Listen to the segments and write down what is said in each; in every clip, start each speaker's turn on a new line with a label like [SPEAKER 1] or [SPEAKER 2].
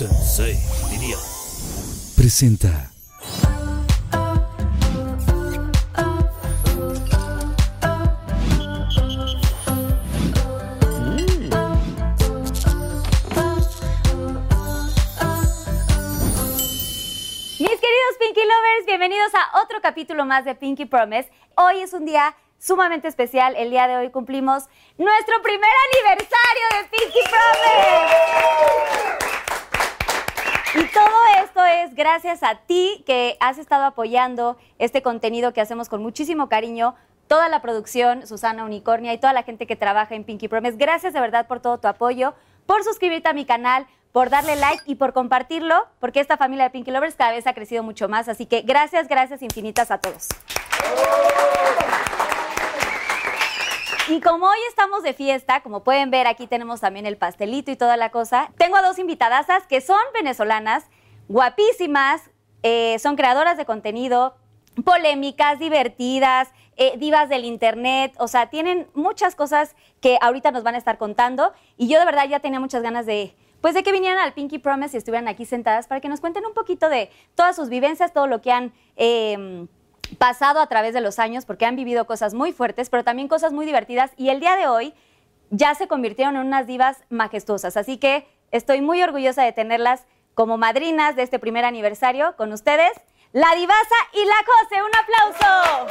[SPEAKER 1] Sensei, diría. Presenta.
[SPEAKER 2] Mis queridos Pinky Lovers, bienvenidos a otro capítulo más de Pinky Promise. Hoy es un día sumamente especial. El día de hoy cumplimos nuestro primer aniversario de Pinky Promise. Y todo esto es gracias a ti que has estado apoyando este contenido que hacemos con muchísimo cariño. Toda la producción, Susana Unicornia y toda la gente que trabaja en Pinky Promise, gracias de verdad por todo tu apoyo, por suscribirte a mi canal, por darle like y por compartirlo, porque esta familia de Pinky Lovers cada vez ha crecido mucho más. Así que gracias, gracias infinitas a todos. Y como hoy estamos de fiesta, como pueden ver, aquí tenemos también el pastelito y toda la cosa. Tengo a dos invitadasas que son venezolanas, guapísimas, eh, son creadoras de contenido, polémicas, divertidas, eh, divas del internet, o sea, tienen muchas cosas que ahorita nos van a estar contando. Y yo de verdad ya tenía muchas ganas de, pues de que vinieran al Pinky Promise y estuvieran aquí sentadas para que nos cuenten un poquito de todas sus vivencias, todo lo que han eh, pasado a través de los años, porque han vivido cosas muy fuertes, pero también cosas muy divertidas. Y el día de hoy ya se convirtieron en unas divas majestuosas. Así que estoy muy orgullosa de tenerlas como madrinas de este primer aniversario con ustedes. La divasa y la Jose, un aplauso.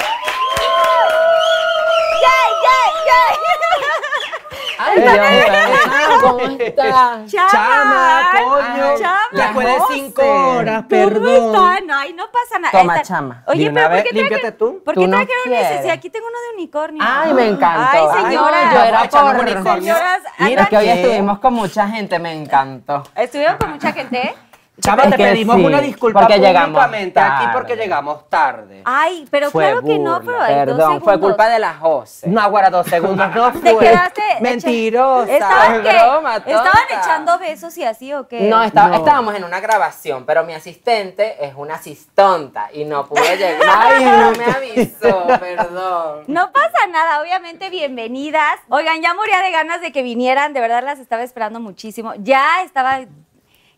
[SPEAKER 2] ¡Yay, yay, yay!
[SPEAKER 3] ¿Cómo estás?
[SPEAKER 2] Ah, Chama,
[SPEAKER 3] Chama,
[SPEAKER 2] ay,
[SPEAKER 3] coño.
[SPEAKER 2] chama.
[SPEAKER 3] Ya fue de
[SPEAKER 4] Jose.
[SPEAKER 3] cinco horas,
[SPEAKER 2] ¿Cómo
[SPEAKER 3] perdón.
[SPEAKER 2] están? Ay, no pasa nada.
[SPEAKER 4] Toma,
[SPEAKER 2] Ahí está.
[SPEAKER 4] chama.
[SPEAKER 2] Oye,
[SPEAKER 3] De una
[SPEAKER 2] pero ¿por
[SPEAKER 3] vez,
[SPEAKER 2] qué
[SPEAKER 3] límpiate
[SPEAKER 2] trajeron,
[SPEAKER 3] tú.
[SPEAKER 2] ¿por
[SPEAKER 4] Tú
[SPEAKER 2] qué
[SPEAKER 4] no
[SPEAKER 2] trajeron
[SPEAKER 4] quieres.
[SPEAKER 2] ese? Sí, aquí tengo uno de unicornio.
[SPEAKER 4] Ay, me encantó.
[SPEAKER 2] Ay, señora.
[SPEAKER 4] Ay, yo era
[SPEAKER 3] Ay, chama,
[SPEAKER 4] por
[SPEAKER 3] unicornio.
[SPEAKER 2] Señoras,
[SPEAKER 4] Mira que hoy
[SPEAKER 3] ¿qué?
[SPEAKER 4] estuvimos con mucha gente, me encantó.
[SPEAKER 2] Estuvieron con mucha gente. ¿eh?
[SPEAKER 3] Chama,
[SPEAKER 4] Es
[SPEAKER 3] te
[SPEAKER 4] que
[SPEAKER 3] pedimos
[SPEAKER 4] sí,
[SPEAKER 3] una disculpa
[SPEAKER 4] porque llegamos
[SPEAKER 3] públicamente aquí
[SPEAKER 4] tarde.
[SPEAKER 3] porque llegamos tarde.
[SPEAKER 2] Ay, pero
[SPEAKER 4] Fue
[SPEAKER 2] claro que no,
[SPEAKER 4] burla,
[SPEAKER 2] pero hay dos
[SPEAKER 4] Perdón, fue
[SPEAKER 2] segundos.
[SPEAKER 4] culpa de la Jose.
[SPEAKER 3] No, ahora dos segundos, no fue.
[SPEAKER 2] Te quedaste.
[SPEAKER 3] Mentirosa.
[SPEAKER 2] ¿Estaban, qué?
[SPEAKER 4] broma, tonta.
[SPEAKER 2] ¿Estaban echando besos y así o qué?
[SPEAKER 4] No, estaba-
[SPEAKER 3] No.
[SPEAKER 4] estábamos en una grabación, pero mi asistente es una asistonta y no pude llegar.
[SPEAKER 3] Ay,
[SPEAKER 4] no me avisó, perdón.
[SPEAKER 2] No pasa nada, obviamente bienvenidas. Oigan, ya moría de ganas de que vinieran, de verdad las estaba esperando muchísimo. Ya estaba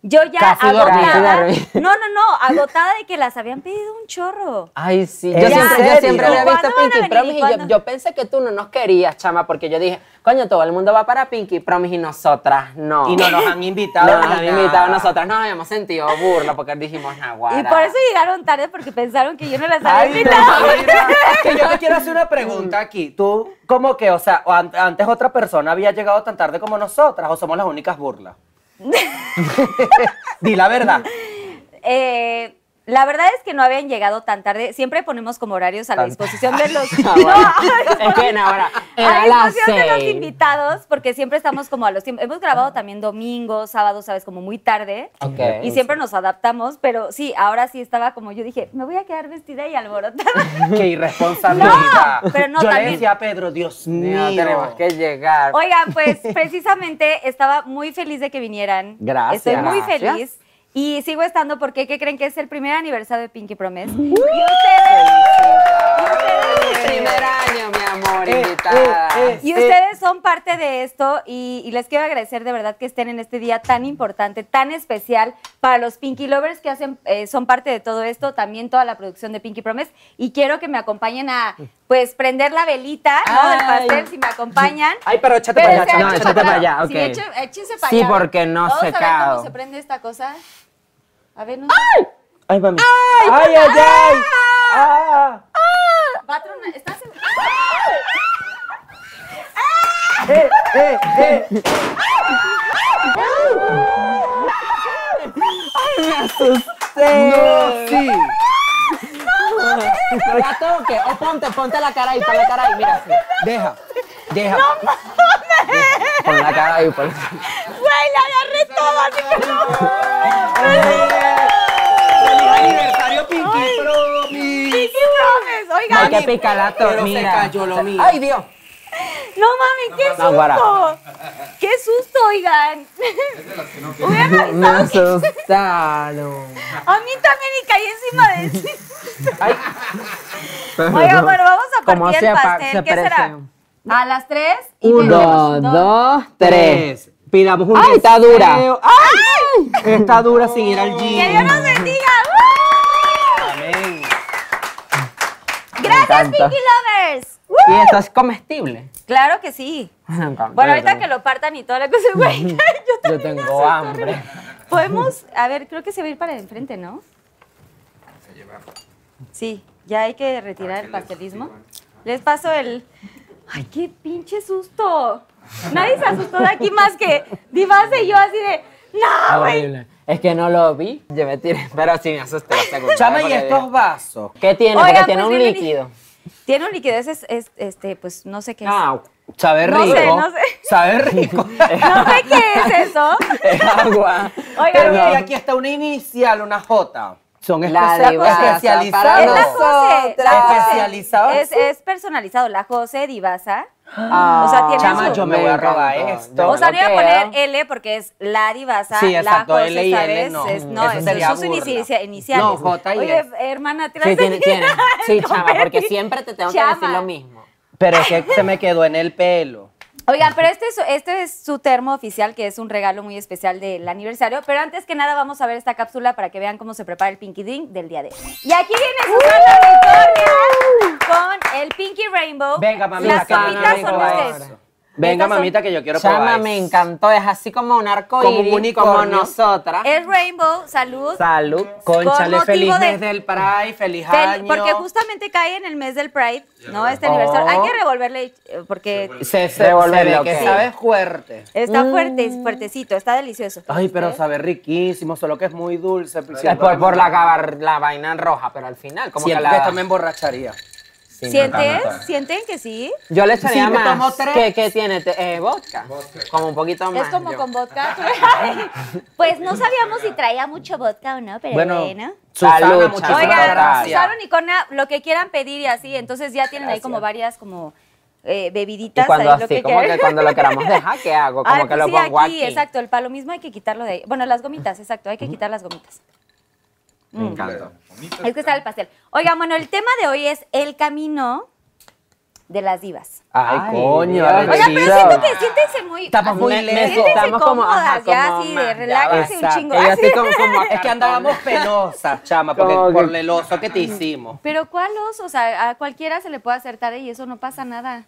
[SPEAKER 2] yo ya
[SPEAKER 4] Casi dormí,
[SPEAKER 2] agotada.
[SPEAKER 4] casi dormí.
[SPEAKER 2] No, no, no, agotada de que las habían pedido un chorro.
[SPEAKER 4] Ay, sí.
[SPEAKER 3] ¿En
[SPEAKER 4] Yo siempre,
[SPEAKER 3] serio?
[SPEAKER 4] yo siempre había
[SPEAKER 2] ¿Cuándo
[SPEAKER 4] visto
[SPEAKER 2] van a
[SPEAKER 4] Pinky
[SPEAKER 2] venir?
[SPEAKER 4] Promise y yo,
[SPEAKER 2] ¿Cuándo?
[SPEAKER 4] yo pensé que tú no nos querías, chama, porque yo dije, coño, todo el mundo va para Pinky Promise y nosotras no.
[SPEAKER 3] Y no nos han
[SPEAKER 4] No,
[SPEAKER 3] invitado.
[SPEAKER 4] nos
[SPEAKER 3] ni
[SPEAKER 4] han
[SPEAKER 3] nada.
[SPEAKER 4] invitado nosotras, nos habíamos sentido burla porque dijimos naguará.
[SPEAKER 2] Y por eso llegaron tarde porque pensaron que yo no las había
[SPEAKER 3] Ay, no,
[SPEAKER 2] invitado.
[SPEAKER 3] mira, es que yo te quiero hacer una pregunta aquí. Tú, como que, o sea, o an- antes otra persona había llegado tan tarde como nosotras, o somos las únicas burlas. Di la verdad.
[SPEAKER 2] Eh, la verdad es que no habían llegado tan tarde. Siempre ponemos como horarios a la
[SPEAKER 4] Tan-
[SPEAKER 2] disposición de los.
[SPEAKER 4] Ah,
[SPEAKER 2] No,
[SPEAKER 4] bueno. es que ahora
[SPEAKER 2] A
[SPEAKER 4] era las
[SPEAKER 2] disposición de los
[SPEAKER 4] seis. Ah.
[SPEAKER 2] invitados, porque siempre estamos como a los tiempos. Hemos grabado también domingos, sábados, sabes, como muy tarde.
[SPEAKER 4] Ok.
[SPEAKER 2] Y siempre nos adaptamos, pero sí, ahora sí estaba como yo dije, me voy a quedar vestida y alborotada.
[SPEAKER 3] Qué irresponsabilidad.
[SPEAKER 2] No, pero no,
[SPEAKER 3] Yo
[SPEAKER 2] también.
[SPEAKER 3] le decía a Pedro, Dios mío.
[SPEAKER 4] No, tenemos que llegar.
[SPEAKER 2] Oigan, pues precisamente estaba muy feliz de que vinieran.
[SPEAKER 4] Gracias.
[SPEAKER 2] Estoy muy
[SPEAKER 4] Gracias.
[SPEAKER 2] feliz. Y sigo estando porque, ¿qué creen que es el primer aniversario de Pinky Promise? Y ustedes- y ustedes-
[SPEAKER 4] Primer año, mi amor,
[SPEAKER 3] Eh,
[SPEAKER 4] invitada.
[SPEAKER 3] eh,
[SPEAKER 2] Y ustedes son parte de esto y, y les quiero agradecer de verdad que estén en este día tan importante, tan especial para los Pinky Lovers que hacen, eh, son parte de todo esto, también toda la producción de Pinky Promise. Y quiero que me acompañen a, pues, prender la velita, ¿no? Del
[SPEAKER 4] Ay.
[SPEAKER 2] pastel, si me acompañan.
[SPEAKER 3] Ay, pero échate
[SPEAKER 2] Pero
[SPEAKER 3] para allá,
[SPEAKER 2] se ha
[SPEAKER 3] chama,
[SPEAKER 2] hecho
[SPEAKER 3] échate para allá,
[SPEAKER 2] claro.
[SPEAKER 3] ok.
[SPEAKER 2] Sí, eche- échense para
[SPEAKER 4] Sí,
[SPEAKER 2] allá.
[SPEAKER 4] porque no
[SPEAKER 2] Vamos
[SPEAKER 4] se
[SPEAKER 2] a ver cómo
[SPEAKER 4] cao.
[SPEAKER 2] se prende esta cosa. A ver, no
[SPEAKER 3] Ay, mami. Ay, ay, ay. Ah.
[SPEAKER 2] va a tronar. ¿Estás en- ¡Ah!
[SPEAKER 3] Eh, eh, eh. Ay, me asusté. No, sí.
[SPEAKER 4] ¿La toque? O oh, ponte, ponte la cara ahí, pon la cara ahí, mira así.
[SPEAKER 3] Deja, deja.
[SPEAKER 4] Pon la cara ahí, pon
[SPEAKER 2] ¡Güey, la agarré todo! así que no.
[SPEAKER 3] ¡Feliz aniversario, Pinky Promise!
[SPEAKER 2] Pinky Promise, oigan.
[SPEAKER 4] Hay que picar la to-
[SPEAKER 3] Pero se
[SPEAKER 4] mira.
[SPEAKER 3] cayó lo mío.
[SPEAKER 4] Ay, Dios.
[SPEAKER 2] No mames, qué
[SPEAKER 4] No, guara.
[SPEAKER 2] susto. Qué susto, oigan. Hubieran
[SPEAKER 4] Me
[SPEAKER 2] avisado que-
[SPEAKER 4] asustaron.
[SPEAKER 2] A mí también y caí encima de sí.
[SPEAKER 4] Ay.
[SPEAKER 2] Oigan, bueno, vamos a
[SPEAKER 4] ¿Cómo
[SPEAKER 2] partir
[SPEAKER 4] se
[SPEAKER 2] el
[SPEAKER 4] pa-
[SPEAKER 2] pastel.
[SPEAKER 4] se
[SPEAKER 2] ¿Qué será?
[SPEAKER 4] presen?
[SPEAKER 2] A las tres. y
[SPEAKER 4] Uno,
[SPEAKER 2] media.
[SPEAKER 4] dos, tres.
[SPEAKER 3] pidamos un
[SPEAKER 4] ¡Ay, está
[SPEAKER 3] deseo.
[SPEAKER 4] dura!
[SPEAKER 3] ¡Ay! Está dura sin ir al gym.
[SPEAKER 2] Que Dios nos bendiga. ¡Woo!
[SPEAKER 3] Amén.
[SPEAKER 2] Gracias, Pinky
[SPEAKER 4] encanta.
[SPEAKER 2] Lovers. ¡Woo!
[SPEAKER 4] Y esto es comestible.
[SPEAKER 2] Claro que sí.
[SPEAKER 4] Ah,
[SPEAKER 2] Bueno, ahorita que lo partan y toda la cosa, güey. Yo
[SPEAKER 4] Yo
[SPEAKER 2] también
[SPEAKER 4] tengo
[SPEAKER 2] hace
[SPEAKER 4] hambre.
[SPEAKER 2] Podemos, a ver, creo que se va a ir para el enfrente, ¿no? Sí, ya hay que retirar el parquelismo. Les paso el. ¡Ay, qué pinche susto! Nadie se asustó de aquí más que Divas y yo, así de. ¡No, güey!
[SPEAKER 4] Horrible. Es que no lo vi. Yo me tiré, pero sí me asusté la segunda.
[SPEAKER 3] Chama, y
[SPEAKER 4] porque
[SPEAKER 3] estos
[SPEAKER 4] dije,
[SPEAKER 3] vasos.
[SPEAKER 4] ¿Qué tiene?
[SPEAKER 2] Oigan,
[SPEAKER 4] porque tiene
[SPEAKER 2] pues
[SPEAKER 4] un
[SPEAKER 2] viene li-
[SPEAKER 4] líquido.
[SPEAKER 2] Tiene un líquido, ese es, es- este, pues no sé qué es.
[SPEAKER 4] Ah,
[SPEAKER 3] Sabe
[SPEAKER 2] No
[SPEAKER 3] rico.
[SPEAKER 2] sé, no sé.
[SPEAKER 3] Sabe rico.
[SPEAKER 2] No sé qué es eso.
[SPEAKER 4] es agua.
[SPEAKER 3] Pero
[SPEAKER 2] Oigan,
[SPEAKER 3] mira, aquí está una inicial, una J. Son
[SPEAKER 4] La
[SPEAKER 3] especia-
[SPEAKER 4] divasa para
[SPEAKER 2] es la
[SPEAKER 3] especializados.
[SPEAKER 2] Jose. La Jose.
[SPEAKER 3] Especializado.
[SPEAKER 2] Es, es personalizado, la Jose Divasa.
[SPEAKER 3] Ah.
[SPEAKER 2] O sea, tiene
[SPEAKER 3] Chama,
[SPEAKER 2] su-
[SPEAKER 3] yo me voy a robar esto.
[SPEAKER 2] O sea, no iba a
[SPEAKER 4] me
[SPEAKER 2] poner L porque es la divasa,
[SPEAKER 3] Sí, exacto,
[SPEAKER 2] la Jose,
[SPEAKER 3] L y
[SPEAKER 2] ¿sabes?
[SPEAKER 3] L, no.
[SPEAKER 2] Es,
[SPEAKER 3] Mm,
[SPEAKER 2] no,
[SPEAKER 3] eso
[SPEAKER 2] esos
[SPEAKER 3] sería
[SPEAKER 2] son sus
[SPEAKER 3] burla.
[SPEAKER 2] inicia- iniciales.
[SPEAKER 3] No, J y
[SPEAKER 2] Oye,
[SPEAKER 3] S.
[SPEAKER 2] hermana, tírate.
[SPEAKER 4] Sí, tiene, tiene. Sí,
[SPEAKER 2] No,
[SPEAKER 4] chama, porque
[SPEAKER 2] Betty.
[SPEAKER 4] siempre te tengo
[SPEAKER 2] Chama.
[SPEAKER 4] que decir lo mismo.
[SPEAKER 3] Pero es que se me quedó en el pelo.
[SPEAKER 2] Oigan, pero este es, su- este es su termo oficial, que es un regalo muy especial del aniversario. Pero antes que nada, vamos a ver esta cápsula para que vean cómo se prepara el Pinky Drink del día de hoy. Y aquí viene Susana Victoria con el Pinky Rainbow.
[SPEAKER 3] Venga, mamita,
[SPEAKER 2] Las
[SPEAKER 3] que yo
[SPEAKER 2] copitas son
[SPEAKER 3] quiero probar
[SPEAKER 2] de
[SPEAKER 3] eso.
[SPEAKER 2] ustedes.
[SPEAKER 3] Venga,
[SPEAKER 2] Estas son-
[SPEAKER 3] mamita, que yo quiero probar
[SPEAKER 4] Chama,
[SPEAKER 3] eso.
[SPEAKER 4] me encantó. Es así como un arco
[SPEAKER 3] Como un
[SPEAKER 4] iris,
[SPEAKER 3] unicornio.
[SPEAKER 4] como nosotras.
[SPEAKER 2] El Rainbow, salud.
[SPEAKER 4] Salud.
[SPEAKER 2] Con
[SPEAKER 3] Conchale,
[SPEAKER 2] motivo
[SPEAKER 3] feliz
[SPEAKER 2] de-
[SPEAKER 3] mes del Pride, feliz
[SPEAKER 2] Fel-
[SPEAKER 3] año.
[SPEAKER 2] porque justamente cae en el mes del Pride, ¿no? Este
[SPEAKER 3] Oh.
[SPEAKER 2] aniversario. Hay que revolverle eh, porque
[SPEAKER 3] Se, se,
[SPEAKER 4] Revolver
[SPEAKER 3] se ve
[SPEAKER 4] lo
[SPEAKER 3] que
[SPEAKER 4] que-
[SPEAKER 3] sabe fuerte.
[SPEAKER 2] está
[SPEAKER 4] Mm.
[SPEAKER 2] fuerte, fuertecito, está delicioso.
[SPEAKER 3] Ay, pero sabe riquísimo, solo que es muy dulce.
[SPEAKER 4] Es
[SPEAKER 3] Siento,
[SPEAKER 4] por, por la, gabar- la vaina roja, pero al final, como
[SPEAKER 3] siento
[SPEAKER 4] que la.
[SPEAKER 3] que esto me emborracharía.
[SPEAKER 4] Sí,
[SPEAKER 2] ¿Sientes? ¿Sienten que sí?
[SPEAKER 4] Yo le echaría
[SPEAKER 3] Sí, me
[SPEAKER 4] más.
[SPEAKER 3] tomo tres.
[SPEAKER 4] ¿Qué, qué tiene? Te- eh, vodka. Como un poquito
[SPEAKER 2] Es
[SPEAKER 4] más.
[SPEAKER 2] como
[SPEAKER 4] yo.
[SPEAKER 2] con vodka. pues no sabíamos si traía mucho vodka o no, pero bueno.
[SPEAKER 3] Bueno, Susana,
[SPEAKER 4] Salud,
[SPEAKER 3] muchísimas
[SPEAKER 4] chama.
[SPEAKER 2] Oigan,
[SPEAKER 3] gracias.
[SPEAKER 2] Susana Nicona, lo que quieran pedir y así, entonces ya tienen ahí como varias como eh,
[SPEAKER 4] Y
[SPEAKER 2] bebiditas.
[SPEAKER 4] cuando
[SPEAKER 2] ahí,
[SPEAKER 4] así, como
[SPEAKER 2] quieran.
[SPEAKER 4] que cuando lo queramos dejar, ¿qué hago? Como
[SPEAKER 2] Ah,
[SPEAKER 4] que lo
[SPEAKER 2] sí,
[SPEAKER 4] pongo
[SPEAKER 2] aquí,
[SPEAKER 4] aquí.
[SPEAKER 2] exacto, el palo mismo hay que quitarlo de ahí. Bueno, las gomitas, exacto, hay que quitar las gomitas.
[SPEAKER 3] Me encanta.
[SPEAKER 2] Es que está el pastel. Oigan, bueno, el tema de hoy es el camino de las divas.
[SPEAKER 3] Ay,
[SPEAKER 4] Ay,
[SPEAKER 3] coño,
[SPEAKER 4] Dios.
[SPEAKER 2] Oigan, pero
[SPEAKER 3] Arrechida.
[SPEAKER 2] siento que siéntense muy.
[SPEAKER 3] Estamos muy
[SPEAKER 2] así,
[SPEAKER 3] lejos.
[SPEAKER 2] Siéntense
[SPEAKER 4] Estamos como,
[SPEAKER 2] cómodas,
[SPEAKER 4] ajá,
[SPEAKER 2] ya
[SPEAKER 4] como
[SPEAKER 2] así,
[SPEAKER 4] más,
[SPEAKER 2] de
[SPEAKER 4] ya
[SPEAKER 2] relájense un
[SPEAKER 4] Exacto,
[SPEAKER 2] chingo. Ah,
[SPEAKER 4] y
[SPEAKER 2] así.
[SPEAKER 4] así como, como
[SPEAKER 3] Es que andábamos penosas, chama, porque
[SPEAKER 4] Como que-
[SPEAKER 3] por el oso que te hicimos.
[SPEAKER 2] Pero ¿cuál oso? O sea, a cualquiera se le puede hacer tarea y eso no pasa nada.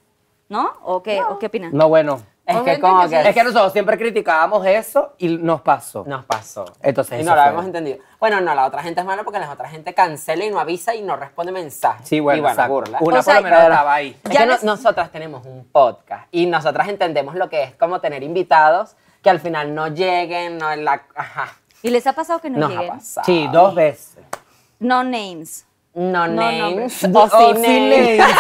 [SPEAKER 2] ¿No? ¿O qué, ¿o qué opinan?
[SPEAKER 3] No, bueno.
[SPEAKER 4] Es que
[SPEAKER 2] Obviamente
[SPEAKER 4] como
[SPEAKER 2] que
[SPEAKER 4] que.
[SPEAKER 3] Es que nosotros siempre criticábamos eso y nos pasó.
[SPEAKER 4] nos pasó.
[SPEAKER 3] Entonces,
[SPEAKER 4] y
[SPEAKER 3] eso
[SPEAKER 4] no lo
[SPEAKER 3] fue.
[SPEAKER 4] habíamos entendido. Bueno, no, la otra gente es mala porque la otra gente cancela y no avisa y no responde mensajes.
[SPEAKER 3] Sí, bueno,
[SPEAKER 4] y bueno
[SPEAKER 3] exacto.
[SPEAKER 4] burla.
[SPEAKER 3] Una
[SPEAKER 2] O sea,
[SPEAKER 3] por lo menos estaba ahí.
[SPEAKER 4] Es
[SPEAKER 2] Ya
[SPEAKER 4] que no-
[SPEAKER 2] les-
[SPEAKER 4] nosotras tenemos un podcast y nosotras entendemos lo que es como tener invitados que al final no lleguen, no en la... Ajá,
[SPEAKER 2] ¿Y les ha pasado que no
[SPEAKER 4] nos ha
[SPEAKER 2] lleguen?
[SPEAKER 4] pasado.
[SPEAKER 3] Sí, dos veces.
[SPEAKER 2] No names.
[SPEAKER 4] No
[SPEAKER 2] No
[SPEAKER 4] names,
[SPEAKER 2] nombres.
[SPEAKER 4] o
[SPEAKER 3] Oh,
[SPEAKER 4] sin
[SPEAKER 3] sí,
[SPEAKER 4] names.
[SPEAKER 3] Nancy.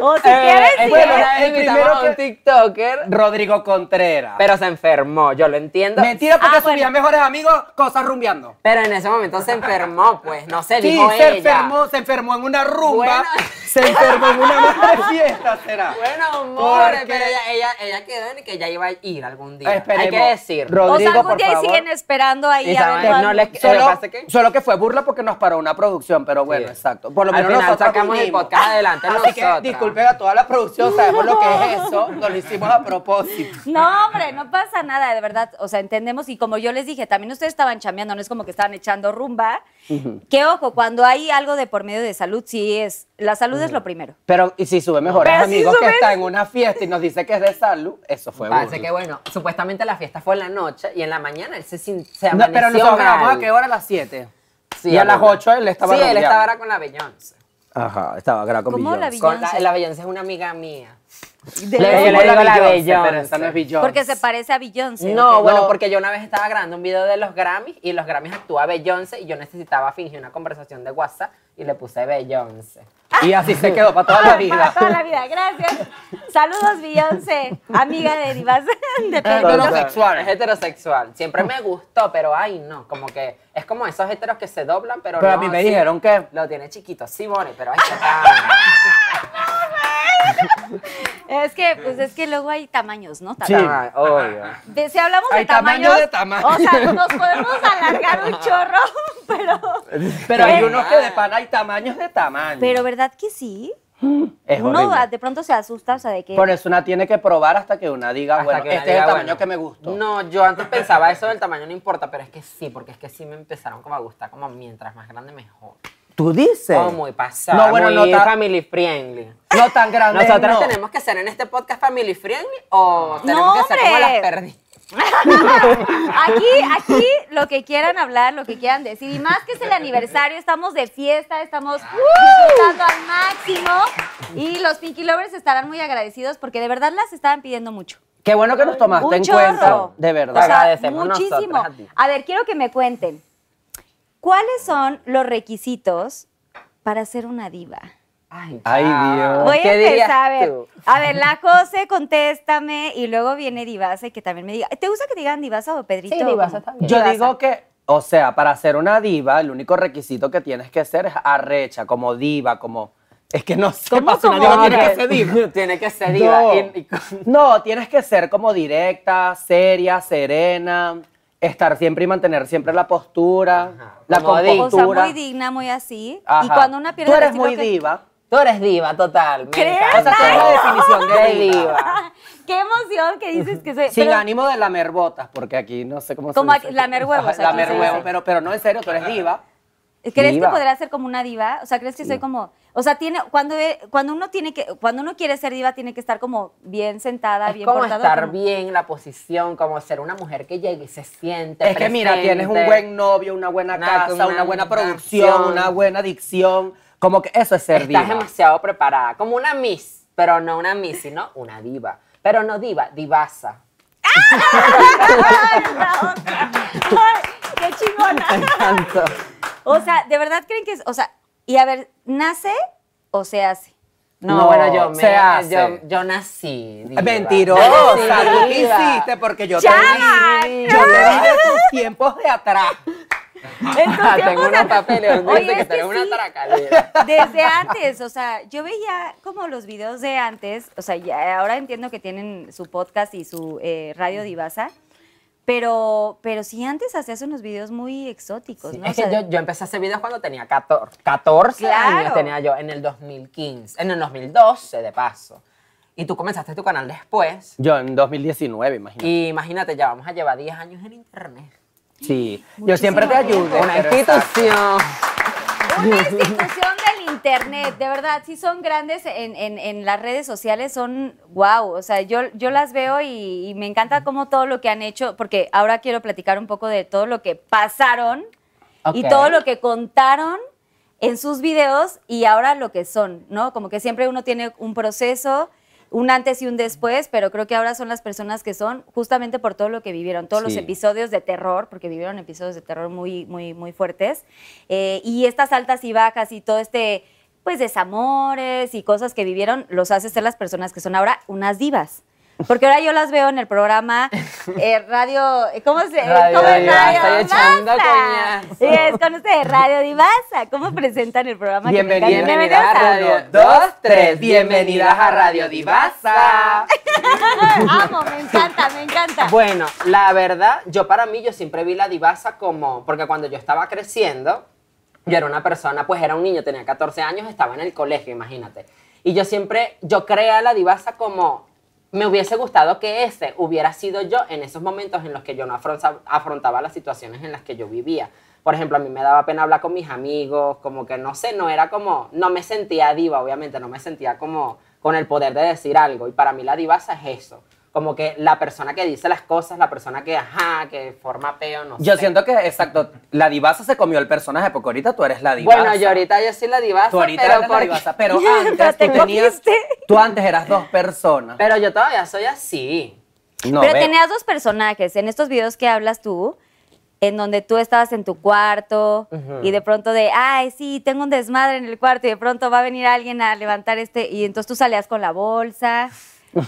[SPEAKER 2] O si Oh,
[SPEAKER 4] Eh,
[SPEAKER 2] quieres,
[SPEAKER 4] es
[SPEAKER 2] sí.
[SPEAKER 4] bueno,
[SPEAKER 3] eh,
[SPEAKER 4] una vez
[SPEAKER 3] el
[SPEAKER 4] invitamos
[SPEAKER 3] primero
[SPEAKER 4] a un
[SPEAKER 3] que-
[SPEAKER 4] tiktoker,
[SPEAKER 3] Rodrigo Contreras.
[SPEAKER 4] pero se enfermó, yo lo entiendo.
[SPEAKER 3] Mentira porque
[SPEAKER 2] Ah, bueno.
[SPEAKER 3] subía mejores amigos cosas rumbeando.
[SPEAKER 4] Pero en ese momento se enfermó, pues, no se
[SPEAKER 3] Sí,
[SPEAKER 4] dijo
[SPEAKER 3] se
[SPEAKER 4] ella.
[SPEAKER 3] enfermó, se enfermó en una rumba,
[SPEAKER 4] Bueno.
[SPEAKER 3] se enfermó en una madre fiesta, será.
[SPEAKER 4] Bueno, amores,
[SPEAKER 3] Porque-
[SPEAKER 4] pero ella, ella, ella quedó en que ella iba a ir algún día. Hay
[SPEAKER 3] Esperemos.
[SPEAKER 4] que decir.
[SPEAKER 3] Ro-
[SPEAKER 2] o sea,
[SPEAKER 3] Rodrigo,
[SPEAKER 2] algún
[SPEAKER 3] por
[SPEAKER 2] día ahí
[SPEAKER 3] favor.
[SPEAKER 2] siguen esperando ahí
[SPEAKER 4] Y
[SPEAKER 2] a
[SPEAKER 4] saben,
[SPEAKER 2] ver cuándo.
[SPEAKER 4] no les- ¿Qué le
[SPEAKER 3] Solo,
[SPEAKER 4] pasa que?
[SPEAKER 3] solo que fue burla porque nos paró una producción, pero bueno,
[SPEAKER 4] Sí.
[SPEAKER 3] exacto. Por lo
[SPEAKER 4] Al
[SPEAKER 3] menos
[SPEAKER 4] final
[SPEAKER 3] nosotros
[SPEAKER 4] sacamos el
[SPEAKER 3] vinimos.
[SPEAKER 4] podcast adelante
[SPEAKER 3] Así
[SPEAKER 4] nosotras.
[SPEAKER 3] que disculpen a toda la producción, sabemos lo que es eso, nos lo hicimos a propósito.
[SPEAKER 2] No, hombre, no pasa nada, de verdad. O sea, entendemos. Y como yo les dije, también ustedes estaban chambeando, no es como que estaban echando rumba. Que ojo, cuando hay algo de por medio de salud, sí es. La salud es lo primero.
[SPEAKER 3] Pero y si sube mejores
[SPEAKER 2] Pero si
[SPEAKER 3] amigos que
[SPEAKER 2] sube-
[SPEAKER 3] está en Mm. una fiesta y nos dice que es de salud, eso fue
[SPEAKER 4] Parece
[SPEAKER 3] burla.
[SPEAKER 4] que bueno, supuestamente la fiesta fue en la noche y en la mañana él se, sin- se
[SPEAKER 3] No,
[SPEAKER 4] amaneció
[SPEAKER 3] pero nosotros
[SPEAKER 4] mal.
[SPEAKER 3] grabamos a qué hora a las 7.
[SPEAKER 4] Sí,
[SPEAKER 3] y a las
[SPEAKER 4] bueno.
[SPEAKER 3] 8 él estaba
[SPEAKER 4] Sí, él
[SPEAKER 3] rumbeando.
[SPEAKER 4] estaba ahora con la Beyoncé.
[SPEAKER 3] Ajá, estaba grabando con
[SPEAKER 2] ¿Cómo la
[SPEAKER 3] Beyoncé.
[SPEAKER 2] vi-
[SPEAKER 4] Con la,
[SPEAKER 2] Beyoncé.
[SPEAKER 4] la Beyoncé es una amiga mía.
[SPEAKER 2] De-
[SPEAKER 4] Le- yo le digo la Beyoncé.
[SPEAKER 3] Pero esta no es Beyoncé.
[SPEAKER 2] porque se parece a Beyoncé.
[SPEAKER 4] no,
[SPEAKER 2] ¿o qué?
[SPEAKER 4] bueno, porque yo una vez estaba grabando un video de los Grammys y en los Grammys actúa Beyoncé y yo necesitaba fingir una conversación de WhatsApp y le puse Beyoncé.
[SPEAKER 3] Y
[SPEAKER 2] Ah,
[SPEAKER 3] así se quedó para toda la
[SPEAKER 2] Para
[SPEAKER 3] vida.
[SPEAKER 2] toda la vida, gracias. Saludos, Beyoncé, amiga de Divas. de Pedro.
[SPEAKER 3] Pero- Heterosexual.
[SPEAKER 4] Es heterosexual. Siempre me gustó, pero ay no, como que es como esos heteros que se doblan, pero,
[SPEAKER 3] Pero a
[SPEAKER 4] no,
[SPEAKER 3] mí me
[SPEAKER 4] así.
[SPEAKER 3] dijeron que...
[SPEAKER 4] Lo tiene chiquito, sí, Bore, pero ay, qué tal.
[SPEAKER 2] Es que, pues es que luego hay tamaños, ¿no?
[SPEAKER 3] Sí.
[SPEAKER 4] Ay, obvio.
[SPEAKER 2] De- si hablamos de
[SPEAKER 3] Hay tamaño
[SPEAKER 2] tamaños,
[SPEAKER 3] de tamaño.
[SPEAKER 2] o sea, nos podemos alargar un chorro, pero... pues,
[SPEAKER 3] Pero hay unos que de
[SPEAKER 4] Ah.
[SPEAKER 3] pan hay tamaños de tamaño.
[SPEAKER 2] Pero eh, ¿verdad que sí?
[SPEAKER 3] Es
[SPEAKER 2] Uno
[SPEAKER 3] horrible.
[SPEAKER 2] de pronto se asusta, o sea, de que...
[SPEAKER 3] Por eso una tiene que probar hasta que una diga,
[SPEAKER 4] Hasta
[SPEAKER 3] bueno,
[SPEAKER 4] que una
[SPEAKER 3] este es
[SPEAKER 4] diga,
[SPEAKER 3] el tamaño
[SPEAKER 4] bueno.
[SPEAKER 3] que me gustó.
[SPEAKER 4] No, yo antes pensaba eso del tamaño no importa, pero es que sí, porque es que sí me empezaron como a gustar, como mientras más grande mejor.
[SPEAKER 3] ¿Tú dices?
[SPEAKER 4] Como muy pasado,
[SPEAKER 3] No, bueno,
[SPEAKER 4] muy
[SPEAKER 3] no ta-
[SPEAKER 4] family friendly.
[SPEAKER 3] No tan grande.
[SPEAKER 4] Nosotras
[SPEAKER 3] no.
[SPEAKER 4] tenemos que ser en este podcast family friendly o tenemos que ser como
[SPEAKER 2] hombre.
[SPEAKER 4] las perdidas.
[SPEAKER 2] Aquí, aquí, lo que quieran hablar, lo que quieran decir. Y más que es el aniversario, estamos de fiesta, estamos disfrutando al máximo. Y los Pinky Lovers estarán muy agradecidos porque de verdad las estaban pidiendo mucho.
[SPEAKER 3] Qué bueno que nos tomaste
[SPEAKER 2] Un
[SPEAKER 3] en
[SPEAKER 2] chorro.
[SPEAKER 3] cuenta. De
[SPEAKER 2] O sea,
[SPEAKER 3] verdad.
[SPEAKER 4] agradecemos
[SPEAKER 2] muchísimo.
[SPEAKER 4] nosotras a ti.
[SPEAKER 2] A ver, quiero que me cuenten. ¿Cuáles son los requisitos para ser una diva?
[SPEAKER 4] Ay,
[SPEAKER 3] Ay, Dios.
[SPEAKER 2] Voy a
[SPEAKER 4] ¿Qué dirías
[SPEAKER 2] empezar a ver.
[SPEAKER 4] tú?
[SPEAKER 2] A ver, la José, contéstame. Y luego viene Divasa y que también me diga. ¿Te gusta que te digan Divasa o Pedrito?
[SPEAKER 4] Sí, divasa
[SPEAKER 2] ¿Cómo?
[SPEAKER 4] también.
[SPEAKER 3] Yo
[SPEAKER 2] Divasa.
[SPEAKER 3] digo que, o sea, para ser una diva, el único requisito que tienes que ser es arrecha, como diva, como. Es que no sé.
[SPEAKER 2] ¿Cómo,
[SPEAKER 3] para ser una
[SPEAKER 2] cómo?
[SPEAKER 3] diva tienes que
[SPEAKER 4] ser diva. Tiene que ser diva.
[SPEAKER 3] No.
[SPEAKER 4] Y- y con-
[SPEAKER 3] No, tienes que ser como directa, seria, serena, estar siempre y mantener siempre la postura,
[SPEAKER 4] Ajá.
[SPEAKER 3] la
[SPEAKER 4] Como di-
[SPEAKER 2] O sea,
[SPEAKER 3] compostura.
[SPEAKER 2] muy digna, muy así. Y
[SPEAKER 3] Ajá.
[SPEAKER 2] cuando una pierde
[SPEAKER 3] Tú
[SPEAKER 2] el
[SPEAKER 3] eres
[SPEAKER 2] estilo
[SPEAKER 3] muy
[SPEAKER 2] que-
[SPEAKER 3] diva.
[SPEAKER 4] Tú eres diva, total. me
[SPEAKER 2] ¿Crees?
[SPEAKER 3] O sea,
[SPEAKER 4] encanta.
[SPEAKER 3] tú eres la definición de diva.
[SPEAKER 2] Qué emoción que dices que soy.
[SPEAKER 3] Sin
[SPEAKER 2] pero-
[SPEAKER 3] ánimo de lamer botas, porque aquí no sé cómo
[SPEAKER 2] Como
[SPEAKER 3] se dice.
[SPEAKER 2] aquí, lamer huevos,
[SPEAKER 3] Ajá,
[SPEAKER 2] aquí
[SPEAKER 3] Lamer
[SPEAKER 2] se dice.
[SPEAKER 3] huevos, pero, pero no, en serio, tú eres diva.
[SPEAKER 2] ¿Crees
[SPEAKER 3] Diva.
[SPEAKER 2] que podría ser como una diva? O sea, ¿crees que soy como.? O sea, tiene, cuando, e- cuando uno tiene que, cuando uno quiere ser diva, tiene que estar como bien sentada,
[SPEAKER 4] Es
[SPEAKER 2] bien
[SPEAKER 4] como
[SPEAKER 2] portada,
[SPEAKER 4] estar
[SPEAKER 2] como-
[SPEAKER 4] bien, la posición, como ser una mujer que llega y se siente.
[SPEAKER 3] Es que mira, tienes un
[SPEAKER 4] presente.
[SPEAKER 3] buen novio, una buena
[SPEAKER 4] Una-
[SPEAKER 3] casa, una,
[SPEAKER 4] una
[SPEAKER 3] buena
[SPEAKER 4] buena
[SPEAKER 3] producción,
[SPEAKER 4] acción.
[SPEAKER 3] una buena dicción. Como que eso es ser
[SPEAKER 4] Estás
[SPEAKER 3] diva.
[SPEAKER 4] demasiado preparada. Como una Miss, pero no una Miss, sino una diva. Pero no diva, divasa.
[SPEAKER 2] ¡Ah! ¡Ay, la otra! ¡Ay, ¡Qué chingona!
[SPEAKER 3] Tanto.
[SPEAKER 2] O sea, ¿de verdad creen que es.? O sea, y a ver, ¿nace o se hace?
[SPEAKER 4] No,
[SPEAKER 3] No,
[SPEAKER 4] bueno, yo me.
[SPEAKER 3] se hace.
[SPEAKER 4] Yo, yo nací. Diva.
[SPEAKER 3] Mentirosa,
[SPEAKER 4] Yo
[SPEAKER 3] tú
[SPEAKER 4] nací
[SPEAKER 3] qué
[SPEAKER 4] diva.
[SPEAKER 3] hiciste porque yo
[SPEAKER 2] Ya,
[SPEAKER 3] te vi. Yo te vi de tus tiempos de atrás.
[SPEAKER 2] Entonces,
[SPEAKER 4] Tengo
[SPEAKER 2] o sea,
[SPEAKER 4] unos papeles donde
[SPEAKER 2] oye,
[SPEAKER 4] dice que
[SPEAKER 2] es que
[SPEAKER 4] tú eres una
[SPEAKER 2] sí.
[SPEAKER 4] tracalera.
[SPEAKER 2] Desde antes, o sea, yo veía como los videos de antes, o sea, ya ahora entiendo que tienen su podcast y su eh, radio divasa, pero, pero sí antes hacías unos videos muy exóticos,
[SPEAKER 4] Sí,
[SPEAKER 2] ¿no? O
[SPEAKER 4] es que
[SPEAKER 2] sea,
[SPEAKER 4] yo, yo empecé a hacer videos cuando tenía 14, 14
[SPEAKER 2] Claro.
[SPEAKER 4] años tenía yo en el 2015, en el 2012 de paso. Y tú comenzaste tu canal después.
[SPEAKER 3] Yo en 2019, imagínate.
[SPEAKER 4] Y imagínate, ya vamos a llevar 10 años en internet.
[SPEAKER 3] Sí, yo siempre te ayudo.
[SPEAKER 4] Una
[SPEAKER 3] pero exacto.
[SPEAKER 4] institución.
[SPEAKER 2] Una institución del internet, de verdad, sí son grandes en, en- en las redes sociales, son wow, o sea, yo, yo las veo y, y me encanta como todo lo que han hecho, porque ahora quiero platicar un poco de todo lo que pasaron y
[SPEAKER 4] Ok.
[SPEAKER 2] todo lo que contaron en sus videos y ahora lo que son, ¿no? Como que siempre uno tiene un proceso, un antes y un después, pero creo que ahora son las personas que son justamente por todo lo que vivieron, todos los
[SPEAKER 3] Sí.
[SPEAKER 2] episodios de terror, porque vivieron episodios de terror muy, muy, muy fuertes, eh, y estas altas y bajas y todo este, pues, desamores y cosas que vivieron, los hace ser las personas que son ahora unas divas. Porque ahora yo las veo en el programa eh, Radio. ¿Cómo se
[SPEAKER 4] Radio
[SPEAKER 2] ¿cómo es
[SPEAKER 4] Divasa,
[SPEAKER 2] Radio
[SPEAKER 4] estoy echando
[SPEAKER 2] Divasa?
[SPEAKER 4] coñazo.
[SPEAKER 2] Sí, es con ustedes, Radio Divasa. ¿Cómo presentan el programa? que me encanta?
[SPEAKER 3] Bienvenida,
[SPEAKER 4] Bienvenida a Radio
[SPEAKER 3] Uno, dos, tres. Bienvenidas a Radio Divasa.
[SPEAKER 2] Amo, me encanta, me encanta.
[SPEAKER 4] Bueno, la verdad, yo para mí, yo siempre vi la divasa como, porque cuando yo estaba creciendo, yo era una persona, pues era un niño, tenía 14 años, estaba en el colegio, imagínate. Y yo siempre, yo creé a la divasa como, me hubiese gustado que ese hubiera sido yo en esos momentos en los que yo no afronza- afrontaba las situaciones en las que yo vivía. Por ejemplo, a mí me daba pena hablar con mis amigos, como que no sé, no era como, no me sentía diva, obviamente, no me sentía como con el poder de decir algo. Y para mí la divasa es eso. Como que la persona que dice las cosas, la persona que, ajá, que forma peo, no
[SPEAKER 3] Yo
[SPEAKER 4] sé.
[SPEAKER 3] siento que, exacto, la divasa se comió el personaje, porque ahorita tú eres la divasa.
[SPEAKER 4] Bueno, yo ahorita yo soy la divasa,
[SPEAKER 3] Tú ahorita
[SPEAKER 4] pero
[SPEAKER 3] eres la
[SPEAKER 4] porque-
[SPEAKER 3] divasa, pero
[SPEAKER 2] Pero
[SPEAKER 3] antes
[SPEAKER 2] te
[SPEAKER 3] tú tenías,
[SPEAKER 2] comiste.
[SPEAKER 3] tú antes eras dos personas.
[SPEAKER 4] Pero yo todavía soy así.
[SPEAKER 3] No,
[SPEAKER 2] Pero
[SPEAKER 3] ve.
[SPEAKER 2] tenías dos personajes en estos videos que hablas tú, en donde tú estabas en tu cuarto y de pronto de, ay, sí, tengo un desmadre en el cuarto y de pronto va a venir alguien a levantar este y entonces tú salías con la bolsa.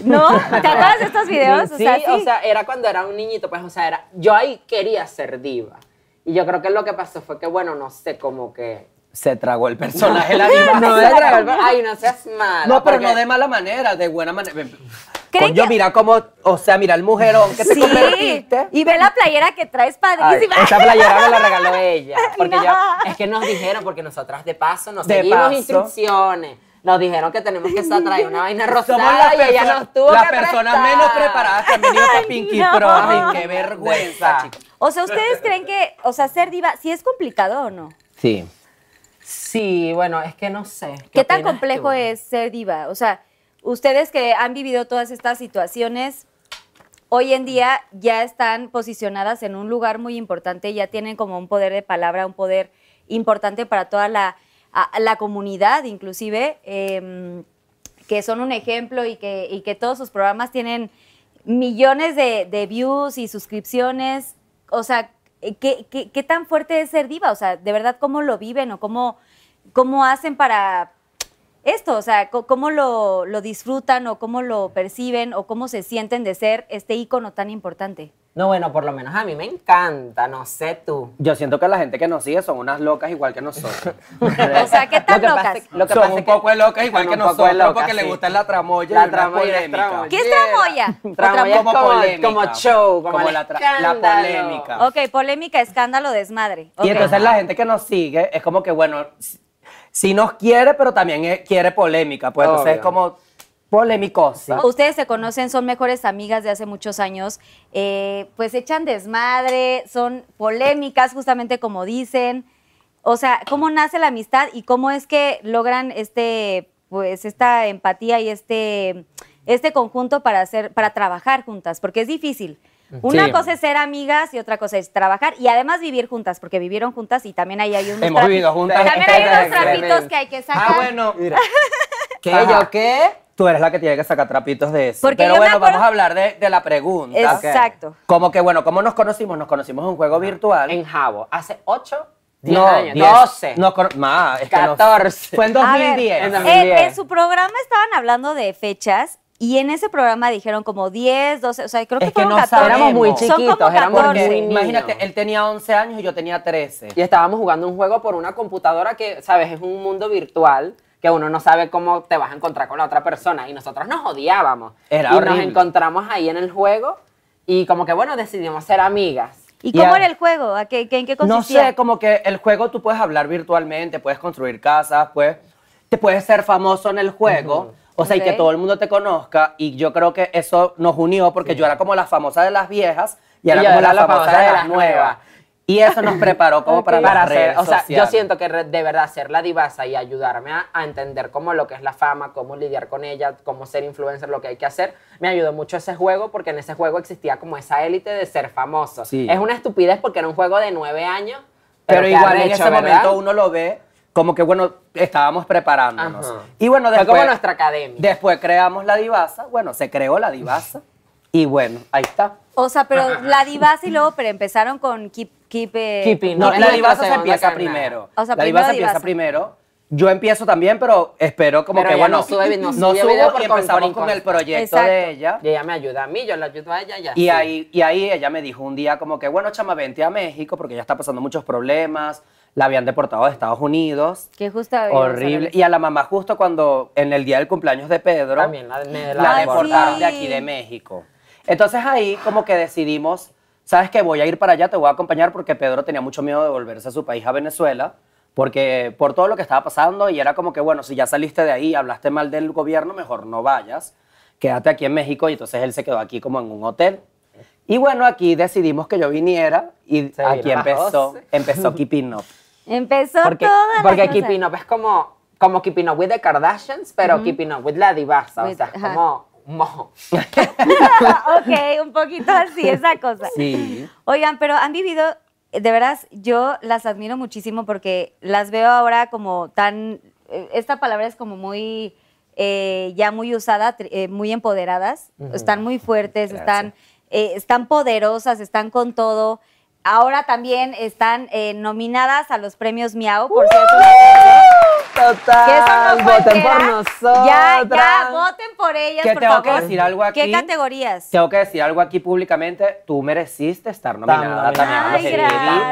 [SPEAKER 2] ¿No? ¿Te acuerdas de estos videos?
[SPEAKER 4] Sí, o sea, era cuando era un niñito, pues, o sea, era, yo ahí quería ser diva. Y yo creo que lo que pasó fue que, bueno, no sé, como que...
[SPEAKER 3] se tragó el personaje la divasa.
[SPEAKER 4] No, de tragar, pero- ay, no seas mala.
[SPEAKER 3] No, pero
[SPEAKER 4] porque-
[SPEAKER 3] no de mala manera, de buena manera.
[SPEAKER 2] ¿Creen
[SPEAKER 3] Coño,
[SPEAKER 2] que-
[SPEAKER 3] mira cómo, o sea, mira el mujerón que te
[SPEAKER 2] Sí,
[SPEAKER 3] convertiste.
[SPEAKER 2] Y ve la playera que traes
[SPEAKER 4] Ay,
[SPEAKER 2] padrísima.
[SPEAKER 4] esa playera me la regaló ella. Porque
[SPEAKER 2] No.
[SPEAKER 4] yo- es que nos dijeron, porque nosotras de paso nos
[SPEAKER 3] De
[SPEAKER 4] seguimos
[SPEAKER 3] paso.
[SPEAKER 4] instrucciones. Nos dijeron que tenemos que traer una vaina rosada
[SPEAKER 3] Somos las,
[SPEAKER 4] y ella
[SPEAKER 3] perso-
[SPEAKER 4] nos tuvo
[SPEAKER 3] las
[SPEAKER 4] que
[SPEAKER 3] personas
[SPEAKER 4] prestar.
[SPEAKER 3] menos preparadas que han venido para Pinky
[SPEAKER 2] no.
[SPEAKER 3] Pro. Ay, qué vergüenza, chicos.
[SPEAKER 2] O sea, ¿ustedes creen que, o sea, ser diva, si es complicado o no?
[SPEAKER 4] Sí. Sí, bueno, es que no sé.
[SPEAKER 2] ¿Qué, tan
[SPEAKER 4] opinas
[SPEAKER 2] complejo
[SPEAKER 4] tú?
[SPEAKER 2] es ser diva? O sea, ustedes que han vivido todas estas situaciones, hoy en día ya están posicionadas en un lugar muy importante, ya tienen como un poder de palabra, un poder importante para toda la, a- la comunidad, inclusive, eh, que son un ejemplo y que, y que todos sus programas tienen millones de, de views y suscripciones. O sea, ¿qué, qué, qué tan fuerte es ser diva? O sea, ¿de verdad cómo lo viven o cómo, cómo hacen para esto? O sea, co- ¿cómo lo, lo disfrutan o cómo lo perciben o cómo se sienten de ser este ícono tan importante?
[SPEAKER 4] No, bueno, por lo menos a mí me encanta, no sé tú.
[SPEAKER 3] Yo siento que la gente que nos sigue son unas locas igual que nosotros.
[SPEAKER 2] O sea, ¿qué tan
[SPEAKER 4] Lo que pasa
[SPEAKER 2] locas?
[SPEAKER 4] es que- lo que
[SPEAKER 3] son
[SPEAKER 4] pasa
[SPEAKER 3] un
[SPEAKER 4] es que-
[SPEAKER 3] poco de locas igual
[SPEAKER 4] son
[SPEAKER 3] que
[SPEAKER 4] un poco
[SPEAKER 3] nosotros
[SPEAKER 4] de locas,
[SPEAKER 3] porque le
[SPEAKER 4] sí.
[SPEAKER 3] gusta la tramoya
[SPEAKER 4] La
[SPEAKER 3] y una
[SPEAKER 4] tramoya es
[SPEAKER 3] polémica.
[SPEAKER 4] tramoya.
[SPEAKER 2] ¿Qué es tramoya? ¿O
[SPEAKER 4] Tramoya es
[SPEAKER 2] tramoya?
[SPEAKER 3] Como
[SPEAKER 4] como,
[SPEAKER 3] polémica.
[SPEAKER 4] como show, como,
[SPEAKER 3] Como
[SPEAKER 4] el
[SPEAKER 3] la tra- la
[SPEAKER 4] escándalo.
[SPEAKER 3] polémica.
[SPEAKER 2] Ok, polémica, escándalo, desmadre.
[SPEAKER 3] Y
[SPEAKER 2] Ok.
[SPEAKER 3] entonces la gente que nos sigue es como que, bueno, si- sí nos quiere, pero también eh, quiere polémica. Pues entonces
[SPEAKER 4] Obvio.
[SPEAKER 3] es como polémico.
[SPEAKER 2] Ustedes se conocen, son mejores amigas de hace muchos años, eh, pues echan desmadre, son polémicas justamente como dicen. O sea, ¿cómo nace la amistad y cómo es que logran este, pues esta empatía y este, este conjunto para hacer, para trabajar juntas? Porque es difícil. Una
[SPEAKER 4] Sí.
[SPEAKER 2] cosa es ser amigas y otra cosa es trabajar y además vivir juntas, porque vivieron juntas y también ahí hay unos
[SPEAKER 3] Hemos
[SPEAKER 2] trapi-
[SPEAKER 3] vivido juntas.
[SPEAKER 2] También hay unos
[SPEAKER 4] Tremendo.
[SPEAKER 2] trapitos que hay que sacar.
[SPEAKER 3] Ah, bueno.
[SPEAKER 4] ¿Qué?
[SPEAKER 3] Ajá.
[SPEAKER 4] ¿Yo qué?
[SPEAKER 3] Tú eres la que tiene que sacar trapitos de eso.
[SPEAKER 2] Porque yo
[SPEAKER 3] Pero
[SPEAKER 2] me
[SPEAKER 3] bueno,
[SPEAKER 2] acuerdo-
[SPEAKER 3] vamos a hablar de, de la pregunta.
[SPEAKER 2] Exacto.
[SPEAKER 3] Como que, bueno, ¿cómo nos conocimos? Nos conocimos en un juego virtual.
[SPEAKER 4] En Jabo. Hace 8, 10
[SPEAKER 3] no,
[SPEAKER 4] años.
[SPEAKER 3] 10.
[SPEAKER 4] 12.
[SPEAKER 3] No, cono- más. es que no-
[SPEAKER 4] 14.
[SPEAKER 3] fue en
[SPEAKER 2] A ver,
[SPEAKER 3] 2010.
[SPEAKER 4] en
[SPEAKER 2] en-
[SPEAKER 4] 2010.
[SPEAKER 2] en su programa estaban hablando de fechas y en ese programa dijeron como 10, 12, o sea, creo que
[SPEAKER 3] Es que
[SPEAKER 2] fueron
[SPEAKER 3] no
[SPEAKER 2] 14.
[SPEAKER 3] sabemos. Éramos muy
[SPEAKER 2] Son como
[SPEAKER 4] chiquitos, éramos
[SPEAKER 3] Porque
[SPEAKER 2] 14.
[SPEAKER 4] muy niños.
[SPEAKER 3] imagínate, él tenía 11 años y yo tenía 13.
[SPEAKER 4] Y estábamos jugando un juego por una computadora que, sabes, es un mundo virtual que uno no sabe cómo te vas a encontrar con la otra persona. Y nosotros nos odiábamos.
[SPEAKER 3] Era
[SPEAKER 4] y
[SPEAKER 3] horrible.
[SPEAKER 4] nos encontramos ahí en el juego y como que, bueno, decidimos ser amigas.
[SPEAKER 2] ¿Y
[SPEAKER 3] Ya.
[SPEAKER 2] cómo era el juego? ¿A qué, qué- ¿En qué
[SPEAKER 3] No
[SPEAKER 2] consistía?
[SPEAKER 3] sé, como que el juego tú puedes hablar virtualmente, puedes construir casas, puedes, te puedes ser famoso en el juego. O sea, y
[SPEAKER 2] Ok.
[SPEAKER 3] que todo el mundo te conozca. Y yo creo que eso nos unió porque yo era como la famosa de las viejas y era
[SPEAKER 4] yo
[SPEAKER 3] como
[SPEAKER 4] era
[SPEAKER 3] la,
[SPEAKER 4] la
[SPEAKER 3] famosa, de las nuevas. Y eso nos preparó como para,
[SPEAKER 4] para
[SPEAKER 3] las
[SPEAKER 4] hacer,
[SPEAKER 3] redes
[SPEAKER 4] o sea, yo
[SPEAKER 3] sociales.
[SPEAKER 4] siento que re- de verdad ser la divasa y ayudarme a, a entender cómo lo que es la fama, cómo lidiar con ella, cómo ser influencer, lo que hay que hacer, me ayudó mucho ese juego porque en ese juego existía como esa élite de ser famoso.
[SPEAKER 3] Sí.
[SPEAKER 4] Es una estupidez porque era un juego de nueve años.
[SPEAKER 3] Pero,
[SPEAKER 4] qué
[SPEAKER 3] igual en
[SPEAKER 4] arrecho,
[SPEAKER 3] ese
[SPEAKER 4] ¿verdad?
[SPEAKER 3] momento uno lo ve como que, bueno, estábamos preparándonos.
[SPEAKER 4] Ajá.
[SPEAKER 3] Y bueno,
[SPEAKER 4] Fue
[SPEAKER 3] después,
[SPEAKER 4] como nuestra academia.
[SPEAKER 3] después creamos la divasa. Bueno, se creó la divasa. Y bueno, ahí está.
[SPEAKER 2] O sea, pero la divasa y luego, pero empezaron con Keep... keep, eh,
[SPEAKER 4] Keeping.
[SPEAKER 3] No,
[SPEAKER 4] es
[SPEAKER 3] la
[SPEAKER 4] nuestra
[SPEAKER 3] divasa se
[SPEAKER 4] segunda
[SPEAKER 3] empieza
[SPEAKER 4] carnada.
[SPEAKER 3] primero.
[SPEAKER 2] O sea, primero
[SPEAKER 3] la divasa
[SPEAKER 2] divasa.
[SPEAKER 3] empieza primero. Yo empiezo también, pero espero como
[SPEAKER 4] Pero
[SPEAKER 3] que
[SPEAKER 4] ella
[SPEAKER 3] bueno.
[SPEAKER 4] no sube- no
[SPEAKER 3] no
[SPEAKER 4] sube
[SPEAKER 3] subo
[SPEAKER 4] video
[SPEAKER 3] y
[SPEAKER 4] por- por
[SPEAKER 3] empezamos con
[SPEAKER 4] inconstancia.
[SPEAKER 3] el proyecto
[SPEAKER 2] Exacto.
[SPEAKER 3] de ella.
[SPEAKER 4] Y ella me ayuda a mí, yo la ayudo a ella y así.
[SPEAKER 3] Y ahí, y ahí ella me dijo un día como que, bueno, chama, vente a México porque ella está pasando muchos problemas. La habían deportado de Estados Unidos.
[SPEAKER 2] Que justo... había-
[SPEAKER 3] Horrible. Y a la mamá justo cuando, en el día del cumpleaños de Pedro,
[SPEAKER 4] También la, me
[SPEAKER 3] la
[SPEAKER 2] Ay,
[SPEAKER 3] deportaron
[SPEAKER 2] sí.
[SPEAKER 3] de aquí de México. Entonces ahí como que decidimos, sabes que voy a ir para allá, te voy a acompañar porque Pedro tenía mucho miedo de volverse a su país, a Venezuela, porque por todo lo que estaba pasando y era como que, bueno, si ya saliste de ahí, hablaste mal del gobierno, mejor no vayas, quédate aquí en México y entonces él se quedó aquí como en un hotel. Y bueno, aquí decidimos que yo viniera y
[SPEAKER 4] Se
[SPEAKER 3] aquí
[SPEAKER 4] vino a las
[SPEAKER 3] empezó,
[SPEAKER 4] 12.
[SPEAKER 3] empezó Keeping Up.
[SPEAKER 2] Empezó
[SPEAKER 4] porque,
[SPEAKER 2] toda la
[SPEAKER 4] porque
[SPEAKER 2] cosa.
[SPEAKER 4] Keeping Up es como, como Keeping Up with the Kardashians, pero Keeping Up with la divasa,
[SPEAKER 2] With-
[SPEAKER 4] o sea, es
[SPEAKER 2] ajá.
[SPEAKER 4] como un mojo.
[SPEAKER 2] ok, un poquito así, esa cosa.
[SPEAKER 3] Sí.
[SPEAKER 2] Oigan, pero han vivido, de veras, yo las admiro muchísimo porque las veo ahora como tan, eh, esta palabra es como muy, eh, ya muy usada, tri- eh, muy empoderadas, están muy fuertes, están, eh, están poderosas, están con todo. Ahora también están eh, nominadas a los premios Miau, por cierto. un aplauso, que eso
[SPEAKER 4] ¡Uh! Total,
[SPEAKER 2] no
[SPEAKER 4] voten por
[SPEAKER 2] cualquiera.
[SPEAKER 4] nosotros.
[SPEAKER 2] Ya, ya, voten por ellas,
[SPEAKER 3] Que
[SPEAKER 2] por
[SPEAKER 3] tengo
[SPEAKER 2] favor.
[SPEAKER 3] que decir algo
[SPEAKER 2] ¿Qué
[SPEAKER 3] aquí.
[SPEAKER 2] categorías?
[SPEAKER 3] Tengo que decir algo aquí públicamente. Tú mereciste estar nominada
[SPEAKER 4] nominada.
[SPEAKER 3] también. a los
[SPEAKER 2] Ay,
[SPEAKER 3] Emmy,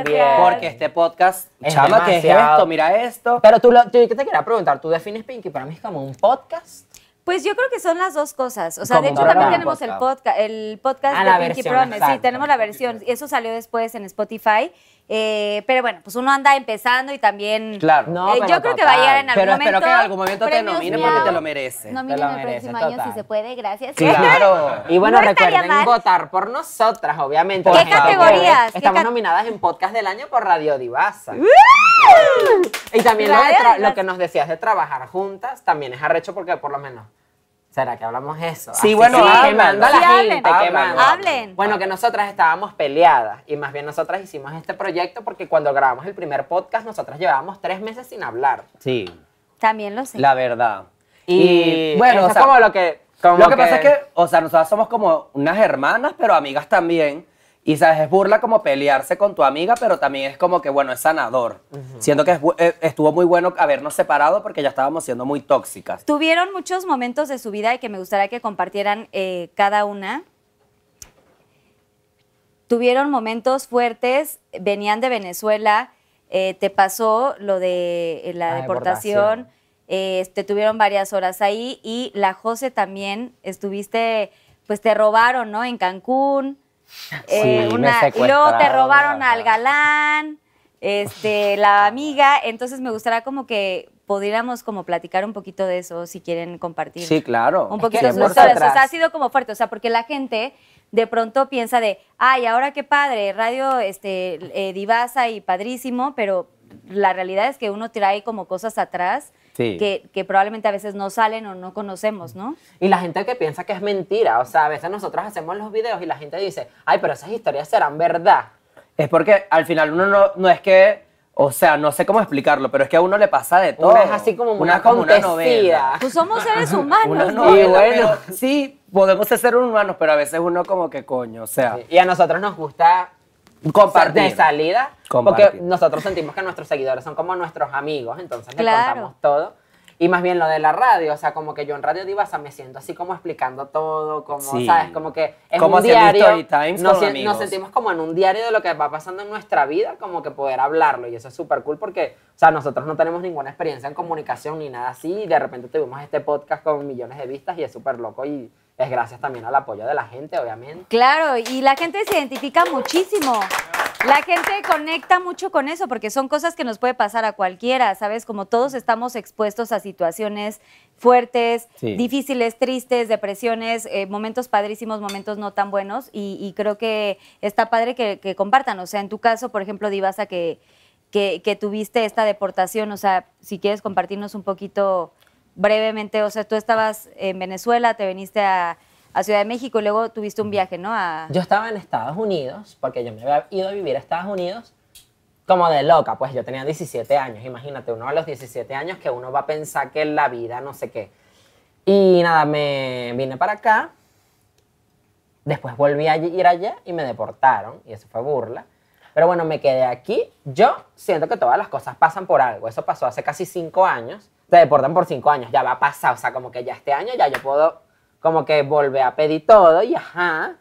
[SPEAKER 2] gracias.
[SPEAKER 3] Porque este podcast,
[SPEAKER 4] Es
[SPEAKER 3] chama, ¿qué es
[SPEAKER 4] demasiado.
[SPEAKER 3] esto? Mira esto.
[SPEAKER 4] Pero tú, lo, tú- yo te quería preguntar, ¿tú defines Pinky para mí es como un podcast?
[SPEAKER 2] Pues yo creo que son las dos cosas. O sea, de
[SPEAKER 3] Como
[SPEAKER 2] hecho
[SPEAKER 3] un
[SPEAKER 2] también
[SPEAKER 3] programa.
[SPEAKER 2] tenemos el podcast, el podcast
[SPEAKER 4] Ah, la
[SPEAKER 2] de Pinky
[SPEAKER 4] versión,
[SPEAKER 2] Promise. Sí,
[SPEAKER 4] exacto.
[SPEAKER 2] tenemos la versión. Eso salió después en Spotify Eh, pero bueno, pues uno anda empezando y también.
[SPEAKER 3] Claro.
[SPEAKER 4] No,
[SPEAKER 2] Eh,
[SPEAKER 4] pero
[SPEAKER 2] yo creo que va a
[SPEAKER 4] total.
[SPEAKER 2] llegar en algún
[SPEAKER 3] Pero
[SPEAKER 2] momento.
[SPEAKER 3] espero que en algún momento te
[SPEAKER 2] premios
[SPEAKER 3] nominen
[SPEAKER 2] Miau.
[SPEAKER 3] porque te lo mereces.
[SPEAKER 2] Nominen
[SPEAKER 4] Te lo
[SPEAKER 2] el
[SPEAKER 4] mereces,
[SPEAKER 2] próximo año
[SPEAKER 4] total.
[SPEAKER 2] si se puede, gracias.
[SPEAKER 3] Claro.
[SPEAKER 4] Y bueno,
[SPEAKER 2] No estaría
[SPEAKER 4] recuerden
[SPEAKER 2] mal.
[SPEAKER 4] votar por nosotras, obviamente.
[SPEAKER 3] ¿Qué
[SPEAKER 4] Por favor.
[SPEAKER 2] categorías? ¿Qué ¡Uh!
[SPEAKER 4] Estamos
[SPEAKER 2] cat-
[SPEAKER 4] nominadas en Podcast del Año por Radio Divasa. y también lo, de
[SPEAKER 2] Radio
[SPEAKER 4] tra-
[SPEAKER 2] Divasa.
[SPEAKER 4] lo que nos decías de trabajar juntas también es arrecho porque por lo menos... ¿Será que hablamos eso?
[SPEAKER 3] Sí,
[SPEAKER 4] Así
[SPEAKER 3] bueno,
[SPEAKER 4] se va
[SPEAKER 3] hablan.
[SPEAKER 4] quemando a la
[SPEAKER 2] Sí, hablen.
[SPEAKER 4] gente, quemando.
[SPEAKER 2] Hablen.
[SPEAKER 4] Bueno, que nosotras estábamos peleadas y más bien nosotras hicimos este proyecto porque cuando grabamos el primer podcast nosotras llevábamos tres meses sin hablar.
[SPEAKER 3] Sí.
[SPEAKER 2] También lo sé.
[SPEAKER 3] La verdad.
[SPEAKER 4] Y,
[SPEAKER 3] bueno,
[SPEAKER 4] eso
[SPEAKER 3] o sea,
[SPEAKER 4] es como lo que... como
[SPEAKER 3] lo que, pasa es que, o sea, nosotras somos como unas hermanas, pero amigas también. Y sabes, es burla como pelearse con tu amiga, pero también es como que, bueno, es sanador. Siento que es bu- eh, estuvo muy bueno habernos separado porque ya estábamos siendo muy tóxicas.
[SPEAKER 2] Tuvieron muchos momentos de su vida y que me gustaría que compartieran eh, cada una. Tuvieron momentos fuertes, venían de Venezuela, eh, te pasó lo de eh, la
[SPEAKER 4] La
[SPEAKER 2] deportación,
[SPEAKER 4] deportación.
[SPEAKER 2] eh, te tuvieron varias horas ahí y la Jose también estuviste, pues te robaron, ¿no? En Cancún. eh,
[SPEAKER 4] Sí, me
[SPEAKER 2] y luego te
[SPEAKER 4] secuestraron,
[SPEAKER 2] robaron
[SPEAKER 4] ajá.
[SPEAKER 2] al galán, este, la amiga. Entonces me gustaría como que pudiéramos como platicar un poquito de eso, si quieren compartir.
[SPEAKER 3] Sí, claro.
[SPEAKER 2] Un poquito de sus
[SPEAKER 4] por
[SPEAKER 2] historias. O
[SPEAKER 4] atrás.
[SPEAKER 2] sea, ha sido como fuerte. O sea, porque la gente de pronto piensa de, ay, ahora qué padre, radio este, eh, divasa y padrísimo, pero la realidad es que uno trae como cosas atrás
[SPEAKER 3] Sí.
[SPEAKER 2] que, que probablemente a veces no salen o no conocemos, ¿no?
[SPEAKER 4] Y la gente que piensa que es mentira, o sea, a veces nosotros hacemos los videos y la gente dice, ay, pero esas historias serán verdad.
[SPEAKER 3] Es porque al final uno no, no es que, o sea, no sé cómo explicarlo, pero es que a uno le pasa de todo.
[SPEAKER 4] Una es así como una acontecida.
[SPEAKER 2] Pues somos seres humanos,
[SPEAKER 3] Una
[SPEAKER 2] ¿no?
[SPEAKER 3] novela,
[SPEAKER 4] Y bueno.
[SPEAKER 3] pero sí, podemos ser humanos, pero a veces uno como que coño, o sea,
[SPEAKER 4] Y a nosotros nos gusta
[SPEAKER 3] Compartir.
[SPEAKER 4] de salida, porque
[SPEAKER 3] Compartir.
[SPEAKER 4] nosotros sentimos que nuestros seguidores son como nuestros amigos, entonces le
[SPEAKER 2] Claro.
[SPEAKER 4] contamos todo. Y más bien lo de la radio, o sea, como que yo en Radio Divasa me siento así como explicando todo, como,
[SPEAKER 3] Sí.
[SPEAKER 4] ¿sabes? Como que es
[SPEAKER 3] Como
[SPEAKER 4] un
[SPEAKER 3] haciendo
[SPEAKER 4] diario.
[SPEAKER 3] story times
[SPEAKER 4] nos,
[SPEAKER 3] con
[SPEAKER 4] sien- nos
[SPEAKER 3] amigos.
[SPEAKER 4] sentimos como en un diario de lo que va pasando en nuestra vida, como que poder hablarlo. Y eso es súper cool porque, o sea, nosotros no tenemos ninguna experiencia en comunicación ni nada así. Y de repente tuvimos este podcast con millones de vistas y es súper loco. Y es gracias también al apoyo de la gente, obviamente.
[SPEAKER 2] Claro, y la gente se identifica muchísimo. La gente conecta mucho con eso porque son cosas que nos puede pasar a cualquiera, ¿sabes? Como todos estamos expuestos a situaciones fuertes,
[SPEAKER 3] Sí.
[SPEAKER 2] difíciles, tristes, depresiones, eh, momentos padrísimos, momentos no tan buenos y, y creo que está padre que, que compartan. O sea, en tu caso, por ejemplo, Divasa, que, que, que tuviste esta deportación, o sea, si quieres compartirnos un poquito brevemente, o sea, tú estabas en Venezuela, te viniste a, a Ciudad de México y luego tuviste un viaje, ¿no? A,
[SPEAKER 4] Yo estaba en Estados Unidos, porque yo me había ido a vivir a Estados Unidos como de loca, pues yo tenía 17 años, imagínate, uno a los 17 años que uno va a pensar que la vida no sé qué. Y nada, me vine para acá, después volví a ir allá y me deportaron, y eso fue burla. Pero bueno, me quedé aquí. Yo siento que todas las cosas pasan por algo. Eso pasó hace casi cinco años. Te deportan por cinco años, ya va a pasar. O sea, como que ya este año ya yo puedo como que volver a pedir todo y ajá.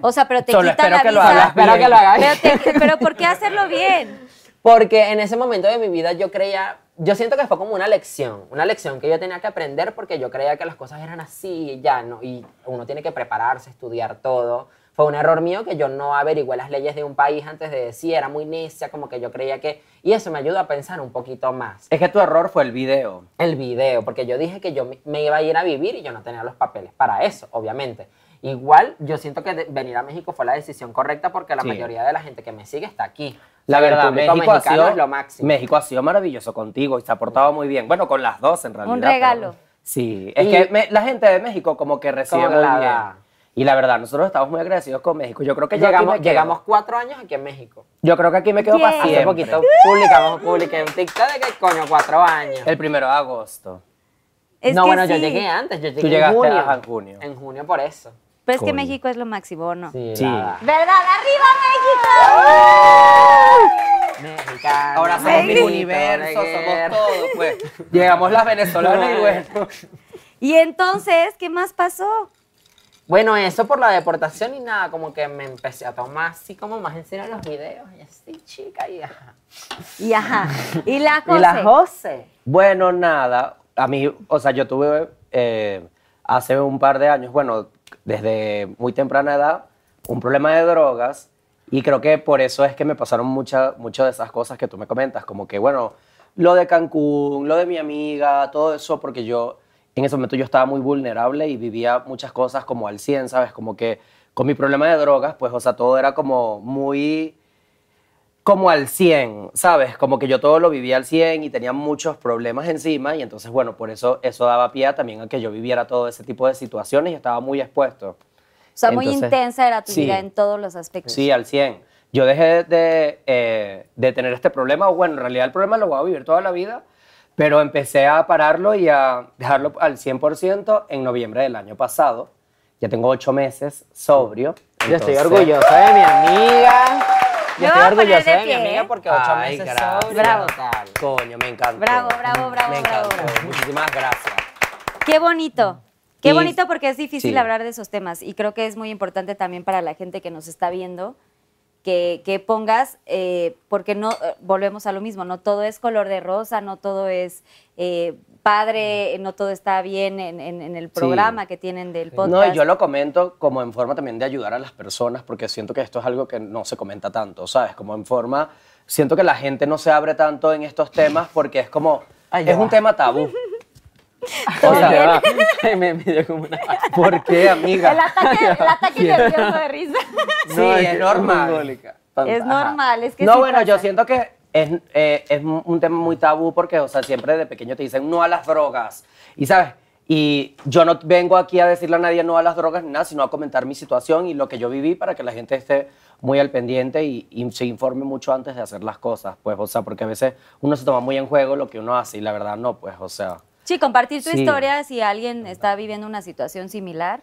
[SPEAKER 2] o sea, pero te
[SPEAKER 3] Solo
[SPEAKER 2] quitan la
[SPEAKER 3] espero que lo
[SPEAKER 2] visa.
[SPEAKER 3] hagas
[SPEAKER 4] Espero que lo hagas bien.
[SPEAKER 2] Pero, te- pero ¿por qué hacerlo bien?
[SPEAKER 4] Porque en ese momento de mi vida yo creía, yo siento que fue como una lección, una lección que yo tenía que aprender porque yo creía que las cosas eran así y ya, ¿no? Y uno tiene que prepararse, estudiar todo. Fue un error mío que yo no averigüé las leyes de un país antes de decir, era muy necia, como que yo creía que... Y eso me ayuda a pensar un poquito más
[SPEAKER 3] es que tu error fue el video.
[SPEAKER 4] el video, porque yo dije que yo me- me iba a ir a vivir y yo no tenía los papeles para eso, obviamente. Igual, yo siento que de- venir a México fue la decisión correcta porque la
[SPEAKER 3] Sí.
[SPEAKER 4] mayoría de la gente que me sigue está aquí.
[SPEAKER 3] La
[SPEAKER 4] O sea, el
[SPEAKER 3] verdad,
[SPEAKER 4] público
[SPEAKER 3] México ha,
[SPEAKER 4] mexicano
[SPEAKER 3] sido,
[SPEAKER 4] es lo máximo.
[SPEAKER 3] México ha sido maravilloso contigo y se ha portado muy bien. Bueno, con las dos en realidad.
[SPEAKER 2] Un regalo.
[SPEAKER 3] pero- sí, es
[SPEAKER 4] Y-
[SPEAKER 3] que me- la gente de México como que recibe
[SPEAKER 4] Como
[SPEAKER 3] muy
[SPEAKER 4] la-
[SPEAKER 3] bien. Y la verdad, nosotros estamos muy agradecidos con México. Yo creo que yo aquí
[SPEAKER 4] llegamos,
[SPEAKER 3] me quedo.
[SPEAKER 4] llegamos cuatro años aquí en México.
[SPEAKER 3] Yo creo que aquí me quedo
[SPEAKER 2] Bien.
[SPEAKER 3] para
[SPEAKER 2] Hace
[SPEAKER 4] Hace
[SPEAKER 3] siempre.
[SPEAKER 4] poquito publicamos, publiqué un TikTok de que coño, cuatro años.
[SPEAKER 3] El primero de agosto.
[SPEAKER 2] Es
[SPEAKER 4] no,
[SPEAKER 2] que
[SPEAKER 4] bueno, yo
[SPEAKER 2] sí.
[SPEAKER 4] llegué antes, yo llegué en
[SPEAKER 3] llegaste,
[SPEAKER 4] junio.
[SPEAKER 3] ajá, en junio.
[SPEAKER 4] En junio por eso.
[SPEAKER 2] Pero es que
[SPEAKER 3] Coño.
[SPEAKER 2] México es lo máximo, ¿o ¿no?
[SPEAKER 3] Sí.
[SPEAKER 4] la-
[SPEAKER 2] ¿Verdad? ¡Arriba México!
[SPEAKER 4] Mexicano,
[SPEAKER 3] Ahora somos mi
[SPEAKER 4] grito de
[SPEAKER 3] universo, somos
[SPEAKER 4] guerra.
[SPEAKER 3] todo, pues. Llegamos las venezolanas y bueno.
[SPEAKER 2] Y entonces, ¿qué más pasó?
[SPEAKER 4] Bueno, eso por la deportación y nada, como que me empecé a tomar así como más en serio los videos y así, chica, y ajá.
[SPEAKER 2] Y ajá. Y la
[SPEAKER 4] Y
[SPEAKER 2] Jose.
[SPEAKER 4] la Jose.
[SPEAKER 3] Bueno, nada. A mí, o sea, yo tuve eh, hace un par de años, bueno, desde muy temprana edad, un problema de drogas Y creo que por eso es que me pasaron muchas muchas de esas cosas que tú me comentas, como que, bueno, lo de Cancún, lo de mi amiga, todo eso, porque yo en ese momento yo estaba muy vulnerable y vivía muchas cosas como al 100, ¿sabes? Como que con mi problema de drogas, pues, o sea, todo era como muy, como al 100, ¿sabes? Como que yo todo lo vivía al 100 y tenía muchos problemas encima y entonces, bueno, por eso eso daba pie también a que yo viviera todo ese tipo de situaciones y estaba muy expuesto.
[SPEAKER 2] O sea, muy
[SPEAKER 3] Entonces,
[SPEAKER 2] intensa era tu
[SPEAKER 3] sí.
[SPEAKER 2] vida en todos los aspectos.
[SPEAKER 3] Sí, al 100. Yo dejé de, eh, de tener este problema, o bueno, en realidad el problema lo voy a vivir toda la vida, pero empecé a pararlo y a dejarlo al 100% en noviembre del año pasado. Ya tengo ocho meses sobrio.
[SPEAKER 4] Yo estoy
[SPEAKER 3] entonces-
[SPEAKER 4] orgullosa de mi amiga.
[SPEAKER 2] Yo voy
[SPEAKER 4] Yo estoy
[SPEAKER 2] a poner
[SPEAKER 4] orgullosa
[SPEAKER 2] de
[SPEAKER 4] de mi
[SPEAKER 2] pie, ¿eh?
[SPEAKER 4] amiga porque ocho
[SPEAKER 3] Ay,
[SPEAKER 4] meses
[SPEAKER 3] gracias.
[SPEAKER 4] sobre
[SPEAKER 2] Bravo.
[SPEAKER 4] total.
[SPEAKER 3] Coño, me encanta.
[SPEAKER 2] Bravo, bravo, bravo,
[SPEAKER 3] Me
[SPEAKER 2] bravo,
[SPEAKER 3] encantó.
[SPEAKER 2] bravo.
[SPEAKER 3] Muchísimas gracias.
[SPEAKER 2] Qué bonito. Qué
[SPEAKER 3] Y-
[SPEAKER 2] bonito porque es difícil
[SPEAKER 3] sí.
[SPEAKER 2] hablar de esos temas y creo que es muy importante también para la gente que nos está viendo que, que pongas, eh, porque no, eh, volvemos a lo mismo, no todo es color de rosa, no todo es eh, padre, no todo está bien en, en- en el programa que tienen del podcast.
[SPEAKER 3] Mm. No, y yo lo comento como en forma también de ayudar a las personas, porque siento que esto es algo que no se comenta tanto, ¿sabes? Como en forma, siento que la gente no se abre tanto en estos temas porque es como,
[SPEAKER 4] Ay, ya
[SPEAKER 3] es
[SPEAKER 4] va.
[SPEAKER 3] un tema tabú.
[SPEAKER 4] O
[SPEAKER 3] O sea,
[SPEAKER 4] sea, me, me dio como una...
[SPEAKER 3] ¿por qué, amiga?
[SPEAKER 2] El ataque, el ataque nervioso de risa.
[SPEAKER 3] Sí,
[SPEAKER 4] No,
[SPEAKER 3] es,
[SPEAKER 4] es
[SPEAKER 3] normal.
[SPEAKER 4] mongólica.
[SPEAKER 2] Es normal, es que
[SPEAKER 3] No,
[SPEAKER 2] sí
[SPEAKER 3] bueno, yo
[SPEAKER 2] pasa.
[SPEAKER 3] siento que es, eh, es un tema muy tabú porque, o sea, siempre de pequeño te dicen no a las drogas. Y, ¿sabes? Y yo no vengo aquí a decirle a nadie no a las drogas ni nada, sino a comentar mi situación y lo que yo viví para que la gente esté muy al pendiente y, y se informe mucho antes de hacer las cosas, pues, o sea, porque a veces uno se toma muy en juego lo que uno hace y la verdad no, pues, o sea.
[SPEAKER 2] Sí, compartir tu
[SPEAKER 3] Sí.
[SPEAKER 2] historia si alguien está viviendo una situación similar.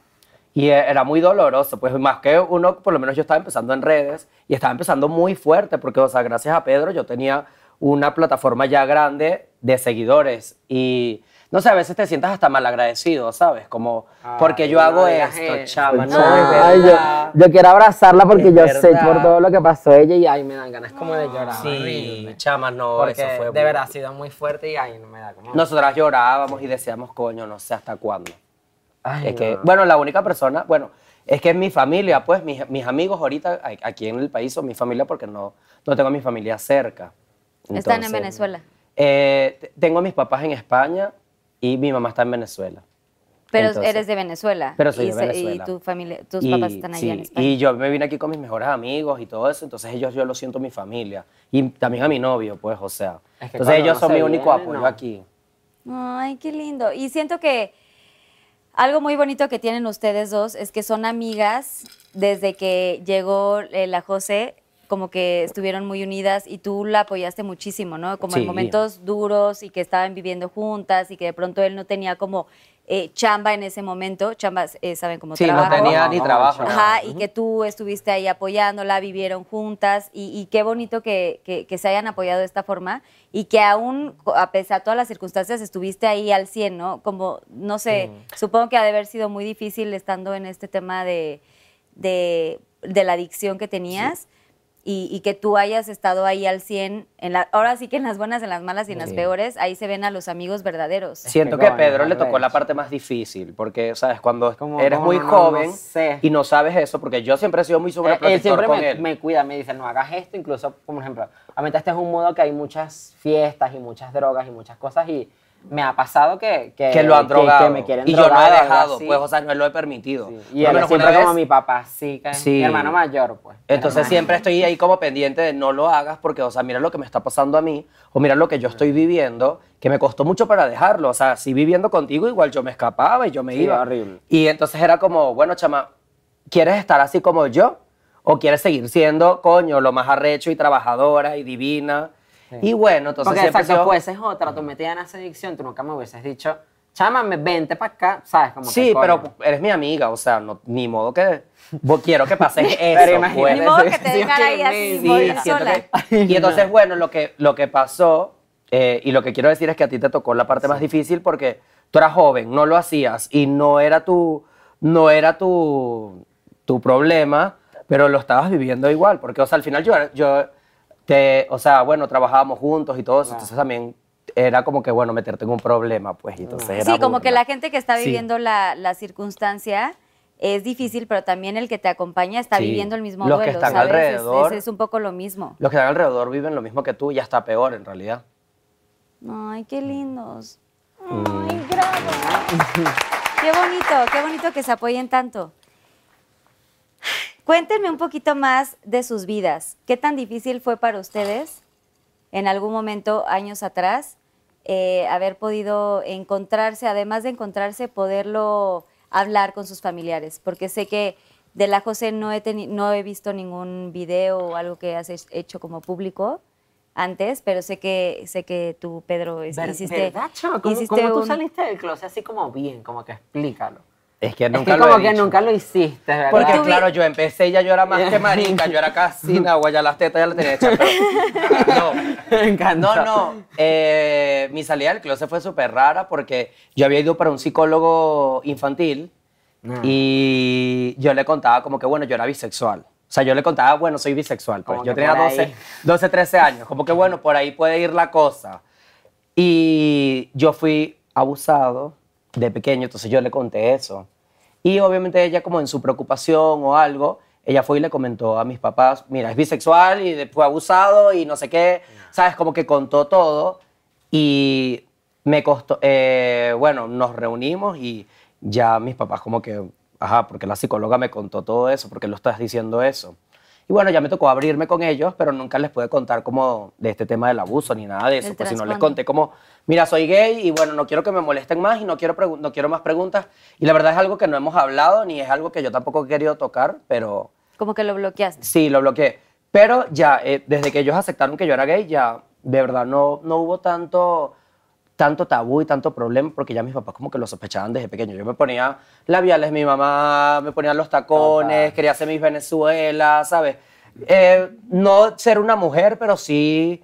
[SPEAKER 3] Y eh, era muy doloroso, pues más que uno, por lo menos yo estaba empezando en redes y estaba empezando muy fuerte, porque, o sea, gracias a Pedro yo tenía una plataforma ya grande de seguidores y, no sé, a veces te sientas hasta malagradecido, ¿sabes? Como, porque
[SPEAKER 4] Ay,
[SPEAKER 3] yo hago
[SPEAKER 4] no digas
[SPEAKER 3] esto,
[SPEAKER 4] eso.
[SPEAKER 3] chama, no,
[SPEAKER 4] Ay,
[SPEAKER 3] es
[SPEAKER 4] yo,
[SPEAKER 3] verdad.
[SPEAKER 4] yo quiero abrazarla porque
[SPEAKER 3] Es
[SPEAKER 4] yo sé
[SPEAKER 3] verdad.
[SPEAKER 4] por todo lo que pasó ella y ay, me dan ganas como de llorar.
[SPEAKER 3] Sí,
[SPEAKER 4] horrible.
[SPEAKER 3] chama, no,
[SPEAKER 4] Porque
[SPEAKER 3] eso fue
[SPEAKER 4] de
[SPEAKER 3] muy-
[SPEAKER 4] verdad ha sido muy fuerte y ay, no me da como...
[SPEAKER 3] Nosotras llorábamos y decíamos, coño, no sé hasta cuándo.
[SPEAKER 4] Ay,
[SPEAKER 3] Es que,
[SPEAKER 4] no.
[SPEAKER 3] bueno, la única persona, bueno, es que mi familia, pues, mis, mis amigos ahorita a- aquí en el país son mi familia porque no, no tengo a mi familia cerca.
[SPEAKER 2] Están en
[SPEAKER 3] Entonces,
[SPEAKER 2] Venezuela.
[SPEAKER 3] eh, t- tengo a mis papás en España y mi mamá está en Venezuela.
[SPEAKER 2] Pero
[SPEAKER 3] Entonces,
[SPEAKER 2] eres de Venezuela.
[SPEAKER 3] pero soy
[SPEAKER 2] y
[SPEAKER 3] de
[SPEAKER 2] se-
[SPEAKER 3] Venezuela.
[SPEAKER 2] Y tu familia, tus
[SPEAKER 3] Y-
[SPEAKER 2] papás están allá
[SPEAKER 3] sí,
[SPEAKER 2] en España.
[SPEAKER 3] Y yo me vine aquí con mis mejores amigos y todo eso, entonces ellos yo lo siento mi familia. Y también a mi novio, pues, o sea.
[SPEAKER 4] Es que
[SPEAKER 3] entonces
[SPEAKER 4] cuando
[SPEAKER 3] ellos
[SPEAKER 4] no
[SPEAKER 3] son
[SPEAKER 4] se
[SPEAKER 3] mi único
[SPEAKER 4] viene,
[SPEAKER 3] apoyo
[SPEAKER 4] no.
[SPEAKER 3] aquí.
[SPEAKER 2] Ay, qué lindo. Y siento que algo muy bonito que tienen ustedes dos es que son amigas desde que llegó eh, la José, como que estuvieron muy unidas y tú la apoyaste muchísimo, ¿no? Como en
[SPEAKER 3] Sí.
[SPEAKER 2] momentos duros y que estaban viviendo juntas y que de pronto él no tenía como eh, chamba en ese momento, chambas, eh, saben, como
[SPEAKER 3] Sí,
[SPEAKER 2] trabajo.
[SPEAKER 3] no tenía
[SPEAKER 4] No,
[SPEAKER 3] ni
[SPEAKER 4] no,
[SPEAKER 3] trabajo.
[SPEAKER 4] chao.
[SPEAKER 2] Ajá, y que tú estuviste ahí apoyándola, vivieron juntas y, y qué bonito que, que- que se hayan apoyado de esta forma y que aún, co- a pesar de todas las circunstancias, estuviste ahí al 100, ¿no? Como, no sé, supongo que ha de haber sido muy difícil estando en este tema de, de, de la adicción que tenías. Y, y que tú hayas estado ahí al 100, en la, ahora sí que en las buenas, en las malas y en las
[SPEAKER 3] Sí.
[SPEAKER 2] peores, ahí se ven a los amigos verdaderos.
[SPEAKER 3] Siento
[SPEAKER 4] que
[SPEAKER 3] que a
[SPEAKER 4] coño,
[SPEAKER 3] Pedro le
[SPEAKER 4] arrecho.
[SPEAKER 3] tocó la parte más difícil, porque, ¿sabes? Cuando
[SPEAKER 4] Como,
[SPEAKER 3] eres
[SPEAKER 4] no,
[SPEAKER 3] muy
[SPEAKER 4] no, no,
[SPEAKER 3] joven
[SPEAKER 4] no sé.
[SPEAKER 3] y no sabes eso, porque yo siempre he sido muy
[SPEAKER 4] Eh,
[SPEAKER 3] sobreprotector
[SPEAKER 4] él siempre
[SPEAKER 3] con
[SPEAKER 4] me,
[SPEAKER 3] él.
[SPEAKER 4] me cuida, me dice, no hagas esto, incluso, por ejemplo, ahorita este es un modo que hay muchas fiestas y muchas drogas y muchas cosas y me ha pasado que... Que,
[SPEAKER 3] que lo han
[SPEAKER 4] que-
[SPEAKER 3] drogado.
[SPEAKER 4] Que me quieren
[SPEAKER 3] y yo no
[SPEAKER 4] drogar o
[SPEAKER 3] he
[SPEAKER 4] algo
[SPEAKER 3] dejado,
[SPEAKER 4] así.
[SPEAKER 3] pues, o sea, no lo he permitido.
[SPEAKER 4] Sí,
[SPEAKER 3] Por lo
[SPEAKER 4] Y él es
[SPEAKER 3] menos
[SPEAKER 4] siempre
[SPEAKER 3] una vez,
[SPEAKER 4] como mi papá, sí, que es
[SPEAKER 3] Sí.
[SPEAKER 4] mi hermano mayor, pues.
[SPEAKER 3] Entonces
[SPEAKER 4] Hermano.
[SPEAKER 3] siempre estoy ahí como pendiente de no lo hagas porque, o sea, mira lo que me está pasando a mí o mira lo que yo estoy viviendo, que me costó mucho para dejarlo. O sea, si viviendo contigo igual yo me escapaba y yo me
[SPEAKER 4] Sí,
[SPEAKER 3] iba.
[SPEAKER 4] horrible.
[SPEAKER 3] Y entonces era como, bueno, chama, ¿quieres estar así como yo? ¿O quieres seguir siendo, coño, lo más arrecho y trabajadora y divina? Y bueno, entonces
[SPEAKER 4] Porque
[SPEAKER 3] siempre he
[SPEAKER 4] exacto,
[SPEAKER 3] sido-
[SPEAKER 4] pues es otra, tú metida en esa adicción, tú nunca me hubieses dicho, chámame, vente para acá, ¿sabes? Como que,
[SPEAKER 3] Sí,
[SPEAKER 4] coño.
[SPEAKER 3] pero eres mi amiga, o sea, no, ni modo que... bo- Quiero que pases eso.
[SPEAKER 4] imagínate.
[SPEAKER 3] pues.
[SPEAKER 2] Ni modo que te
[SPEAKER 4] Dios
[SPEAKER 2] dejan
[SPEAKER 4] que
[SPEAKER 2] ahí
[SPEAKER 4] me
[SPEAKER 2] así,
[SPEAKER 4] diga.
[SPEAKER 2] morir
[SPEAKER 3] Siento
[SPEAKER 2] sola.
[SPEAKER 3] que- y entonces, bueno, lo que, lo que pasó, eh, y lo que quiero decir es que a ti te tocó la parte más difícil porque tú eras joven, no lo hacías y no era tu, no era tu, tu problema, pero lo estabas viviendo igual. Porque, o sea, al final yo, yo te, o sea, bueno, trabajábamos juntos y todo eso, entonces también era como que, bueno, meterte en un problema, pues, y entonces era
[SPEAKER 2] Sí, como
[SPEAKER 3] burla.
[SPEAKER 2] que la gente que está
[SPEAKER 3] Sí.
[SPEAKER 2] viviendo la, la circunstancia es difícil, pero también el que te acompaña está
[SPEAKER 3] Sí,
[SPEAKER 2] viviendo el mismo
[SPEAKER 3] los que
[SPEAKER 2] duelo.
[SPEAKER 3] están
[SPEAKER 2] ¿sabes? Es-
[SPEAKER 3] alrededor.
[SPEAKER 2] Es, es un poco lo mismo.
[SPEAKER 3] Los que están alrededor viven lo mismo que tú y hasta peor en realidad.
[SPEAKER 2] Ay, qué lindos. Ay,
[SPEAKER 3] Mm.
[SPEAKER 2] bravo. Qué bonito, qué bonito que se apoyen tanto. Cuéntenme un poquito más de sus vidas. ¿Qué tan difícil fue para ustedes en algún momento, años atrás, eh, haber podido encontrarse, además de encontrarse, poderlo hablar con sus familiares? Porque sé que de la José no he, teni- no he visto ningún video o algo que has he- hecho como público antes, pero sé que, sé que tú, Pedro, es-
[SPEAKER 4] Ver-
[SPEAKER 2] hiciste,
[SPEAKER 4] ¿Verdad, Chava? ¿Cómo,
[SPEAKER 2] hiciste
[SPEAKER 4] cómo tú
[SPEAKER 2] un-
[SPEAKER 4] saliste del closet así como bien? Como que explícalo.
[SPEAKER 3] Es que
[SPEAKER 4] es
[SPEAKER 3] nunca
[SPEAKER 4] que
[SPEAKER 3] lo
[SPEAKER 4] como
[SPEAKER 3] he
[SPEAKER 4] que
[SPEAKER 3] dicho.
[SPEAKER 4] nunca lo hiciste, ¿verdad?
[SPEAKER 3] Porque
[SPEAKER 2] tú vi-
[SPEAKER 3] claro, yo empecé ya yo era más que marica, yo era casi agua, ya las tetas ya las tenía hechas. pero-
[SPEAKER 4] Me encanta.
[SPEAKER 3] No, no, no. eh, mi salida del closet fue súper rara porque yo había ido para un psicólogo infantil
[SPEAKER 4] Ah.
[SPEAKER 3] y yo le contaba como que, bueno, yo era bisexual. O sea, yo le contaba, bueno, soy bisexual. Pues
[SPEAKER 4] Como
[SPEAKER 3] yo
[SPEAKER 4] que
[SPEAKER 3] tenía
[SPEAKER 4] por ahí.
[SPEAKER 3] 12, 12, 13 años. Como que, bueno, por ahí puede ir la cosa. Y yo fui abusado de pequeño, entonces yo le conté eso. Y obviamente ella como en su preocupación o algo, ella fue y le comentó a mis papás, mira, es bisexual y fue abusado y no sé qué, ¿sabes? Como que contó todo y me costó, eh, bueno, nos reunimos y ya mis papás como que, ajá, porque la psicóloga me contó todo eso, porque lo estás diciendo eso. Y bueno, ya me tocó abrirme con ellos, pero nunca les pude contar como de este tema del abuso ni nada de eso.
[SPEAKER 2] El
[SPEAKER 3] Pues si no les
[SPEAKER 2] trasfondo.
[SPEAKER 3] conté como, mira, soy gay y bueno, no quiero que me molesten más y no quiero, pregun- no quiero más preguntas. Y la verdad es algo que no hemos hablado ni es algo que yo tampoco he querido tocar, pero
[SPEAKER 2] Como que lo bloqueaste.
[SPEAKER 3] sí, lo bloqueé. Pero ya, eh, desde que ellos aceptaron que yo era gay, ya de verdad no, no hubo tanto, tanto tabú y tanto problema porque ya mis papás como que lo sospechaban desde pequeño. Yo me ponía labiales, mi mamá me ponía los tacones,
[SPEAKER 4] Total.
[SPEAKER 3] quería hacer mis Venezuela, ¿sabes? Eh, no ser una mujer, pero sí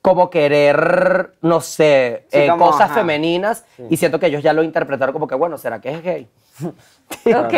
[SPEAKER 3] como querer, no sé,
[SPEAKER 4] Sí,
[SPEAKER 3] eh,
[SPEAKER 4] como,
[SPEAKER 3] cosas
[SPEAKER 4] ajá.
[SPEAKER 3] femeninas y siento que ellos ya lo interpretaron como que, bueno, ¿será que es gay?
[SPEAKER 2] Ok.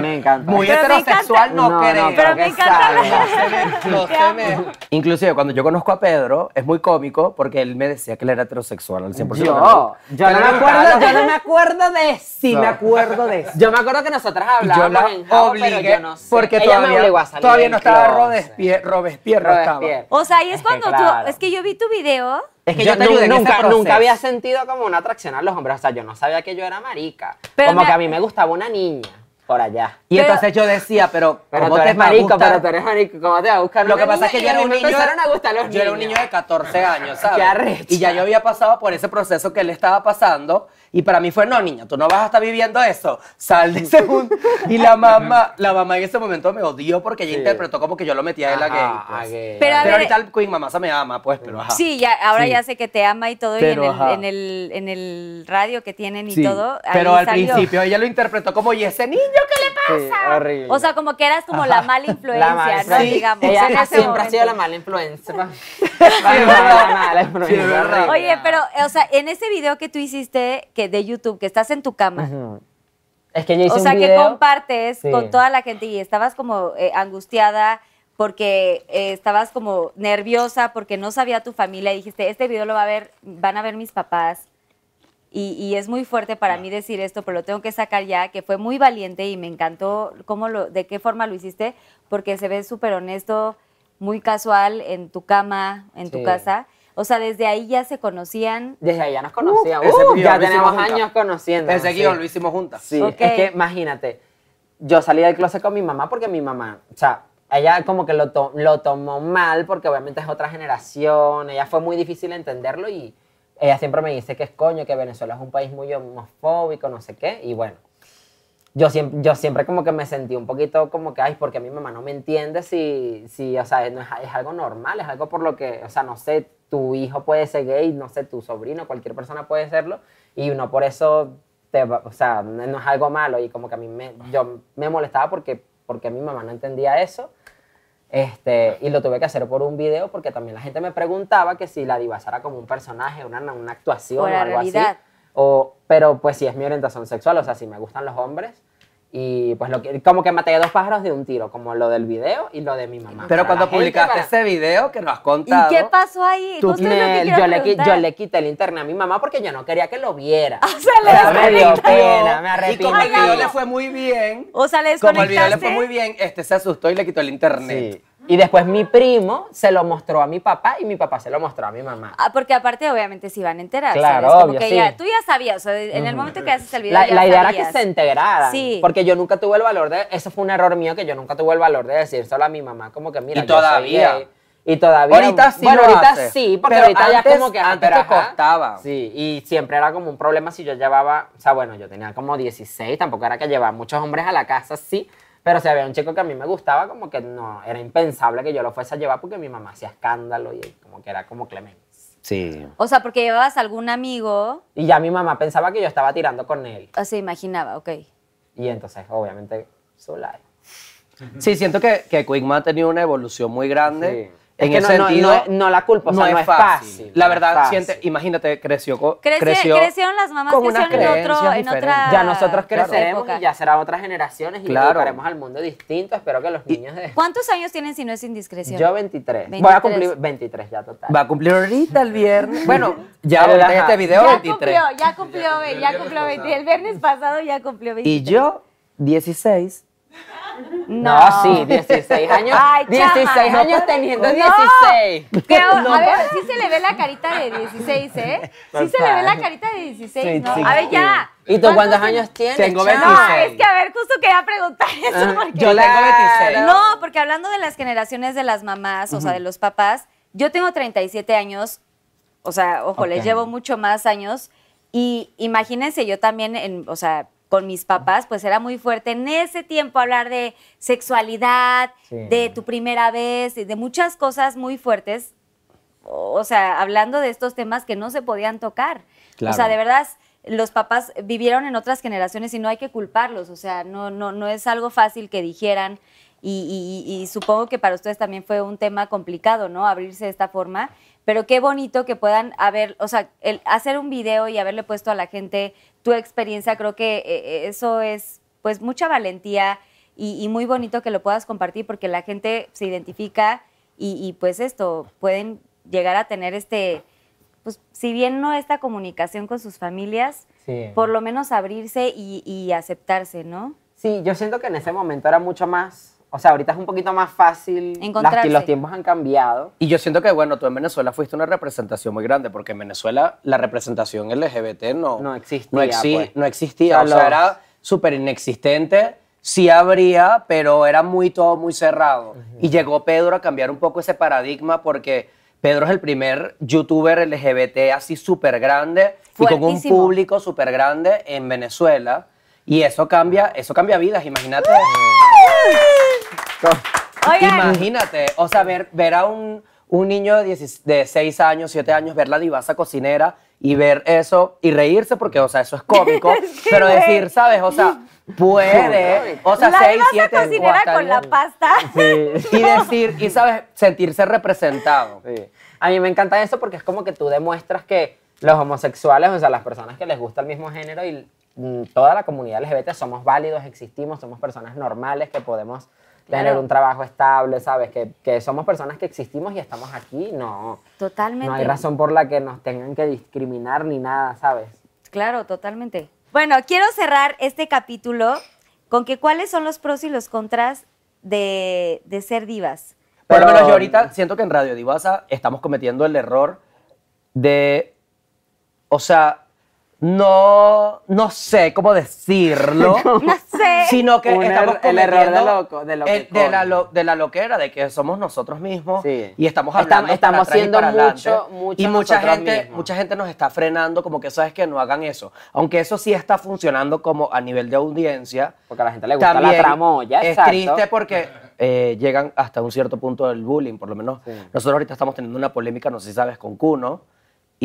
[SPEAKER 4] Me encanta.
[SPEAKER 3] Muy
[SPEAKER 2] Pero me
[SPEAKER 3] heterosexual
[SPEAKER 4] encanta.
[SPEAKER 3] no,
[SPEAKER 4] No, no,
[SPEAKER 3] creo.
[SPEAKER 4] pero
[SPEAKER 2] me encanta la-
[SPEAKER 3] No se me- Inclusive cuando yo conozco a Pedro, es muy cómico porque él me decía que él era heterosexual al 100%.
[SPEAKER 4] Yo, yo no me acuerdo, yo no me acuerdo de si
[SPEAKER 3] No.
[SPEAKER 4] me acuerdo de eso. Yo me acuerdo que nosotras
[SPEAKER 3] Y yo
[SPEAKER 4] hablábamos
[SPEAKER 3] la
[SPEAKER 4] en Jabo, pero
[SPEAKER 3] obligué
[SPEAKER 4] yo no sé.
[SPEAKER 3] porque
[SPEAKER 4] Ella me
[SPEAKER 3] todavía,
[SPEAKER 4] obligó a salir
[SPEAKER 3] todavía
[SPEAKER 4] del
[SPEAKER 3] no estaba
[SPEAKER 4] closet.
[SPEAKER 3] Robespierre, Robespierre no estaba.
[SPEAKER 4] Robespierre.
[SPEAKER 2] O sea, ahí es
[SPEAKER 4] Es que
[SPEAKER 2] cuando
[SPEAKER 4] claro.
[SPEAKER 2] tú. Es que yo vi tu video.
[SPEAKER 3] Es que yo, te ayudé en ese
[SPEAKER 4] nunca,
[SPEAKER 3] proceso.
[SPEAKER 4] nunca había sentido como una atracción a los hombres. O sea, yo no sabía que yo era marica.
[SPEAKER 2] Pero
[SPEAKER 4] como
[SPEAKER 2] me-
[SPEAKER 4] que a mí me gustaba una niña por allá.
[SPEAKER 3] Y
[SPEAKER 2] Pero-
[SPEAKER 3] entonces yo decía, pero,
[SPEAKER 4] Pero
[SPEAKER 3] ¿cómo
[SPEAKER 4] tú
[SPEAKER 3] te
[SPEAKER 4] eres
[SPEAKER 3] va a
[SPEAKER 4] marico,
[SPEAKER 3] gustar?
[SPEAKER 4] pero tú eres marico. ¿Cómo te va a buscar
[SPEAKER 3] Lo
[SPEAKER 4] una
[SPEAKER 3] que pasa es que yo
[SPEAKER 4] niña?
[SPEAKER 3] era
[SPEAKER 4] Y
[SPEAKER 3] un
[SPEAKER 4] me
[SPEAKER 3] niño.
[SPEAKER 4] empezaron a gustar los niños.
[SPEAKER 3] Yo era un niño de 14 años, ¿sabes?
[SPEAKER 4] Qué arrecha.
[SPEAKER 3] Y ya yo había pasado por ese proceso que él estaba pasando. Y para mí fue, no, niña, tú no vas a estar viviendo eso. Sal de ese mundo. Y la mamá, la mamá en ese momento me odió porque ella
[SPEAKER 4] Sí.
[SPEAKER 3] interpretó como que yo lo metía en la gay.
[SPEAKER 4] Ajá,
[SPEAKER 3] pues.
[SPEAKER 4] a gay.
[SPEAKER 2] Pero a ver-
[SPEAKER 3] Pero ahorita el Queen Mamasa me ama, pues, pero ajá.
[SPEAKER 2] Sí, ya, ahora
[SPEAKER 3] Sí.
[SPEAKER 2] ya sé que te ama y todo,
[SPEAKER 3] Pero,
[SPEAKER 2] y en el,
[SPEAKER 3] ajá.
[SPEAKER 2] en, el, en el radio que tienen y
[SPEAKER 3] Sí.
[SPEAKER 2] todo. ahí
[SPEAKER 3] Pero al
[SPEAKER 2] salió.
[SPEAKER 3] principio ella lo interpretó como, ¿y ese niño qué le
[SPEAKER 4] Sí,
[SPEAKER 3] pasa?
[SPEAKER 4] horrible.
[SPEAKER 2] O sea, como que eras como la mala influencia,
[SPEAKER 4] mala-
[SPEAKER 2] ¿no?
[SPEAKER 4] sí.
[SPEAKER 2] Pues Digamos.
[SPEAKER 4] Ella
[SPEAKER 2] en ese
[SPEAKER 4] siempre ha
[SPEAKER 2] momento.
[SPEAKER 4] sido la mala influencia. pa-
[SPEAKER 3] verdad.
[SPEAKER 4] la mala influencia.
[SPEAKER 3] Sí, verdad.
[SPEAKER 4] horrible.
[SPEAKER 2] Oye, pero, o sea, en ese video que tú hiciste que de YouTube, que estás en tu cama,
[SPEAKER 4] Es que yo hice
[SPEAKER 2] o sea,
[SPEAKER 4] un
[SPEAKER 2] que
[SPEAKER 4] video.
[SPEAKER 2] compartes
[SPEAKER 4] Sí.
[SPEAKER 2] con toda la gente y estabas como eh, angustiada porque eh, estabas como nerviosa porque no sabía tu familia y dijiste, este video lo va a ver, van a ver mis papás. Y, y es muy fuerte
[SPEAKER 4] Ah.
[SPEAKER 2] para mí decir esto, pero lo tengo que sacar ya, que fue muy valiente y me encantó cómo lo, de qué forma lo hiciste, porque se ve súper honesto, muy casual en tu cama, en tu
[SPEAKER 4] Sí.
[SPEAKER 2] casa. O sea, desde ahí ya se conocían.
[SPEAKER 4] Desde allá nos conocíamos.
[SPEAKER 3] ese
[SPEAKER 4] Uh,
[SPEAKER 3] guión
[SPEAKER 4] ya
[SPEAKER 3] lo hicimos
[SPEAKER 4] tenemos
[SPEAKER 3] juntas.
[SPEAKER 4] años conociendo.
[SPEAKER 3] Ese guión lo hicimos juntas.
[SPEAKER 4] Sí,
[SPEAKER 2] Ok.
[SPEAKER 4] es que imagínate, yo salí del closet con mi mamá porque mi mamá, o sea, ella como que lo, to- lo tomó mal porque obviamente es otra generación, ella fue muy difícil entenderlo y ella siempre me dice que es coño, que Venezuela es un país muy homofóbico, no sé qué, y bueno. Yo siempre, yo siempre como que me sentí un poquito como que, ay, porque mi mamá no me entiende si, si o sea, no es, es algo normal, es algo por lo que, o sea, no sé, tu hijo puede ser gay, no sé, tu sobrino, cualquier persona puede serlo, y uno por eso, te, va- o sea, no no es algo malo, y como que a mí me, yo me molestaba porque, porque mi mamá no entendía eso, este, y lo tuve que hacer por un video porque también la gente me preguntaba que si la divasa era como un personaje, una, una actuación
[SPEAKER 2] O
[SPEAKER 4] o,
[SPEAKER 2] la
[SPEAKER 4] algo
[SPEAKER 2] realidad.
[SPEAKER 4] así. O, pero pues sí es mi orientación sexual, o sea, sí me gustan los hombres. Y pues lo que, como que maté dos pájaros de un tiro, como lo del video y lo de mi mamá.
[SPEAKER 3] Pero
[SPEAKER 4] Para
[SPEAKER 3] cuando
[SPEAKER 4] la gente,
[SPEAKER 3] publicaste
[SPEAKER 4] para-
[SPEAKER 3] ese video que nos has
[SPEAKER 2] ¿Y
[SPEAKER 3] contado.
[SPEAKER 2] qué pasó ahí?
[SPEAKER 3] Tú
[SPEAKER 2] Justo es lo que
[SPEAKER 4] Me-
[SPEAKER 2] quiero
[SPEAKER 4] yo, le, qui-
[SPEAKER 2] preguntar.
[SPEAKER 4] yo le quité el internet a mi mamá porque yo no quería que lo viera.
[SPEAKER 2] O sea, le
[SPEAKER 4] Pero me dio
[SPEAKER 2] desconectaste.
[SPEAKER 4] pena, me
[SPEAKER 3] Y como el
[SPEAKER 2] Ay,
[SPEAKER 4] arrepentí.
[SPEAKER 3] video
[SPEAKER 2] no.
[SPEAKER 3] le fue muy bien.
[SPEAKER 2] O sea, le
[SPEAKER 3] Como el video le fue
[SPEAKER 2] desconectaste.
[SPEAKER 3] muy bien, este se asustó y le quitó el internet.
[SPEAKER 4] Sí. Y después mi primo se lo mostró a mi papá y mi papá se lo mostró a mi mamá.
[SPEAKER 2] Ah, porque aparte obviamente se iban a enterar,
[SPEAKER 4] Claro,
[SPEAKER 2] ¿sabes? Como
[SPEAKER 4] obvio,
[SPEAKER 2] que
[SPEAKER 4] sí.
[SPEAKER 2] ya, tú ya sabías, o sea, en el momento que haces el video
[SPEAKER 4] La,
[SPEAKER 2] ya
[SPEAKER 4] la idea era
[SPEAKER 2] sabías.
[SPEAKER 4] que se enteraran.
[SPEAKER 2] Sí.
[SPEAKER 4] Porque yo nunca tuve el valor de. Eso fue un error mío que yo nunca tuve el valor de decírselo a mi mamá. Como que, mira,
[SPEAKER 3] Y
[SPEAKER 4] yo soy
[SPEAKER 3] todavía.
[SPEAKER 4] gay. Y todavía.
[SPEAKER 3] Ahorita sí
[SPEAKER 4] Bueno,
[SPEAKER 3] lo
[SPEAKER 4] ahorita
[SPEAKER 3] haces.
[SPEAKER 4] sí, porque
[SPEAKER 3] Pero
[SPEAKER 4] ahorita ya
[SPEAKER 3] antes-
[SPEAKER 4] como que
[SPEAKER 3] antes
[SPEAKER 4] pero
[SPEAKER 3] te
[SPEAKER 4] ajá.
[SPEAKER 3] costaba.
[SPEAKER 4] Sí, y siempre era como un problema si yo llevaba. O sea, bueno, yo tenía como 16, tampoco era que llevaba muchos hombres a la casa, sí. Pero si había un chico que a mí me gustaba, como que no, era impensable que yo lo fuese a llevar porque mi mamá hacía escándalo y como que era como Clemente.
[SPEAKER 3] Sí.
[SPEAKER 2] O sea, porque llevabas algún amigo,
[SPEAKER 4] Y ya mi mamá pensaba que yo estaba tirando con él.
[SPEAKER 2] o se imaginaba, ok.
[SPEAKER 4] Y entonces, obviamente, su like.
[SPEAKER 3] Sí, siento que, que Quigma ha tenido una evolución muy grande.
[SPEAKER 4] Sí.
[SPEAKER 3] En
[SPEAKER 4] Es que
[SPEAKER 3] ese
[SPEAKER 4] no- no-
[SPEAKER 3] sentido.
[SPEAKER 4] no- no la culpo, o sea, no es fácil,
[SPEAKER 3] La
[SPEAKER 4] no es
[SPEAKER 3] verdad,
[SPEAKER 4] fácil.
[SPEAKER 3] siente- imagínate, creció. co-
[SPEAKER 2] Crece-
[SPEAKER 3] creció
[SPEAKER 2] crecieron las mamás,
[SPEAKER 3] con unas
[SPEAKER 2] crecieron en, otro-
[SPEAKER 3] creencias
[SPEAKER 2] en otra
[SPEAKER 3] diferentes.
[SPEAKER 4] Ya nosotros
[SPEAKER 2] otra
[SPEAKER 4] creceremos
[SPEAKER 2] época.
[SPEAKER 4] y ya serán otras generaciones y
[SPEAKER 3] Claro.
[SPEAKER 4] educaremos al mundo distinto. Espero que los niños de...
[SPEAKER 2] ¿Cuántos años tienen si no es indiscreción?
[SPEAKER 4] Yo 23.
[SPEAKER 2] 23.
[SPEAKER 4] Voy a cumplir 23 ya total.
[SPEAKER 3] Va a cumplir ahorita el viernes. Bueno, ya
[SPEAKER 4] Pero,
[SPEAKER 3] ahorita
[SPEAKER 4] ajá.
[SPEAKER 3] este video
[SPEAKER 2] ya
[SPEAKER 3] 23.
[SPEAKER 2] cumplió, ya cumplió, ve- ya cumplió 20. El viernes pasado ya cumplió 20.
[SPEAKER 3] Y yo, 16.
[SPEAKER 4] No, sí, 16 años.
[SPEAKER 2] Ay, chama.
[SPEAKER 4] 16
[SPEAKER 2] No
[SPEAKER 4] años
[SPEAKER 2] puede-
[SPEAKER 4] teniendo
[SPEAKER 2] No.
[SPEAKER 4] 16.
[SPEAKER 2] Qué hor- a ver, sí se le ve la carita de 16, ¿eh? Sí se le ve la carita de 16, ¿no?
[SPEAKER 4] Sí,
[SPEAKER 2] A ver, ya.
[SPEAKER 4] ¿Y tú cuántos
[SPEAKER 2] ten-
[SPEAKER 4] años tienes?
[SPEAKER 3] Tengo
[SPEAKER 4] chama?
[SPEAKER 2] No,
[SPEAKER 3] 26.
[SPEAKER 2] es que a ver, justo quería preguntar eso.
[SPEAKER 4] Ah,
[SPEAKER 2] Porque
[SPEAKER 3] yo tengo 26.
[SPEAKER 2] No, porque hablando de las generaciones de las mamás, o sea, de los papás, yo tengo 37 años, o sea, ojo, les
[SPEAKER 4] Ok.
[SPEAKER 2] llevo mucho más años. Y imagínense, yo también, en, o sea, con mis papás, pues era muy fuerte en ese tiempo hablar de sexualidad,
[SPEAKER 4] Sí.
[SPEAKER 2] de tu primera vez, de de muchas cosas muy fuertes o sea, hablando de estos temas que no se podían tocar.
[SPEAKER 3] Claro.
[SPEAKER 2] O sea, de verdad, los papás vivieron en otras generaciones y no hay que culparlos. O sea, no, no, no es algo fácil que dijeran. Y, y- y- y supongo que para ustedes también fue un tema complicado, ¿no? Abrirse de esta forma. Pero qué bonito que puedan haber, o sea, el hacer un video y haberle puesto a la gente tu experiencia, creo que eh, eh, eso es, pues, mucha valentía y, y muy bonito que lo puedas compartir porque la gente se identifica y, y, pues esto, pueden llegar a tener este, pues si bien no esta comunicación con sus familias,
[SPEAKER 4] Sí.
[SPEAKER 2] por lo menos abrirse y, y aceptarse, ¿no?
[SPEAKER 4] Sí, yo siento que en ese momento era mucho más... O sea, ahorita es un poquito más fácil. Las,
[SPEAKER 2] Encontrarse.
[SPEAKER 4] los tiempos han cambiado.
[SPEAKER 3] Y yo siento que, bueno, tú en Venezuela fuiste una representación muy grande, porque en Venezuela la representación LGBT no,
[SPEAKER 4] No existía,
[SPEAKER 3] No, exi-
[SPEAKER 4] pues.
[SPEAKER 3] no existía.
[SPEAKER 4] O
[SPEAKER 3] O
[SPEAKER 4] sea,
[SPEAKER 3] sea,
[SPEAKER 4] los-
[SPEAKER 3] era súper inexistente. Sí habría, pero era muy todo muy cerrado. Y llegó Pedro a cambiar un poco ese paradigma porque Pedro es el primer youtuber LGBT así súper grande y con un
[SPEAKER 2] Fuertísimo.
[SPEAKER 3] público súper grande en Venezuela. Y eso cambia, eso cambia vidas, imagínate.
[SPEAKER 4] ¡Uh!
[SPEAKER 2] Oigan,
[SPEAKER 3] Imagínate, o sea, ver, ver a un, un niño de, 16 de 6 años, 7 años, ver la divasa cocinera y ver eso y reírse porque, o sea, eso es cómico,
[SPEAKER 2] Sí,
[SPEAKER 3] pero
[SPEAKER 2] güey.
[SPEAKER 3] decir, ¿sabes? O sea, puede, ¿eh? o sea,
[SPEAKER 2] la
[SPEAKER 3] 6,
[SPEAKER 2] divasa
[SPEAKER 3] 7
[SPEAKER 2] cocinera con la pasta.
[SPEAKER 3] Y decir, y sabes, sentirse representado.
[SPEAKER 4] Sí. A mí me encanta eso porque es como que tú demuestras que los homosexuales, o sea, las personas que les gusta el mismo género y mm, toda la comunidad LGBT somos válidos, existimos, somos personas normales que podemos tener
[SPEAKER 2] Claro.
[SPEAKER 4] un trabajo estable, ¿sabes? Que, que somos personas que existimos y estamos aquí, no.
[SPEAKER 2] Totalmente.
[SPEAKER 4] No hay razón por la que nos tengan que discriminar ni nada, ¿sabes?
[SPEAKER 2] Claro, totalmente. Bueno, quiero cerrar este capítulo con que cuáles son los pros y los contras de, de ser divas.
[SPEAKER 3] Por lo
[SPEAKER 4] Pero-
[SPEAKER 3] menos yo ahorita siento que en Radio Divasa estamos cometiendo el error de. O sea, no, no sé cómo decirlo.
[SPEAKER 2] No sé.
[SPEAKER 3] Sino que
[SPEAKER 4] Un
[SPEAKER 3] estamos
[SPEAKER 4] er- el error
[SPEAKER 3] cometiendo
[SPEAKER 4] de loco- de lo que
[SPEAKER 3] el- de la
[SPEAKER 4] coño.
[SPEAKER 3] lo- de la loquera, de que somos nosotros mismos
[SPEAKER 4] Sí.
[SPEAKER 3] y estamos
[SPEAKER 4] Estam-
[SPEAKER 3] hablando para
[SPEAKER 4] estamos
[SPEAKER 3] atrás y
[SPEAKER 4] siendo
[SPEAKER 3] para adelante.
[SPEAKER 4] mucho, mucho
[SPEAKER 3] y mucha
[SPEAKER 4] nosotros
[SPEAKER 3] gente,
[SPEAKER 4] mismos.
[SPEAKER 3] mucha gente nos está frenando como que sabes que no hagan eso, aunque eso sí está funcionando como a nivel de audiencia.
[SPEAKER 4] Porque a la gente le gusta la tramoya,
[SPEAKER 3] es
[SPEAKER 4] exacto.
[SPEAKER 3] triste porque eh, llegan hasta un cierto punto del bullying, por lo menos
[SPEAKER 4] Sí.
[SPEAKER 3] nosotros ahorita estamos teniendo una polémica, no sé si sabes, con Cuno.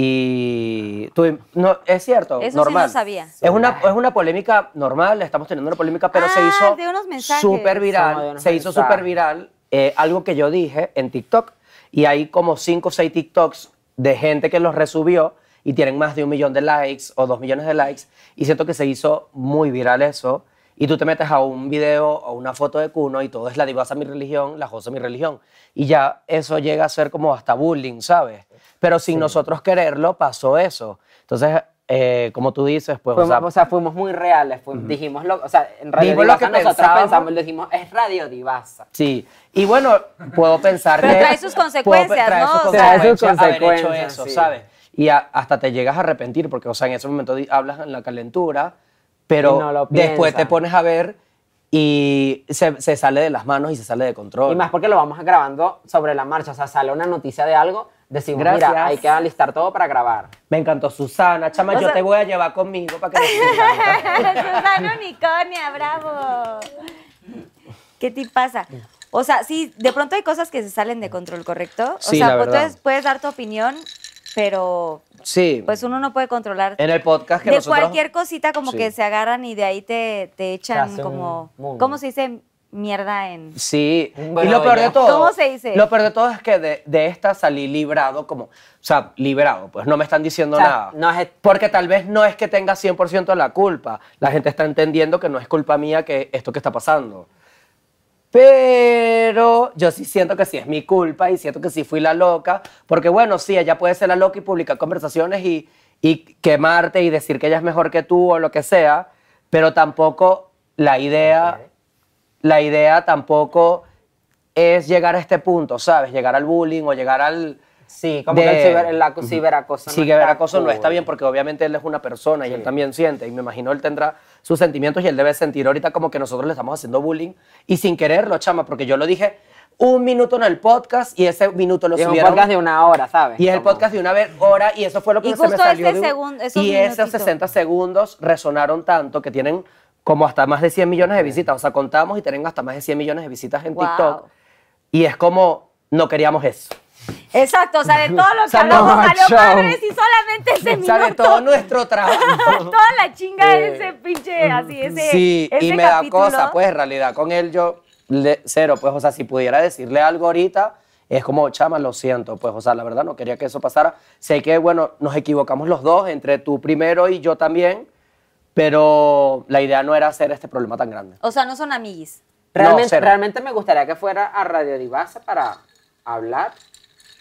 [SPEAKER 3] Y tú- no, es cierto,
[SPEAKER 2] Eso sí
[SPEAKER 3] normal.
[SPEAKER 2] no sabía.
[SPEAKER 3] Es una, es una polémica normal, estamos teniendo una polémica, pero se
[SPEAKER 2] Ah,
[SPEAKER 3] hizo
[SPEAKER 2] de unos mensajes.
[SPEAKER 3] súper
[SPEAKER 4] Como de
[SPEAKER 3] viral.
[SPEAKER 4] unos
[SPEAKER 3] Se hizo
[SPEAKER 4] mensajes.
[SPEAKER 3] súper viral eh, algo que yo dije en TikTok y hay como 5 o 6 TikToks de gente que los resubió y tienen más de un millón de likes o dos millones de likes y siento que se hizo muy viral eso. Y tú te metes a un video o una foto de Cuno y todo es la divasa mi religión, la josa mi religión. Y ya eso llega a ser como hasta bullying, ¿sabes? Pero sin nosotros quererlo pasó eso. Entonces, eh, como tú dices, pues...
[SPEAKER 4] Fuimos- o, sea, fuimos muy reales, fuimos- dijimos lo, o sea, en Radio
[SPEAKER 3] Dijimos lo
[SPEAKER 4] Divasa
[SPEAKER 3] que
[SPEAKER 4] nosotros
[SPEAKER 3] pensábamos.
[SPEAKER 4] pensamos, dijimos, es Radio Divasa.
[SPEAKER 3] Sí. Y bueno, puedo pensar
[SPEAKER 2] Pero
[SPEAKER 3] que.
[SPEAKER 2] trae sus
[SPEAKER 3] puedo pe-
[SPEAKER 2] consecuencias,
[SPEAKER 3] trae
[SPEAKER 2] ¿no?
[SPEAKER 3] sus
[SPEAKER 2] O sea,
[SPEAKER 3] consecuencias,
[SPEAKER 4] Trae sus
[SPEAKER 3] haber hecho
[SPEAKER 4] consecuencias,
[SPEAKER 3] eso,
[SPEAKER 4] sí.
[SPEAKER 3] ¿sabes? Y a- hasta te llegas a arrepentir, porque, o sea, en ese momento di- hablas en la calentura, pero
[SPEAKER 4] Y no lo
[SPEAKER 3] después
[SPEAKER 4] piensas.
[SPEAKER 3] te pones a ver y se, se sale de las manos y se sale de control.
[SPEAKER 4] Y más porque lo vamos grabando sobre la marcha, o sea, sale una noticia de algo, decimos,
[SPEAKER 3] Gracias.
[SPEAKER 4] mira, hay que alistar todo para grabar.
[SPEAKER 3] Me encantó Susana, chama,
[SPEAKER 2] O
[SPEAKER 3] yo
[SPEAKER 2] sea-
[SPEAKER 3] te voy a llevar conmigo para que me
[SPEAKER 2] Susana Unicornia, bravo. ¿Qué te pasa? O sea, sí, de pronto hay cosas que se salen de control, ¿correcto? O
[SPEAKER 3] Sí,
[SPEAKER 2] sea,
[SPEAKER 3] la
[SPEAKER 2] pues,
[SPEAKER 3] verdad.
[SPEAKER 2] puedes, puedes dar tu opinión, pero
[SPEAKER 3] Sí.
[SPEAKER 2] pues uno no puede controlar.
[SPEAKER 3] en el podcast que
[SPEAKER 2] de
[SPEAKER 3] nosotros.
[SPEAKER 2] cualquier cosita como
[SPEAKER 3] Sí.
[SPEAKER 2] que se agarran y de ahí te, te echan
[SPEAKER 4] hace un
[SPEAKER 2] como...
[SPEAKER 4] mundo.
[SPEAKER 2] ¿Cómo se dice mierda en...?
[SPEAKER 3] Sí,
[SPEAKER 4] Un
[SPEAKER 3] y lo peor de
[SPEAKER 4] brollo.
[SPEAKER 3] todo.
[SPEAKER 2] ¿Cómo se dice?
[SPEAKER 3] Lo peor de todo es que de, de esta salí librado, como, o sea, liberado, pues no me están diciendo
[SPEAKER 4] O sea,
[SPEAKER 3] nada.
[SPEAKER 4] no es-
[SPEAKER 3] Porque tal vez no es que tenga 100% la culpa. La gente está entendiendo que no es culpa mía que esto que está pasando. Pero yo sí siento que sí es mi culpa y siento que sí fui la loca, porque bueno, sí, ella puede ser la loca y publicar conversaciones y, y quemarte y decir que ella es mejor que tú o lo que sea, pero tampoco la idea, la idea tampoco es llegar a este punto, ¿sabes? Llegar al bullying o llegar al...
[SPEAKER 4] Sí, como
[SPEAKER 3] de-
[SPEAKER 4] que el, ciber- el acu- ciberacoso.
[SPEAKER 3] Sí, que ver acoso no está bien porque obviamente él es una persona y él también siente y me imagino él tendrá sus sentimientos y él debe sentir ahorita como que nosotros le estamos haciendo bullying y sin quererlo, chama, porque yo lo dije un minuto en el podcast y ese minuto lo
[SPEAKER 4] Y es un
[SPEAKER 3] subieron
[SPEAKER 4] podcast de una hora, ¿sabes?
[SPEAKER 3] y es el
[SPEAKER 4] Como-
[SPEAKER 3] podcast de una vez, hora y eso fue lo que
[SPEAKER 2] Y
[SPEAKER 3] se me
[SPEAKER 2] justo
[SPEAKER 3] salió
[SPEAKER 2] ese
[SPEAKER 3] de un-
[SPEAKER 2] segundo- esos
[SPEAKER 3] y esos
[SPEAKER 2] minutitos.
[SPEAKER 3] 60 segundos resonaron tanto que tienen como hasta más de 100 millones de visitas, o sea, contamos y tienen hasta más de 100 millones de visitas en
[SPEAKER 2] Wow.
[SPEAKER 3] TikTok y es como no queríamos eso.
[SPEAKER 2] Exacto, o sea, de todo lo que
[SPEAKER 3] sea,
[SPEAKER 2] hablamos salió
[SPEAKER 4] macho.
[SPEAKER 2] madres y solamente ese
[SPEAKER 3] O sea, de
[SPEAKER 2] minuto.
[SPEAKER 3] todo nuestro trabajo.
[SPEAKER 2] toda la chinga de
[SPEAKER 3] Eh,
[SPEAKER 2] ese pinche, así, ese
[SPEAKER 3] Sí, y
[SPEAKER 2] ese
[SPEAKER 3] me
[SPEAKER 2] capítulo.
[SPEAKER 3] da cosa, pues en realidad con él yo le- cero, pues, o sea, si pudiera decirle algo ahorita, es como, chama, lo siento, pues, o sea, la verdad no quería que eso pasara. Sé que, bueno, nos equivocamos los dos, entre tú primero y yo también, pero la idea no era hacer este problema tan grande.
[SPEAKER 2] O sea, no son amiguis.
[SPEAKER 3] No,
[SPEAKER 4] Realmente,
[SPEAKER 3] cero.
[SPEAKER 4] realmente me gustaría que fuera a Radio Divasa para hablar,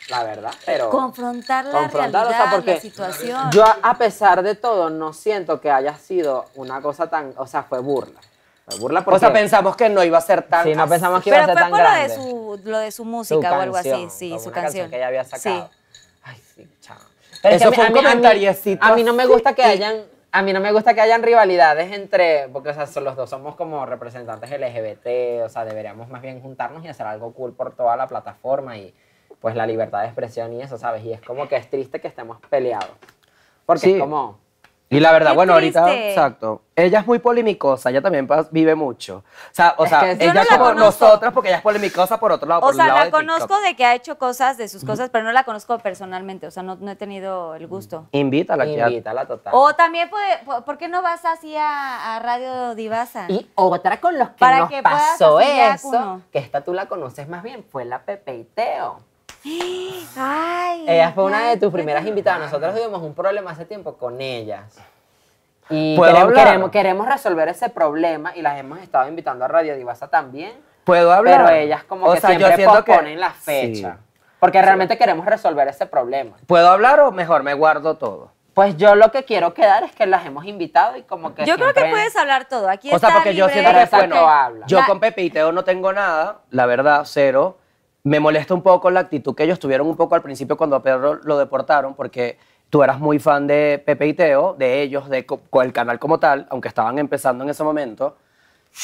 [SPEAKER 4] la verdad, pero...
[SPEAKER 2] Confrontar la
[SPEAKER 4] confrontar, o sea,
[SPEAKER 2] realidad,
[SPEAKER 4] porque
[SPEAKER 2] la situación.
[SPEAKER 4] Yo, a- a pesar de todo, no siento que haya sido una cosa tan... O sea, fue burla. Fue burla porque...
[SPEAKER 3] O sea, pensamos que no iba a ser tan...
[SPEAKER 4] Sí, no
[SPEAKER 3] así.
[SPEAKER 4] pensamos que iba a
[SPEAKER 2] Pero
[SPEAKER 4] ser
[SPEAKER 2] fue
[SPEAKER 4] tan
[SPEAKER 2] por lo de,
[SPEAKER 4] grande.
[SPEAKER 2] su, lo de su
[SPEAKER 4] Su
[SPEAKER 2] música o algo así,
[SPEAKER 4] canción,
[SPEAKER 2] sí,
[SPEAKER 4] como
[SPEAKER 2] su
[SPEAKER 4] una
[SPEAKER 2] canción.
[SPEAKER 4] que ella había
[SPEAKER 2] Sí.
[SPEAKER 4] sacado. Ay, sí, chao.
[SPEAKER 3] Eso fue un comentariecito
[SPEAKER 4] A mí no me
[SPEAKER 3] así.
[SPEAKER 4] gusta que hayan... A mí no me gusta que hayan rivalidades entre, porque o sea, son- los dos somos como representantes LGBT, o sea, deberíamos más bien juntarnos y hacer algo cool por toda la plataforma y pues la libertad de expresión y eso, ¿sabes? Y es como que es triste que estemos peleados. Porque
[SPEAKER 3] Sí.
[SPEAKER 4] es como,
[SPEAKER 3] Y la verdad,
[SPEAKER 2] Qué
[SPEAKER 3] bueno, ahorita,
[SPEAKER 2] triste.
[SPEAKER 3] exacto. Ella es muy polimicosa, ella también pas- vive mucho. O sea, o
[SPEAKER 4] Es
[SPEAKER 3] sea
[SPEAKER 4] que- Yo
[SPEAKER 3] ella
[SPEAKER 2] no la
[SPEAKER 3] como
[SPEAKER 2] conozco.
[SPEAKER 3] nosotros, porque ella es polimicosa por otro lado.
[SPEAKER 2] O
[SPEAKER 3] por el
[SPEAKER 2] sea,
[SPEAKER 3] lado
[SPEAKER 2] la
[SPEAKER 3] de TikTok.
[SPEAKER 2] conozco de que ha hecho cosas de sus cosas, pero no la conozco personalmente, o sea, no, no he tenido el gusto.
[SPEAKER 3] Invítala, que ya-
[SPEAKER 4] invítala ah, total.
[SPEAKER 2] O también, puede, po- ¿por qué no vas así a, a Radio Divasa?
[SPEAKER 4] Y otra con los que
[SPEAKER 2] Para
[SPEAKER 4] nos
[SPEAKER 2] que puedas
[SPEAKER 4] pasó
[SPEAKER 2] asociar
[SPEAKER 4] eso,
[SPEAKER 2] uno.
[SPEAKER 4] que esta tú la conoces más bien, fue la Pepe y Teo.
[SPEAKER 2] Ay,
[SPEAKER 4] Ella fue una
[SPEAKER 2] ay,
[SPEAKER 4] de tus primeras invitadas. Nosotros tuvimos un problema hace tiempo con ellas. Y
[SPEAKER 3] ¿Puedo
[SPEAKER 4] queremos,
[SPEAKER 3] hablar?
[SPEAKER 4] queremos, queremos resolver ese problema y las hemos estado invitando a Radio Divasa también.
[SPEAKER 3] Puedo hablar.
[SPEAKER 4] Pero ellas como
[SPEAKER 3] O
[SPEAKER 4] que
[SPEAKER 3] sea, yo
[SPEAKER 4] siempre
[SPEAKER 3] siento que-
[SPEAKER 4] posponen la fecha. Porque realmente queremos resolver ese problema.
[SPEAKER 3] ¿Puedo hablar o mejor me guardo todo?
[SPEAKER 4] Pues yo lo que quiero quedar es que las hemos invitado y como que
[SPEAKER 2] Yo creo que
[SPEAKER 4] siempre-
[SPEAKER 2] puedes hablar todo. Aquí
[SPEAKER 3] o sea,
[SPEAKER 2] está
[SPEAKER 3] porque yo
[SPEAKER 2] libre.
[SPEAKER 3] siento que,
[SPEAKER 4] Exacto,
[SPEAKER 3] bueno,
[SPEAKER 4] habla.
[SPEAKER 3] yo
[SPEAKER 2] La-
[SPEAKER 3] con Pepe y Teo no tengo nada, la verdad, cero. Me molesta un poco la actitud que ellos tuvieron un poco al principio cuando a Pedro lo deportaron, porque tú eras muy fan de Pepe y Teo, de ellos, de co- con el canal como tal, aunque estaban empezando en ese momento.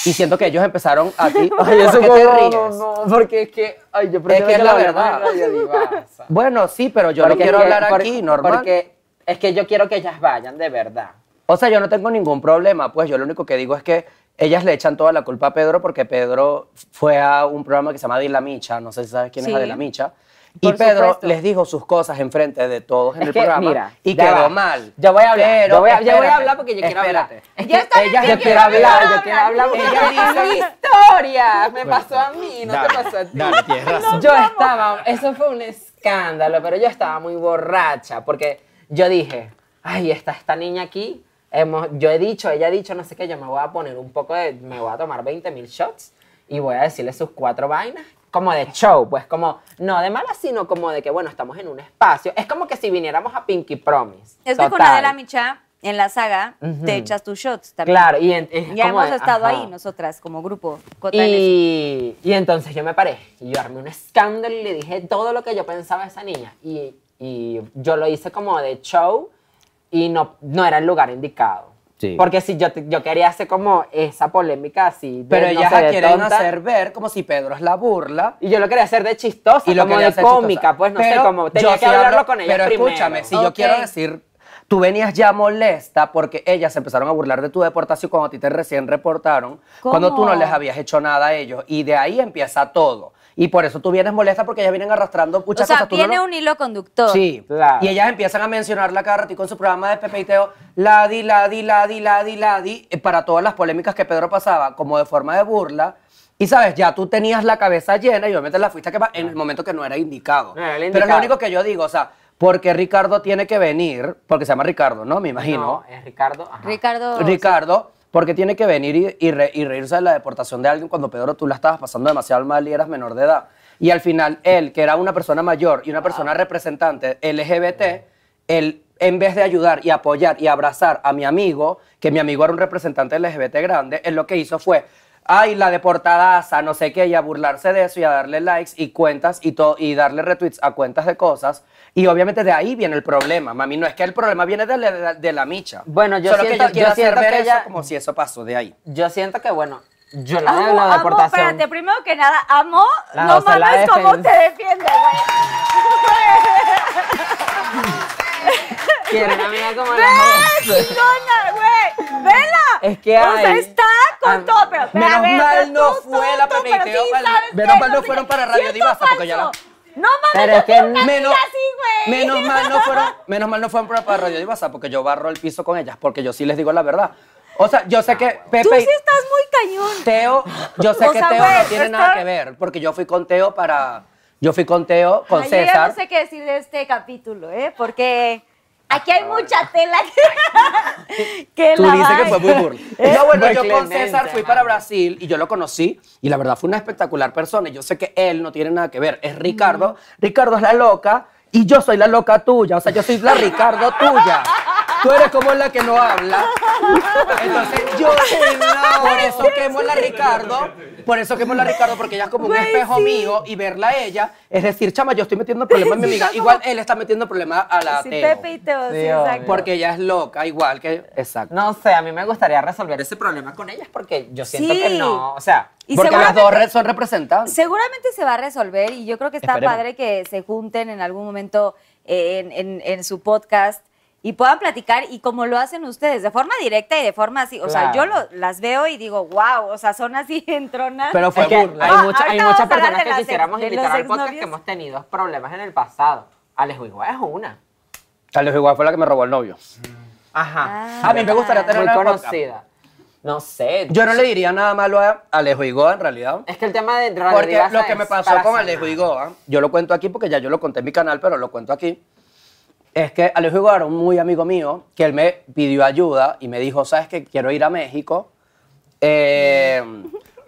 [SPEAKER 3] Y siento que ellos empezaron a ti.
[SPEAKER 4] Ay, eso
[SPEAKER 3] ¿Por qué
[SPEAKER 4] como-
[SPEAKER 3] te
[SPEAKER 4] no,
[SPEAKER 3] ríes? Eh.
[SPEAKER 4] no, no, porque es que, ay, yo
[SPEAKER 3] Es
[SPEAKER 4] prefiero
[SPEAKER 3] que es la
[SPEAKER 4] la
[SPEAKER 3] verdad.
[SPEAKER 4] verdad. Radio Divasa.
[SPEAKER 3] Bueno, sí, pero yo no
[SPEAKER 4] Porque
[SPEAKER 3] quiero
[SPEAKER 4] es que-
[SPEAKER 3] hablar
[SPEAKER 4] por-
[SPEAKER 3] aquí, normal.
[SPEAKER 4] Porque es que yo quiero que ellas vayan de verdad.
[SPEAKER 3] O sea, yo no tengo ningún problema, pues yo lo único que digo es que ellas le echan toda la culpa a Pedro porque Pedro fue a un programa que se llama De la Micha, no sé si sabes quién
[SPEAKER 2] Sí.
[SPEAKER 3] es Adela Micha. Y
[SPEAKER 2] Por
[SPEAKER 3] Pedro
[SPEAKER 2] supuesto.
[SPEAKER 3] les dijo sus cosas enfrente de todos en
[SPEAKER 4] Es
[SPEAKER 3] el
[SPEAKER 4] que,
[SPEAKER 3] programa
[SPEAKER 4] mira,
[SPEAKER 3] y
[SPEAKER 4] ya
[SPEAKER 3] quedó
[SPEAKER 4] va.
[SPEAKER 3] mal.
[SPEAKER 4] Yo voy a hablar,
[SPEAKER 3] Pero,
[SPEAKER 4] yo voy a- yo voy a
[SPEAKER 3] espérate,
[SPEAKER 4] hablar porque yo quiero hablar.
[SPEAKER 3] espérate.
[SPEAKER 4] Es
[SPEAKER 2] Yo también
[SPEAKER 3] ellas
[SPEAKER 2] quiero
[SPEAKER 3] yo quiero
[SPEAKER 2] hablar,
[SPEAKER 3] hablar,
[SPEAKER 2] yo quiero hablar.
[SPEAKER 3] Ellas dicen-
[SPEAKER 4] historia. Me pasó a mí, no te pasó a ti.
[SPEAKER 1] dale, tienes razón.
[SPEAKER 4] Yo estaba, eso fue un escándalo, pero yo estaba muy borracha porque yo dije, ay, está esta niña aquí hemos, yo he dicho, ella ha dicho, no sé qué, yo me voy a poner un poco de, me voy a tomar 20 mil shots y voy a decirle sus cuatro vainas, como de show, pues como, no de mala, sino como de que, bueno, estamos en un espacio. Es como que si viniéramos a Pinky Promise.
[SPEAKER 2] Es que con
[SPEAKER 4] total.
[SPEAKER 2] Adela Micha, en la saga, te echas tus shots también.
[SPEAKER 4] Claro, y en- es
[SPEAKER 2] Ya
[SPEAKER 4] como
[SPEAKER 2] hemos
[SPEAKER 4] de-
[SPEAKER 2] estado
[SPEAKER 4] ajá.
[SPEAKER 2] ahí nosotras como grupo. Cota en eso.
[SPEAKER 4] Y, y entonces yo me paré y yo armé un escándalo y le dije todo lo que yo pensaba de esa niña. Y, y yo lo hice como de show y no, no era el lugar indicado.
[SPEAKER 3] Sí.
[SPEAKER 4] Porque si yo, te- yo quería hacer como esa polémica así. de,
[SPEAKER 3] Pero
[SPEAKER 4] no
[SPEAKER 3] ellas
[SPEAKER 4] sé,
[SPEAKER 3] la
[SPEAKER 4] de
[SPEAKER 3] quieren
[SPEAKER 4] tonta,
[SPEAKER 3] hacer ver como si Pedro es la burla.
[SPEAKER 4] Y yo lo quería hacer de chistosa,
[SPEAKER 3] Y lo
[SPEAKER 4] como
[SPEAKER 3] quería
[SPEAKER 4] de
[SPEAKER 3] hacer
[SPEAKER 4] cómica,
[SPEAKER 3] chistosa.
[SPEAKER 4] pues no sé,
[SPEAKER 3] Pero
[SPEAKER 4] como
[SPEAKER 3] yo
[SPEAKER 4] tenía
[SPEAKER 3] sí
[SPEAKER 4] que hablarlo
[SPEAKER 3] hablo-
[SPEAKER 4] con ellas
[SPEAKER 3] Pero
[SPEAKER 4] primero.
[SPEAKER 3] escúchame, si yo
[SPEAKER 2] Ok.
[SPEAKER 3] quiero decir, tú venías ya molesta porque ellas se empezaron a burlar de tu deportación cuando a ti te recién reportaron,
[SPEAKER 2] ¿Cómo?
[SPEAKER 3] cuando tú no les habías hecho nada a ellos. Y de ahí empieza todo. Y por eso tú vienes molesta porque ellas vienen arrastrando muchas
[SPEAKER 2] o sea,
[SPEAKER 3] cosas. Tú no
[SPEAKER 2] tiene
[SPEAKER 3] lo-
[SPEAKER 2] un hilo conductor.
[SPEAKER 3] Sí,
[SPEAKER 4] Claro.
[SPEAKER 3] y ellas empiezan a mencionarla cada ratito en su programa de pepeiteo, Ladi, Ladi, Ladi, Ladi, Ladi, eh, para todas las polémicas que Pedro pasaba, como de forma de burla. Y sabes, ya tú tenías la cabeza llena y obviamente la fuiste a quemar en el momento que no era indicado.
[SPEAKER 4] No era el
[SPEAKER 3] Pero es lo
[SPEAKER 4] indicado.
[SPEAKER 3] único que yo digo, o sea, porque Ricardo tiene que venir, porque se llama Ricardo, ¿no? Me
[SPEAKER 4] No,
[SPEAKER 3] imagino.
[SPEAKER 4] es Ricardo. ajá.
[SPEAKER 2] Ricardo.
[SPEAKER 3] Ricardo, porque tiene que venir y, y re- y reírse de la deportación de alguien cuando Pedro tú la estabas pasando demasiado mal y eras menor de edad. Y al final, él, que era una persona mayor y una persona representante LGBT, él, en vez de ayudar y apoyar y abrazar a mi amigo, que mi amigo era un representante LGBT grande, él lo que hizo fue. Ay, la deportadaza, no sé qué, y a burlarse de eso y a darle likes y cuentas y todo y darle retweets a cuentas de cosas. Y obviamente de ahí viene el problema, mami. No es que el problema viene de la, de la- de la micha.
[SPEAKER 4] Bueno, yo
[SPEAKER 3] Solo
[SPEAKER 4] siento-
[SPEAKER 3] que yo quiero
[SPEAKER 4] yo siento
[SPEAKER 3] hacer ver
[SPEAKER 4] que ella-
[SPEAKER 3] eso como si eso pasó de ahí.
[SPEAKER 4] Yo siento que, bueno, yo la de
[SPEAKER 2] Amo,
[SPEAKER 4] la
[SPEAKER 2] amo,
[SPEAKER 4] deportación.
[SPEAKER 2] espérate, primero que nada, amo.
[SPEAKER 3] Ah,
[SPEAKER 4] La-
[SPEAKER 2] no
[SPEAKER 4] o sea, la
[SPEAKER 2] mames cómo te
[SPEAKER 4] defensa.
[SPEAKER 2] defiende, güey.
[SPEAKER 4] Quiero una amiga como la
[SPEAKER 2] ¡Ve, chingona, güey! ¡Vela!
[SPEAKER 4] Es que
[SPEAKER 2] O sea,
[SPEAKER 4] hay-
[SPEAKER 2] está
[SPEAKER 4] Ah,
[SPEAKER 2] con todo, pero pero a
[SPEAKER 3] menos
[SPEAKER 2] ver,
[SPEAKER 3] mal
[SPEAKER 2] pero
[SPEAKER 3] no
[SPEAKER 2] tú,
[SPEAKER 3] fue
[SPEAKER 2] tú,
[SPEAKER 3] la
[SPEAKER 2] tú, pero
[SPEAKER 3] Pepeiteo
[SPEAKER 2] sí
[SPEAKER 3] para-
[SPEAKER 2] sabes
[SPEAKER 3] menos
[SPEAKER 2] que
[SPEAKER 3] mal no
[SPEAKER 2] sé
[SPEAKER 3] fueron
[SPEAKER 2] qué.
[SPEAKER 3] para Radio
[SPEAKER 2] Siento
[SPEAKER 3] Divaza, porque ya
[SPEAKER 2] falso. No
[SPEAKER 4] Pero
[SPEAKER 2] mames,
[SPEAKER 4] es
[SPEAKER 2] tú
[SPEAKER 4] que
[SPEAKER 2] nunca
[SPEAKER 3] menos,
[SPEAKER 2] hacías así, güey.
[SPEAKER 3] menos mal no fueron, menos mal no fueron para Radio Divasa porque yo barro el piso con ellas, porque yo sí les digo la verdad. O sea, yo sé que
[SPEAKER 2] Tú
[SPEAKER 3] Pepe
[SPEAKER 2] sí
[SPEAKER 3] y
[SPEAKER 2] estás muy cañón.
[SPEAKER 3] Teo, yo sé
[SPEAKER 2] O
[SPEAKER 3] que
[SPEAKER 2] sea,
[SPEAKER 3] Teo
[SPEAKER 2] güey,
[SPEAKER 3] no tiene
[SPEAKER 2] está-
[SPEAKER 3] nada que ver, porque yo fui con Teo para, yo fui con Teo, con
[SPEAKER 2] Ay, Yo ya
[SPEAKER 3] César.
[SPEAKER 2] no sé qué decir de este capítulo, ¿eh? Porque aquí hay mucha tela que, que
[SPEAKER 3] Ah, Tú
[SPEAKER 2] lavar.
[SPEAKER 3] dices que fue muy burla. No, bueno,
[SPEAKER 4] Fue
[SPEAKER 3] yo con
[SPEAKER 4] clemente,
[SPEAKER 3] César fui
[SPEAKER 4] mami.
[SPEAKER 3] para Brasil y yo lo conocí y la verdad fue una espectacular persona. y Yo sé que él no tiene nada que ver, es Ricardo.
[SPEAKER 2] Mm.
[SPEAKER 3] Ricardo es la loca y yo soy la loca tuya, o sea, yo soy la Ricardo tuya. Tú eres como la que no habla. Entonces yo por eso quemo a la Ricardo, por eso quemo a la Ricardo porque ella es como un
[SPEAKER 2] Güey,
[SPEAKER 3] espejo
[SPEAKER 2] sí.
[SPEAKER 3] mío y verla a ella es decir, chama, yo estoy metiendo problemas a mi
[SPEAKER 2] Sí,
[SPEAKER 3] amiga,
[SPEAKER 2] está como-
[SPEAKER 3] igual él está metiendo problemas a la
[SPEAKER 2] Sí,
[SPEAKER 3] Teo,
[SPEAKER 2] Pepe y Teo, sí,
[SPEAKER 4] Sí,
[SPEAKER 2] exacto.
[SPEAKER 3] porque ella es loca, igual que exacto.
[SPEAKER 4] No sé, a mí me gustaría resolver ese problema con ellas porque yo siento
[SPEAKER 2] Sí.
[SPEAKER 4] que no, o sea,
[SPEAKER 2] Y
[SPEAKER 3] Porque las
[SPEAKER 2] seguramente-
[SPEAKER 3] dos re- son representantes.
[SPEAKER 2] Seguramente se va a resolver y yo creo que está
[SPEAKER 3] Esperemos.
[SPEAKER 2] padre que se junten en algún momento eh, en, en- en su podcast y puedan platicar y como lo hacen ustedes, de forma directa y de forma así. O sea,
[SPEAKER 4] Claro.
[SPEAKER 2] yo lo- las veo y digo, wow, o sea, son así entronas.
[SPEAKER 3] Pero fue
[SPEAKER 4] es que hay,
[SPEAKER 3] burla.
[SPEAKER 2] Ah,
[SPEAKER 4] mucha- hay
[SPEAKER 2] ahorita vamos a
[SPEAKER 4] muchas
[SPEAKER 2] hablar
[SPEAKER 4] personas
[SPEAKER 2] de
[SPEAKER 4] que
[SPEAKER 2] las ex-
[SPEAKER 4] quisiéramos
[SPEAKER 2] de los
[SPEAKER 4] invitar al podcast que
[SPEAKER 2] exnovios.
[SPEAKER 4] hemos tenido problemas en el pasado. Alex Iguá es una.
[SPEAKER 3] Tal vez igual fue la que me robó el novio.
[SPEAKER 4] Ajá.
[SPEAKER 2] Ah,
[SPEAKER 3] a mí me gustaría tener
[SPEAKER 4] Muy
[SPEAKER 3] una podcast.
[SPEAKER 4] conocida. No sé.
[SPEAKER 3] Yo no le diría nada malo a Alejo Igoa en realidad.
[SPEAKER 4] Es que el tema de Radio
[SPEAKER 3] Porque
[SPEAKER 4] Divasa
[SPEAKER 3] lo que me
[SPEAKER 4] es
[SPEAKER 3] pasó
[SPEAKER 4] para
[SPEAKER 3] con
[SPEAKER 4] sanar.
[SPEAKER 3] Alejo Igoa, yo lo cuento aquí porque ya yo lo conté en mi canal, pero lo cuento aquí. Es que Alejo Igoa era un muy amigo mío que él me pidió ayuda y me dijo, ¿sabes que Quiero ir a México. Eh,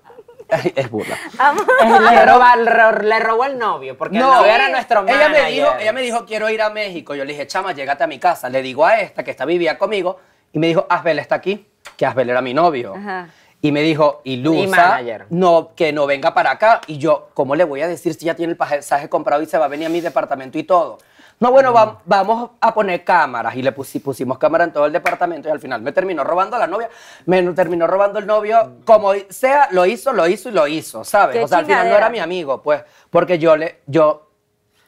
[SPEAKER 3] es burla.
[SPEAKER 4] Le roba- le ro- le robó el novio, porque el novio era nuestro
[SPEAKER 3] ella me
[SPEAKER 4] manager.
[SPEAKER 3] dijo, ella me dijo, quiero ir a México. Yo le dije, chama, llégate a mi casa. Le digo a esta que está vivía conmigo y me dijo, Asbel está aquí, que Asbel era mi novio.
[SPEAKER 2] Ajá.
[SPEAKER 3] Y me dijo, ilusa,
[SPEAKER 4] Y manager.
[SPEAKER 3] no, que no venga para acá. Y yo, ¿cómo le voy a decir si ya tiene el pasaje comprado y se va a venir a mi departamento y todo? No, bueno,
[SPEAKER 4] Mm.
[SPEAKER 3] va- vamos a poner cámaras. Y le pusi- pusimos cámara en todo el departamento y al final me terminó robando la novia. Me terminó robando el novio. Como sea, lo hizo, lo hizo y lo hizo, ¿sabes?
[SPEAKER 2] Qué
[SPEAKER 3] o sea, al final no
[SPEAKER 2] chingadera.
[SPEAKER 3] era mi amigo, pues, porque yo le, yo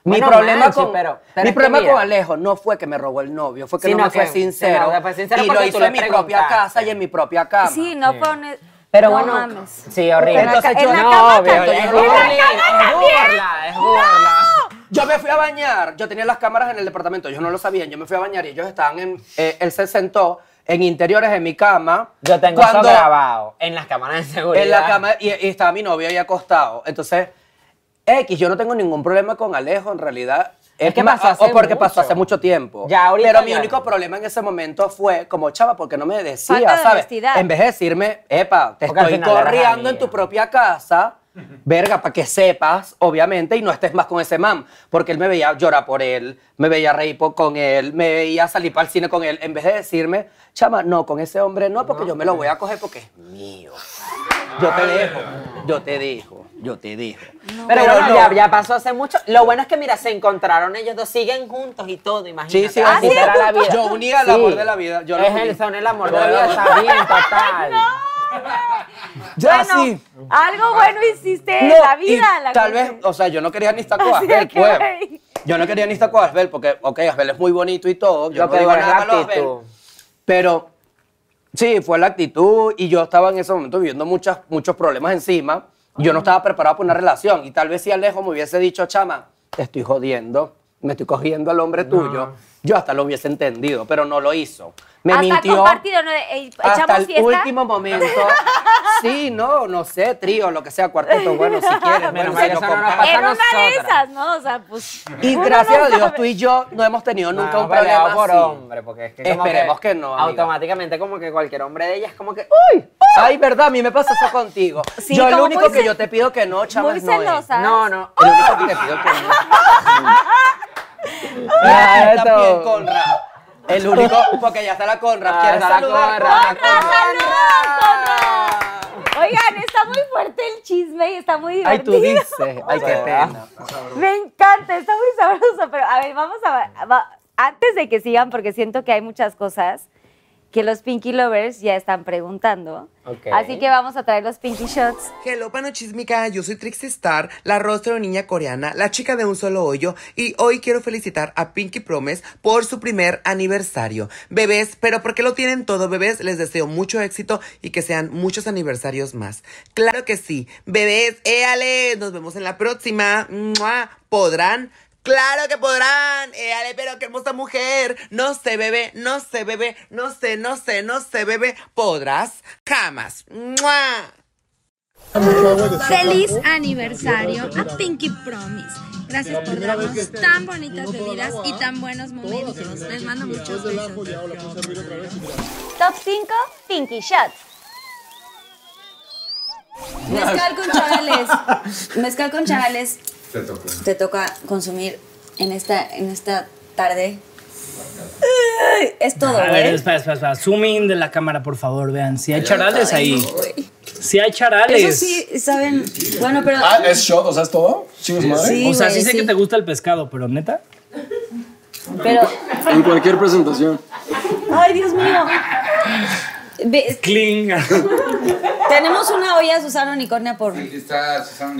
[SPEAKER 3] mi
[SPEAKER 4] Bueno,
[SPEAKER 3] problema,
[SPEAKER 4] Manchi,
[SPEAKER 3] con,
[SPEAKER 4] pero-
[SPEAKER 3] mi
[SPEAKER 4] pero es que
[SPEAKER 3] problema
[SPEAKER 4] mira.
[SPEAKER 3] con Alejo no fue que me robó el novio, fue que
[SPEAKER 4] Sino
[SPEAKER 3] no me fue
[SPEAKER 4] que-
[SPEAKER 3] sincero.
[SPEAKER 4] no, no fue sincero
[SPEAKER 3] y lo
[SPEAKER 4] porque tú
[SPEAKER 3] hizo
[SPEAKER 4] le
[SPEAKER 3] en mi propia
[SPEAKER 4] preguntaste.
[SPEAKER 3] casa y en mi propia cama.
[SPEAKER 2] Sí, no fue un...
[SPEAKER 4] Pero
[SPEAKER 2] no
[SPEAKER 4] bueno,
[SPEAKER 2] mames.
[SPEAKER 4] sí, horrible.
[SPEAKER 2] En la, ca-
[SPEAKER 3] Entonces yo-
[SPEAKER 2] en la
[SPEAKER 4] no,
[SPEAKER 2] cama
[SPEAKER 4] veo,
[SPEAKER 2] tanto.
[SPEAKER 4] es
[SPEAKER 2] En la
[SPEAKER 4] burla,
[SPEAKER 2] cama
[SPEAKER 4] es burla, es burla.
[SPEAKER 3] Yo me fui a bañar, yo tenía las cámaras en el departamento, ellos no lo sabían, yo me fui a bañar y ellos estaban en, eh, él se sentó en interiores en mi cama.
[SPEAKER 4] Yo tengo
[SPEAKER 3] cuando-
[SPEAKER 4] eso grabado en las cámaras de seguridad.
[SPEAKER 3] En la cama y, y estaba mi novio ahí acostado. Entonces, X, yo no tengo ningún problema con Alejo, en realidad.
[SPEAKER 4] Es que
[SPEAKER 3] ma-
[SPEAKER 4] pasó hace
[SPEAKER 3] o porque
[SPEAKER 4] mucho.
[SPEAKER 3] pasó hace mucho tiempo.
[SPEAKER 4] Ya, ahorita
[SPEAKER 3] Pero mi
[SPEAKER 4] ya
[SPEAKER 3] único
[SPEAKER 4] no.
[SPEAKER 3] problema en ese momento fue como chava, porque no me decía,
[SPEAKER 5] Falta de
[SPEAKER 3] ¿sabes?
[SPEAKER 5] honestidad.
[SPEAKER 3] En vez de decirme, epa, te
[SPEAKER 4] Porque al
[SPEAKER 3] estoy
[SPEAKER 4] final eras
[SPEAKER 3] corriendo en
[SPEAKER 4] amiga.
[SPEAKER 3] tu propia casa, verga, para que sepas, obviamente, y no estés más con ese man. Porque él me veía llorar por él, me veía reír po- con él, me veía salir para el cine con él. En vez de decirme, chama, no, con ese hombre no, porque yo me
[SPEAKER 4] pues.
[SPEAKER 3] lo voy a coger porque es mío. Yo te dejo, yo te dejo, yo te dejo.
[SPEAKER 4] Pero bueno,
[SPEAKER 3] no.
[SPEAKER 4] ya-
[SPEAKER 3] pasó hace mucho. Lo bueno es que, mira, se encontraron ellos dos, siguen juntos y todo, imagínate.
[SPEAKER 4] Sí, sí,
[SPEAKER 5] Ah,
[SPEAKER 4] así
[SPEAKER 5] sí,
[SPEAKER 4] será la
[SPEAKER 5] justo.
[SPEAKER 4] vida.
[SPEAKER 3] Yo uní al
[SPEAKER 4] Sí.
[SPEAKER 3] amor de la vida, yo lo
[SPEAKER 4] es
[SPEAKER 3] uní.
[SPEAKER 4] el, son el amor de
[SPEAKER 3] Yo
[SPEAKER 4] la vida,
[SPEAKER 3] lo
[SPEAKER 4] está bien, total.
[SPEAKER 5] Bueno, algo bueno hiciste en
[SPEAKER 3] No,
[SPEAKER 5] la
[SPEAKER 3] y
[SPEAKER 5] vida. La
[SPEAKER 3] tal vez,
[SPEAKER 5] cosa.
[SPEAKER 3] o sea, yo no quería ni estar con
[SPEAKER 5] Así de
[SPEAKER 3] Asbel,
[SPEAKER 5] que,
[SPEAKER 3] pues.
[SPEAKER 5] güey.
[SPEAKER 3] Yo no quería ni estar con Asbel, porque, ok, Asbel es muy bonito y todo. Yo
[SPEAKER 4] Lo
[SPEAKER 3] no
[SPEAKER 4] que
[SPEAKER 3] digo
[SPEAKER 4] digo es
[SPEAKER 3] nada
[SPEAKER 4] la
[SPEAKER 3] malo de Asbel.
[SPEAKER 4] actitud.
[SPEAKER 3] Pero sí, fue la actitud y yo estaba en ese momento viviendo muchas, muchos problemas encima. y Yo no estaba preparado para una relación y tal vez si Alejo me hubiese dicho, chama, te estoy jodiendo, me estoy cogiendo al hombre tuyo, yo hasta lo hubiese entendido, pero no lo hizo. Me
[SPEAKER 5] Hasta
[SPEAKER 3] mintió.
[SPEAKER 5] compartido, ¿no? Eh, ¿echamos
[SPEAKER 3] hasta el
[SPEAKER 5] fiesta?
[SPEAKER 3] último momento. Sí, no, no sé, trío, lo que sea, cuarteto, bueno, si quieres, bueno,
[SPEAKER 4] Menos mal
[SPEAKER 3] si
[SPEAKER 4] que
[SPEAKER 3] yo
[SPEAKER 4] eso no nos
[SPEAKER 3] comparto.
[SPEAKER 4] pasa
[SPEAKER 5] en una
[SPEAKER 4] a
[SPEAKER 5] de
[SPEAKER 4] nosotras.
[SPEAKER 5] esas, ¿no? O sea, pues.
[SPEAKER 3] Y
[SPEAKER 5] uno
[SPEAKER 3] gracias
[SPEAKER 5] no
[SPEAKER 3] a Dios,
[SPEAKER 5] sabe.
[SPEAKER 3] tú y yo no hemos tenido nunca
[SPEAKER 4] No,
[SPEAKER 3] un problema
[SPEAKER 4] peleado por
[SPEAKER 3] así.
[SPEAKER 4] hombre, porque es que como
[SPEAKER 3] Esperemos que no, amiga.
[SPEAKER 4] Automáticamente como que cualquier hombre de ella es como que
[SPEAKER 3] ¡Uy! Ay, verdad, a mí me pasa eso contigo.
[SPEAKER 5] Sí,
[SPEAKER 3] yo lo
[SPEAKER 5] como
[SPEAKER 3] único
[SPEAKER 5] muy
[SPEAKER 3] que
[SPEAKER 5] cel-
[SPEAKER 3] yo te pido que no, chamas,
[SPEAKER 5] muy
[SPEAKER 3] no es.
[SPEAKER 5] celosa.
[SPEAKER 3] No, no. Lo único que te pido que no.
[SPEAKER 4] Ah,
[SPEAKER 3] Ya,
[SPEAKER 4] esto.
[SPEAKER 3] también Conrad. El único, porque ya está la Conrad.
[SPEAKER 4] Ah,
[SPEAKER 3] ¿Quieres
[SPEAKER 4] está la
[SPEAKER 3] saludar?
[SPEAKER 4] Conrad.
[SPEAKER 3] Conrad,
[SPEAKER 5] ¡Conrad,
[SPEAKER 3] Conrad.
[SPEAKER 5] saludos, Conrad! Oigan, está muy fuerte el chisme y está muy
[SPEAKER 3] Ay,
[SPEAKER 5] divertido.
[SPEAKER 3] tú dices. Ay, qué pena.
[SPEAKER 5] Me encanta, está muy sabroso. Pero a ver, vamos a. va- antes de que sigan, porque siento que hay muchas cosas que los Pinky Lovers ya están preguntando.
[SPEAKER 3] Ok.
[SPEAKER 5] Así que vamos a traer los Pinky Shots.
[SPEAKER 6] Hello, panochísmica, yo soy Trixie Star, la rostro de niña coreana, la chica de un solo hoyo, y hoy quiero felicitar a Pinky Promise por su primer aniversario. Bebés, pero porque lo tienen todo, bebés, les deseo mucho éxito y que sean muchos aniversarios más. Claro que sí, bebés, éale, nos vemos en la próxima. ¡Mua! ¿Podrán? Claro que podrán, éale, pero qué hermosa mujer. No sé, bebé, no sé, bebé, no sé, no sé, no sé, bebé. ¿Podrás? Jamás. ¡Mua!
[SPEAKER 7] Feliz aniversario a Pinky Promise. Gracias por
[SPEAKER 8] este
[SPEAKER 7] darnos tan bonitas bebidas y tan buenos momentos. Les mando muchos besos.
[SPEAKER 5] Top 5 Pinky Shots.
[SPEAKER 2] Mezcal con chagales. Mezcal con chagales. Te toca consumir en esta, en esta tarde. Ay, Es todo, ¿eh?
[SPEAKER 9] A ver,
[SPEAKER 2] güey.
[SPEAKER 9] espera, espera, espera. Zoom in de la cámara, por favor, vean. Si hay charales ahí. Si hay charales.
[SPEAKER 2] Eso sí, saben. Bueno, pero.
[SPEAKER 8] Ah, es shot, o sea, es todo. Chingos madre.
[SPEAKER 2] Sí,
[SPEAKER 9] o sea,
[SPEAKER 2] güey,
[SPEAKER 9] sí sé
[SPEAKER 2] sí.
[SPEAKER 9] que te gusta el pescado, pero neta.
[SPEAKER 2] Pero.
[SPEAKER 8] En cualquier presentación.
[SPEAKER 2] Ay, Dios mío. Ve-
[SPEAKER 9] Cling.
[SPEAKER 2] tenemos una olla Susana Unicornia por,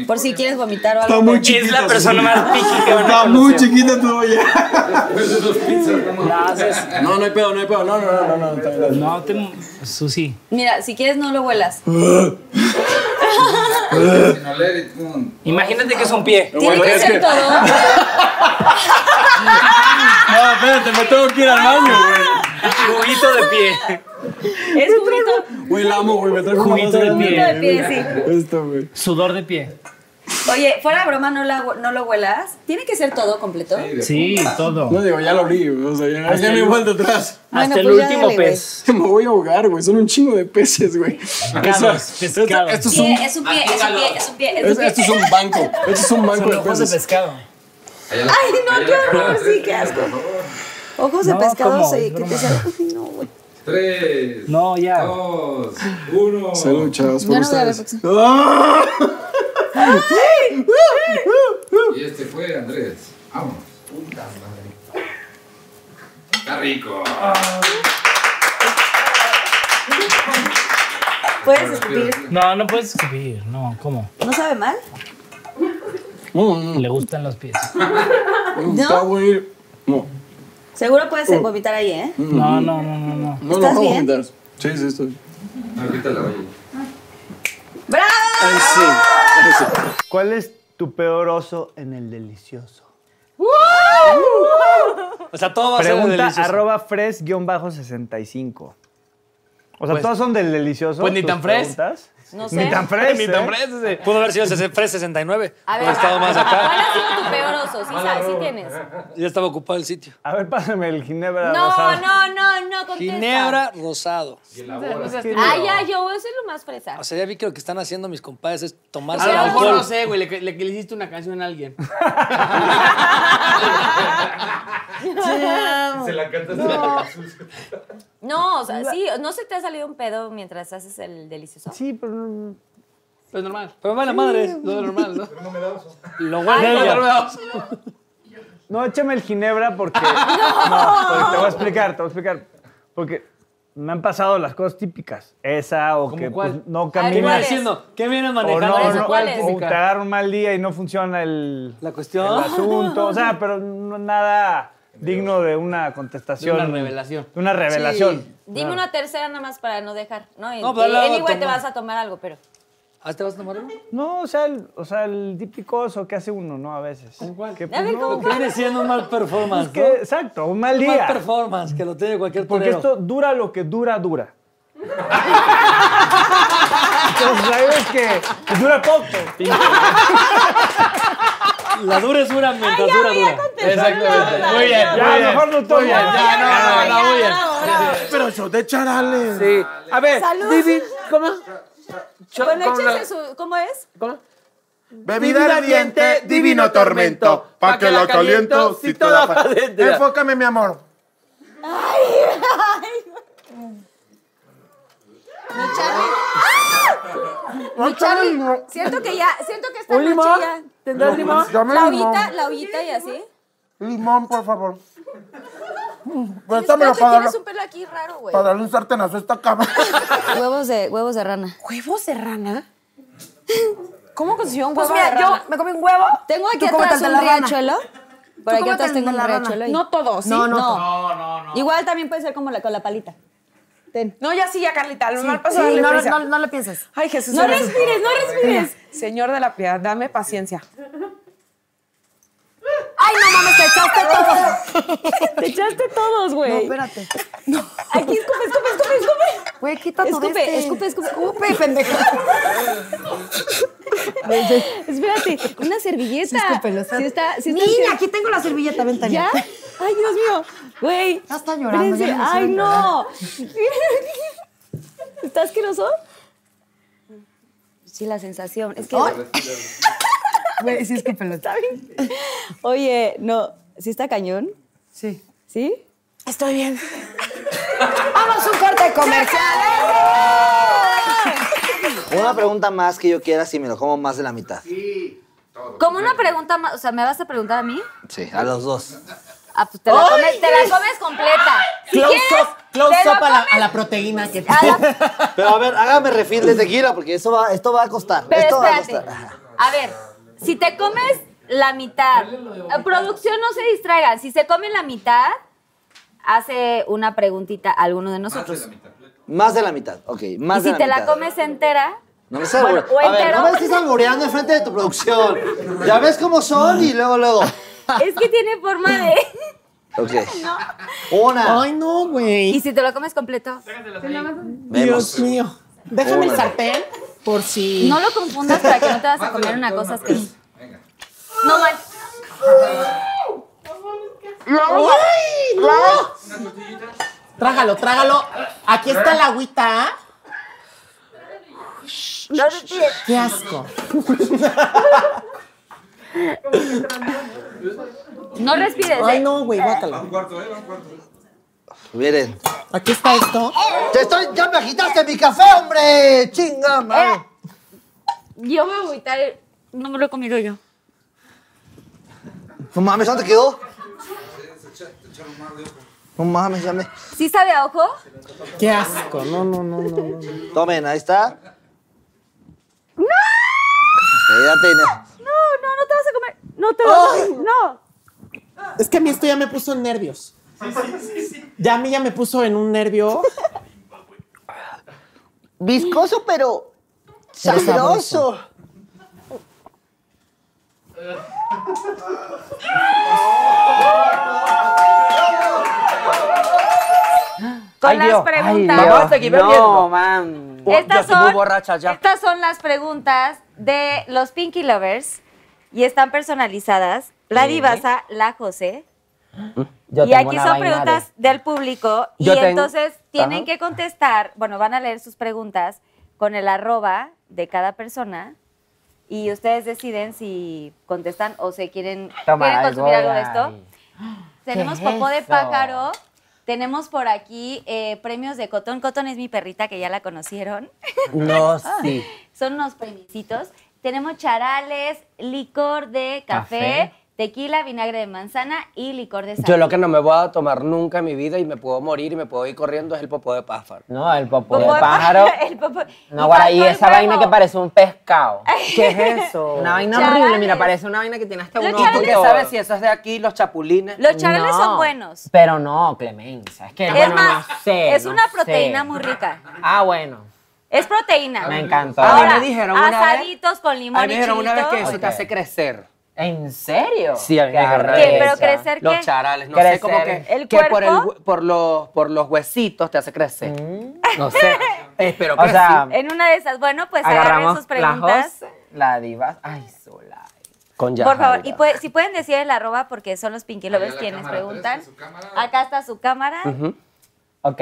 [SPEAKER 2] por si quieres vomitar o algo.
[SPEAKER 8] Está muy chiquita.
[SPEAKER 9] Es la
[SPEAKER 8] su
[SPEAKER 9] persona
[SPEAKER 8] olla.
[SPEAKER 9] más piqui que van a
[SPEAKER 8] Está muy
[SPEAKER 9] conocer.
[SPEAKER 8] chiquita tu olla. No, no hay pedo, no hay pedo. No, no, no, no, no. está bien, está bien.
[SPEAKER 9] No, te. Susi.
[SPEAKER 2] Mira, si quieres no lo huelas.
[SPEAKER 9] Imagínate que es un pie.
[SPEAKER 2] Tiene
[SPEAKER 8] bueno,
[SPEAKER 2] que
[SPEAKER 8] es
[SPEAKER 2] ser
[SPEAKER 8] que-
[SPEAKER 2] todo.
[SPEAKER 8] No, espérate, me tengo que ir al baño, güey.
[SPEAKER 9] Juguito de pie.
[SPEAKER 2] Es juguito,
[SPEAKER 8] Güey, la amo, güey. Me trajo una
[SPEAKER 9] Juguito
[SPEAKER 8] más
[SPEAKER 9] de
[SPEAKER 8] grande.
[SPEAKER 2] juguito de
[SPEAKER 9] pie.
[SPEAKER 2] pie, sí.
[SPEAKER 8] Esto, güey.
[SPEAKER 9] Sudor de pie.
[SPEAKER 2] Oye, fuera de broma, no, la, no lo huelas. Tiene que ser todo completo.
[SPEAKER 9] Sí, todo.
[SPEAKER 8] No digo, ya lo abrí, güey. O sea, ya, ya no hay vuelta atrás.
[SPEAKER 2] Bueno,
[SPEAKER 9] Hasta el
[SPEAKER 2] pues ya
[SPEAKER 9] último
[SPEAKER 2] dale, güey.
[SPEAKER 9] pez.
[SPEAKER 8] Me voy a ahogar, güey. Son un chingo de peces, güey.
[SPEAKER 9] Pescados,
[SPEAKER 8] Eso- esto,
[SPEAKER 9] pescados.
[SPEAKER 8] esto es un,
[SPEAKER 2] Pie, es un pie, es un pie, es un pie, es un
[SPEAKER 8] es-
[SPEAKER 2] pie.
[SPEAKER 8] esto es un banco. Esto es un banco
[SPEAKER 9] Son
[SPEAKER 8] de
[SPEAKER 9] ojos de
[SPEAKER 8] peces.
[SPEAKER 9] pescado.
[SPEAKER 2] Ay, no, qué horror, sí, qué asco. Ojos de
[SPEAKER 9] No,
[SPEAKER 2] pescado,
[SPEAKER 9] ¿cómo?
[SPEAKER 2] sí,
[SPEAKER 9] Es
[SPEAKER 2] que te
[SPEAKER 9] broma.
[SPEAKER 2] salen. Ay, no, güey.
[SPEAKER 10] Tres,
[SPEAKER 9] No, ya.
[SPEAKER 10] dos, uno.
[SPEAKER 8] Salud, chavos, por
[SPEAKER 2] Yo no voy a ver
[SPEAKER 8] ustedes. ¡Ah!
[SPEAKER 10] Y este fue Andrés. Vamos. Puta madre. Está rico.
[SPEAKER 8] ¡Ah!
[SPEAKER 2] Puedes escupir.
[SPEAKER 9] No, no puedes escupir. No, ¿cómo?
[SPEAKER 2] ¿No sabe mal?
[SPEAKER 8] Mm,
[SPEAKER 9] Le gustan los pies.
[SPEAKER 8] mm, Está güey. No,
[SPEAKER 2] Seguro puedes eh, vomitar ahí, ¿eh?
[SPEAKER 9] No, no, no, no, no.
[SPEAKER 8] Uh. no, no,
[SPEAKER 2] ¿Estás
[SPEAKER 8] no,
[SPEAKER 2] bien?
[SPEAKER 8] vomitar. Sí, sí, estoy.
[SPEAKER 10] No, quita la olla.
[SPEAKER 2] ¡Bravo!
[SPEAKER 8] Sí. sí.
[SPEAKER 11] ¿Cuál es tu peor oso en el delicioso?
[SPEAKER 9] O sea, todo va a ser
[SPEAKER 11] Pregunta
[SPEAKER 9] delicioso.
[SPEAKER 11] arroba fres-65. O sea,
[SPEAKER 9] Pues-
[SPEAKER 11] todos son del delicioso.
[SPEAKER 9] Pues ni
[SPEAKER 11] tus
[SPEAKER 9] tan fres.
[SPEAKER 11] preguntas?
[SPEAKER 2] No sé.
[SPEAKER 11] Ni tan fres.
[SPEAKER 9] Ni tan
[SPEAKER 11] ¿eh?
[SPEAKER 9] fres, ese. Pudo haber sido ese fres 69.
[SPEAKER 5] A ver,
[SPEAKER 9] Hubiera estado más acá.
[SPEAKER 5] ¿Cuál ha sido tu peor oso?
[SPEAKER 2] sí, sabes, sí tienes.
[SPEAKER 9] Ya estaba ocupado el sitio.
[SPEAKER 11] A ver, pásame el ginebra
[SPEAKER 2] No,
[SPEAKER 11] rosado.
[SPEAKER 2] no, no, no, contesta.
[SPEAKER 9] Ginebra rosado. Pues
[SPEAKER 2] Ay, ya, yo, eso es lo más fresa.
[SPEAKER 9] O sea, ya vi que lo que están haciendo mis compadres es tomarse
[SPEAKER 12] A
[SPEAKER 9] el
[SPEAKER 12] lo mejor
[SPEAKER 9] alcohol.
[SPEAKER 12] no sé, güey, le, le- le hiciste una canción a alguien.
[SPEAKER 13] Se la cantas
[SPEAKER 2] No.
[SPEAKER 13] a la Jesús.
[SPEAKER 2] No, o sea, sí, ¿no se te ha salido un pedo mientras haces el delicioso?
[SPEAKER 11] Sí, pero...
[SPEAKER 12] Pues normal.
[SPEAKER 9] Pero vale, madre. es
[SPEAKER 12] Lo normal, ¿no?
[SPEAKER 13] Pero no me da oso.
[SPEAKER 9] Lo
[SPEAKER 11] Ay,
[SPEAKER 9] huele.
[SPEAKER 11] no.
[SPEAKER 9] Lo huele.
[SPEAKER 11] No, échame el ginebra porque... no, porque te voy a explicar, te voy a explicar. Porque me han pasado las cosas típicas. Esa o que
[SPEAKER 9] Ah, cuál?
[SPEAKER 11] pues, no
[SPEAKER 9] ¿Qué viene
[SPEAKER 11] caminas.
[SPEAKER 9] haciendo? ¿Qué vienes
[SPEAKER 11] O
[SPEAKER 9] manejando?
[SPEAKER 11] no,
[SPEAKER 9] ¿Cuál es?
[SPEAKER 11] no,
[SPEAKER 9] ¿Cuál es?
[SPEAKER 11] o te agarra un mal día y no funciona el,
[SPEAKER 9] ¿La cuestión?
[SPEAKER 11] el asunto. O sea, pero no es nada digno de una contestación.
[SPEAKER 12] De una revelación.
[SPEAKER 11] De una revelación.
[SPEAKER 2] Dime una tercera nada más para no dejar. No, y,
[SPEAKER 11] No, pues,
[SPEAKER 2] y-
[SPEAKER 11] la-
[SPEAKER 2] anyway, te
[SPEAKER 11] toma.
[SPEAKER 2] vas a tomar algo, pero.
[SPEAKER 9] ¿Ah, te vas a tomar algo?
[SPEAKER 11] No, o sea, el, o sea, el típico oso que hace uno, ¿no? A veces. Que, pues,
[SPEAKER 9] A ver,
[SPEAKER 11] no,
[SPEAKER 9] ¿cómo cuál? Viene siendo un mal performance,
[SPEAKER 11] Es que,
[SPEAKER 9] ¿no?
[SPEAKER 11] Exacto, un mal
[SPEAKER 9] Un
[SPEAKER 11] día.
[SPEAKER 9] mal performance que lo tiene cualquier
[SPEAKER 11] Porque
[SPEAKER 9] torero.
[SPEAKER 11] esto dura lo que dura, dura. Entonces, sabes que dura poco.
[SPEAKER 9] La dura es dura mientras dura dura.
[SPEAKER 12] Exactamente. Muy bien,
[SPEAKER 11] Ya,
[SPEAKER 12] muy bien.
[SPEAKER 11] mejor no tomo.
[SPEAKER 12] Muy bien, ya, no, no, no, muy bien.
[SPEAKER 11] Pero eso de charales.
[SPEAKER 12] Sí. A ver,
[SPEAKER 2] Salud.
[SPEAKER 12] Didi, ¿cómo? Cho-
[SPEAKER 2] Bueno,
[SPEAKER 12] ¿cómo la-
[SPEAKER 2] échese su. ¿Cómo es?
[SPEAKER 12] ¿Cómo?
[SPEAKER 14] Bebida ardiente, divino tormento. Pa' que la caliento si toda fa- Enfócame, mi amor.
[SPEAKER 2] ¡Ay! ¡Ay! Mi Charlie. Mi Charlie, siento que ya, siento que esta
[SPEAKER 14] ¿Un
[SPEAKER 2] noche
[SPEAKER 14] limón?
[SPEAKER 2] ya.
[SPEAKER 14] ¿Tendrás limón? Dame
[SPEAKER 2] La
[SPEAKER 14] limón.
[SPEAKER 2] ollita, la ollita y así.
[SPEAKER 14] Limón, por favor.
[SPEAKER 2] Creo
[SPEAKER 14] Préstamelo
[SPEAKER 2] que
[SPEAKER 14] para,
[SPEAKER 2] tienes
[SPEAKER 14] darle-
[SPEAKER 2] un pelo aquí raro, güey.
[SPEAKER 14] para darle un sartenazo a esta cama.
[SPEAKER 15] Huevos de, huevos de rana.
[SPEAKER 2] ¿Huevos de rana? ¿Cómo consiguió un
[SPEAKER 15] Pues
[SPEAKER 2] huevo
[SPEAKER 15] mira,
[SPEAKER 2] de rana?
[SPEAKER 15] yo
[SPEAKER 2] me comí un huevo.
[SPEAKER 15] Tengo aquí
[SPEAKER 2] ¿Tú
[SPEAKER 15] atrás
[SPEAKER 2] cómetete
[SPEAKER 15] un
[SPEAKER 2] la rana?
[SPEAKER 15] riachuelo. Por
[SPEAKER 2] ¿Tú
[SPEAKER 15] aquí atrás
[SPEAKER 2] cómetete
[SPEAKER 15] tengo un
[SPEAKER 2] la rana?
[SPEAKER 15] riachuelo. y-
[SPEAKER 2] No todos, ¿sí?
[SPEAKER 15] No, no.
[SPEAKER 2] No.
[SPEAKER 15] no, Igual también puede ser como la, con la palita. Ten.
[SPEAKER 4] No, ya sí, ya Carlita, lo
[SPEAKER 15] Sí,
[SPEAKER 4] mal pasado.
[SPEAKER 15] sí,
[SPEAKER 4] dale
[SPEAKER 15] no,
[SPEAKER 4] prisa.
[SPEAKER 15] no, no
[SPEAKER 4] le pienses. Ay, Jesús.
[SPEAKER 15] No
[SPEAKER 4] eres-
[SPEAKER 15] respires, no respires.
[SPEAKER 4] Señor de la piedad, dame paciencia.
[SPEAKER 2] ¡Ay, no mames, te echaste todos! ¡Te echaste todos, güey!
[SPEAKER 4] No, espérate.
[SPEAKER 2] Aquí, escupe, escupe, escupe, escupe.
[SPEAKER 4] Güey, quita todo
[SPEAKER 2] Escupe,
[SPEAKER 4] este.
[SPEAKER 2] escupe, escupe.
[SPEAKER 4] Escupe, pendejo.
[SPEAKER 2] Espérate, una servilleta.
[SPEAKER 4] Sí, escúpelo,
[SPEAKER 2] Sí está, sí está
[SPEAKER 4] Niña,
[SPEAKER 2] haciendo-
[SPEAKER 4] aquí tengo la servilleta, ven, Tania.
[SPEAKER 2] ¿Ya? Ay, Dios mío. Güey. Ya está
[SPEAKER 4] llorando, ya me
[SPEAKER 2] Ay,
[SPEAKER 4] hicieron
[SPEAKER 2] no. ¿Estás asqueroso?
[SPEAKER 15] Sí, la sensación. Es que.
[SPEAKER 4] Güey, sí, escúpelo.
[SPEAKER 15] Está bien. Oye, no. ¿Sí está cañón? Sí. ¿Sí?
[SPEAKER 4] Estoy bien. Vamos a un corte comercial.
[SPEAKER 8] Una pregunta más que yo quiera si me lo como más de la mitad.
[SPEAKER 2] Como una pregunta más, o sea, ¿me vas a preguntar a mí?
[SPEAKER 8] Sí, a los dos.
[SPEAKER 2] Ah, pues te la,
[SPEAKER 4] ¡Ay!
[SPEAKER 2] comes, te la comes completa. Si
[SPEAKER 4] Close
[SPEAKER 2] quieres,
[SPEAKER 4] up, close
[SPEAKER 2] te lo
[SPEAKER 4] up a la-
[SPEAKER 2] comes.
[SPEAKER 4] a la proteína que
[SPEAKER 8] Pero a ver, hágame refil de tequila porque eso va, esto va a costar.
[SPEAKER 2] Pero
[SPEAKER 8] esto
[SPEAKER 2] espérate.
[SPEAKER 8] va a costar.
[SPEAKER 2] A ver, si te comes la mitad, eh, producción no se distraigan, si se comen la mitad, hace una preguntita a alguno de nosotros.
[SPEAKER 8] Más de la mitad, ok. Más
[SPEAKER 2] y
[SPEAKER 8] de
[SPEAKER 2] si
[SPEAKER 8] la
[SPEAKER 2] te
[SPEAKER 8] mitad.
[SPEAKER 2] la comes entera,
[SPEAKER 8] No me estés
[SPEAKER 2] Bueno,
[SPEAKER 8] albureando.
[SPEAKER 2] o
[SPEAKER 8] a ver,
[SPEAKER 2] entero.
[SPEAKER 8] no me estés albureando enfrente de tu producción. Ya ves cómo son y luego, luego.
[SPEAKER 2] es que tiene forma de...
[SPEAKER 8] Ok. Una.
[SPEAKER 4] Ay, no, güey.
[SPEAKER 2] Y si te lo comes completo.
[SPEAKER 8] Vemos.
[SPEAKER 4] Dios mío. Déjame el
[SPEAKER 8] Órale.
[SPEAKER 4] sartén por si.
[SPEAKER 2] No lo confundas para que no te vas a comer una cosa que... No, man.
[SPEAKER 4] ¡Ay, no! Trágalo, trágalo. Aquí está la agüita. ¿ah? ¡Qué asco!
[SPEAKER 2] No respires. eh.
[SPEAKER 4] Ay, no, güey, guácala.
[SPEAKER 8] Miren.
[SPEAKER 4] Aquí está esto.
[SPEAKER 8] Te estoy, ya me agitaste mi café, hombre. Chinga, madre.
[SPEAKER 2] Eh, Yo me voy a agüitar, no me lo he comido yo.
[SPEAKER 8] No mames, ¿dónde quedó? No mames, ya me.
[SPEAKER 2] ¿Sí sabe a ojo?
[SPEAKER 8] Qué asco. No, no, no, no. no. Tomen, ahí está.
[SPEAKER 2] ¡No!
[SPEAKER 8] Espérate. no.
[SPEAKER 2] No, no, no te vas a comer. No te
[SPEAKER 8] Oh.
[SPEAKER 2] vas a
[SPEAKER 4] Ay.
[SPEAKER 2] comer. No.
[SPEAKER 4] Es que a mí esto ya me puso en nervios. Ya a mí ya me puso en un nervio.
[SPEAKER 8] Viscoso, pero
[SPEAKER 4] sabroso.
[SPEAKER 2] Con
[SPEAKER 16] Ay,
[SPEAKER 2] las
[SPEAKER 16] Dios.
[SPEAKER 2] preguntas.
[SPEAKER 16] Ay, Dios.
[SPEAKER 3] No, man.
[SPEAKER 2] Estas
[SPEAKER 3] Oh, estoy
[SPEAKER 2] son-
[SPEAKER 3] muy borracha ya.
[SPEAKER 2] Estas son las preguntas de los Pinky Lovers y están personalizadas la divasa, la José.
[SPEAKER 4] Yo
[SPEAKER 2] y
[SPEAKER 4] tengo
[SPEAKER 2] aquí
[SPEAKER 4] una
[SPEAKER 2] son
[SPEAKER 4] vaina de-
[SPEAKER 2] preguntas del público
[SPEAKER 4] Yo
[SPEAKER 2] y
[SPEAKER 4] tengo-
[SPEAKER 2] entonces tienen
[SPEAKER 4] Ajá.
[SPEAKER 2] que contestar, bueno, van a leer sus preguntas con el arroba de cada persona y ustedes deciden si contestan o se quieren,
[SPEAKER 4] Toma,
[SPEAKER 2] quieren
[SPEAKER 4] ahí
[SPEAKER 2] consumir algo de
[SPEAKER 4] voy,
[SPEAKER 2] esto.
[SPEAKER 4] ahí.
[SPEAKER 2] Tenemos
[SPEAKER 4] ¿Qué es
[SPEAKER 2] popó de
[SPEAKER 4] eso?
[SPEAKER 2] pájaro, tenemos por aquí eh, premios de Cotón. Cotón es mi perrita que ya la conocieron.
[SPEAKER 4] No, sí.
[SPEAKER 2] Son unos premisitos. Tenemos charales, licor de café,
[SPEAKER 3] Café.
[SPEAKER 2] tequila, vinagre de manzana y licor de sal.
[SPEAKER 3] Yo lo que no me voy a tomar nunca en mi vida y me puedo morir y me puedo ir corriendo es el popó de pájaro.
[SPEAKER 4] No, el popó
[SPEAKER 3] de
[SPEAKER 4] pájaro.
[SPEAKER 2] El popo-
[SPEAKER 4] No, guarda, y
[SPEAKER 2] faltó el
[SPEAKER 4] esa vaina que parece un pescado.
[SPEAKER 3] ¿Qué es eso?
[SPEAKER 4] Una vaina
[SPEAKER 2] Charales.
[SPEAKER 4] horrible, mira, parece una vaina que tiene hasta un
[SPEAKER 2] Los
[SPEAKER 4] ojo.
[SPEAKER 2] charales-
[SPEAKER 4] y
[SPEAKER 3] ¿Qué
[SPEAKER 4] todo.
[SPEAKER 3] sabes si eso es de aquí, los chapulines?
[SPEAKER 2] Los charales
[SPEAKER 4] No.
[SPEAKER 2] son buenos.
[SPEAKER 4] Pero no, Clemencia, es que
[SPEAKER 2] Es
[SPEAKER 4] bueno,
[SPEAKER 2] más,
[SPEAKER 4] no sé,
[SPEAKER 2] es
[SPEAKER 4] no
[SPEAKER 2] una
[SPEAKER 4] sé.
[SPEAKER 2] proteína muy rica.
[SPEAKER 4] Ah, bueno,
[SPEAKER 2] Es proteína.
[SPEAKER 4] me encantó.
[SPEAKER 2] Ahora,
[SPEAKER 3] me dijeron una vez-
[SPEAKER 2] asaditos con limón
[SPEAKER 3] A mí me
[SPEAKER 2] y
[SPEAKER 3] dijeron una vez que
[SPEAKER 2] chilito.
[SPEAKER 3] eso te hace crecer.
[SPEAKER 4] ¿En serio?
[SPEAKER 3] Sí, a mí
[SPEAKER 4] Qué
[SPEAKER 3] me dijeron una
[SPEAKER 4] arrecha.
[SPEAKER 3] vez.
[SPEAKER 2] ¿Pero crecer qué?
[SPEAKER 3] Los charales, no sé,
[SPEAKER 4] Crecer.
[SPEAKER 3] como que,
[SPEAKER 2] ¿El
[SPEAKER 3] que por,
[SPEAKER 2] cuerpo?
[SPEAKER 3] hue- por, los, por los huesitos te hace crecer.
[SPEAKER 4] Mm.
[SPEAKER 3] No sé, espero que
[SPEAKER 4] O sea,
[SPEAKER 3] sí.
[SPEAKER 2] pues En una de esas. Bueno, pues agarren
[SPEAKER 4] agarramos
[SPEAKER 2] sus
[SPEAKER 4] la
[SPEAKER 2] preguntas.
[SPEAKER 4] host, la diva, ay, sola.
[SPEAKER 3] Con ya.
[SPEAKER 2] Por favor, y pues, si pueden decir el arroba porque son los Pinky Lovers
[SPEAKER 4] la
[SPEAKER 2] quienes
[SPEAKER 4] cámara,
[SPEAKER 2] preguntan. Acá está su cámara.
[SPEAKER 4] Ok.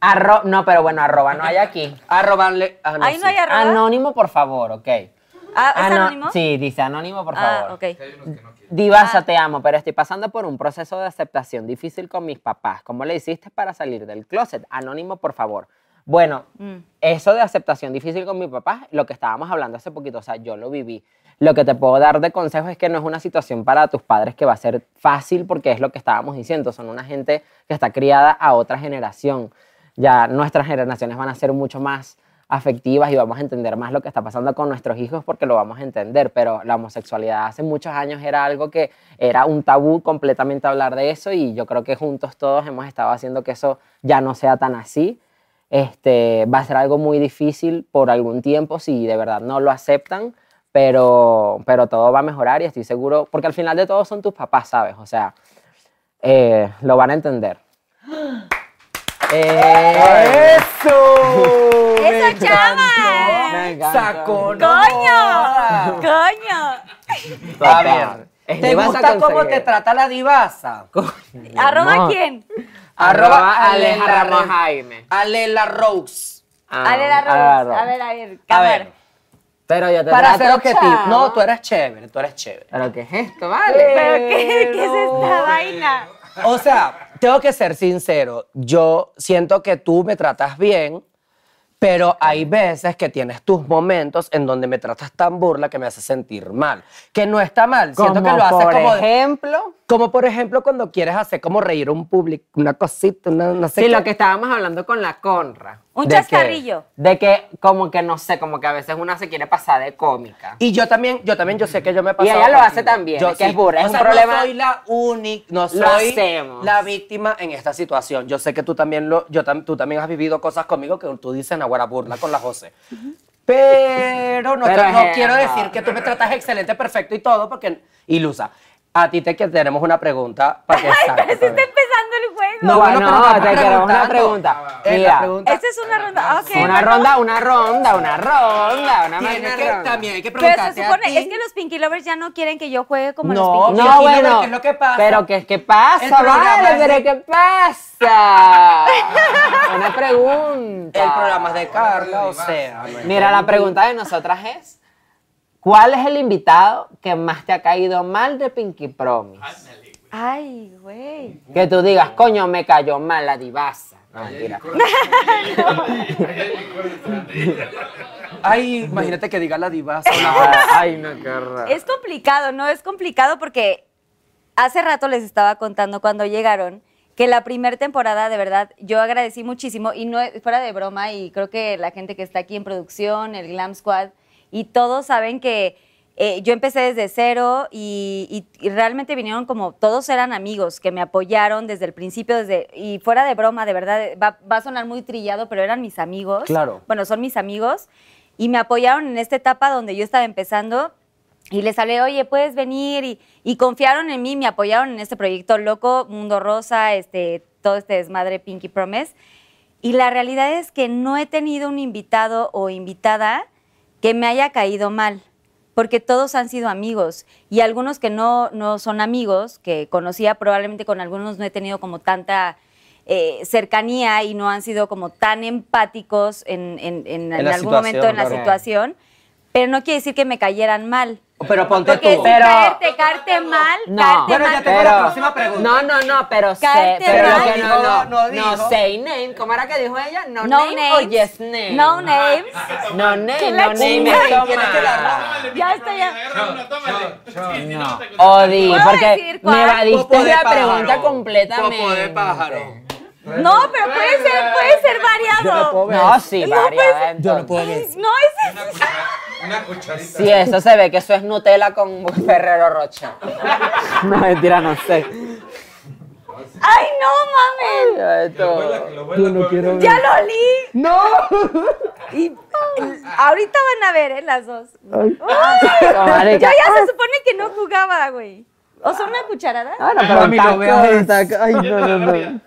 [SPEAKER 4] Arro no, pero bueno, arroba no hay aquí.
[SPEAKER 3] Arroba, le- ah,
[SPEAKER 2] Ahí no hay arroba.
[SPEAKER 4] Anónimo, por favor, ok.
[SPEAKER 2] Ah, ¿es
[SPEAKER 4] Ano-
[SPEAKER 2] anónimo?
[SPEAKER 4] Sí, dice anónimo, por
[SPEAKER 2] ah,
[SPEAKER 4] favor.
[SPEAKER 2] ok. Ah.
[SPEAKER 4] Divasa, te amo, pero estoy pasando por un proceso de aceptación difícil con mis papás. ¿Cómo le hiciste para salir del closet? Anónimo, por favor. Bueno,
[SPEAKER 2] Mm.
[SPEAKER 4] eso de aceptación difícil con mis papás, lo que estábamos hablando hace poquito, o sea, yo lo viví. Lo que te puedo dar de consejo es que no es una situación para tus padres que va a ser fácil porque es lo que estábamos diciendo, son una gente que está criada a otra generación. Ya nuestras generaciones van a ser mucho más afectivas y vamos a entender más lo que está pasando con nuestros hijos porque lo vamos a entender, pero la homosexualidad hace muchos años era algo que era un tabú completamente hablar de eso y yo creo que juntos todos hemos estado haciendo que eso ya no sea tan así este, va a ser algo muy difícil por algún tiempo si de verdad no lo aceptan, pero, pero todo va a mejorar y estoy seguro, porque al final de todo son tus papás, ¿sabes? O sea, eh, lo van a entender. Eh,
[SPEAKER 3] ¡Eso!
[SPEAKER 2] ¡Eso, chava!
[SPEAKER 4] Me encantó. Ah,
[SPEAKER 3] ¡Sacó! no
[SPEAKER 2] ¡Coño! ¡Coño!
[SPEAKER 3] A ver,
[SPEAKER 8] Eh,
[SPEAKER 4] Es
[SPEAKER 3] ¿te
[SPEAKER 4] divasa
[SPEAKER 3] gusta cómo
[SPEAKER 4] consejera.
[SPEAKER 3] te trata la divasa?
[SPEAKER 2] ¿Arroba
[SPEAKER 4] No.
[SPEAKER 2] quién?
[SPEAKER 4] Arroba Aleja Ramos
[SPEAKER 3] Re-
[SPEAKER 4] Jaime.
[SPEAKER 3] Alela Rose.
[SPEAKER 4] Ah,
[SPEAKER 2] a ver, arroba.
[SPEAKER 4] Alela Ramos.
[SPEAKER 2] A ver, a ver.
[SPEAKER 3] A
[SPEAKER 2] cámara.
[SPEAKER 3] ver,
[SPEAKER 4] Pero yo te
[SPEAKER 3] para
[SPEAKER 4] trato,
[SPEAKER 3] ser objetivo.
[SPEAKER 4] chava.
[SPEAKER 3] No, tú eres chévere, tú eres chévere.
[SPEAKER 4] ¿Pero qué es esto,
[SPEAKER 2] ¿Pero
[SPEAKER 4] vale?
[SPEAKER 2] qué, qué es esta vaina?
[SPEAKER 3] O sea, tengo que ser sincero. Yo siento que tú me tratas bien, pero hay veces que tienes tus momentos en donde me tratas tan burla que me hace sentir mal. Que no está mal. Siento que
[SPEAKER 4] Como
[SPEAKER 3] lo haces
[SPEAKER 4] por
[SPEAKER 3] como.
[SPEAKER 4] ejemplo...
[SPEAKER 3] como por ejemplo cuando quieres hacer como reír a un público, una cosita, una, no sé
[SPEAKER 4] Sí,
[SPEAKER 3] qué.
[SPEAKER 4] lo que estábamos hablando con la conra.
[SPEAKER 2] Un
[SPEAKER 3] ¿De qué?
[SPEAKER 2] chascarrillo.
[SPEAKER 4] De que, como que no sé, como que a veces una se quiere pasar de cómica.
[SPEAKER 3] Y yo también, yo también, yo sé que yo me he pasado
[SPEAKER 4] ella lo
[SPEAKER 3] contigo.
[SPEAKER 4] hace también,
[SPEAKER 3] Yo
[SPEAKER 4] es que es burra, es
[SPEAKER 3] O
[SPEAKER 4] un
[SPEAKER 3] sea,
[SPEAKER 4] problema-
[SPEAKER 3] No soy la única, no
[SPEAKER 4] Lo
[SPEAKER 3] soy
[SPEAKER 4] hacemos.
[SPEAKER 3] la víctima en esta situación. Yo sé que tú también lo, yo tam- tú también has vivido cosas conmigo que tú dices Nahuara burla con la José. Pero no, te-
[SPEAKER 4] Pero
[SPEAKER 3] no
[SPEAKER 4] es-
[SPEAKER 3] quiero decir que tú me tratas excelente, perfecto y todo, porque ilusa. A ti te que tenemos una pregunta para que
[SPEAKER 2] Ay, pero
[SPEAKER 3] saques.
[SPEAKER 2] si está empezando el juego.
[SPEAKER 3] No, bueno, pero
[SPEAKER 4] no,
[SPEAKER 3] estamos
[SPEAKER 4] te queremos
[SPEAKER 3] preguntando.
[SPEAKER 4] una pregunta.
[SPEAKER 3] Eh, la
[SPEAKER 4] Mira,
[SPEAKER 3] pregunta-
[SPEAKER 2] Esta es una ronda. ok,
[SPEAKER 4] una
[SPEAKER 2] bueno.
[SPEAKER 4] ronda, una ronda, una ronda, una
[SPEAKER 3] Tienes
[SPEAKER 4] magna
[SPEAKER 3] que-
[SPEAKER 4] ronda.
[SPEAKER 3] también hay que
[SPEAKER 2] Pero se
[SPEAKER 3] preguntarte a
[SPEAKER 2] supone,
[SPEAKER 3] ti.
[SPEAKER 2] es que los Pinky Lovers ya no quieren que yo juegue como
[SPEAKER 3] No,
[SPEAKER 2] los Pinky
[SPEAKER 4] No,
[SPEAKER 3] Pinky Lover,
[SPEAKER 4] bueno,
[SPEAKER 3] ¿qué es lo que pasa?
[SPEAKER 4] pero ¿qué, qué
[SPEAKER 3] El
[SPEAKER 4] pasa,
[SPEAKER 3] programa
[SPEAKER 4] vale?
[SPEAKER 3] es de-
[SPEAKER 4] ¿Pero qué pasa?
[SPEAKER 8] Ah.
[SPEAKER 4] Una pregunta.
[SPEAKER 3] El programa es de Carla, o sea. no es-
[SPEAKER 4] Mira, la pregunta de nosotras es, ¿cuál es el invitado que más te ha caído mal de Pinky Promise?
[SPEAKER 2] Ay, güey.
[SPEAKER 4] Que tú digas, coño, me cayó mal la divasa. No, mentira. Ah,
[SPEAKER 3] Ay, imagínate que diga la diva.
[SPEAKER 4] Ay, no, qué horror.
[SPEAKER 2] Es complicado, ¿no? Es complicado porque hace rato les estaba contando cuando llegaron que la primera temporada, de verdad, yo agradecí muchísimo y no fuera de broma y creo que la gente que está aquí en producción, el Glam Squad y todos saben que eh, yo empecé desde cero y, y- y realmente vinieron como todos eran amigos que me apoyaron desde el principio desde y fuera de broma, de verdad, va, va a sonar muy trillado, pero eran mis amigos.
[SPEAKER 3] Claro.
[SPEAKER 2] Bueno, son mis amigos y me apoyaron en esta etapa donde yo estaba empezando y les hablé, oye, puedes venir y, y confiaron en mí, me apoyaron en este proyecto loco, Mundo Rosa, este, todo este desmadre Pinky Promise. Y la realidad es que no he tenido un invitado o invitada que me haya caído mal. porque todos han sido amigos y algunos que no, no son amigos, que conocía probablemente con algunos no he tenido como tanta eh, cercanía y no han sido como tan empáticos en, en- en- en
[SPEAKER 3] la
[SPEAKER 2] algún momento
[SPEAKER 3] situación,
[SPEAKER 2] en la
[SPEAKER 3] claro.
[SPEAKER 2] situación, pero no quiere decir que me cayeran mal.
[SPEAKER 3] Pero ponte
[SPEAKER 2] Porque
[SPEAKER 3] tú.
[SPEAKER 2] es caerte, caerte mal,
[SPEAKER 4] No,
[SPEAKER 2] caerte mal.
[SPEAKER 4] No, no, no, pero sé,
[SPEAKER 2] Caerte
[SPEAKER 4] pero
[SPEAKER 2] mal.
[SPEAKER 4] lo que no, no, no,
[SPEAKER 2] Dijo, no dijo.
[SPEAKER 4] say name, ¿cómo era que dijo ella? No,
[SPEAKER 2] No
[SPEAKER 4] name o
[SPEAKER 2] names.
[SPEAKER 4] yes name.
[SPEAKER 2] No names.
[SPEAKER 13] Ah,
[SPEAKER 4] No name,
[SPEAKER 2] ¿Quién
[SPEAKER 4] no
[SPEAKER 2] la
[SPEAKER 4] name,
[SPEAKER 2] chinga?
[SPEAKER 4] toma.
[SPEAKER 2] ¿Quién es que Ya está ya.
[SPEAKER 4] No. Ah, Odi,
[SPEAKER 2] ¿Puedo
[SPEAKER 4] porque
[SPEAKER 2] decir cuál?
[SPEAKER 4] me evadiste
[SPEAKER 2] Popo de
[SPEAKER 4] la
[SPEAKER 2] pájaro.
[SPEAKER 4] pregunta completamente.
[SPEAKER 2] Popo
[SPEAKER 4] de pájaro.
[SPEAKER 2] No, pero puede ser, puede ser variado.
[SPEAKER 4] No, sí,
[SPEAKER 2] No,
[SPEAKER 4] variado.
[SPEAKER 2] puede ser-
[SPEAKER 4] Yo no puedo
[SPEAKER 2] No, ese es
[SPEAKER 13] Una cucharita.
[SPEAKER 4] Sí, eso se ve que eso es Nutella con Ferrero Rocha. No, mentira, no sé.
[SPEAKER 2] ¡Ay, no mames!
[SPEAKER 17] Yo no quiero ver.
[SPEAKER 2] ¡Ya lo olí! ¡No! Y ahorita van a ver, ¿eh? Las dos.
[SPEAKER 17] Ay.
[SPEAKER 4] Ah,
[SPEAKER 2] ¡Ay!
[SPEAKER 4] Comadre,
[SPEAKER 2] Yo
[SPEAKER 4] ya.
[SPEAKER 2] ya se supone que no jugaba, güey. ¿O son una cucharada?
[SPEAKER 4] Ah, no, pero
[SPEAKER 8] Mami, lo
[SPEAKER 4] taco,
[SPEAKER 8] veo.
[SPEAKER 4] taco. Ay, no, no, no.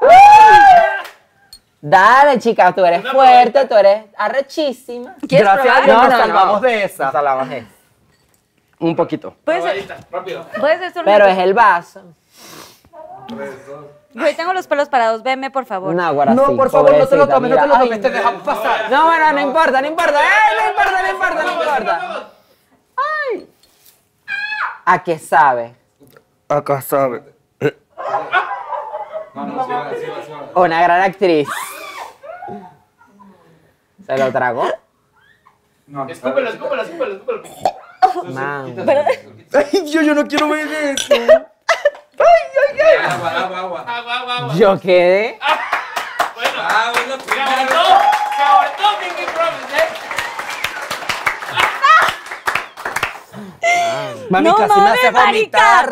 [SPEAKER 2] ¡Ah!
[SPEAKER 4] Dale, chica, tú eres fuerte, tú eres arrechísima.
[SPEAKER 3] Gracias a Dios
[SPEAKER 4] No,
[SPEAKER 3] nos
[SPEAKER 4] no,
[SPEAKER 3] salvamos
[SPEAKER 4] no.
[SPEAKER 3] de esa. salvamos de esa. Un poquito.
[SPEAKER 2] Puedes ser. Puedes ser solo
[SPEAKER 4] Pero
[SPEAKER 2] una
[SPEAKER 4] es el vaso.
[SPEAKER 2] Güey, tengo los pelos parados. Veme, por favor.
[SPEAKER 4] Una guara así, pobrecita, mira. Ay,
[SPEAKER 3] te dejamos pasar.
[SPEAKER 4] No, bueno, no importa, no importa. ¡Eh, no importa, no importa, no importa! ¡Ay! ¿A qué sabe?
[SPEAKER 18] Acá sabe.
[SPEAKER 4] Una gran actriz. ¿Se lo tragó?
[SPEAKER 13] Escúpelo, escúpelo, escúpelo, escúpelo.
[SPEAKER 4] Man.
[SPEAKER 8] Ay, yo, yo no quiero ver eso. Ay, ay, ay. Agua, agua, agua. Agua, agua,
[SPEAKER 4] Yo quedé.
[SPEAKER 13] Ah, bueno,
[SPEAKER 8] Cabrón, cabrón, Pinky Promise, ¿eh?
[SPEAKER 4] Ah. Mami,
[SPEAKER 8] No
[SPEAKER 4] casi me
[SPEAKER 8] mames,
[SPEAKER 4] hace vomitar.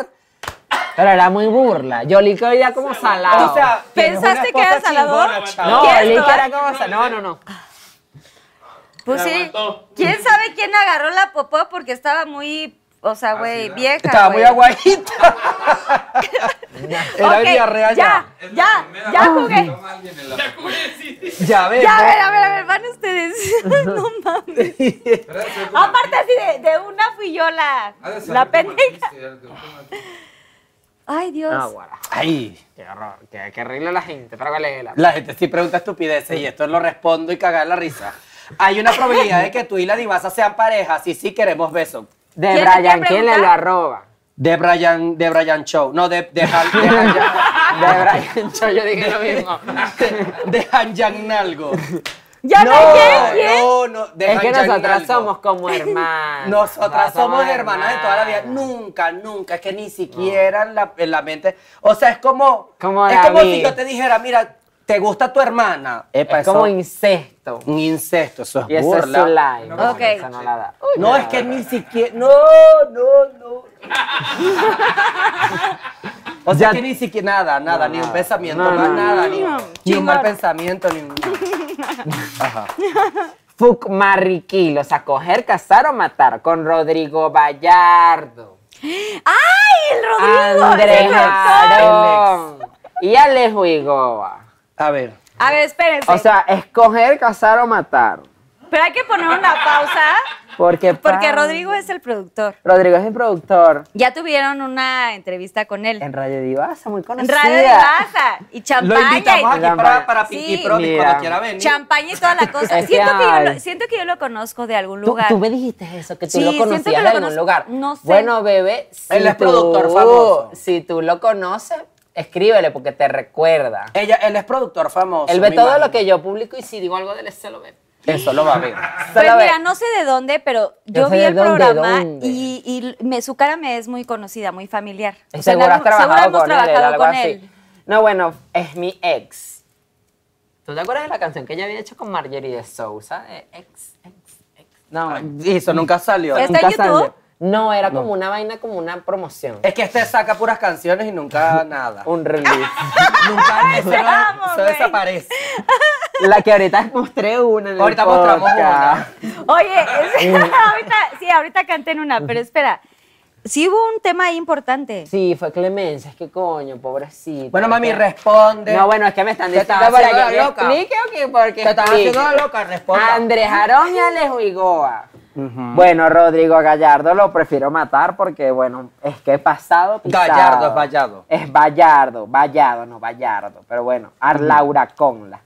[SPEAKER 4] Pero era muy burla. Yo li que era como salado.
[SPEAKER 8] O sea,
[SPEAKER 2] tienes ¿pensaste una que era esposa salado? chingona, chaval.
[SPEAKER 4] No,
[SPEAKER 2] ¿Quieres
[SPEAKER 4] li que era
[SPEAKER 2] probar?
[SPEAKER 4] como salado. No, no, no.
[SPEAKER 2] Pues sí. ¿Quién sabe quién agarró la popó? Porque estaba muy, o sea, güey, vieja.
[SPEAKER 8] Estaba muy
[SPEAKER 2] güey.
[SPEAKER 8] aguadita. Era
[SPEAKER 2] Ok,
[SPEAKER 8] diarrea ya.
[SPEAKER 2] Ya, ya, ya jugué.
[SPEAKER 8] Ya ves.
[SPEAKER 2] Ya, a
[SPEAKER 8] ¿no?
[SPEAKER 2] ver, a ver, a ver, van ustedes. no mames. Aparte así de, de una fui yo la, la pendeja. Ay, Dios.
[SPEAKER 4] Ah, guara.
[SPEAKER 3] Ay,
[SPEAKER 4] Qué horror. Qué, qué horrible la gente. Pero cuál es la.
[SPEAKER 3] la gente sí pregunta estupideces y esto lo respondo y cagar la risa. Hay una probabilidad de que tú y la divasa sean parejas y sí queremos besos.
[SPEAKER 4] De ¿Quién te Brian quiere Kelly, preguntar? lo arroba.
[SPEAKER 3] De Brian, de Brian Show. No, de, de, Han- de,
[SPEAKER 4] Han- De Brian Show, yo dije lo mismo.
[SPEAKER 3] De, de Han Yang Nalgo.
[SPEAKER 2] Ya
[SPEAKER 3] no, No, no, de
[SPEAKER 4] es que
[SPEAKER 3] Han Yang
[SPEAKER 4] nosotras
[SPEAKER 3] Nalgo.
[SPEAKER 4] somos como hermanas.
[SPEAKER 3] Nosotras somos hermanas de toda la vida. Nunca, nunca. Es que ni siquiera en, la, en la mente. O sea, es como. es
[SPEAKER 4] David.
[SPEAKER 3] como si yo te dijera, mira, ¿te gusta tu hermana? Epa,
[SPEAKER 4] Es como
[SPEAKER 3] eso-
[SPEAKER 4] incesto.
[SPEAKER 3] un incesto. Eso es
[SPEAKER 4] Y eso es
[SPEAKER 3] burla.
[SPEAKER 4] su live.
[SPEAKER 3] No,
[SPEAKER 2] Ok.
[SPEAKER 4] Esa no la da.
[SPEAKER 3] no, es que ni siquiera. No, no, no. O sea, que ni siquiera nada, nada, ni un pensamiento,
[SPEAKER 4] No,
[SPEAKER 3] más
[SPEAKER 4] no,
[SPEAKER 3] nada,
[SPEAKER 4] no.
[SPEAKER 3] ni,
[SPEAKER 4] No.
[SPEAKER 3] ni un mal
[SPEAKER 4] Chingón.
[SPEAKER 3] pensamiento, ni un. Ajá.
[SPEAKER 4] Fuck, marry, kill. O sea, coger, cazar o matar. Con Rodrigo Vallardo.
[SPEAKER 2] ¡Ay, el Rodrigo!
[SPEAKER 4] Andrés
[SPEAKER 2] ¡Es el actor!
[SPEAKER 4] Jarón. Y Alejo Igoa.
[SPEAKER 3] A ver.
[SPEAKER 2] A ver, espérense.
[SPEAKER 4] O sea, escoger, cazar o matar.
[SPEAKER 2] Pero hay que poner una pausa
[SPEAKER 4] Porque,
[SPEAKER 2] porque
[SPEAKER 8] Ah.
[SPEAKER 4] pa-
[SPEAKER 2] Rodrigo es el productor.
[SPEAKER 4] Rodrigo es el productor
[SPEAKER 2] Ya tuvieron una entrevista con él.
[SPEAKER 4] en Radio Divasa, muy
[SPEAKER 2] En
[SPEAKER 4] conocida.
[SPEAKER 2] Radio de Baza. Y champaña.
[SPEAKER 3] invitamos
[SPEAKER 2] y-
[SPEAKER 3] aquí para- para Pinky Promise,
[SPEAKER 4] Mira.
[SPEAKER 3] cuando quiera venir.
[SPEAKER 2] Champaña y toda la cosa.
[SPEAKER 4] Es que
[SPEAKER 2] siento, que yo lo,
[SPEAKER 4] hay.
[SPEAKER 2] siento que yo lo conozco de algún
[SPEAKER 4] Tú,
[SPEAKER 2] lugar.
[SPEAKER 4] tú me dijiste eso, que tú
[SPEAKER 2] Sí,
[SPEAKER 4] lo
[SPEAKER 2] siento
[SPEAKER 4] conocías
[SPEAKER 2] que lo
[SPEAKER 4] de algún
[SPEAKER 2] conozco.
[SPEAKER 4] lugar.
[SPEAKER 2] No sé.
[SPEAKER 4] Bueno, bebé, si
[SPEAKER 3] Él es
[SPEAKER 4] tú-
[SPEAKER 3] productor famoso.
[SPEAKER 4] Uh, Si tú lo conoces, escríbele porque te recuerda.
[SPEAKER 3] Ella, él es productor famoso.
[SPEAKER 4] Él ve
[SPEAKER 3] me
[SPEAKER 4] todo
[SPEAKER 3] imagino.
[SPEAKER 4] lo que yo publico y si digo algo de él, se lo ve.
[SPEAKER 3] Eso lo va a ver.
[SPEAKER 2] Pues
[SPEAKER 4] Solo ve.
[SPEAKER 2] mira, no sé de dónde, pero
[SPEAKER 4] Yo
[SPEAKER 2] yo
[SPEAKER 4] sé
[SPEAKER 2] vi
[SPEAKER 4] de
[SPEAKER 2] el
[SPEAKER 4] dónde,
[SPEAKER 2] programa
[SPEAKER 4] dónde.
[SPEAKER 2] y, y me- su cara me es muy conocida, muy familiar. O sea, en
[SPEAKER 4] Seguro has
[SPEAKER 2] algún-
[SPEAKER 4] trabajado
[SPEAKER 2] seguro hemos
[SPEAKER 4] con él,
[SPEAKER 2] trabajado
[SPEAKER 4] algo
[SPEAKER 2] con
[SPEAKER 4] así.
[SPEAKER 2] él.
[SPEAKER 4] No, bueno, es mi ex. ¿Tú te acuerdas de la canción que ella había hecho con Marjorie de Sousa? De ex, ex, ex. No,
[SPEAKER 3] Y eso nunca salió.
[SPEAKER 4] Nunca salió. No, era
[SPEAKER 3] No.
[SPEAKER 4] como una vaina, como una promoción.
[SPEAKER 3] Es que este saca puras canciones y nunca nada.
[SPEAKER 4] Un release.
[SPEAKER 3] nunca eso,
[SPEAKER 2] te
[SPEAKER 3] no-
[SPEAKER 2] amo,
[SPEAKER 3] eso
[SPEAKER 2] güey.
[SPEAKER 3] desaparece.
[SPEAKER 4] La que ahorita mostré una en el
[SPEAKER 3] Ahorita mostramos
[SPEAKER 4] podcast.
[SPEAKER 2] Oye,
[SPEAKER 4] Mm.
[SPEAKER 2] es- ahorita, sí, ahorita canté en una, pero espera. Sí hubo un tema ahí importante.
[SPEAKER 4] Sí, fue Clemencia, es que coño, pobrecita.
[SPEAKER 3] Bueno, mami,
[SPEAKER 4] Que-
[SPEAKER 3] responde.
[SPEAKER 4] No, bueno, es que me están
[SPEAKER 3] Te estás
[SPEAKER 4] diciendo para
[SPEAKER 3] haciendo
[SPEAKER 4] que
[SPEAKER 3] la
[SPEAKER 4] yo
[SPEAKER 3] loca.
[SPEAKER 4] explique o que porque
[SPEAKER 3] Te estás
[SPEAKER 4] explique.
[SPEAKER 3] haciendo la loca, responda.
[SPEAKER 4] Andrés Jarón y Alejo Igoa. Bueno, Rodrigo Gallardo lo prefiero matar porque, bueno, es que pasado pisado.
[SPEAKER 3] Gallardo, es Vallado.
[SPEAKER 4] Es Vallardo, Vallado, no Vallardo. Pero bueno, a Laura Conla.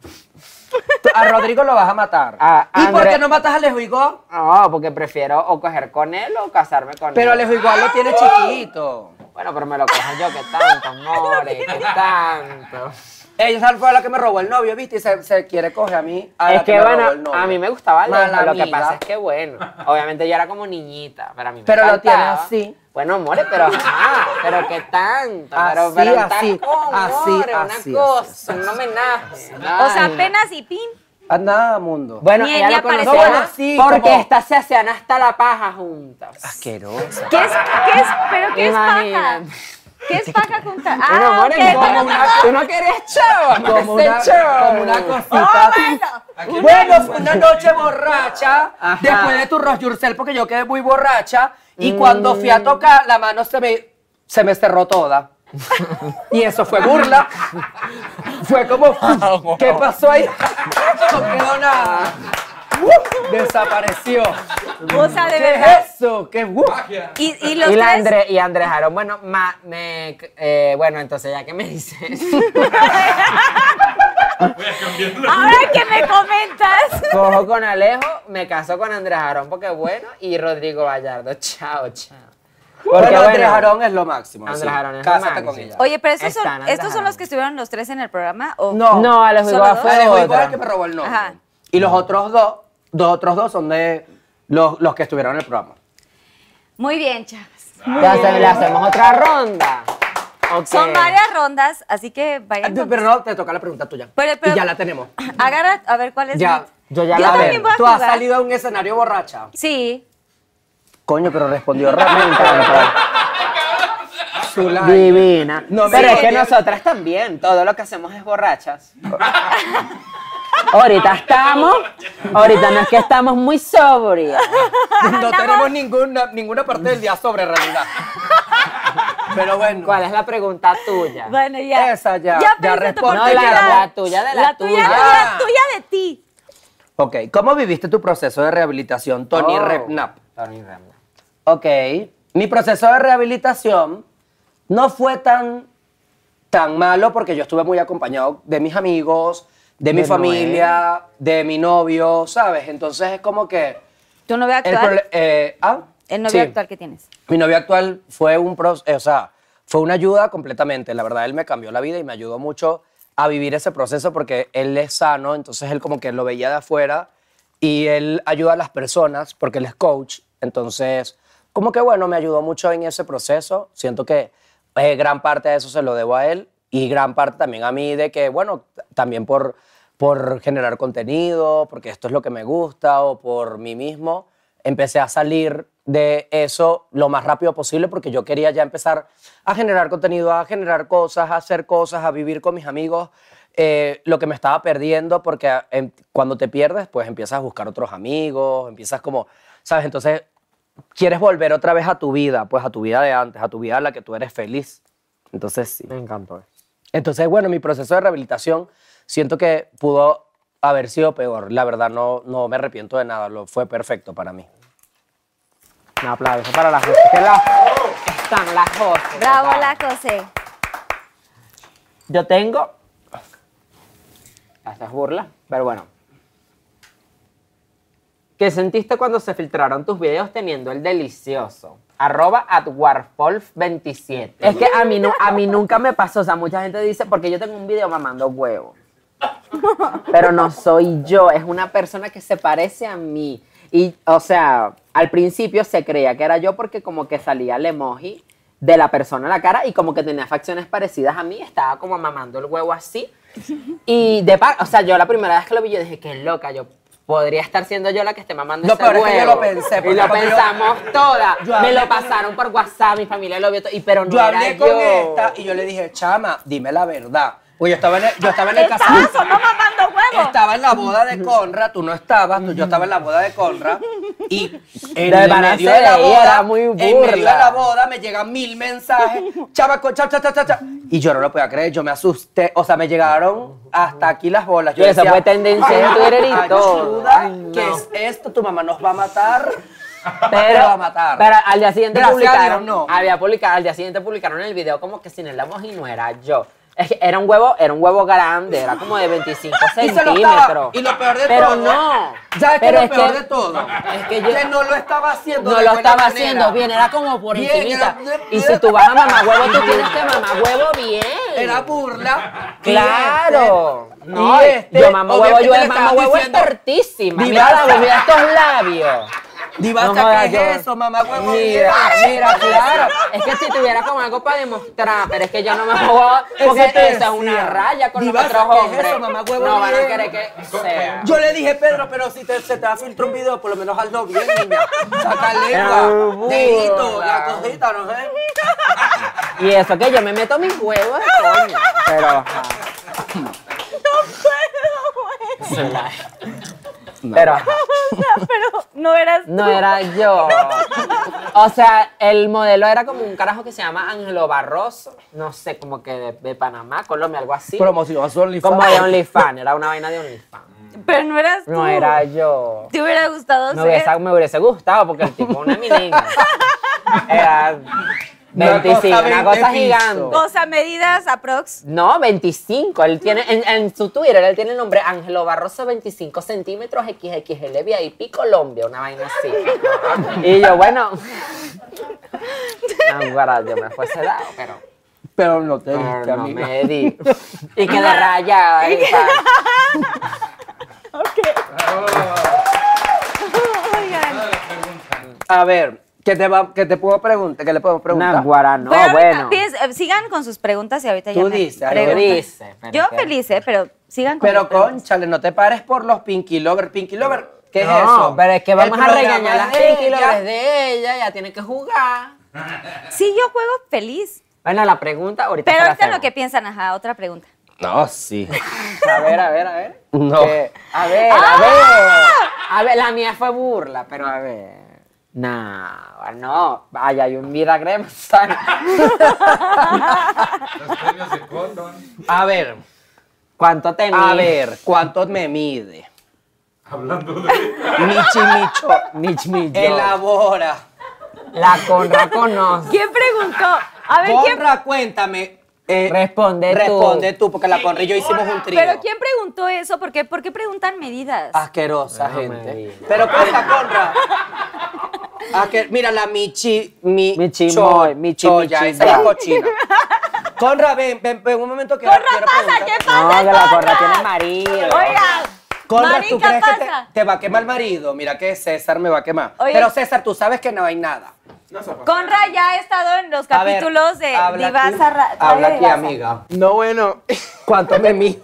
[SPEAKER 3] A Rodrigo lo vas a matar. ¿Y por qué no matas a Alejo Igor?
[SPEAKER 4] No, porque prefiero o coger con él o casarme con él.
[SPEAKER 3] Pero Alejo Igor lo tiene chiquito.
[SPEAKER 4] Bueno, pero me lo cojo yo, que tanto, more, que tanto.
[SPEAKER 3] Ella fue la que me robó el novio, ¿viste? Y se, se quiere coger a mí. A la
[SPEAKER 4] es que
[SPEAKER 3] me robó el
[SPEAKER 4] bueno,
[SPEAKER 3] novio.
[SPEAKER 4] a mí me gustaba Alejo,
[SPEAKER 3] Mala
[SPEAKER 4] lo que
[SPEAKER 3] amiga.
[SPEAKER 4] pasa es que bueno, obviamente yo era como niñita, pero a mí me
[SPEAKER 3] Pero lo
[SPEAKER 4] encantaba.
[SPEAKER 3] tiene así.
[SPEAKER 4] Bueno, more, pero ajá, pero qué tanto, pero,
[SPEAKER 3] Así,
[SPEAKER 4] pero un
[SPEAKER 3] así,
[SPEAKER 4] tacón,
[SPEAKER 3] así,
[SPEAKER 4] more, una
[SPEAKER 3] así,
[SPEAKER 4] cosa, un homenaje.
[SPEAKER 2] O sea,
[SPEAKER 4] Ay.
[SPEAKER 2] apenas y pim.
[SPEAKER 3] A nada, mundo.
[SPEAKER 4] Bueno,
[SPEAKER 2] Ni
[SPEAKER 4] ella
[SPEAKER 2] ella
[SPEAKER 4] lo conoció,
[SPEAKER 2] apareció.
[SPEAKER 4] ¿no?
[SPEAKER 2] No, bueno, sí,
[SPEAKER 4] porque
[SPEAKER 2] como-
[SPEAKER 4] estas se hacían hasta la paja juntas.
[SPEAKER 3] Asquerosa.
[SPEAKER 2] ¿Qué es, qué es, pero qué
[SPEAKER 4] Imagínate.
[SPEAKER 2] es paja? ¿Qué es paja junta? Ah,
[SPEAKER 4] Bueno, more,
[SPEAKER 2] ok,
[SPEAKER 4] como
[SPEAKER 2] bueno,
[SPEAKER 4] una- tú no querías chava, no
[SPEAKER 3] Como
[SPEAKER 4] sé,
[SPEAKER 3] una-
[SPEAKER 4] chava.
[SPEAKER 3] como una cosita.
[SPEAKER 4] Ah,
[SPEAKER 3] Oh, Bueno, bueno, fue una noche borracha,
[SPEAKER 4] Ajá. Mm.
[SPEAKER 3] después de tu Ross Yurcel, porque yo quedé muy borracha, y cuando fui a tocar, la mano se me, se me cerró toda. y eso fue burla. fue como, ¿qué pasó ahí? no quedó nada. Desapareció.
[SPEAKER 2] O sea, de
[SPEAKER 3] ¿Qué
[SPEAKER 2] verdad.
[SPEAKER 3] es eso? ¿Qué uh.
[SPEAKER 2] Y, y los
[SPEAKER 4] y, la
[SPEAKER 2] tres.
[SPEAKER 4] André, y Andrés Jarón, bueno, ma- me, eh, bueno, entonces ya que me dices.
[SPEAKER 2] Ahora que me comentas.
[SPEAKER 4] Cojo con Alejo, me caso con Andrés Jarón porque bueno, y Rodrigo Vallardo. Chao, chao.
[SPEAKER 3] Porque
[SPEAKER 4] bueno.
[SPEAKER 3] Andrés Jarón es lo máximo.
[SPEAKER 4] Andrés
[SPEAKER 3] sí.
[SPEAKER 4] Jarón es lo
[SPEAKER 3] Cásate
[SPEAKER 4] máximo.
[SPEAKER 3] con ella.
[SPEAKER 2] Oye, pero estos,
[SPEAKER 4] Están
[SPEAKER 2] son,
[SPEAKER 4] Andrés
[SPEAKER 2] estos son los que estuvieron los tres en el programa. ¿o?
[SPEAKER 3] No,
[SPEAKER 4] No, Alejo
[SPEAKER 2] ¿Solo
[SPEAKER 4] Ibarra
[SPEAKER 2] dos?
[SPEAKER 4] fue
[SPEAKER 3] Alejo Igor es
[SPEAKER 4] otra.
[SPEAKER 3] el que me robó el nombre.
[SPEAKER 2] Ajá.
[SPEAKER 3] Y los otros dos, los otros dos son de los, los que estuvieron en el programa.
[SPEAKER 2] Muy bien, chavas.
[SPEAKER 3] Ah.
[SPEAKER 2] Muy
[SPEAKER 4] Le
[SPEAKER 2] bien.
[SPEAKER 4] hacemos, le hacemos otra ronda. Ok.
[SPEAKER 2] Son varias rondas, así que vayan.
[SPEAKER 3] Ah,
[SPEAKER 2] con-
[SPEAKER 3] Pero no, te toca la pregunta tuya.
[SPEAKER 2] Pero- pero-
[SPEAKER 3] y ya la tenemos.
[SPEAKER 2] Agarra, a ver cuál es.
[SPEAKER 3] Ya.
[SPEAKER 2] mi-
[SPEAKER 4] Yo ya
[SPEAKER 2] Yo
[SPEAKER 4] la
[SPEAKER 2] también
[SPEAKER 4] veo.
[SPEAKER 2] voy a
[SPEAKER 3] Tú has
[SPEAKER 2] jugar.
[SPEAKER 3] salido de un escenario borracha.
[SPEAKER 2] Sí.
[SPEAKER 3] Coño, pero respondió realmente. Zulay.
[SPEAKER 4] Divina.
[SPEAKER 3] No,
[SPEAKER 4] Pero
[SPEAKER 3] sí,
[SPEAKER 4] es que
[SPEAKER 3] porque-
[SPEAKER 4] nosotras también, todo lo que hacemos es borrachas. ahorita estamos, ahorita no es que estamos muy sobrias.
[SPEAKER 3] No tenemos ninguna, ninguna parte del día sobre realidad. Pero bueno.
[SPEAKER 4] ¿Cuál es la pregunta tuya?
[SPEAKER 2] Bueno, ya.
[SPEAKER 3] Esa
[SPEAKER 2] Ya,
[SPEAKER 3] ya, ya
[SPEAKER 2] pero eso te
[SPEAKER 3] responde.
[SPEAKER 4] No, la,
[SPEAKER 2] ya.
[SPEAKER 4] la tuya de la,
[SPEAKER 2] La tuya,
[SPEAKER 4] tuya.
[SPEAKER 2] no, la tuya de ti.
[SPEAKER 3] Ok, ¿cómo viviste tu proceso de rehabilitación, Tony
[SPEAKER 4] Oh.
[SPEAKER 3] Repnap?
[SPEAKER 4] Tony Ramón.
[SPEAKER 3] Ok, mi proceso de rehabilitación no fue tan, tan malo porque yo estuve muy acompañado de mis amigos, de mi
[SPEAKER 4] De
[SPEAKER 3] familia, de mi novio, ¿sabes? Entonces es como que...
[SPEAKER 2] Tu novio
[SPEAKER 3] El,
[SPEAKER 2] actual.
[SPEAKER 3] prole- eh, ¿ah?
[SPEAKER 2] El novio
[SPEAKER 3] Sí.
[SPEAKER 2] actual que tienes.
[SPEAKER 3] Mi novio actual fue un pro- eh, o sea, fue una ayuda completamente. La verdad, él me cambió la vida y me ayudó mucho a vivir ese proceso porque él es sano, entonces él como que lo veía de afuera y él ayuda a las personas porque él es coach. Entonces, como que bueno, me ayudó mucho en ese proceso. Siento que eh, gran parte de eso se lo debo a él y gran parte también a mí de que, bueno, t- también por, por generar contenido, porque esto es lo que me gusta o por mí mismo, empecé a salir de eso lo más rápido posible porque yo quería ya empezar a generar contenido, a generar cosas, a hacer cosas, a vivir con mis amigos, eh, lo que me estaba perdiendo porque em, cuando te pierdes, pues empiezas a buscar otros amigos, empiezas como, ¿sabes? Entonces quieres volver otra vez a tu vida, pues a tu vida de antes, a tu vida en la que tú eres feliz. Entonces sí.
[SPEAKER 4] Me encantó.
[SPEAKER 3] Entonces, bueno, mi proceso de rehabilitación siento que pudo haber sido peor. La verdad, no, no me arrepiento de nada. Lo, fue perfecto para mí.
[SPEAKER 4] Un aplauso para las voces. que la- están las voces.
[SPEAKER 2] Bravo,
[SPEAKER 4] total.
[SPEAKER 2] la José.
[SPEAKER 4] Yo tengo. Estas burlas, pero bueno. ¿Qué sentiste cuando se filtraron tus videos teniendo el delicioso? Arroba at warpolf27. Es que a mí, nu- a mí nunca me pasó. O sea, mucha gente dice, porque yo tengo un video mamando huevo. Pero no soy yo, es una persona que se parece a mí. Y, o sea, al principio se creía que era yo porque como que salía el emoji de la persona en la cara y como que tenía facciones parecidas a mí, estaba como mamando el huevo así. Y de par, o sea, yo la primera vez que lo vi, yo dije, qué loca, yo podría estar siendo yo la que esté mamando
[SPEAKER 3] Lo
[SPEAKER 4] ese
[SPEAKER 3] peor es
[SPEAKER 4] huevo.
[SPEAKER 3] que yo lo pensé,
[SPEAKER 4] Y
[SPEAKER 3] porque
[SPEAKER 4] lo
[SPEAKER 3] cuando yo-
[SPEAKER 4] pensamos todas.
[SPEAKER 3] Yo
[SPEAKER 4] Me
[SPEAKER 3] hablé
[SPEAKER 4] lo
[SPEAKER 3] con-
[SPEAKER 4] pasaron por WhatsApp, mi familia lo vio todo, y pero no
[SPEAKER 3] Yo hablé
[SPEAKER 4] era
[SPEAKER 3] con
[SPEAKER 4] yo.
[SPEAKER 3] esta y yo le dije, chama, dime la verdad. Pues yo estaba en el, yo estaba en el
[SPEAKER 2] Estabas
[SPEAKER 3] casamiento.
[SPEAKER 2] o no mamando huevos.
[SPEAKER 3] Estaba en la boda de Conra, tú no estabas, tú- yo estaba en la boda de Conra Y
[SPEAKER 4] En
[SPEAKER 3] en
[SPEAKER 4] el
[SPEAKER 3] medio
[SPEAKER 4] medio
[SPEAKER 3] de la
[SPEAKER 4] de ahí
[SPEAKER 3] boda,
[SPEAKER 4] era muy
[SPEAKER 3] en medio de
[SPEAKER 4] burla.
[SPEAKER 3] la boda me llegan mil mensajes, chabaco, cha, cha, cha, cha, cha. Y yo no lo podía creer, yo me asusté, o sea, me llegaron hasta aquí las bolas. Yo
[SPEAKER 4] Y eso
[SPEAKER 3] decía,
[SPEAKER 4] fue tendencia en
[SPEAKER 3] "Ay,
[SPEAKER 4] Twitter y todo".
[SPEAKER 3] ayuda,
[SPEAKER 4] Ay, no.
[SPEAKER 3] ¿qué es esto? Tu mamá nos va a matar.
[SPEAKER 4] Pero,
[SPEAKER 3] Te va a matar.
[SPEAKER 4] pero al día siguiente
[SPEAKER 3] Gracias a
[SPEAKER 4] publicaron,
[SPEAKER 3] Dios, no.
[SPEAKER 4] había publica- al día siguiente publicaron el video como que sin el voz y no era yo. Es que era un huevo, era un huevo grande, era como de 25
[SPEAKER 3] Y se lo
[SPEAKER 4] centímetros.
[SPEAKER 3] estaba, y lo peor de
[SPEAKER 4] pero
[SPEAKER 3] todo.
[SPEAKER 4] no.
[SPEAKER 3] ¿Sabes qué es
[SPEAKER 4] pero
[SPEAKER 3] lo peor
[SPEAKER 4] que
[SPEAKER 3] de todo?
[SPEAKER 4] Es que yo-
[SPEAKER 3] no lo estaba haciendo.
[SPEAKER 4] no
[SPEAKER 3] de
[SPEAKER 4] lo
[SPEAKER 3] buena
[SPEAKER 4] estaba
[SPEAKER 3] manera.
[SPEAKER 4] haciendo bien, era como por
[SPEAKER 3] Bien,
[SPEAKER 4] encimita.
[SPEAKER 3] era-
[SPEAKER 4] Y si tú vas a mamar huevo, tú tienes que mamar huevo bien.
[SPEAKER 3] Era burla.
[SPEAKER 4] Claro.
[SPEAKER 3] Y este-
[SPEAKER 4] No,
[SPEAKER 3] y este,
[SPEAKER 4] yo mamo huevo,
[SPEAKER 3] obviamente
[SPEAKER 4] yo
[SPEAKER 3] le
[SPEAKER 4] mamo
[SPEAKER 3] estabas
[SPEAKER 4] huevo
[SPEAKER 3] diciendo,
[SPEAKER 4] es tortísima. Mira,
[SPEAKER 3] "Divasa".
[SPEAKER 4] la- mira estos labios.
[SPEAKER 3] Divasa,
[SPEAKER 4] No jodas,
[SPEAKER 3] ¿qué
[SPEAKER 4] yo-
[SPEAKER 3] es eso, mamá huevo?
[SPEAKER 4] Mira,
[SPEAKER 3] Divasa.
[SPEAKER 4] mira, claro. Es que si tuviera como algo para demostrar, pero es que yo no me juego
[SPEAKER 3] Eso
[SPEAKER 4] porque
[SPEAKER 3] te
[SPEAKER 4] esa es
[SPEAKER 3] decía.
[SPEAKER 4] una raya con los
[SPEAKER 3] Divasa,
[SPEAKER 4] otros
[SPEAKER 3] ¿qué es
[SPEAKER 4] hombres.
[SPEAKER 3] eso, mamá huevo?
[SPEAKER 4] no van a
[SPEAKER 3] Bien.
[SPEAKER 4] querer que sea.
[SPEAKER 3] Yo le dije, Pedro, pero si te- se te va a filtrar un video, por lo menos hazlo bien, niña. Saca
[SPEAKER 4] Era
[SPEAKER 3] lengua,
[SPEAKER 4] burla.
[SPEAKER 3] dedito, la cosita, no sé.
[SPEAKER 4] Y eso que yo me meto mis huevos, coño. Pero. ajá.
[SPEAKER 2] No puedo, güey.
[SPEAKER 4] Pero. ajá.
[SPEAKER 2] O sea, pero no eras
[SPEAKER 4] No
[SPEAKER 2] tú.
[SPEAKER 4] era yo. O sea, el modelo era como un carajo que se llama Ángelo Barroso, no sé, como que de, de Panamá, Colombia, algo así.
[SPEAKER 3] Promoción a su OnlyFans.
[SPEAKER 4] Como de OnlyFans, era una vaina de OnlyFans.
[SPEAKER 2] Pero no eras tú.
[SPEAKER 4] No era yo.
[SPEAKER 2] Te hubiera gustado
[SPEAKER 4] Me
[SPEAKER 2] ser.
[SPEAKER 4] hubiese, me hubiese gustado porque el tipo una miniga. Era 25, una cosa, gigante.
[SPEAKER 2] O sea, medidas aprox.
[SPEAKER 4] No, 25. Él tiene, en, en su Twitter, él tiene el nombre Ángelo Barroso 25 centímetros XXL VIP Colombia, una vaina así. Y yo, bueno. No, guarda, yo me fuese dado, pues pero.
[SPEAKER 3] Pero no te
[SPEAKER 4] diste, no amiga. me di. Y quedé rayada. ahí, pa.
[SPEAKER 2] Oigan.
[SPEAKER 3] A ver, ¿qué te, va, qué te puedo preguntar? ¿Qué le podemos preguntar?
[SPEAKER 4] Naguará, Ah, no,
[SPEAKER 2] Pero ahorita, fíjense, eh, sigan con sus preguntas y ahorita ya
[SPEAKER 3] Tú
[SPEAKER 2] me
[SPEAKER 3] dices, algo
[SPEAKER 2] preguntan.
[SPEAKER 3] dices, pero
[SPEAKER 2] Yo
[SPEAKER 3] qué-
[SPEAKER 2] feliz, eh, pero sigan con
[SPEAKER 3] Pero
[SPEAKER 2] sus preguntas.
[SPEAKER 3] conchale, no te pares por los Pinky Lover. Pinky Lover, ¿qué
[SPEAKER 4] No,
[SPEAKER 3] es eso?
[SPEAKER 4] pero es que
[SPEAKER 3] El
[SPEAKER 4] vamos a
[SPEAKER 3] programa
[SPEAKER 4] regañar a las
[SPEAKER 3] de
[SPEAKER 4] Pinky
[SPEAKER 3] ella.
[SPEAKER 4] Lovers de ella, ya tiene que jugar.
[SPEAKER 2] Sí, yo juego feliz.
[SPEAKER 4] Bueno, la pregunta ahorita.
[SPEAKER 2] Pero
[SPEAKER 4] se la
[SPEAKER 2] ahorita lo
[SPEAKER 4] hacemos.
[SPEAKER 2] que piensan, ajá, otra pregunta.
[SPEAKER 3] No, sí.
[SPEAKER 4] A ver, a ver, a ver.
[SPEAKER 3] No.
[SPEAKER 4] ¿Qué? A ver,
[SPEAKER 2] Ah,
[SPEAKER 4] a ver. A ver, la mía fue burla, pero a ver. No, no. Vaya, hay un milagre.
[SPEAKER 3] A ver.
[SPEAKER 4] ¿Cuánto te mide?
[SPEAKER 3] A ver, ¿cuánto me mide? Hablando de. Michi Micho.
[SPEAKER 4] Mich, mich, yo.
[SPEAKER 3] Elabora.
[SPEAKER 4] La Conra conoce.
[SPEAKER 2] ¿Quién preguntó? A ver, ¿quién?
[SPEAKER 3] Conra, cuéntame. eh,
[SPEAKER 4] Responde tú.
[SPEAKER 3] responde tú, porque la Conra y yo hicimos un trío.
[SPEAKER 2] Pero ¿quién preguntó eso? ¿Por qué, por qué preguntan medidas?
[SPEAKER 4] Ah,
[SPEAKER 3] Asquerosa gente. Pero cuenta, Conra. Asque- Mira, la Michi. Mi,
[SPEAKER 4] Michi
[SPEAKER 3] cho-
[SPEAKER 4] Moy, Michi,
[SPEAKER 3] choya,
[SPEAKER 4] Michi,
[SPEAKER 3] esa es
[SPEAKER 4] ya.
[SPEAKER 3] cochina. Conra, ven, ven, ven un momento que quiero preguntar.
[SPEAKER 2] ¿Qué
[SPEAKER 4] No,
[SPEAKER 2] pasa,
[SPEAKER 4] que la
[SPEAKER 2] Conra?
[SPEAKER 4] Conra tiene marido.
[SPEAKER 2] Oigan,
[SPEAKER 3] Conra, ¿tú
[SPEAKER 2] Marín, ¿qué
[SPEAKER 3] crees que te,
[SPEAKER 2] pasa?
[SPEAKER 3] te va a quemar el marido? Mira que César me va a quemar.
[SPEAKER 2] Oye.
[SPEAKER 3] Pero César, tú sabes que no hay nada.
[SPEAKER 2] Conra ya ha estado en los
[SPEAKER 3] A ver,
[SPEAKER 2] capítulos de
[SPEAKER 3] habla aquí.
[SPEAKER 2] Divasa. Ra- Radio
[SPEAKER 3] Habla aquí,
[SPEAKER 2] Divasa.
[SPEAKER 3] amiga.
[SPEAKER 8] No, bueno.
[SPEAKER 3] ¿Cuánto me mide?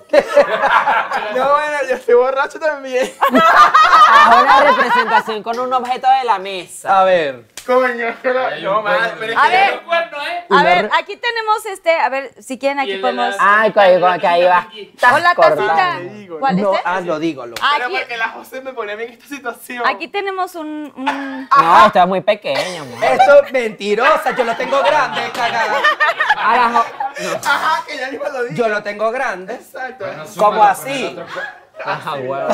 [SPEAKER 8] No, bueno, yo estoy borracho también.
[SPEAKER 4] Haz una representación con un objeto de la mesa.
[SPEAKER 3] A ver.
[SPEAKER 8] Coño, es que la. No, más, pero es
[SPEAKER 2] A
[SPEAKER 8] que-
[SPEAKER 2] ver, a
[SPEAKER 4] Una
[SPEAKER 2] ver,
[SPEAKER 4] re-
[SPEAKER 2] aquí tenemos este, a ver, si quieren aquí podemos...
[SPEAKER 4] Ay, coño, que ahí va.
[SPEAKER 2] Hola,
[SPEAKER 4] cortada.
[SPEAKER 2] tacita. ¿Cuál
[SPEAKER 3] No,
[SPEAKER 2] este?
[SPEAKER 3] hazlo, dígalo.
[SPEAKER 8] Pero
[SPEAKER 2] Aquí-
[SPEAKER 8] porque la José me ponía a mí en esta situación. Ah.
[SPEAKER 2] Aquí tenemos un... un-
[SPEAKER 4] No, esto es muy pequeño, amor.
[SPEAKER 3] Esto es mentirosa, yo lo tengo grande, cagada.
[SPEAKER 4] A la jo-
[SPEAKER 8] Ajá, que ya mismo lo dije.
[SPEAKER 3] Yo lo tengo grande.
[SPEAKER 8] Ah. Exacto.
[SPEAKER 3] ¿Cómo así?
[SPEAKER 4] Ajá, Ah, huevo.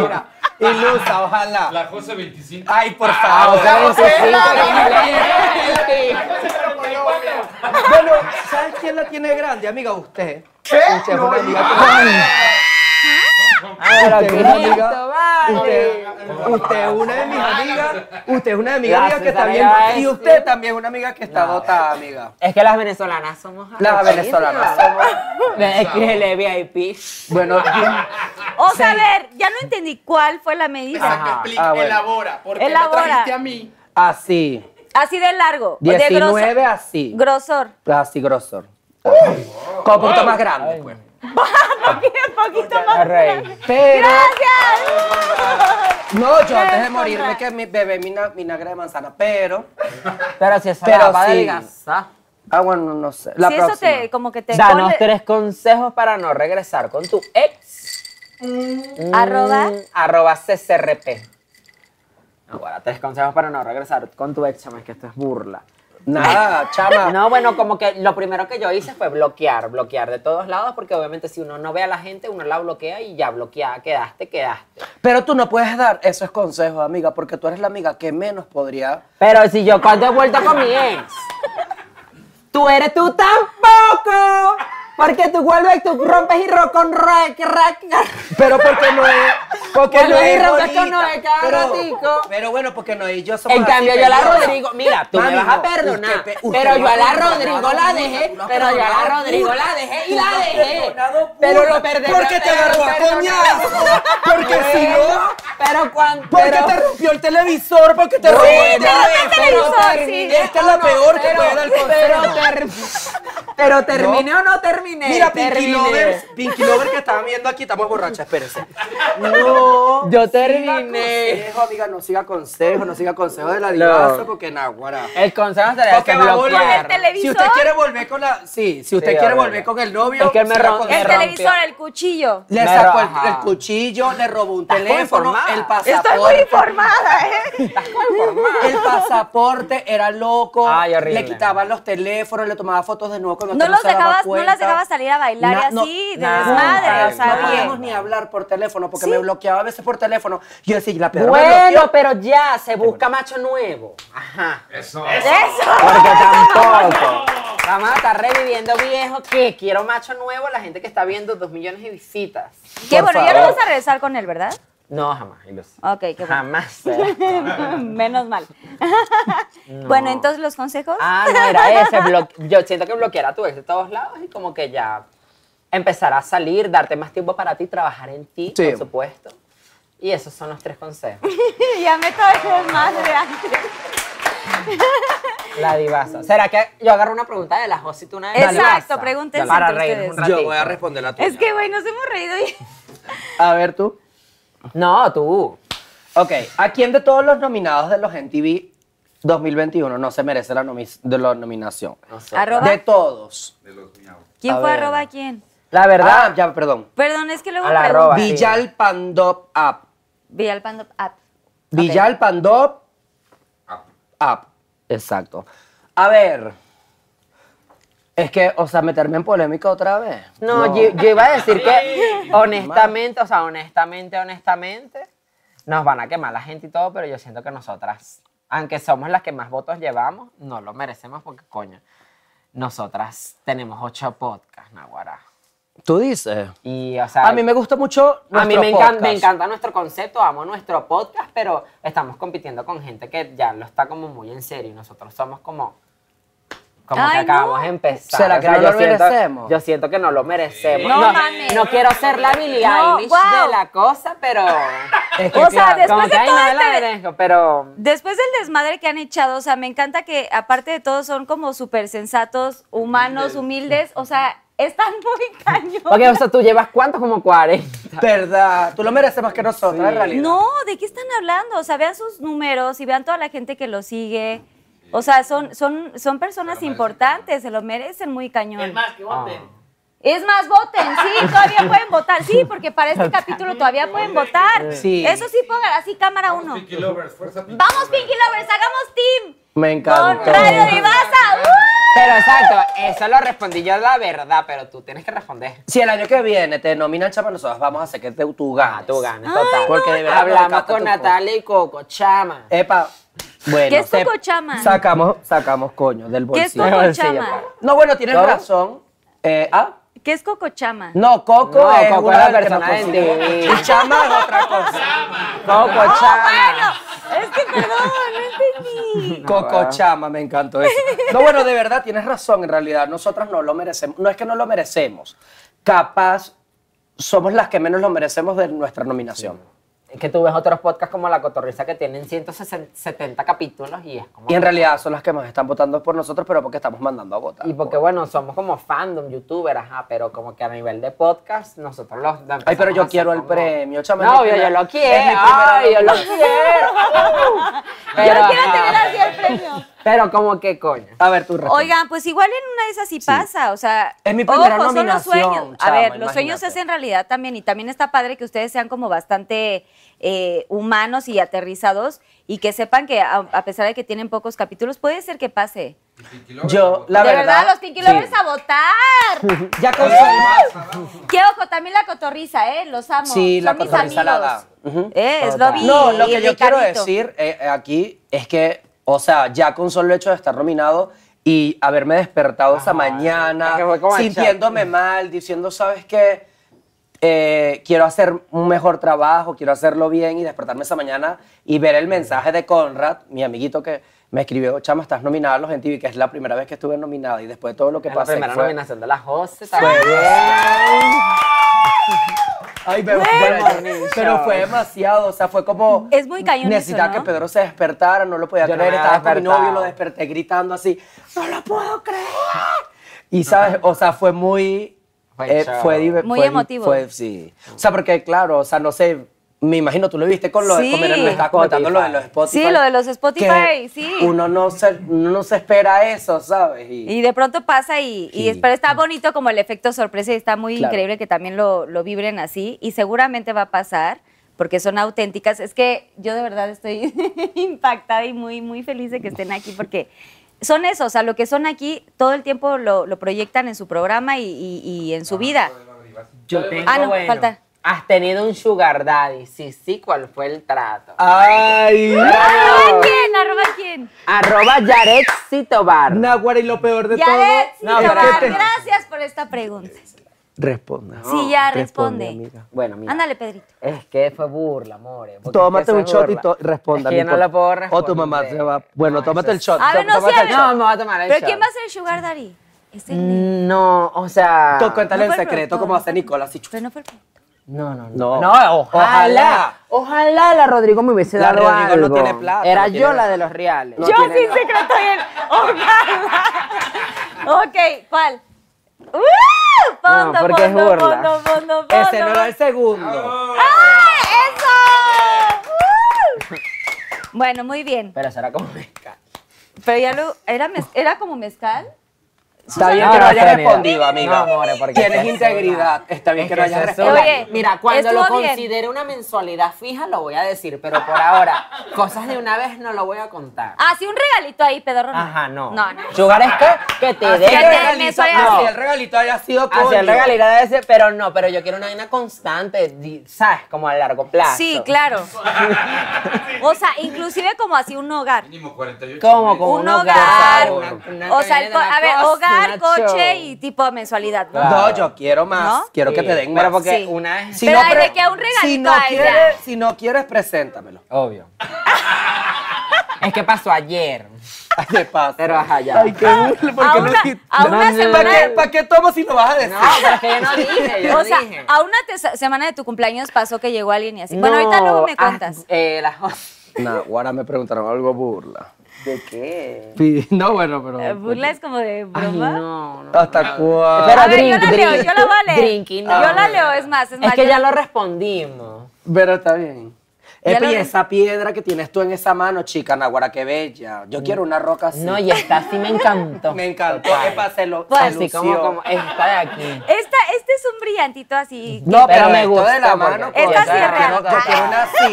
[SPEAKER 3] Mira, ilusa, ojalá.
[SPEAKER 13] La José Ah, 25.
[SPEAKER 3] Ay, por favor.
[SPEAKER 4] José 25.
[SPEAKER 3] Bueno, ¿sabes quién la tiene grande, amiga? Usted.
[SPEAKER 8] ¿Qué?
[SPEAKER 3] Usted es
[SPEAKER 8] No,
[SPEAKER 3] una amiga.
[SPEAKER 4] Pero
[SPEAKER 3] Usted es
[SPEAKER 4] qué
[SPEAKER 3] una
[SPEAKER 4] es
[SPEAKER 3] amiga.
[SPEAKER 4] esto, vale.
[SPEAKER 3] Usted, usted es una de mis amigas. Usted es una de mis
[SPEAKER 4] La
[SPEAKER 3] amigas que está
[SPEAKER 4] César
[SPEAKER 3] viendo.
[SPEAKER 4] ya va
[SPEAKER 3] Y
[SPEAKER 4] a
[SPEAKER 3] usted también es una amiga que está dotada, amiga.
[SPEAKER 4] Es que las venezolanas somos
[SPEAKER 3] Las venezolanas somos.
[SPEAKER 4] Es que el VIP.
[SPEAKER 3] Bueno,
[SPEAKER 2] O sea, a ver, ya no entendí cuál fue la medida.
[SPEAKER 8] Exacto, explica,
[SPEAKER 3] Ah, bueno.
[SPEAKER 8] elabora. ¿Por qué
[SPEAKER 2] Elabora.
[SPEAKER 8] me trajiste a mí?
[SPEAKER 3] así.
[SPEAKER 2] Así de largo. de grosor-
[SPEAKER 3] 19 así.
[SPEAKER 2] Grosor.
[SPEAKER 3] Así grosor. Con punto más grande, pues.
[SPEAKER 2] Un poquito más.
[SPEAKER 4] Rey.
[SPEAKER 3] Pero,
[SPEAKER 2] ¡Gracias!
[SPEAKER 3] no, yo antes de
[SPEAKER 2] Eso,
[SPEAKER 3] morirme
[SPEAKER 2] Fran.
[SPEAKER 3] que mi bebé vinagre de manzana, pero,
[SPEAKER 4] Pero si esa
[SPEAKER 3] Pero
[SPEAKER 4] la va a
[SPEAKER 3] sí.
[SPEAKER 4] adelgazar.
[SPEAKER 3] ah, bueno, no sé, la
[SPEAKER 2] si
[SPEAKER 3] próxima.
[SPEAKER 2] eso te, Eh, como que te
[SPEAKER 4] Danos
[SPEAKER 2] pone-
[SPEAKER 4] tres consejos para no regresar con tu ex.
[SPEAKER 2] Arroba.
[SPEAKER 3] Mm,
[SPEAKER 4] Mm, Arroba CCRP. Ahora, tres consejos para no regresar con tu ex, chama, es que esto es burla.
[SPEAKER 3] Nada, chama.
[SPEAKER 4] No, bueno, como que lo primero que yo hice fue bloquear, bloquear de todos lados, porque obviamente si uno no ve a la gente, uno la bloquea y ya bloqueada, quedaste, quedaste.
[SPEAKER 3] Pero tú no puedes dar esos consejos, amiga, porque tú eres la amiga que menos podría.
[SPEAKER 4] Pero si yo cuando he vuelto con mi ex, tú eres tú tampoco. Porque tú vuelves y tú rompes y rock con rock,
[SPEAKER 3] Pero porque no es. Porque
[SPEAKER 4] Vuelves
[SPEAKER 3] no
[SPEAKER 4] y
[SPEAKER 3] es.
[SPEAKER 4] rompes
[SPEAKER 3] bonita.
[SPEAKER 4] con Noé cada
[SPEAKER 3] pero,
[SPEAKER 4] ratico.
[SPEAKER 3] Pero bueno, porque no y yo somos
[SPEAKER 4] En cambio,
[SPEAKER 3] así,
[SPEAKER 4] yo a la
[SPEAKER 3] peleonas.
[SPEAKER 4] Rodrigo, mira, tú
[SPEAKER 3] Mami,
[SPEAKER 4] me vas a
[SPEAKER 3] no,
[SPEAKER 4] perdonar,
[SPEAKER 3] usted pe- usted
[SPEAKER 4] pero
[SPEAKER 3] no
[SPEAKER 4] yo a
[SPEAKER 3] ha
[SPEAKER 4] la
[SPEAKER 3] perdonado
[SPEAKER 4] Rodrigo la
[SPEAKER 3] nunca,
[SPEAKER 4] dejé,
[SPEAKER 3] tú no has
[SPEAKER 4] pero yo a la
[SPEAKER 3] perdonado
[SPEAKER 4] Rodrigo
[SPEAKER 3] nunca.
[SPEAKER 4] la dejé y
[SPEAKER 3] Tú
[SPEAKER 4] la
[SPEAKER 3] no has
[SPEAKER 4] dejé,
[SPEAKER 3] perdonado
[SPEAKER 4] pero
[SPEAKER 3] nunca.
[SPEAKER 4] lo perdí.
[SPEAKER 3] Porque te agarró a coñazo. Porque si no-
[SPEAKER 4] Pero cuando...
[SPEAKER 8] Porque te rompió el televisor, porque te
[SPEAKER 4] Sí,
[SPEAKER 8] rompió
[SPEAKER 4] te rompió el televisor, sí.
[SPEAKER 8] Esta es la
[SPEAKER 4] No,
[SPEAKER 8] peor que
[SPEAKER 4] pero-
[SPEAKER 8] puede dar el
[SPEAKER 4] pero
[SPEAKER 8] consejo.
[SPEAKER 4] Pero terminé o no terminé.
[SPEAKER 8] Mira, Pinky
[SPEAKER 4] Terminé.
[SPEAKER 8] Lovers, Pinky Lovers que estaban viendo aquí, estamos borrachas, espérense.
[SPEAKER 3] No.
[SPEAKER 4] Yo
[SPEAKER 8] terminé.
[SPEAKER 3] Siga consejo, amiga, no siga consejo, no siga consejo de la divaza,
[SPEAKER 8] No.
[SPEAKER 3] porque naguará.
[SPEAKER 4] El consejo sería
[SPEAKER 8] Porque
[SPEAKER 4] que
[SPEAKER 8] va a volver.
[SPEAKER 4] bloquear.
[SPEAKER 8] Si usted quiere volver con la. Sí, si usted
[SPEAKER 3] Sí,
[SPEAKER 8] quiere
[SPEAKER 3] obvio.
[SPEAKER 8] volver con el novio.
[SPEAKER 4] Es que él me
[SPEAKER 8] siga
[SPEAKER 4] rom-
[SPEAKER 8] con-
[SPEAKER 4] me
[SPEAKER 2] El televisor, el cuchillo.
[SPEAKER 8] Le
[SPEAKER 3] Me
[SPEAKER 8] sacó el,
[SPEAKER 3] raja.
[SPEAKER 8] el cuchillo, le robó un
[SPEAKER 3] Estás muy
[SPEAKER 8] teléfono,
[SPEAKER 3] informada.
[SPEAKER 8] el
[SPEAKER 3] Estoy
[SPEAKER 8] pasaporte.
[SPEAKER 3] muy
[SPEAKER 2] informada,
[SPEAKER 8] ¿eh?
[SPEAKER 3] El pasaporte era loco.
[SPEAKER 4] Ay, horrible.
[SPEAKER 3] Le quitaban los teléfonos, le tomaba fotos de nuevo cuando
[SPEAKER 2] No
[SPEAKER 3] tú
[SPEAKER 2] los
[SPEAKER 3] se daba
[SPEAKER 2] dejabas, no
[SPEAKER 3] cuenta.
[SPEAKER 2] las dejabas salir a bailar y
[SPEAKER 3] Na- no,
[SPEAKER 2] así, de
[SPEAKER 3] nada.
[SPEAKER 2] desmadre, o sea,
[SPEAKER 3] No
[SPEAKER 2] bien.
[SPEAKER 3] podíamos ni hablar por teléfono porque me bloqueaba a veces por teléfono. Yo decía, la pedra me
[SPEAKER 4] Bueno,
[SPEAKER 3] bloqueó.
[SPEAKER 4] pero ya, se busca macho nuevo. Ajá.
[SPEAKER 13] Eso.
[SPEAKER 4] Porque tampoco. Vamos a estar reviviendo viejo que quiero macho nuevo, la gente que está viendo dos millones de visitas.
[SPEAKER 2] Qué
[SPEAKER 4] Por
[SPEAKER 2] bueno, ya no
[SPEAKER 4] favor.
[SPEAKER 2] vas a regresar con él, ¿verdad?
[SPEAKER 4] No, jamás. Ilusión.
[SPEAKER 2] Ok, qué bueno.
[SPEAKER 4] Jamás.
[SPEAKER 2] Menos mal. Bueno, entonces los consejos.
[SPEAKER 4] Ah, no, era ese. blo- Yo siento que bloquear a tu ex de todos lados y como que ya empezar a salir, darte más tiempo para ti, trabajar en ti,
[SPEAKER 8] Sí.
[SPEAKER 4] por supuesto. Y esos son los tres consejos.
[SPEAKER 2] ya me traes más de antes.
[SPEAKER 4] La divasa. ¿Será que yo agarro una pregunta de la Josi tú una de
[SPEAKER 2] Exacto, pregúntense
[SPEAKER 4] Para
[SPEAKER 2] entre
[SPEAKER 4] reírnos un
[SPEAKER 2] ustedes.
[SPEAKER 4] ratito.
[SPEAKER 8] Yo voy a responder la tuya.
[SPEAKER 2] Es que, güey, nos hemos reído y...
[SPEAKER 3] A ver tú.
[SPEAKER 4] No, tú.
[SPEAKER 3] Ok, ¿a quién de todos los nominados de los MTV 2021 no se merece la, nomi- de la nominación?
[SPEAKER 2] Arroba.
[SPEAKER 3] De todos.
[SPEAKER 2] ¿Quién
[SPEAKER 3] A
[SPEAKER 2] fue
[SPEAKER 3] ver.
[SPEAKER 2] arroba a quién?
[SPEAKER 4] La
[SPEAKER 3] verdad, ya, perdón.
[SPEAKER 2] Perdón, es que luego
[SPEAKER 3] A la
[SPEAKER 2] pregunto.
[SPEAKER 3] arroba, sí. Villal Pandop App.
[SPEAKER 2] Villal Pando- App.
[SPEAKER 3] Villal Pandop App. Exacto. A ver. Es que, o sea, meterme en polémica otra vez.
[SPEAKER 4] No, Yo, yo iba a decir que honestamente, o sea, honestamente, honestamente, nos van a quemar la gente y todo, pero yo siento que nosotras, aunque somos las que más votos llevamos, no lo merecemos porque, coño, nosotras tenemos ocho podcasts, Naguará.
[SPEAKER 3] Tú dices.
[SPEAKER 4] Y, o sea,
[SPEAKER 3] A mí me gusta mucho.
[SPEAKER 4] a mí
[SPEAKER 3] nuestro
[SPEAKER 4] me, encan- me
[SPEAKER 3] podcast.
[SPEAKER 4] encanta nuestro concepto, amo nuestro podcast, pero estamos compitiendo con gente que ya lo está como muy en serio y nosotros somos como... Como
[SPEAKER 3] Ay,
[SPEAKER 4] que
[SPEAKER 3] no.
[SPEAKER 4] acabamos de empezar.
[SPEAKER 3] ¿Será que no
[SPEAKER 4] yo
[SPEAKER 3] lo
[SPEAKER 4] siento-
[SPEAKER 3] merecemos?
[SPEAKER 4] Yo siento que no lo
[SPEAKER 3] Eh,
[SPEAKER 4] merecemos.
[SPEAKER 2] No
[SPEAKER 4] No,
[SPEAKER 2] mames.
[SPEAKER 4] no quiero ser la Billie
[SPEAKER 2] No,
[SPEAKER 4] Eilish
[SPEAKER 2] guau.
[SPEAKER 4] de la cosa, pero...
[SPEAKER 3] Es
[SPEAKER 2] que, O sea, claro. después
[SPEAKER 4] Como
[SPEAKER 2] de
[SPEAKER 4] que, ay,
[SPEAKER 2] todo
[SPEAKER 4] no me la
[SPEAKER 2] este-
[SPEAKER 4] merezco, pero...
[SPEAKER 2] Después del desmadre que han echado, o sea, me encanta que aparte de todo son como súper sensatos, humanos, humildes, o sea, están muy cañones.
[SPEAKER 4] Porque, o sea, tú llevas cuánto como 40.
[SPEAKER 3] ¿Verdad? Tú lo mereces más que nosotros, en realidad.
[SPEAKER 2] No, ¿de qué están hablando? O sea, vean sus números y vean toda la gente que lo sigue. O sea, son, son, son personas importantes, se lo merecen muy cañón. Es más,
[SPEAKER 4] que voten.
[SPEAKER 2] Es más, voten, sí, todavía pueden votar, sí, porque para este capítulo todavía pueden votar.
[SPEAKER 3] Sí.
[SPEAKER 2] Eso sí, pongan así cámara uno. Vamos, Pinky Lovers, hagamos team.
[SPEAKER 3] Me
[SPEAKER 2] Con
[SPEAKER 3] encanta.
[SPEAKER 2] Radio Divasa. ¡Uh!
[SPEAKER 4] Pero exacto, eso lo respondí yo la verdad, pero tú tienes que responder.
[SPEAKER 3] Si el año que viene te nominan chama, nosotros vamos a hacer que te- tú ganes.
[SPEAKER 4] tú ganes, total. Ay, no,
[SPEAKER 3] Porque de verdad
[SPEAKER 4] Hablamos
[SPEAKER 3] me
[SPEAKER 4] con
[SPEAKER 3] encanta tu
[SPEAKER 4] Natalia y Coco, chama.
[SPEAKER 3] podcast. Epa. Bueno,
[SPEAKER 2] ¿Qué es
[SPEAKER 3] se-
[SPEAKER 2] Coco Chama?
[SPEAKER 3] Sacamos, sacamos coño del
[SPEAKER 2] ¿Qué
[SPEAKER 3] bolsillo.
[SPEAKER 2] es Coco Chama?
[SPEAKER 3] No, bueno, tienes
[SPEAKER 4] ¿Todo?
[SPEAKER 3] razón. Eh, ah,
[SPEAKER 2] ¿Qué es Coco Chama?
[SPEAKER 3] no, Coco
[SPEAKER 4] No,
[SPEAKER 3] es
[SPEAKER 4] Coco
[SPEAKER 3] una
[SPEAKER 4] es la
[SPEAKER 3] persona
[SPEAKER 4] persona
[SPEAKER 3] de
[SPEAKER 4] de
[SPEAKER 3] TV.
[SPEAKER 4] TV.
[SPEAKER 3] Y Chama es otra cosa.
[SPEAKER 4] Coco,
[SPEAKER 2] ¡Oh,
[SPEAKER 4] chama.
[SPEAKER 2] bueno! Es que perdón, no entendí.
[SPEAKER 3] Coco Chama, me encantó eso. No, bueno, de verdad, tienes razón, en realidad, nosotras no lo merecemos. No es que no lo merecemos. Capaz somos las que menos lo merecemos de nuestra nominación.
[SPEAKER 4] Es que tú ves otros podcasts como La Cotorrisa que tienen 170 capítulos y es como...
[SPEAKER 3] Y en realidad son las que más están votando por nosotros, pero porque estamos mandando a votar. pues.
[SPEAKER 4] Y porque, bueno, somos como fandom, youtuber, ajá, pero como que a nivel de podcast, nosotros los... los
[SPEAKER 3] Ay, pero
[SPEAKER 4] empezamos a
[SPEAKER 3] yo
[SPEAKER 4] hacer
[SPEAKER 3] quiero el
[SPEAKER 4] como-
[SPEAKER 3] premio, chama. es
[SPEAKER 4] No,
[SPEAKER 3] mi
[SPEAKER 4] yo, yo
[SPEAKER 3] primera-
[SPEAKER 4] lo
[SPEAKER 3] es mi
[SPEAKER 4] quiero,
[SPEAKER 3] primera
[SPEAKER 4] ay, yo lo
[SPEAKER 3] nominación.
[SPEAKER 4] quiero.
[SPEAKER 2] Yo
[SPEAKER 4] Pero,
[SPEAKER 2] quiero
[SPEAKER 4] ajá.
[SPEAKER 2] tener así el premio.
[SPEAKER 4] Pero como que coño. A ver, tú responde.
[SPEAKER 2] Oigan, pues igual en una de esas sí, pasa, o sea,
[SPEAKER 4] Es mi
[SPEAKER 2] ojo,
[SPEAKER 4] primera
[SPEAKER 2] son los
[SPEAKER 4] nominación,
[SPEAKER 2] sueños. A
[SPEAKER 4] chama,
[SPEAKER 2] ver, los sueños se
[SPEAKER 4] imagínate.
[SPEAKER 2] hacen realidad también y también está padre que ustedes sean como bastante eh, humanos y aterrizados y que sepan que a, a pesar de que tienen pocos capítulos puede ser que pase.
[SPEAKER 4] Yo, la
[SPEAKER 2] de
[SPEAKER 4] verdad.
[SPEAKER 2] verdad, los Pinky Lovers a votar.
[SPEAKER 4] Ya con
[SPEAKER 2] Qué ojo, también la cotorriza, ¿eh? Los amo.
[SPEAKER 3] Sí,
[SPEAKER 2] son
[SPEAKER 3] la
[SPEAKER 2] mis
[SPEAKER 3] cotorriza la da.
[SPEAKER 2] amigos. Eh, es lo vi.
[SPEAKER 3] No, lo que yo quiero
[SPEAKER 2] Ricardito.
[SPEAKER 3] decir eh, eh, aquí es que, o sea, ya con solo el hecho de estar nominado y haberme despertado esa mañana,
[SPEAKER 4] como el
[SPEAKER 3] sintiéndome mal, diciendo, ¿sabes qué? Eh, quiero hacer un mejor trabajo, quiero hacerlo bien y despertarme esa mañana y ver el mensaje de Conrad, mi amiguito que me escribió, chama, estás nominada a los MTV, que es la primera vez que estuve nominada y después de todo lo que
[SPEAKER 4] la
[SPEAKER 3] pasé.
[SPEAKER 4] primera
[SPEAKER 3] fue-
[SPEAKER 4] nominación de las Jose.
[SPEAKER 3] fue bien. Ay, pero,
[SPEAKER 4] Bueno,
[SPEAKER 3] bueno, pero fue demasiado, o sea, fue como...
[SPEAKER 2] Es muy cañón eso,
[SPEAKER 3] Necesitaba
[SPEAKER 2] ¿no?
[SPEAKER 3] que Pedro se despertara, no lo podía
[SPEAKER 4] Yo no
[SPEAKER 3] creer,
[SPEAKER 4] me había
[SPEAKER 3] estaba con mi novio,
[SPEAKER 4] despertado.
[SPEAKER 3] lo desperté gritando así, no lo puedo creer. Y, ¿sabes? O sea, fue muy...
[SPEAKER 4] Fue
[SPEAKER 3] eh,
[SPEAKER 4] chao.
[SPEAKER 3] fue diver-
[SPEAKER 2] Muy
[SPEAKER 3] fue-
[SPEAKER 2] emotivo.
[SPEAKER 3] fue- sí. O sea, porque claro, o sea, no sé, me imagino, tú lo viste con lo de...
[SPEAKER 2] Sí.
[SPEAKER 3] Como era- me estabas comentando lo de los Spotify.
[SPEAKER 2] Sí, lo de los
[SPEAKER 3] que
[SPEAKER 2] Spotify, sí.
[SPEAKER 3] Uno no, se, uno no se espera eso, ¿sabes? Y-
[SPEAKER 2] Y de pronto pasa y, y es- pero está bonito como el efecto sorpresa y está muy
[SPEAKER 3] Claro.
[SPEAKER 2] increíble que también lo, lo vibren así y seguramente va a pasar porque son auténticas. Es que yo de verdad estoy impactada y muy, muy feliz de que estén aquí porque son eso, o sea, lo que son aquí todo el tiempo lo, lo proyectan en su programa y, y- y en su vida.
[SPEAKER 4] Yo tengo
[SPEAKER 2] Ah, no,
[SPEAKER 4] bueno.
[SPEAKER 2] falta.
[SPEAKER 4] Has tenido un sugar daddy. Sí, sí, ¿cuál fue el trato?
[SPEAKER 14] Ay.
[SPEAKER 2] ¿Arroba quién? ¿Arroba quién?
[SPEAKER 4] Arroba Yarexito Bar.
[SPEAKER 14] Nahuara, y lo peor de
[SPEAKER 2] Yaret,
[SPEAKER 14] todo. No,
[SPEAKER 2] Silva,
[SPEAKER 4] este
[SPEAKER 14] pero-
[SPEAKER 2] gracias por esta pregunta.
[SPEAKER 3] Responda.
[SPEAKER 2] Sí, ya, responde.
[SPEAKER 4] amiga. Bueno, mira.
[SPEAKER 2] Ándale, Pedrito.
[SPEAKER 4] Es que fue burla, amores. porque
[SPEAKER 3] Tómate
[SPEAKER 4] eso
[SPEAKER 3] un
[SPEAKER 4] es
[SPEAKER 3] shot y
[SPEAKER 4] burla.
[SPEAKER 3] to- responda.
[SPEAKER 4] Es que yo no
[SPEAKER 3] importa.
[SPEAKER 4] la puedo
[SPEAKER 3] O tu mamá
[SPEAKER 4] responder.
[SPEAKER 3] se va. Bueno, tómate el shot.
[SPEAKER 2] A ver, no, sí,
[SPEAKER 3] tómate
[SPEAKER 2] a
[SPEAKER 3] el
[SPEAKER 2] ver.
[SPEAKER 3] shot.
[SPEAKER 4] No, me voy a tomar el
[SPEAKER 2] ¿Pero
[SPEAKER 4] shot.
[SPEAKER 2] quién va a ser el Sugar Daddy? Es el
[SPEAKER 4] No, o sea.
[SPEAKER 3] Tú cuéntale
[SPEAKER 2] No
[SPEAKER 3] en
[SPEAKER 2] fue el
[SPEAKER 3] secreto
[SPEAKER 2] productor,
[SPEAKER 3] cómo
[SPEAKER 2] no
[SPEAKER 3] hace Nicolás. y chu-
[SPEAKER 2] Pero no fue el
[SPEAKER 4] No, no,
[SPEAKER 3] No.
[SPEAKER 4] No, ojalá. Ojalá la Rodrigo me hubiese
[SPEAKER 3] La
[SPEAKER 4] dado
[SPEAKER 3] Rodrigo no
[SPEAKER 4] algo.
[SPEAKER 3] tiene plata,
[SPEAKER 4] Era
[SPEAKER 3] no
[SPEAKER 4] yo
[SPEAKER 3] tiene-
[SPEAKER 4] la de los reales.
[SPEAKER 2] Yo sí sé que lo estoy en. Ojalá. Ok, ¿cuál? ¡Uh! Fondo,
[SPEAKER 4] No, porque es
[SPEAKER 2] fondo,
[SPEAKER 4] burla.
[SPEAKER 2] fondo, fondo, fondo.
[SPEAKER 3] Ese no era el segundo.
[SPEAKER 2] ¡Ah, eso! ¡Uh! Bueno, muy bien.
[SPEAKER 4] Pero será como mezcal.
[SPEAKER 2] Pero ya lo. ¿Era, mez- era como mezcal?
[SPEAKER 3] Está bien
[SPEAKER 4] No,
[SPEAKER 3] que no
[SPEAKER 4] no,
[SPEAKER 3] hayas
[SPEAKER 4] Sonia.
[SPEAKER 3] respondido, amiga.
[SPEAKER 4] No, amores, porque
[SPEAKER 3] Tienes
[SPEAKER 4] te
[SPEAKER 3] integridad. Está bien
[SPEAKER 4] Es
[SPEAKER 3] que,
[SPEAKER 4] que
[SPEAKER 3] no hayas
[SPEAKER 4] se
[SPEAKER 3] respondido.
[SPEAKER 4] sube.
[SPEAKER 2] Oye,
[SPEAKER 4] Mira, cuando lo
[SPEAKER 2] estuvo bien.
[SPEAKER 4] considere una mensualidad fija, lo voy a decir, pero por ahora, cosas de una vez no lo voy a contar.
[SPEAKER 2] Ah, sí, un regalito ahí, pedorro.
[SPEAKER 4] Ajá, no.
[SPEAKER 2] No, no.
[SPEAKER 4] Sugar es que, que te
[SPEAKER 2] Así
[SPEAKER 4] dé.
[SPEAKER 2] que te dé mensualidad.
[SPEAKER 4] No.
[SPEAKER 3] Así el regalito haya sido con.
[SPEAKER 4] Hacia el regalito de ese, pero no, pero yo quiero una vaina constante, di- ¿sabes? Como a largo plazo.
[SPEAKER 2] Sí, claro. O sea, inclusive como así un hogar.
[SPEAKER 4] Como como
[SPEAKER 2] un, hogar.
[SPEAKER 4] por favor. Una-
[SPEAKER 2] o sea, el co-
[SPEAKER 4] una
[SPEAKER 2] a ver,
[SPEAKER 4] cosa,
[SPEAKER 2] hogar,
[SPEAKER 4] una
[SPEAKER 2] coche
[SPEAKER 4] show.
[SPEAKER 2] y tipo mensualidad. ¿no?
[SPEAKER 3] No, yo quiero más.
[SPEAKER 2] ¿No?
[SPEAKER 3] Quiero que
[SPEAKER 4] Sí,
[SPEAKER 3] te den más.
[SPEAKER 4] pero porque
[SPEAKER 2] Sí.
[SPEAKER 4] una vez...
[SPEAKER 2] Pero ahí le queda un
[SPEAKER 3] si
[SPEAKER 2] regalito
[SPEAKER 3] no
[SPEAKER 2] a ella.
[SPEAKER 3] quieres, si no quieres, preséntamelo.
[SPEAKER 4] Obvio. es que pasó ayer.
[SPEAKER 3] Ay, ¿Qué pasa?
[SPEAKER 4] Pero ajá, ya.
[SPEAKER 2] A una, a una semana.
[SPEAKER 3] ¿Para qué, ¿Para qué tomo si lo vas a decir?
[SPEAKER 4] No, pero es que yo no dije, yo
[SPEAKER 2] o
[SPEAKER 4] no
[SPEAKER 2] sea,
[SPEAKER 4] dije.
[SPEAKER 2] a una tesa- semana de tu cumpleaños pasó que llegó alguien y así. bueno, ahorita
[SPEAKER 4] No,
[SPEAKER 2] luego me
[SPEAKER 4] ah,
[SPEAKER 2] cuentas.
[SPEAKER 4] eh, la jo-
[SPEAKER 3] No, ahora me preguntaron algo burla.
[SPEAKER 4] ¿De qué?
[SPEAKER 3] Pi- No, bueno, pero.
[SPEAKER 2] Eh, Burla es como de
[SPEAKER 4] Ay,
[SPEAKER 2] broma.
[SPEAKER 4] no, no.
[SPEAKER 3] ¿Hasta cuándo?
[SPEAKER 4] Espera,
[SPEAKER 2] A ver, yo
[SPEAKER 4] drink,
[SPEAKER 2] la leo,
[SPEAKER 4] drink,
[SPEAKER 2] yo la voy a leer.
[SPEAKER 4] drinking, no.
[SPEAKER 2] Yo la leo, es más, es más.
[SPEAKER 4] Es que
[SPEAKER 2] yo-
[SPEAKER 4] ya lo respondimos.
[SPEAKER 3] Pero está bien.
[SPEAKER 2] Ya
[SPEAKER 3] Epi,
[SPEAKER 2] lo vi.
[SPEAKER 3] esa piedra que tienes tú en esa mano, chica, Naguara, qué bella. Yo quiero una roca así.
[SPEAKER 4] No, y esta sí me encantó.
[SPEAKER 3] Me encantó.
[SPEAKER 4] Total.
[SPEAKER 3] Que pase lo
[SPEAKER 2] Pues,
[SPEAKER 3] se
[SPEAKER 4] Así como,
[SPEAKER 3] lució.
[SPEAKER 4] como esta de aquí.
[SPEAKER 2] Esta, este es un brillantito así.
[SPEAKER 3] No, pero,
[SPEAKER 4] Pero me
[SPEAKER 3] esto
[SPEAKER 4] gusta
[SPEAKER 3] de la
[SPEAKER 4] porque-
[SPEAKER 3] mano.
[SPEAKER 4] Esta
[SPEAKER 3] coño,
[SPEAKER 2] sí es
[SPEAKER 3] yo
[SPEAKER 2] real.
[SPEAKER 3] quiero- Yo quiero una así.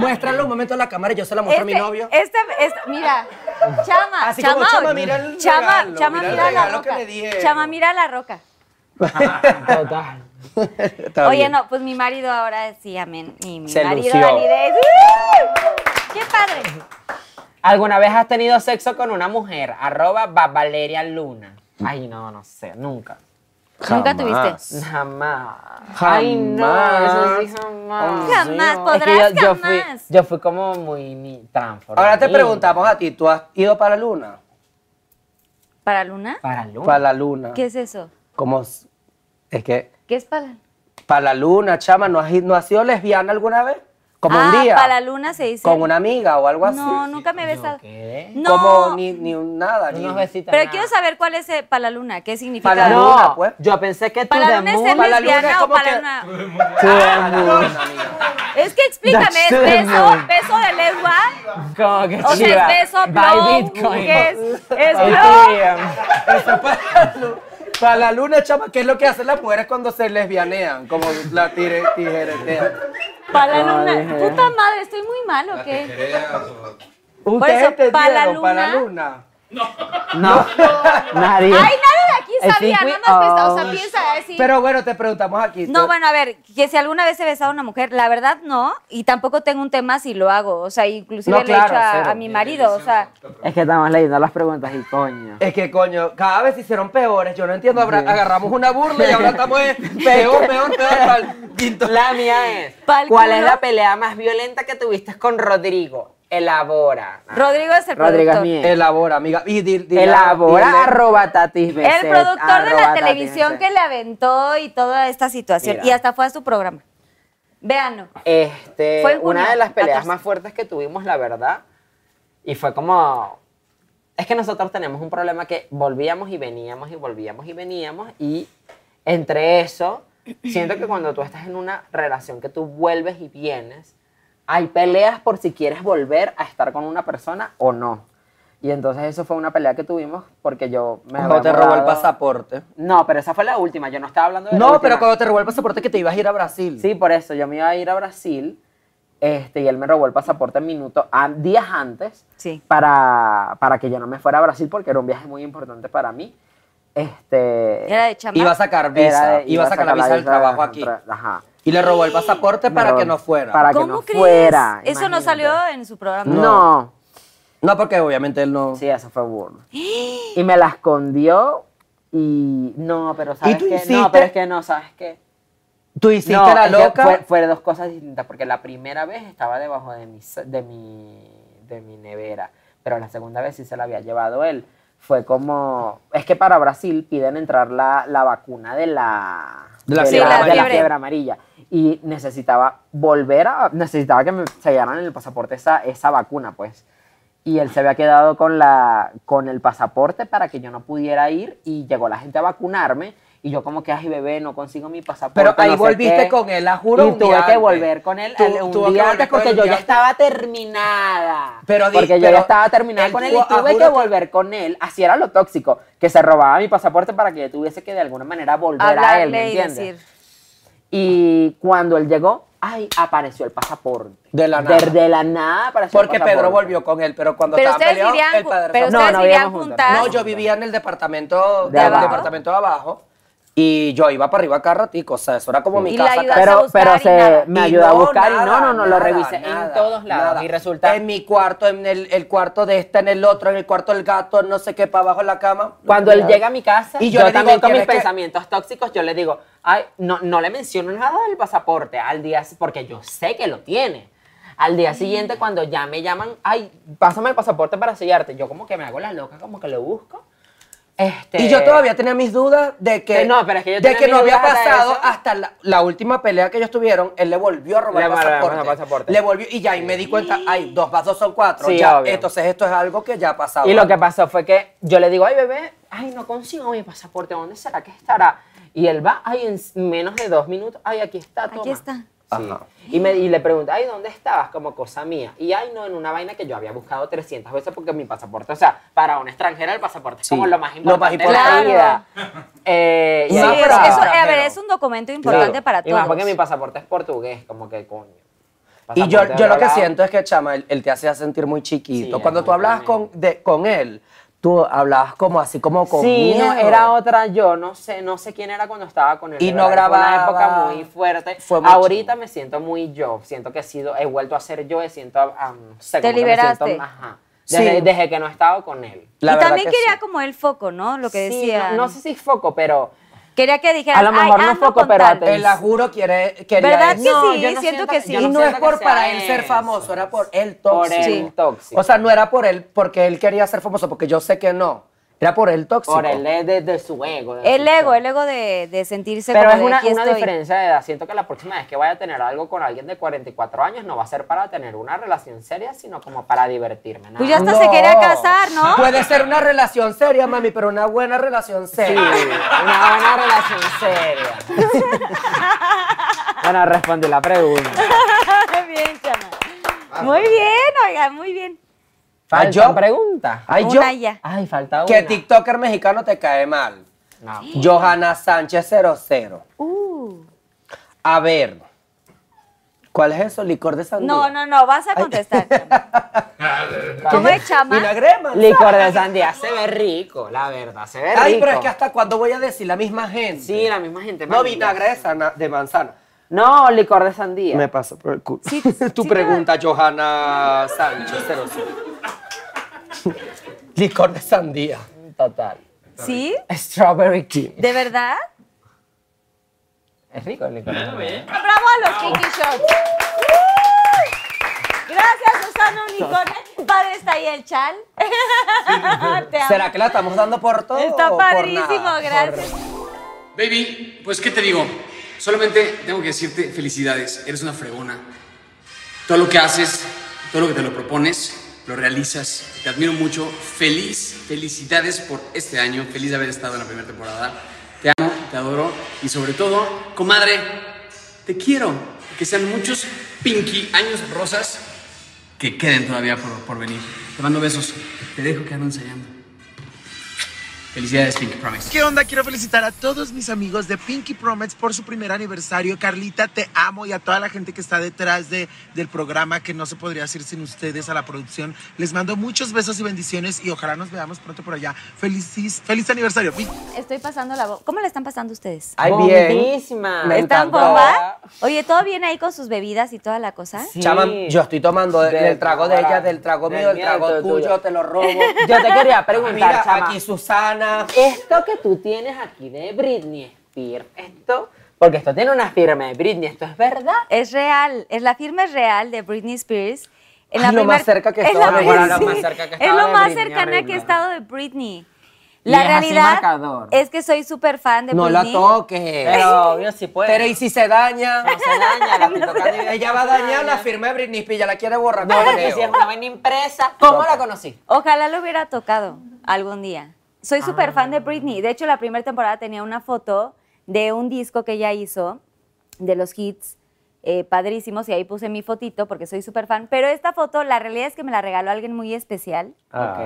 [SPEAKER 3] Muéstralo un momento a la cámara y yo se la muestro
[SPEAKER 2] Este-
[SPEAKER 3] a mi novio.
[SPEAKER 2] Este, este- mira, chama,
[SPEAKER 3] Así
[SPEAKER 2] chama,
[SPEAKER 3] como, chama, mira el
[SPEAKER 2] chama,
[SPEAKER 3] regalo,
[SPEAKER 2] chama,
[SPEAKER 3] mira el
[SPEAKER 2] mira la
[SPEAKER 3] regalo que
[SPEAKER 2] roca,
[SPEAKER 3] me dieron.
[SPEAKER 2] chama, mira la roca.
[SPEAKER 4] Total.
[SPEAKER 3] Está
[SPEAKER 2] Oye,
[SPEAKER 3] bien.
[SPEAKER 2] no, pues mi marido ahora sí, amén. Y mi
[SPEAKER 3] Se
[SPEAKER 2] marido
[SPEAKER 3] lució.
[SPEAKER 2] Danidez. ¡Uh! ¡Qué padre!
[SPEAKER 4] ¿Alguna vez has tenido sexo con una mujer? Arroba va Valeria Luna. Ay, no, no sé, nunca.
[SPEAKER 2] Nunca tuviste.
[SPEAKER 4] Jamás. Ay, no, eso sí, jamás.
[SPEAKER 2] Jamás,
[SPEAKER 4] No.
[SPEAKER 2] podrás
[SPEAKER 4] Es que yo, yo fui,
[SPEAKER 2] jamás.
[SPEAKER 4] yo fui como muy ni- transformada.
[SPEAKER 3] Ahora te preguntamos a ti, ¿tú has ido para la luna?
[SPEAKER 2] ¿Para Luna?
[SPEAKER 4] Para Luna.
[SPEAKER 3] Para la luna.
[SPEAKER 2] ¿Qué es eso?
[SPEAKER 3] Como s- es que
[SPEAKER 2] ¿Qué es para?
[SPEAKER 3] para la luna, chama, ¿no has, i- no has sido lesbiana alguna vez? Como
[SPEAKER 2] ah,
[SPEAKER 3] un día.
[SPEAKER 2] para Luna se dice.
[SPEAKER 3] Con una amiga o algo así.
[SPEAKER 2] No, nunca me he besado.
[SPEAKER 3] ¿Eh?
[SPEAKER 4] ¿Qué?
[SPEAKER 2] No.
[SPEAKER 3] Como ni, ni un nada. ni-
[SPEAKER 4] Unos besitos.
[SPEAKER 2] Pero
[SPEAKER 4] nada.
[SPEAKER 2] quiero saber cuál es eh, para la Luna, qué significa.
[SPEAKER 3] Para la
[SPEAKER 4] No,
[SPEAKER 3] luna, pues.
[SPEAKER 4] yo pensé que tú
[SPEAKER 2] ¿Para
[SPEAKER 4] de
[SPEAKER 2] Luna es
[SPEAKER 4] mu-
[SPEAKER 2] ser
[SPEAKER 3] Para la luna es
[SPEAKER 2] lesbiana o
[SPEAKER 3] como
[SPEAKER 2] para
[SPEAKER 3] que-
[SPEAKER 2] Luna?
[SPEAKER 3] Ah, la luna, amiga.
[SPEAKER 8] Es que explícame, ¿es
[SPEAKER 4] That's
[SPEAKER 8] beso?
[SPEAKER 4] terrible.
[SPEAKER 8] ¿Beso de lengua?
[SPEAKER 4] Como que
[SPEAKER 8] O sea,
[SPEAKER 4] chiva.
[SPEAKER 8] es beso,
[SPEAKER 4] By
[SPEAKER 8] blow,
[SPEAKER 4] Bitcoin.
[SPEAKER 8] ¿qué es? Es
[SPEAKER 3] ATM. Está para, la lu- para la luna, chama, ¿qué es lo que hacen las mujeres cuando se lesbianean? Como la tire, tijeretean.
[SPEAKER 2] Para la
[SPEAKER 3] No,
[SPEAKER 2] luna.
[SPEAKER 3] dije.
[SPEAKER 2] Puta madre, estoy muy mal o qué? Por
[SPEAKER 3] ¿Ustedes
[SPEAKER 2] eso,
[SPEAKER 3] entendieron
[SPEAKER 2] para la
[SPEAKER 3] para la
[SPEAKER 2] luna.
[SPEAKER 3] luna?
[SPEAKER 4] No.
[SPEAKER 2] Ay, nadie
[SPEAKER 3] Nadie.
[SPEAKER 2] de aquí
[SPEAKER 3] I
[SPEAKER 2] sabía,
[SPEAKER 3] think we
[SPEAKER 2] nada más que está, o
[SPEAKER 3] all-
[SPEAKER 4] Oh.
[SPEAKER 2] sea, piensa así.
[SPEAKER 3] Pero bueno, te preguntamos aquí.
[SPEAKER 2] No,
[SPEAKER 3] tú-
[SPEAKER 2] bueno, a ver, que si alguna vez he besado a una mujer, la verdad no, y tampoco tengo un tema si lo hago, o sea, inclusive
[SPEAKER 4] No,
[SPEAKER 2] le he hecho
[SPEAKER 4] claro,
[SPEAKER 2] a,
[SPEAKER 4] cero.
[SPEAKER 2] a mi marido, o sea,
[SPEAKER 4] Es que estamos leyendo las preguntas y coño.
[SPEAKER 3] Es que coño, cada vez se hicieron peores. Yo no entiendo. habrá- agarramos una burla y ahora estamos eh, peor, peor, peor. pal-
[SPEAKER 4] La mía es.
[SPEAKER 2] ¿Pal
[SPEAKER 4] ¿Cuál
[SPEAKER 2] culo?
[SPEAKER 4] es la pelea más violenta que tuviste con Rodrigo? Elabora.
[SPEAKER 2] Ah. Rodrigo es el productor.
[SPEAKER 3] Elabora, amiga. Y di- di-
[SPEAKER 4] Elabora
[SPEAKER 3] dile-
[SPEAKER 4] arroba tatis
[SPEAKER 2] El
[SPEAKER 4] Beset,
[SPEAKER 2] productor de la
[SPEAKER 4] arroba Tatis
[SPEAKER 2] televisión
[SPEAKER 4] Beset.
[SPEAKER 2] que le aventó y toda esta situación,
[SPEAKER 4] Mira.
[SPEAKER 2] y hasta fue a su programa. Véanlo.
[SPEAKER 4] Este,
[SPEAKER 2] Fue en
[SPEAKER 4] una
[SPEAKER 2] junio,
[SPEAKER 4] de las peleas
[SPEAKER 2] 14.
[SPEAKER 4] más fuertes que tuvimos, la verdad, y fue como... Es que nosotros tenemos un problema que volvíamos y veníamos y volvíamos y veníamos y entre eso, siento que cuando tú estás en una relación que tú vuelves y vienes, hay peleas por si quieres volver a estar con una persona o no. Y entonces eso fue una pelea que tuvimos porque yo me...
[SPEAKER 3] Cuando te
[SPEAKER 4] había
[SPEAKER 3] robó el
[SPEAKER 4] mudado-
[SPEAKER 3] pasaporte.
[SPEAKER 4] No, pero esa fue la última, yo no estaba hablando de la
[SPEAKER 3] No,
[SPEAKER 4] última.
[SPEAKER 3] pero cuando te robó el pasaporte que te ibas a ir a Brasil.
[SPEAKER 4] Sí, por eso yo me iba a ir a Brasil este, y él me robó el pasaporte minutos, días antes para, para que yo no me fuera a Brasil porque era un viaje muy importante para mí. Este,
[SPEAKER 2] Era de chamba.
[SPEAKER 3] Iba a sacar visa,
[SPEAKER 4] Era de-
[SPEAKER 3] iba a sacar la visa del trabajo aquí.
[SPEAKER 4] Ajá.
[SPEAKER 3] Y le robó el pasaporte
[SPEAKER 4] Me
[SPEAKER 3] para
[SPEAKER 4] robó-
[SPEAKER 3] que no fuera.
[SPEAKER 4] para que ¿Cómo no crees? fuera,
[SPEAKER 2] Eso no salió en su programa.
[SPEAKER 4] Ah, No.
[SPEAKER 3] No, porque obviamente él no. Sí,
[SPEAKER 4] eso fue burla. Y me la escondió y no, pero sabes
[SPEAKER 3] tú
[SPEAKER 4] que
[SPEAKER 3] hiciste?
[SPEAKER 4] no, pero es que no, sabes qué.
[SPEAKER 3] Tú hiciste
[SPEAKER 4] No,
[SPEAKER 3] la
[SPEAKER 4] es que
[SPEAKER 3] loca.
[SPEAKER 4] Fue, fue dos cosas distintas, porque la primera vez estaba debajo de mi, s- de mi, de mi nevera, pero la segunda vez sí se la había llevado él. Fue como, es que para Brasil piden entrar la, la vacuna de la,
[SPEAKER 3] De la fiebre
[SPEAKER 4] de
[SPEAKER 3] amarilla.
[SPEAKER 4] fiebre amarilla. Y necesitaba volver a, necesitaba que me sellaran en el pasaporte esa, esa vacuna, pues. Y él se había quedado con, la, con el pasaporte para que yo no pudiera ir y llegó la gente a vacunarme y yo como que, ay bebé, no consigo mi pasaporte.
[SPEAKER 3] Pero ahí
[SPEAKER 4] no sé
[SPEAKER 3] volviste
[SPEAKER 4] qué".
[SPEAKER 3] con él, la juro.
[SPEAKER 4] Y
[SPEAKER 3] un
[SPEAKER 4] tuve
[SPEAKER 3] día
[SPEAKER 4] que
[SPEAKER 3] antes.
[SPEAKER 4] volver con él
[SPEAKER 3] Tu-
[SPEAKER 4] al- un
[SPEAKER 3] tuvo que
[SPEAKER 4] día
[SPEAKER 3] volver
[SPEAKER 4] antes
[SPEAKER 3] con él
[SPEAKER 4] porque
[SPEAKER 3] un
[SPEAKER 4] yo
[SPEAKER 3] día
[SPEAKER 4] ya
[SPEAKER 3] antes.
[SPEAKER 4] estaba terminada.
[SPEAKER 3] Pero di-
[SPEAKER 4] porque yo
[SPEAKER 3] pero ah,
[SPEAKER 4] ya estaba terminada
[SPEAKER 3] él
[SPEAKER 4] con él
[SPEAKER 3] tuvo-
[SPEAKER 4] y tuve
[SPEAKER 3] juro
[SPEAKER 4] que
[SPEAKER 3] que-
[SPEAKER 4] volver con él. Así era lo tóxico, que se robaba mi pasaporte para que yo tuviese que de alguna manera volver a él, ¿me
[SPEAKER 2] Hablarle y
[SPEAKER 4] entiendes?
[SPEAKER 2] decir.
[SPEAKER 4] Y cuando él llegó, ay, apareció el pasaporte.
[SPEAKER 3] De la
[SPEAKER 4] De-
[SPEAKER 3] nada.
[SPEAKER 4] de la nada apareció el
[SPEAKER 3] Porque
[SPEAKER 4] pasaporte.
[SPEAKER 3] Pedro volvió con él, pero cuando
[SPEAKER 4] Pero
[SPEAKER 3] estaban
[SPEAKER 4] ustedes
[SPEAKER 3] peleados,
[SPEAKER 4] vivían
[SPEAKER 3] el padre
[SPEAKER 4] ju- pero
[SPEAKER 3] se-
[SPEAKER 4] No, ustedes no vivían vivíamos juntas. juntas.
[SPEAKER 3] No, yo vivía en el departamento,
[SPEAKER 4] De
[SPEAKER 3] del
[SPEAKER 4] abajo.
[SPEAKER 3] departamento de abajo. Y yo iba para arriba cada ratico, o sea, eso era como mi
[SPEAKER 4] Y la
[SPEAKER 3] casa. casa.
[SPEAKER 4] ayudaste a Pero- buscar pero y se- nada. me ayudó a buscar y no, no, no, lo revisé en todos lados.
[SPEAKER 3] Y resulta... En mi cuarto, en el, el cuarto de esta, en el otro, en el cuarto del gato, no sé qué, para abajo en la cama.
[SPEAKER 4] Cuando él llega a mi casa,
[SPEAKER 3] Y
[SPEAKER 4] y
[SPEAKER 3] yo
[SPEAKER 4] yo,
[SPEAKER 3] le digo,
[SPEAKER 4] también con mis
[SPEAKER 3] "¿Quieres que-?"
[SPEAKER 4] pensamientos tóxicos, yo le digo, ay, no, no le menciono nada del pasaporte al día, porque yo sé que lo tiene. Al día siguiente, cuando ya me llaman, ay, pásame el pasaporte para sellarte. Yo como que me hago la loca, como que lo busco. Este,
[SPEAKER 3] Y yo todavía tenía mis dudas de que,
[SPEAKER 4] Que no, pero es que yo
[SPEAKER 3] de
[SPEAKER 4] tenía
[SPEAKER 3] que no
[SPEAKER 4] mis
[SPEAKER 3] había
[SPEAKER 4] dudas hasta
[SPEAKER 3] pasado
[SPEAKER 4] eso.
[SPEAKER 3] hasta la, la última pelea que ellos tuvieron. Él le volvió a robar
[SPEAKER 4] Le
[SPEAKER 3] el
[SPEAKER 4] volvió a robar
[SPEAKER 3] pasaporte,
[SPEAKER 4] el pasaporte.
[SPEAKER 3] Le volvió y ya ahí me di cuenta, ay, dos más dos son cuatro.
[SPEAKER 4] Sí,
[SPEAKER 3] ya,
[SPEAKER 4] obvio.
[SPEAKER 3] entonces esto es algo que ya ha pasado.
[SPEAKER 4] Y lo que pasó fue que yo le digo, ay, bebé, ay, no consigo mi pasaporte, ¿dónde será que estará? Y él va, ay, en s- menos de dos minutos, ay, aquí está, toma.
[SPEAKER 2] Aquí está.
[SPEAKER 3] Ajá.
[SPEAKER 4] Y, me, y le pregunté, ay, ¿dónde estabas? Como cosa mía. Y ay, no, en una vaina que yo había buscado 300 veces porque mi pasaporte, o sea, para una extranjera el pasaporte es
[SPEAKER 3] Sí,
[SPEAKER 4] como lo más
[SPEAKER 3] lo más
[SPEAKER 4] importante. de la
[SPEAKER 2] importante.
[SPEAKER 4] vida. Eh, y
[SPEAKER 2] Sí,
[SPEAKER 4] ahí
[SPEAKER 2] es-
[SPEAKER 4] estaba.
[SPEAKER 2] eso, a ver, es un documento importante
[SPEAKER 4] Claro.
[SPEAKER 2] para
[SPEAKER 4] Y más
[SPEAKER 2] todos.
[SPEAKER 4] porque mi pasaporte es portugués, como que coño.
[SPEAKER 3] Y yo,
[SPEAKER 4] Pasaporte
[SPEAKER 3] yo lo que
[SPEAKER 4] hablado.
[SPEAKER 3] siento es que, chama, él, él te hacía sentir muy chiquito. Cuando tú hablabas con, de- con él, tú hablabas como así, como con
[SPEAKER 4] Sí, no,
[SPEAKER 3] miedo.
[SPEAKER 4] era otra yo, no sé, no sé quién era cuando estaba con él.
[SPEAKER 3] Y
[SPEAKER 4] de
[SPEAKER 3] no
[SPEAKER 4] verdad, Fue una
[SPEAKER 3] grababa.
[SPEAKER 4] época muy fuerte.
[SPEAKER 3] Fue muy
[SPEAKER 4] Ahorita me siento muy yo, siento que he sido, he vuelto a ser yo, he siento, um, sé,
[SPEAKER 2] Te
[SPEAKER 4] como que me siento-
[SPEAKER 2] liberaste.
[SPEAKER 4] ajá. Desde,
[SPEAKER 2] Sí.
[SPEAKER 4] desde que no he estado con él.
[SPEAKER 2] y también quería como el foco, ¿no? Lo que
[SPEAKER 4] Sí,
[SPEAKER 2] decía.
[SPEAKER 4] no- no sé si foco, pero.
[SPEAKER 2] Quería que dijeras.
[SPEAKER 4] A lo mejor
[SPEAKER 2] Ay,
[SPEAKER 4] no
[SPEAKER 2] ando
[SPEAKER 4] foco,
[SPEAKER 2] con
[SPEAKER 4] pero
[SPEAKER 2] tal.
[SPEAKER 4] atención.
[SPEAKER 3] Él la juro quiere, quería
[SPEAKER 2] ¿Verdad
[SPEAKER 3] eso.
[SPEAKER 2] que No, sí? yo no Siento siento que que- sí.
[SPEAKER 3] Y
[SPEAKER 2] yo no
[SPEAKER 3] no, es
[SPEAKER 2] siento que
[SPEAKER 3] por
[SPEAKER 2] sea
[SPEAKER 3] para él ser famoso, era por él
[SPEAKER 4] Por
[SPEAKER 3] tóxico.
[SPEAKER 4] él Sí. tóxico.
[SPEAKER 3] O sea, no era por él porque él quería ser famoso, porque yo sé que no. Era por él tóxico.
[SPEAKER 4] Por él, desde de su ego. de
[SPEAKER 2] El
[SPEAKER 4] su-
[SPEAKER 2] ego, el ego de, de sentirse
[SPEAKER 4] Pero
[SPEAKER 2] como
[SPEAKER 4] es
[SPEAKER 2] de
[SPEAKER 4] una,
[SPEAKER 2] aquí
[SPEAKER 4] una
[SPEAKER 2] estoy.
[SPEAKER 4] diferencia de edad. Siento que la próxima vez que vaya a tener algo con alguien de 44 años no va a ser para tener una relación seria, sino como para divertirme. nada
[SPEAKER 2] Pues ya hasta
[SPEAKER 4] más.
[SPEAKER 2] se quería casar, ¿no?
[SPEAKER 3] Puede ser una relación seria, mami, pero una buena relación
[SPEAKER 4] Sí,
[SPEAKER 3] seria.
[SPEAKER 4] una buena relación seria. Bueno, respondí la pregunta. Ah,
[SPEAKER 2] Muy bien, oiga, muy bien.
[SPEAKER 4] Falta pregunta.
[SPEAKER 3] Ay, yo.
[SPEAKER 2] Una ya.
[SPEAKER 4] Ay, falta
[SPEAKER 3] ¿Qué TikToker mexicano te cae mal? Johanna Sánchez 00.
[SPEAKER 2] Uh.
[SPEAKER 3] A ver. ¿Cuál es eso? ¿Licor de sandía?
[SPEAKER 2] No, no, no, vas a contestar. chama. ¿Cómo es chama?
[SPEAKER 4] Licor de sandía. Se ve rico, la verdad, se ve rico.
[SPEAKER 3] Ay, pero es que hasta cuándo voy a decir la misma gente.
[SPEAKER 4] Sí, la misma gente.
[SPEAKER 3] No, vinagre de, sana- de manzana.
[SPEAKER 4] No, licor de sandía.
[SPEAKER 3] Me pasa por el culo. tu pregunta, Johanna Sánchez 00. Licor de sandía.
[SPEAKER 4] Total.
[SPEAKER 2] ¿Sí?
[SPEAKER 4] Strawberry King.
[SPEAKER 2] ¿De verdad?
[SPEAKER 4] Es rico el licor.
[SPEAKER 2] ¡Bravo a los Kinky Shots! Gracias, Susana Unicorn. Padre está ahí el chal. Te amo.
[SPEAKER 3] ¿Será que la estamos dando por todo? o
[SPEAKER 2] Está
[SPEAKER 3] por nada?
[SPEAKER 2] padrísimo, gracias.
[SPEAKER 19] Baby, pues qué te digo. Solamente tengo que decirte felicidades. Eres una fregona. Todo lo que haces, todo lo que te lo propones, lo realizas. Te admiro mucho. Feliz, felicidades por este año. Feliz de haber estado en la primera temporada. Te amo, te adoro y sobre todo, comadre, te quiero. Que sean muchos Pinky años rosas que queden todavía por, por venir. Te mando besos. Te dejo que ando ensayando. Felicidades, Pinky Promise.
[SPEAKER 14] ¿Qué onda? Quiero felicitar a todos mis amigos de Pinky Promise por su primer aniversario. Carlita, te amo y a toda la gente que está detrás de, del programa que no se podría hacer sin ustedes, a la producción. Les mando muchos besos y bendiciones y ojalá nos veamos pronto por allá. Feliz, feliz aniversario. Pinky.
[SPEAKER 2] Estoy pasando la voz. ¿Cómo la están pasando ustedes?
[SPEAKER 14] Ay, bien. Bombísima. Me
[SPEAKER 2] ¿Están
[SPEAKER 3] encantó.
[SPEAKER 2] bomba? Oye, ¿todo bien ahí con sus bebidas y toda la cosa?
[SPEAKER 3] Chama, yo estoy tomando de-
[SPEAKER 4] Del
[SPEAKER 3] del trago de
[SPEAKER 4] trago,
[SPEAKER 3] ella, del trago
[SPEAKER 4] del
[SPEAKER 3] mío, del
[SPEAKER 4] mío,
[SPEAKER 3] trago
[SPEAKER 4] del tuyo.
[SPEAKER 3] tuyo, te lo robo.
[SPEAKER 4] Yo te quería preguntar,
[SPEAKER 3] Mira,
[SPEAKER 4] chama.
[SPEAKER 3] aquí Susana.
[SPEAKER 4] Esto que tú tienes aquí de Britney Spears, esto, porque esto tiene una firma de Britney, esto es verdad.
[SPEAKER 2] Es real, es la firma es real de Britney Spears. En
[SPEAKER 4] Ay, lo
[SPEAKER 2] primer-
[SPEAKER 4] más cerca que
[SPEAKER 2] es
[SPEAKER 4] estaba
[SPEAKER 2] la-
[SPEAKER 4] de Britney.
[SPEAKER 2] sí,
[SPEAKER 4] Lo más cerca que
[SPEAKER 2] Es
[SPEAKER 4] estaba
[SPEAKER 2] lo
[SPEAKER 4] de
[SPEAKER 2] más
[SPEAKER 4] Britney,
[SPEAKER 2] cercana que
[SPEAKER 4] horrible.
[SPEAKER 2] he estado de Britney.
[SPEAKER 4] Y
[SPEAKER 2] La
[SPEAKER 4] es así
[SPEAKER 2] realidad
[SPEAKER 4] marcador.
[SPEAKER 2] es que soy súper fan de
[SPEAKER 3] No la
[SPEAKER 2] Britney.
[SPEAKER 3] toques.
[SPEAKER 4] Pero obvio sí puede.
[SPEAKER 3] Pero y si se daña.
[SPEAKER 4] No se daña, la estoy tocando y-
[SPEAKER 3] Ella va a dañar la firma de Britney Spears, ya la quiere borrar.
[SPEAKER 4] No,
[SPEAKER 3] creo.
[SPEAKER 4] porque si es una buena impresa, ¿cómo la conocí?
[SPEAKER 2] Ojalá lo hubiera tocado algún día.
[SPEAKER 4] Ah.
[SPEAKER 2] Soy súper fan de Britney. De hecho, la primera temporada tenía una foto de un disco que ella hizo, de los hits eh, padrísimos, y ahí puse mi fotito porque soy súper fan. Pero esta foto, la realidad es que me la regaló alguien muy especial
[SPEAKER 4] Ah.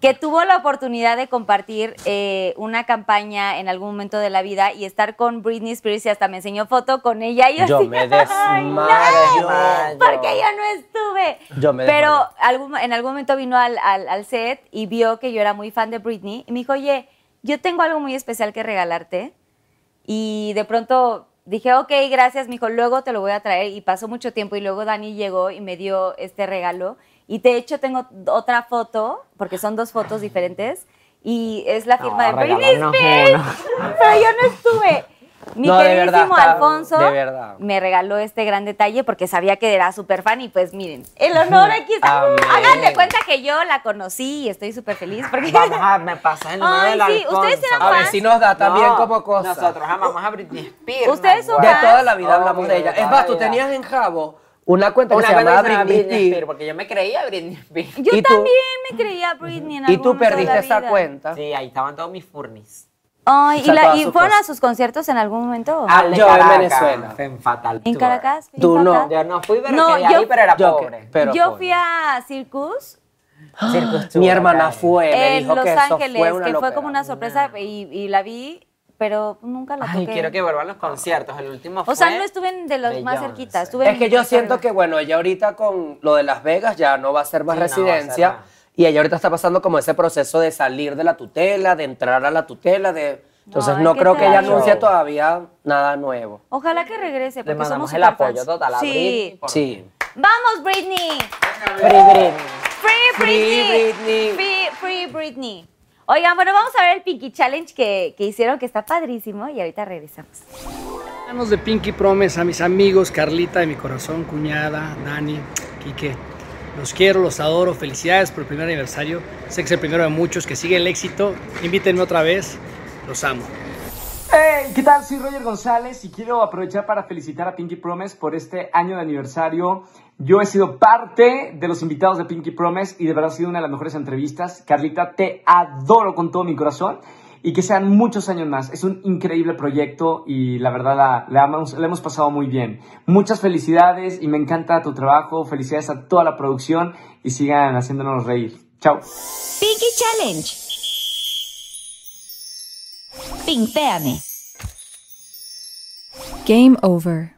[SPEAKER 2] que tuvo la oportunidad de compartir eh, una campaña en algún momento de la vida y estar con Britney Spears y hasta me enseñó foto con ella y yo
[SPEAKER 3] Yo
[SPEAKER 2] así,
[SPEAKER 3] me
[SPEAKER 2] "Ay,
[SPEAKER 3] desmayo.
[SPEAKER 2] no, porque yo no estuve.
[SPEAKER 3] Yo me
[SPEAKER 2] Pero
[SPEAKER 3] desmayo.
[SPEAKER 2] algún- en algún momento vino al, al- al set y vio que yo era muy fan de Britney y me dijo, oye, yo tengo algo muy especial que regalarte. Y de pronto dije, ok, gracias, me dijo, luego te lo voy a traer. Y pasó mucho tiempo y luego Dani llegó y me dio este regalo. Y de hecho tengo otra foto, porque son dos fotos diferentes, y es la firma de Britney
[SPEAKER 4] regalarnos
[SPEAKER 2] Spears. Pero yo no estuve. Mi
[SPEAKER 3] No, de
[SPEAKER 2] queridísimo
[SPEAKER 3] verdad, está-
[SPEAKER 2] Alfonso
[SPEAKER 3] de verdad.
[SPEAKER 2] me regaló este gran detalle porque sabía que era súper fan y pues miren, el honor aquí está.
[SPEAKER 4] Amén.
[SPEAKER 2] Háganle cuenta que yo la conocí y estoy súper feliz porque...
[SPEAKER 4] Vamos a, me pasa el número
[SPEAKER 2] Ay,
[SPEAKER 4] del
[SPEAKER 2] sí,
[SPEAKER 4] Alfonso.
[SPEAKER 2] ustedes eran
[SPEAKER 3] A ver
[SPEAKER 2] fans.
[SPEAKER 3] si nos da también
[SPEAKER 4] No,
[SPEAKER 3] como cosa.
[SPEAKER 4] Nosotros amamos a Britney Spears.
[SPEAKER 2] Ustedes son
[SPEAKER 3] De
[SPEAKER 2] fans.
[SPEAKER 3] toda la vida hablamos
[SPEAKER 4] Obvio,
[SPEAKER 3] de ella.
[SPEAKER 4] de toda
[SPEAKER 3] Es más,
[SPEAKER 4] la
[SPEAKER 3] tú
[SPEAKER 4] vida.
[SPEAKER 3] tenías en Jabo una cuenta que
[SPEAKER 4] Una
[SPEAKER 3] se
[SPEAKER 4] vez
[SPEAKER 3] llamaba
[SPEAKER 4] me dicen a
[SPEAKER 3] Britney
[SPEAKER 4] Britney Spears,
[SPEAKER 3] Spears.
[SPEAKER 4] porque yo me creía Britney Spears.
[SPEAKER 2] Yo
[SPEAKER 3] ¿Y tú?
[SPEAKER 2] también me creía Britney en
[SPEAKER 3] ¿Y
[SPEAKER 2] algún
[SPEAKER 3] tú
[SPEAKER 2] momento de la
[SPEAKER 3] perdiste esa
[SPEAKER 2] vida.
[SPEAKER 3] cuenta?
[SPEAKER 4] Sí, ahí estaban todos mis furnis.
[SPEAKER 2] Ay,
[SPEAKER 3] O
[SPEAKER 2] ¿y,
[SPEAKER 3] sea,
[SPEAKER 2] la-
[SPEAKER 3] todas
[SPEAKER 2] y
[SPEAKER 3] sus
[SPEAKER 2] fueron a
[SPEAKER 3] cosas.
[SPEAKER 2] sus conciertos en algún momento?
[SPEAKER 4] Al Ah, de
[SPEAKER 3] Yo en
[SPEAKER 4] Caracas,
[SPEAKER 3] Venezuela.
[SPEAKER 4] En Fatal
[SPEAKER 2] Ah, ¿En
[SPEAKER 4] Tour.
[SPEAKER 2] Caracas? ¿En
[SPEAKER 3] Tú no.
[SPEAKER 2] Fatal?
[SPEAKER 4] Yo no fui, pero
[SPEAKER 2] No,
[SPEAKER 4] quería
[SPEAKER 2] yo-
[SPEAKER 4] ir, pero era
[SPEAKER 3] Yo que-
[SPEAKER 4] pobre.
[SPEAKER 3] pero
[SPEAKER 2] Yo
[SPEAKER 3] pobre.
[SPEAKER 2] fui a Circus
[SPEAKER 3] Mi hermana fue, me
[SPEAKER 2] en
[SPEAKER 3] dijo
[SPEAKER 2] Los
[SPEAKER 3] que eso
[SPEAKER 2] Ángeles,
[SPEAKER 3] fue una
[SPEAKER 2] que fue
[SPEAKER 3] locura.
[SPEAKER 2] como una sorpresa y, y la vi, pero nunca la
[SPEAKER 4] Ay,
[SPEAKER 2] toqué.
[SPEAKER 4] quiero que vuelvan los conciertos. El último fue...
[SPEAKER 2] o sea, no estuve en- de los
[SPEAKER 4] de
[SPEAKER 2] más
[SPEAKER 4] Beyoncé.
[SPEAKER 2] cerquitas. Estuve
[SPEAKER 3] Es que yo siento que, bueno, ella ahorita con lo de Las Vegas ya no va a ser más
[SPEAKER 4] Sí, no va a ser
[SPEAKER 3] residencia.
[SPEAKER 4] más.
[SPEAKER 3] Y ella ahorita está pasando como ese proceso de salir de la tutela, de entrar a la tutela, de. Entonces
[SPEAKER 2] Ay,
[SPEAKER 3] no
[SPEAKER 2] qué
[SPEAKER 3] creo que ella
[SPEAKER 2] triste.
[SPEAKER 3] anuncie todavía nada nuevo.
[SPEAKER 2] Ojalá que regrese, porque somos
[SPEAKER 4] mandamos el
[SPEAKER 2] superfans.
[SPEAKER 4] apoyo total a Britney,
[SPEAKER 2] Sí.
[SPEAKER 4] por-
[SPEAKER 3] Sí.
[SPEAKER 2] ¡Vamos, Britney!
[SPEAKER 4] Free Britney.
[SPEAKER 2] Free Britney.
[SPEAKER 4] Free Britney.
[SPEAKER 2] Free, free Britney. Oigan, bueno, vamos a ver el Pinky Challenge que, que hicieron, que está padrísimo, y ahorita regresamos.
[SPEAKER 9] Manos de Pinky Promise a mis amigos, Carlita de mi corazón, cuñada, Dani, Quique. Los quiero, los adoro, felicidades por el primer aniversario. Sé que es el primero de muchos, que sigue el éxito. Invítenme otra vez, los amo.
[SPEAKER 20] Hey, ¿qué tal? Soy Roger González y quiero aprovechar para felicitar a Pinky Promise por este año de aniversario. Yo he sido parte de los invitados de Pinky Promise y de verdad ha sido una de las mejores entrevistas. Carlita, te adoro con todo mi corazón. y que sean muchos años más. Es un increíble proyecto y la verdad la, la hemos, la hemos pasado muy bien. Muchas felicidades y me encanta tu trabajo. Felicidades a toda la producción y sigan haciéndonos reír. Chao.
[SPEAKER 21] Pinky Challenge. Pimpéame.
[SPEAKER 22] Game over.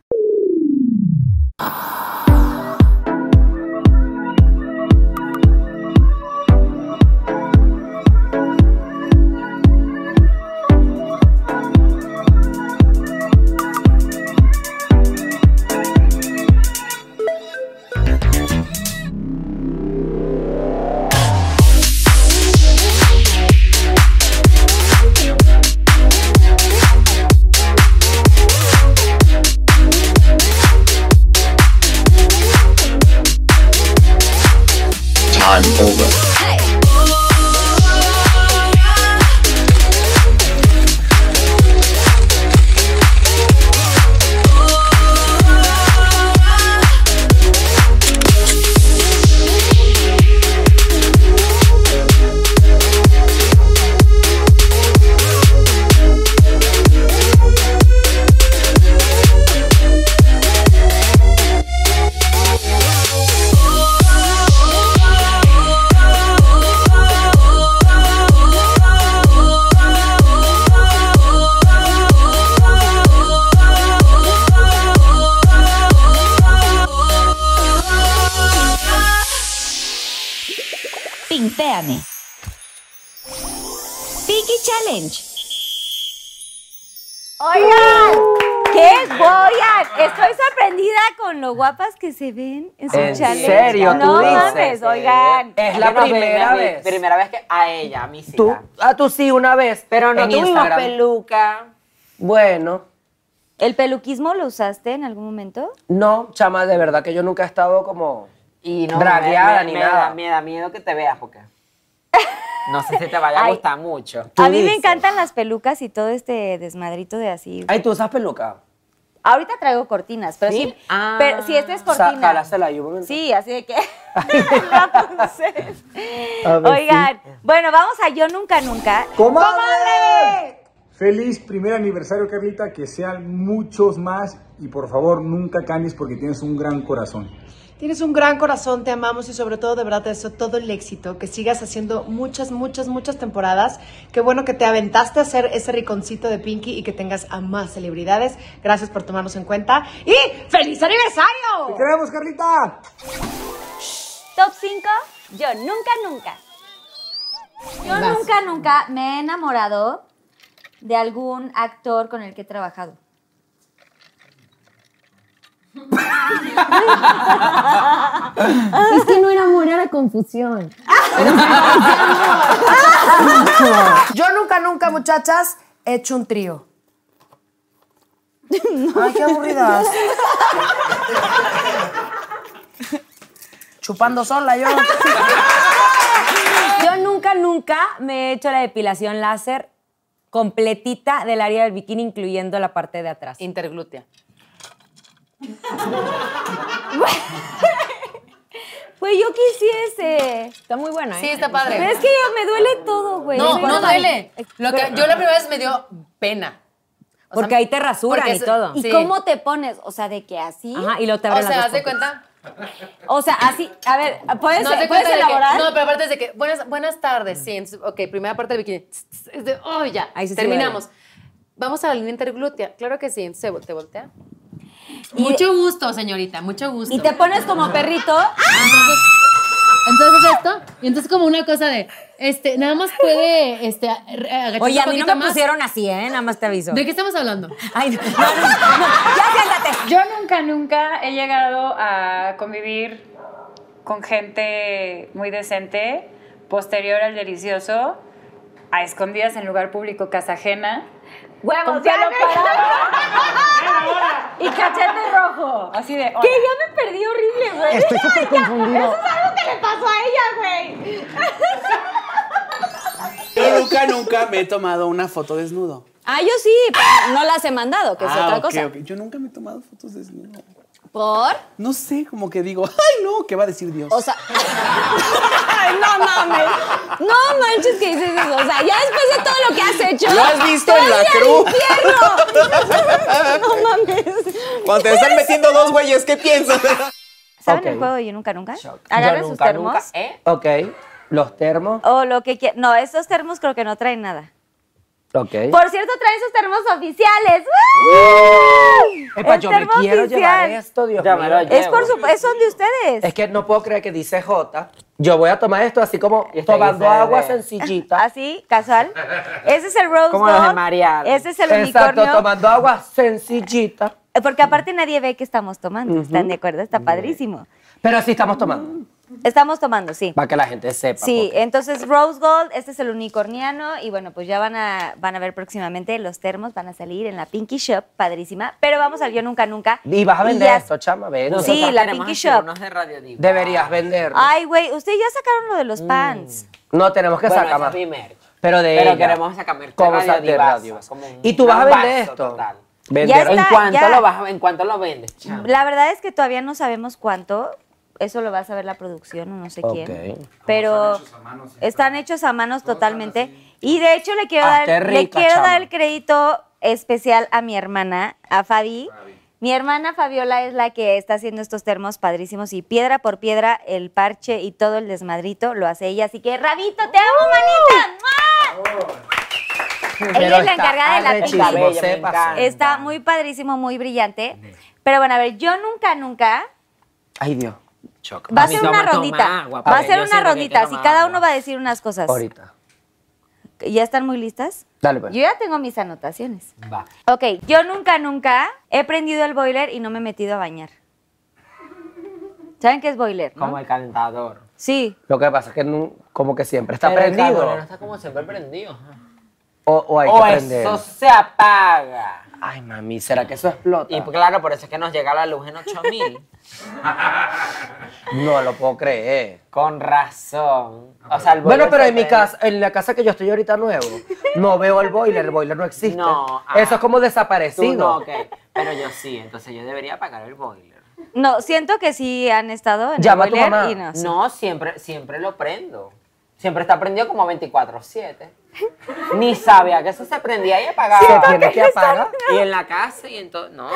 [SPEAKER 9] Time over.
[SPEAKER 21] Pimpéame. Pinky Challenge.
[SPEAKER 2] Oigan, qué Oigan, Estoy sorprendida con lo guapas que se ven en su
[SPEAKER 4] ¿En
[SPEAKER 2] challenge.
[SPEAKER 4] serio?
[SPEAKER 2] No
[SPEAKER 4] ¿Tú dices?
[SPEAKER 2] mames, oigan.
[SPEAKER 4] Es la primera vez. Primera vez que a ella, a mí sí.
[SPEAKER 3] Tú, ah, tú sí, una vez.
[SPEAKER 4] Pero no
[SPEAKER 3] en
[SPEAKER 4] tuvimos
[SPEAKER 3] Instagram.
[SPEAKER 4] peluca.
[SPEAKER 3] Bueno,
[SPEAKER 2] ¿El peluquismo lo usaste en algún momento?
[SPEAKER 3] no, chama, de verdad que yo nunca he estado como
[SPEAKER 4] Y no,
[SPEAKER 3] dragueada
[SPEAKER 4] me-
[SPEAKER 3] ni
[SPEAKER 4] me Da,
[SPEAKER 3] nada.
[SPEAKER 4] me da miedo que te veas porque no sé si te vaya a
[SPEAKER 2] Ay.
[SPEAKER 4] gustar mucho.
[SPEAKER 2] A mí me encantan las pelucas y todo este desmadrito de así.
[SPEAKER 3] Ay, tú usas peluca.
[SPEAKER 2] Ahorita traigo cortinas, pero sí. pero si esta es cortina.
[SPEAKER 3] Sa- jalásela Ah. ahí un momento.
[SPEAKER 2] Sí, así de que. Rapunzel.
[SPEAKER 11] A ver,
[SPEAKER 2] Oigan, bueno, vamos a Yo Nunca Nunca.
[SPEAKER 11] ¡Comadre!
[SPEAKER 2] ¡Comadre!
[SPEAKER 11] Feliz primer aniversario, Carlita, que sean muchos más y por favor nunca cambies porque tienes un gran corazón.
[SPEAKER 1] Tienes un gran corazón, te amamos y sobre todo de verdad te deseo todo el éxito, que sigas haciendo muchas, muchas, muchas temporadas. Qué bueno que te aventaste a hacer ese riconcito de Pinky y que tengas a más celebridades. Gracias por tomarnos en cuenta y feliz aniversario. Te queremos, Carlita.
[SPEAKER 2] Top 5, Yo Nunca Nunca. Yo
[SPEAKER 1] Vas.
[SPEAKER 2] nunca, nunca me he enamorado de algún actor con el que he trabajado.
[SPEAKER 8] Es que no enamoré era confusión.
[SPEAKER 23] Yo nunca, nunca, muchachas, he hecho un trío. Ay, qué aburridas.
[SPEAKER 8] Chupando sola yo.
[SPEAKER 24] Yo nunca, nunca me he hecho la depilación láser completita del área del bikini, incluyendo la parte de atrás. Interglútea.
[SPEAKER 2] Pues yo quisiese.
[SPEAKER 24] Está muy buena, ¿eh?
[SPEAKER 2] Sí,
[SPEAKER 24] está
[SPEAKER 2] padre. Pero es que me duele todo, güey.
[SPEAKER 24] No,
[SPEAKER 2] Me
[SPEAKER 24] no duele.
[SPEAKER 8] Lo que- yo la primera vez me dio pena.
[SPEAKER 24] Porque ahí te rasuran
[SPEAKER 8] porque
[SPEAKER 24] y
[SPEAKER 8] es-
[SPEAKER 24] todo.
[SPEAKER 2] ¿Y
[SPEAKER 24] Sí.
[SPEAKER 2] cómo te pones? O sea, de que así.
[SPEAKER 24] Ajá, y luego te abren
[SPEAKER 8] o
[SPEAKER 24] las
[SPEAKER 8] sea,
[SPEAKER 24] dos
[SPEAKER 8] haz de
[SPEAKER 24] pompas.
[SPEAKER 8] cuenta.
[SPEAKER 2] O sea, así. A ver, ¿puedes,
[SPEAKER 8] haz
[SPEAKER 2] ¿puedes
[SPEAKER 8] de cuenta de que-
[SPEAKER 2] elaborar?
[SPEAKER 8] no, pero aparte es de que, buenas, buenas tardes, sí. entonces, ok, primera parte del bikini. tss, tss, es de, oh, ya,
[SPEAKER 24] Ahí sí se
[SPEAKER 8] terminamos. Vamos a la línea interglútea. Claro que sí, entonces se vol- te voltea. mucho gusto, señorita, mucho gusto.
[SPEAKER 2] Y te pones como perrito.
[SPEAKER 8] Entonces esto, y entonces como una cosa de, este, nada más puede, este, a- re- agacharse
[SPEAKER 24] Oye,
[SPEAKER 8] un
[SPEAKER 24] a mí no
[SPEAKER 8] poquito
[SPEAKER 24] me
[SPEAKER 8] más.
[SPEAKER 24] pusieron así, ¿eh? Nada más te aviso.
[SPEAKER 8] ¿De qué estamos hablando?
[SPEAKER 24] Ay, no, no, no, no. Ya siéntate.
[SPEAKER 25] Yo nunca, nunca he llegado a convivir con gente muy decente, posterior al delicioso, a escondidas en lugar público, casa ajena.
[SPEAKER 2] ¡Huevos,
[SPEAKER 25] con pelo
[SPEAKER 2] ya me-
[SPEAKER 25] parado. Y cachete rojo, así de...
[SPEAKER 2] Que ya me perdí horrible, güey.
[SPEAKER 25] Estoy
[SPEAKER 2] Ay,
[SPEAKER 25] súper
[SPEAKER 2] ya,
[SPEAKER 25] confundido.
[SPEAKER 2] Eso es algo que le pasó a ella, güey.
[SPEAKER 13] Yo nunca, nunca me he tomado una foto desnudo.
[SPEAKER 2] Ah, yo sí, pero no las he mandado, que es
[SPEAKER 13] Ah,
[SPEAKER 2] otra
[SPEAKER 13] ok,
[SPEAKER 2] cosa.
[SPEAKER 13] ok. Yo nunca me he tomado fotos desnudo.
[SPEAKER 2] ¿Por?
[SPEAKER 13] No sé, como que digo, ay no, ¿qué va a decir Dios?
[SPEAKER 2] O sea, Ay, no mames. No manches que dices eso. O sea, ya después de todo lo que has hecho,
[SPEAKER 26] ¿Lo has visto en la cruz?
[SPEAKER 2] No mames.
[SPEAKER 26] Cuando te están metiendo dos güeyes, ¿qué piensas?
[SPEAKER 2] ¿Saben
[SPEAKER 3] Ok.
[SPEAKER 2] el juego de Yo Nunca Nunca? ¿eh?
[SPEAKER 3] Yo
[SPEAKER 2] Agarren sus
[SPEAKER 3] nunca, ¿eh?
[SPEAKER 2] termos.
[SPEAKER 3] nunca, Ok. Los termos.
[SPEAKER 2] O lo que quieran. No, esos termos creo que no traen nada.
[SPEAKER 3] Ok.
[SPEAKER 2] Por cierto, traen sus termos oficiales. ¡Woo!
[SPEAKER 3] Epa,
[SPEAKER 2] El
[SPEAKER 3] yo me
[SPEAKER 2] termo
[SPEAKER 3] quiero llevar
[SPEAKER 2] oficial.
[SPEAKER 3] esto, Dios
[SPEAKER 2] Ya me
[SPEAKER 3] mío.
[SPEAKER 2] lo Es por su, es son de ustedes.
[SPEAKER 3] Es que no puedo creer que dice J. Yo voy a tomar esto así como tomando
[SPEAKER 2] dice
[SPEAKER 3] agua
[SPEAKER 2] de-
[SPEAKER 3] sencillita.
[SPEAKER 2] Así, casual. Ese es el Rose
[SPEAKER 3] Como los de
[SPEAKER 2] Gold.
[SPEAKER 3] Mariana.
[SPEAKER 2] Ese es el
[SPEAKER 3] Exacto,
[SPEAKER 2] unicornio. Eh,
[SPEAKER 3] tomando agua sencillita.
[SPEAKER 2] Porque aparte nadie ve que estamos tomando. ¿Están
[SPEAKER 3] Ujú.
[SPEAKER 2] de acuerdo? Está padrísimo. Mm,
[SPEAKER 3] Pero sí estamos tomando.
[SPEAKER 2] Estamos tomando, sí.
[SPEAKER 3] Para que la gente sepa.
[SPEAKER 2] Sí, entonces Rose Gold, este es el unicorniano y bueno, pues ya van a, van a ver próximamente los termos, van a salir en la Pinky Shop, padrísima, pero vamos al Yo Nunca Nunca.
[SPEAKER 3] pues. Y vas a vender
[SPEAKER 2] ya-
[SPEAKER 3] esto, chama, vende.
[SPEAKER 2] sí, la Pinky Shop.
[SPEAKER 3] Deberías vender.
[SPEAKER 2] Ay, güey, ustedes ya sacaron lo de
[SPEAKER 3] Mm.
[SPEAKER 2] los pants.
[SPEAKER 3] No, tenemos que
[SPEAKER 4] Bueno,
[SPEAKER 3] sacar
[SPEAKER 4] ese
[SPEAKER 3] más.
[SPEAKER 4] es mi merch.
[SPEAKER 3] Pero de
[SPEAKER 4] Pero
[SPEAKER 3] ella.
[SPEAKER 4] queremos sacar merch de
[SPEAKER 3] Como
[SPEAKER 4] Radio
[SPEAKER 3] sa- de
[SPEAKER 4] Divasa,
[SPEAKER 3] Radio Divasa.
[SPEAKER 4] como un
[SPEAKER 3] Y tú vas a vender
[SPEAKER 4] gambazo
[SPEAKER 3] esto.
[SPEAKER 4] total.
[SPEAKER 3] Vender-
[SPEAKER 2] Ya
[SPEAKER 4] ¿En
[SPEAKER 2] está,
[SPEAKER 4] cuánto
[SPEAKER 2] ya.
[SPEAKER 4] lo vas, a- en cuánto lo vendes? chamo?
[SPEAKER 2] La verdad es que todavía no sabemos cuánto, eso lo va a saber la producción o no sé quién.
[SPEAKER 3] Ok.
[SPEAKER 2] Pero están hechos a manos totalmente. Y de hecho le quiero, dar,
[SPEAKER 3] Ah, qué
[SPEAKER 2] le
[SPEAKER 3] rica,
[SPEAKER 2] quiero
[SPEAKER 3] chama.
[SPEAKER 2] dar el crédito especial a mi hermana, a Fabi. Mi hermana Fabiola es la que está haciendo estos termos padrísimos y piedra por piedra el parche y todo el desmadrito lo hace ella. Así que, Rabito, te amo, manita.
[SPEAKER 4] Ah,
[SPEAKER 2] ¡Mua! Ella
[SPEAKER 3] Pero
[SPEAKER 2] es la
[SPEAKER 3] está
[SPEAKER 2] encargada de la
[SPEAKER 3] arrechísimo,
[SPEAKER 2] pinky.
[SPEAKER 3] se Está pasó. bello, me
[SPEAKER 2] Está muy padrísimo, muy brillante. Pero bueno, a ver, yo nunca, nunca
[SPEAKER 3] Ay, Dios.
[SPEAKER 2] Va a ser una rondita. va a ser una rondita. Así
[SPEAKER 3] si
[SPEAKER 2] cada uno va a decir unas cosas.
[SPEAKER 3] Ahorita.
[SPEAKER 2] ¿Ya están muy listas?
[SPEAKER 3] Dale, pues.
[SPEAKER 2] Yo ya tengo mis anotaciones.
[SPEAKER 4] Va.
[SPEAKER 2] Ok, yo nunca, nunca he prendido el boiler y no me he metido a bañar. ¿Saben qué es boiler? no?
[SPEAKER 4] Como el calentador.
[SPEAKER 2] Sí.
[SPEAKER 3] Lo que pasa es que nu- como que siempre está
[SPEAKER 4] Pero el
[SPEAKER 3] prendido.
[SPEAKER 4] carbonero está como siempre prendido.
[SPEAKER 3] O, o hay
[SPEAKER 4] o
[SPEAKER 3] que prender.
[SPEAKER 4] eso se apaga.
[SPEAKER 3] Ay, mami, ¿será que eso explota?
[SPEAKER 4] Y claro, por eso es que nos llega la luz en 8000.
[SPEAKER 3] No lo puedo creer.
[SPEAKER 4] Con razón. O sea, el
[SPEAKER 3] Bueno,
[SPEAKER 4] boiler
[SPEAKER 3] pero
[SPEAKER 4] se
[SPEAKER 3] en mi
[SPEAKER 4] prende.
[SPEAKER 3] casa, en la casa que yo estoy ahorita nuevo, no veo el boiler, el boiler no existe.
[SPEAKER 4] No, ah.
[SPEAKER 3] Eso es como
[SPEAKER 4] Tú
[SPEAKER 3] desaparecido.
[SPEAKER 4] no, ok. Pero yo sí, entonces yo debería apagar el boiler.
[SPEAKER 2] No, siento que sí han estado en el boiler y no. sí.
[SPEAKER 4] No, siempre, siempre lo prendo. Siempre está prendido como 24-7. Ni sabía que eso se prendía y apagaba.
[SPEAKER 3] Se tiene que apagar.
[SPEAKER 4] Y en la casa y en todo. No.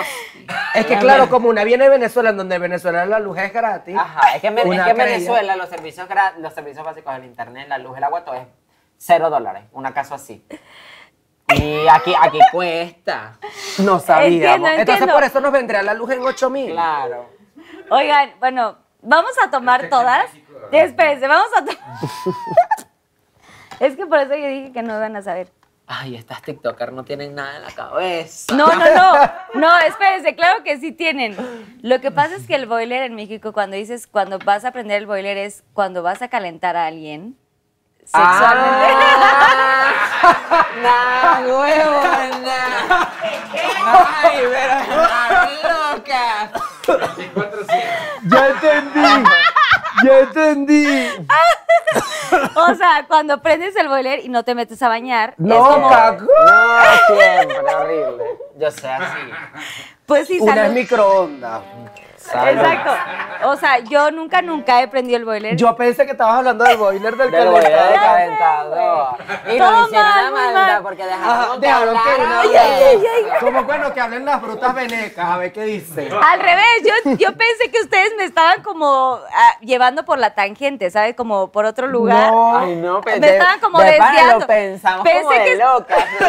[SPEAKER 3] Es que claro, como una viene de Venezuela, en donde en Venezuela la luz es gratis.
[SPEAKER 4] Ajá, es que, en Ve- es
[SPEAKER 3] Una
[SPEAKER 4] que en
[SPEAKER 3] creyó.
[SPEAKER 4] Venezuela los servicios, gra- los servicios básicos, el internet, la luz, el agua, todo es cero dólares. Un acaso así. Y aquí, aquí cuesta.
[SPEAKER 3] No sabíamos.
[SPEAKER 2] Entiendo,
[SPEAKER 3] Entonces
[SPEAKER 2] entiendo.
[SPEAKER 3] por eso nos vendría la luz en 8000.
[SPEAKER 4] Claro.
[SPEAKER 2] Oigan, bueno, vamos a
[SPEAKER 4] Este
[SPEAKER 2] tomar todas. Espérense, vamos a tomar. es que por eso yo dije que no van a saber.
[SPEAKER 4] Ay, estas TikTokers no tienen nada en la cabeza.
[SPEAKER 2] No, no, no. No, espérense, claro que sí tienen. Lo que pasa es que el boiler en México, cuando dices, cuando vas a prender el boiler, es cuando vas a calentar a alguien sexualmente.
[SPEAKER 4] Ah, Nah, huevo, nah. Ay, pero loca.
[SPEAKER 8] Ya entendí. Ya entendí.
[SPEAKER 2] o sea, cuando prendes el boiler y no te metes a bañar.
[SPEAKER 3] No,
[SPEAKER 2] es como-
[SPEAKER 3] cagó.
[SPEAKER 4] No, siempre, horrible. Yo sé así.
[SPEAKER 2] Pues sí,
[SPEAKER 3] Una
[SPEAKER 2] salud.
[SPEAKER 3] es microondas. Salud.
[SPEAKER 2] Exacto. O sea, yo nunca, nunca he prendido el boiler.
[SPEAKER 3] Yo pensé que estabas hablando del boiler del
[SPEAKER 4] Del boiler del
[SPEAKER 3] calentador.
[SPEAKER 4] calentador. Y
[SPEAKER 2] Todo
[SPEAKER 4] nos hicieron
[SPEAKER 2] mal,
[SPEAKER 4] la
[SPEAKER 2] muy mal.
[SPEAKER 4] maldad porque
[SPEAKER 3] Ajá,
[SPEAKER 4] dejaron que
[SPEAKER 3] dejaron que
[SPEAKER 4] hablaran.
[SPEAKER 3] una
[SPEAKER 2] Ay, ay, ay, ay, ay.
[SPEAKER 8] Como cuando que hablen las brutas venecas, a ver qué dicen.
[SPEAKER 2] Al revés, yo, yo pensé que ustedes me estaban como ah, llevando por la tangente, ¿sabes? Como por otro lugar.
[SPEAKER 8] No.
[SPEAKER 4] Ay, no, pues pero
[SPEAKER 2] Me estaban como desviando.
[SPEAKER 4] Lo pensamos
[SPEAKER 2] Pensé
[SPEAKER 4] como de
[SPEAKER 2] que-
[SPEAKER 4] locas, ¿no?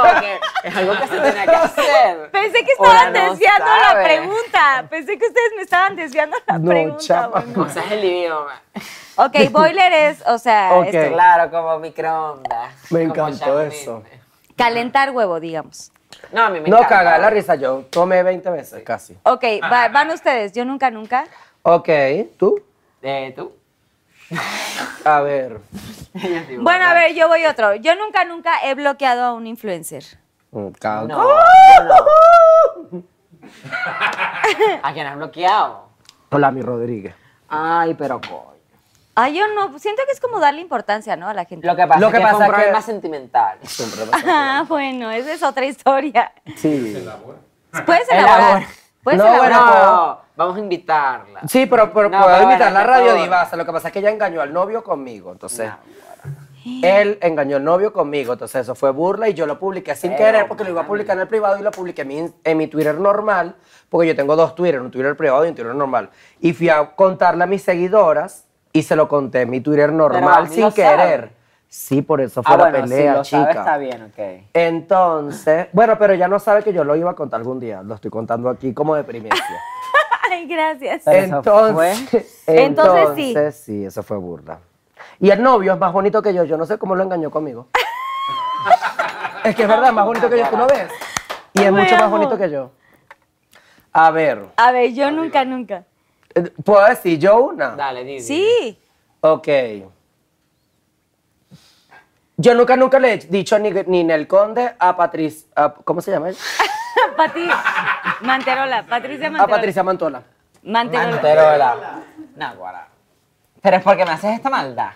[SPEAKER 4] Como que es algo que se tenía que hacer.
[SPEAKER 2] Pensé que estaban
[SPEAKER 4] Ahora no
[SPEAKER 2] desviando la
[SPEAKER 4] sabe.
[SPEAKER 2] pregunta. Pensé que ustedes me estaban desviando la pregunta.
[SPEAKER 3] chapa.
[SPEAKER 2] bueno.
[SPEAKER 4] O sea, es el idioma.
[SPEAKER 2] Ok, boiler es, o sea,
[SPEAKER 3] Ok.
[SPEAKER 2] esto,
[SPEAKER 4] Claro, como microondas.
[SPEAKER 3] Me
[SPEAKER 4] como
[SPEAKER 3] encantó
[SPEAKER 4] Jasmine.
[SPEAKER 3] eso.
[SPEAKER 2] calentar huevo, digamos.
[SPEAKER 4] No, a mí me
[SPEAKER 3] No
[SPEAKER 4] encanta.
[SPEAKER 3] caga la risa, yo tomé 20 veces casi.
[SPEAKER 2] Ok, va- van ustedes. Yo nunca, nunca.
[SPEAKER 3] Ok, ¿tú?
[SPEAKER 4] Eh, tú.
[SPEAKER 3] A ver.
[SPEAKER 2] Bueno, a ver, yo voy otro. Yo nunca, nunca he bloqueado a un influencer.
[SPEAKER 3] mm, cago.
[SPEAKER 4] No, yo no. ¿A quién has bloqueado?
[SPEAKER 3] Hola, mi Rodríguez.
[SPEAKER 4] Ay, pero coño.
[SPEAKER 2] Ah, yo no. Siento que es como darle importancia, ¿no? A la gente.
[SPEAKER 4] Lo que pasa
[SPEAKER 3] Lo
[SPEAKER 4] es
[SPEAKER 3] que
[SPEAKER 4] que
[SPEAKER 3] pasa
[SPEAKER 4] fue
[SPEAKER 3] es
[SPEAKER 4] un
[SPEAKER 3] que-
[SPEAKER 4] problema sentimental.
[SPEAKER 3] Siempre me-
[SPEAKER 2] Ah, bueno, esa es otra historia.
[SPEAKER 3] Sí.
[SPEAKER 2] Puedes
[SPEAKER 4] Elabora.
[SPEAKER 2] elaborar. Puedes
[SPEAKER 3] No,
[SPEAKER 2] elaborar.
[SPEAKER 3] bueno,
[SPEAKER 4] No, vamos a invitarla.
[SPEAKER 3] Sí, pero, pero
[SPEAKER 4] No,
[SPEAKER 3] puedo
[SPEAKER 4] Bárbara,
[SPEAKER 3] imitar la
[SPEAKER 4] por
[SPEAKER 3] radio
[SPEAKER 4] favor.
[SPEAKER 3] divasa. Lo que pasa es que ella engañó al novio conmigo, entonces. Él engañó al novio conmigo, entonces eso fue burla y yo lo publiqué sin querer porque lo iba a publicar en el privado y lo publiqué en mi, en mi Twitter normal, porque yo tengo dos Twitter, un Twitter privado y un Twitter normal. Y fui a contarle a mis seguidoras y se lo conté en mi Twitter normal
[SPEAKER 4] Barbie
[SPEAKER 3] sin
[SPEAKER 4] lo sabe.
[SPEAKER 3] querer. Sí, por eso fue
[SPEAKER 4] Ah,
[SPEAKER 3] la
[SPEAKER 4] bueno,
[SPEAKER 3] pelea,
[SPEAKER 4] si lo
[SPEAKER 3] chica.
[SPEAKER 4] sabe, está bien, ok.
[SPEAKER 3] Entonces, bueno, pero ya no sabe que yo lo iba a contar algún día, lo estoy contando aquí como de primicia.
[SPEAKER 2] Ay, gracias.
[SPEAKER 3] Entonces,
[SPEAKER 2] Entonces sí.
[SPEAKER 3] entonces, sí, eso fue burla. Y el novio es más bonito que yo. Yo no sé cómo lo engañó conmigo. es que es verdad, es más bonito que yo. ¿Tú lo ves? Y es
[SPEAKER 2] Bueno.
[SPEAKER 3] mucho más bonito que yo. A ver,
[SPEAKER 2] A ver, yo nunca, nunca.
[SPEAKER 3] eh, ¿puedo decir yo una?
[SPEAKER 4] Dale, Didi.
[SPEAKER 2] Sí.
[SPEAKER 3] Ok. Yo nunca, nunca le he dicho ni, ni en el conde a Patricia. ¿Cómo se llama? ella?
[SPEAKER 2] Pati Manterola, Patricia
[SPEAKER 3] A
[SPEAKER 2] Manterola.
[SPEAKER 3] Patricia Mantola.
[SPEAKER 2] Manterola.
[SPEAKER 4] Ah, Manterola. Náguara. Pero es porque me haces esta maldad.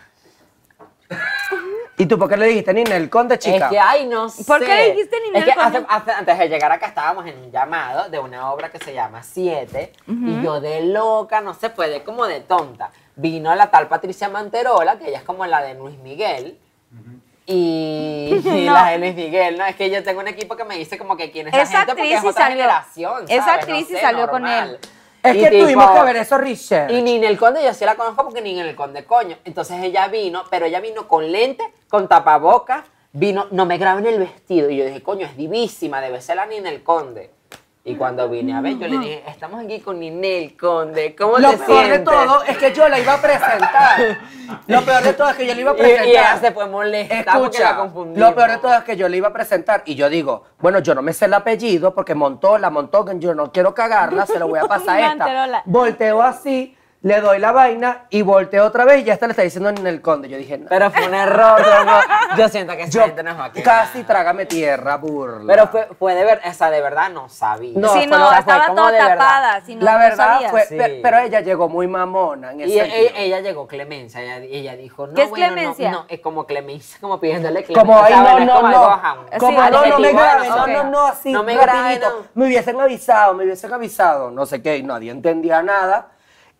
[SPEAKER 3] ¿Y tú por qué le dijiste Ninel Conde, chica?
[SPEAKER 4] Es que, ay, no sé.
[SPEAKER 3] ¿Por qué le dijiste
[SPEAKER 4] Es
[SPEAKER 3] Ninel
[SPEAKER 4] que
[SPEAKER 3] Conde?
[SPEAKER 4] hace- hace- antes de llegar acá estábamos en un llamado de una obra que se llama Siete. Y yo de loca, no se puede, como de tonta. Vino la tal Patricia Manterola, que ella es como la de Luis Miguel. Y, y
[SPEAKER 2] No.
[SPEAKER 4] la de Luis Miguel, ¿no? Es que yo tengo un equipo que me dice como que quién es
[SPEAKER 2] Esa
[SPEAKER 4] la gente porque
[SPEAKER 2] actriz
[SPEAKER 4] es
[SPEAKER 2] y
[SPEAKER 4] otra
[SPEAKER 2] salió.
[SPEAKER 4] generación,
[SPEAKER 2] Esa
[SPEAKER 4] ¿sabes? No
[SPEAKER 2] actriz y
[SPEAKER 4] sé,
[SPEAKER 2] salió con
[SPEAKER 4] normal.
[SPEAKER 2] él.
[SPEAKER 3] Es
[SPEAKER 4] Y
[SPEAKER 3] que
[SPEAKER 4] tipo-
[SPEAKER 3] tuvimos que ver eso, Richard.
[SPEAKER 4] Y Ninel Conde yo sí la conozco porque Ninel Conde, coño. Entonces ella vino, pero ella vino con lente, con tapabocas, vino, no me graben el vestido. Y yo dije, coño, es divísima, debe ser la Ninel Conde. Y cuando vine a ver, yo le dije, estamos aquí con Ninel Conde, ¿cómo
[SPEAKER 3] Lo
[SPEAKER 4] te
[SPEAKER 3] peor de
[SPEAKER 4] sientes?
[SPEAKER 3] todo es que yo la iba a presentar. Lo peor de todo es que yo la iba a
[SPEAKER 4] Y- y ella
[SPEAKER 3] presentar.
[SPEAKER 4] se fue molesta porque la confundimos.
[SPEAKER 3] lo peor de todo es que yo la iba a presentar y yo digo, bueno, yo no me sé el apellido porque montó, la montó, yo no quiero cagarla, se lo voy a pasar a
[SPEAKER 2] Manterola.
[SPEAKER 3] esta. Volteo así, le doy la vaina y volteo otra vez y ya esta le está diciendo Ninel Conde. Yo dije, no.
[SPEAKER 4] Pero fue un error, yo, no- yo siento que esa gente no es aquí.
[SPEAKER 3] Casi trágame tierra, burla.
[SPEAKER 4] Pero fue, fue de ver, esa de verdad no sabía.
[SPEAKER 3] No,
[SPEAKER 4] fue-
[SPEAKER 3] fue-
[SPEAKER 4] o sea, fue
[SPEAKER 2] estaba
[SPEAKER 4] como
[SPEAKER 2] toda
[SPEAKER 4] de verdad.
[SPEAKER 2] tapada, si no,
[SPEAKER 3] la
[SPEAKER 2] no
[SPEAKER 3] verdad
[SPEAKER 2] sabías.
[SPEAKER 3] fue,
[SPEAKER 4] Sí.
[SPEAKER 3] pe- pero ella llegó muy mamona en ese
[SPEAKER 4] Y e-
[SPEAKER 3] sentido.
[SPEAKER 4] ella, llegó Clemencia, ella, ella dijo, no,
[SPEAKER 2] ¿Qué es
[SPEAKER 4] bueno, no,
[SPEAKER 2] Clemencia?
[SPEAKER 4] No, es como Clemencia, como pidiéndole Clemencia.
[SPEAKER 3] Como ahí,
[SPEAKER 4] o sea,
[SPEAKER 3] no,
[SPEAKER 4] bueno, es
[SPEAKER 3] no,
[SPEAKER 4] como algo
[SPEAKER 3] no.
[SPEAKER 4] ajá,
[SPEAKER 3] Como
[SPEAKER 4] algo
[SPEAKER 3] no, no me
[SPEAKER 4] tipo,
[SPEAKER 3] graben, no,
[SPEAKER 4] bueno,
[SPEAKER 3] no, no, así.
[SPEAKER 4] No me graben,
[SPEAKER 3] rapidito. Me hubiesen avisado, me hubiesen avisado, no sé qué, y nadie entendía nada.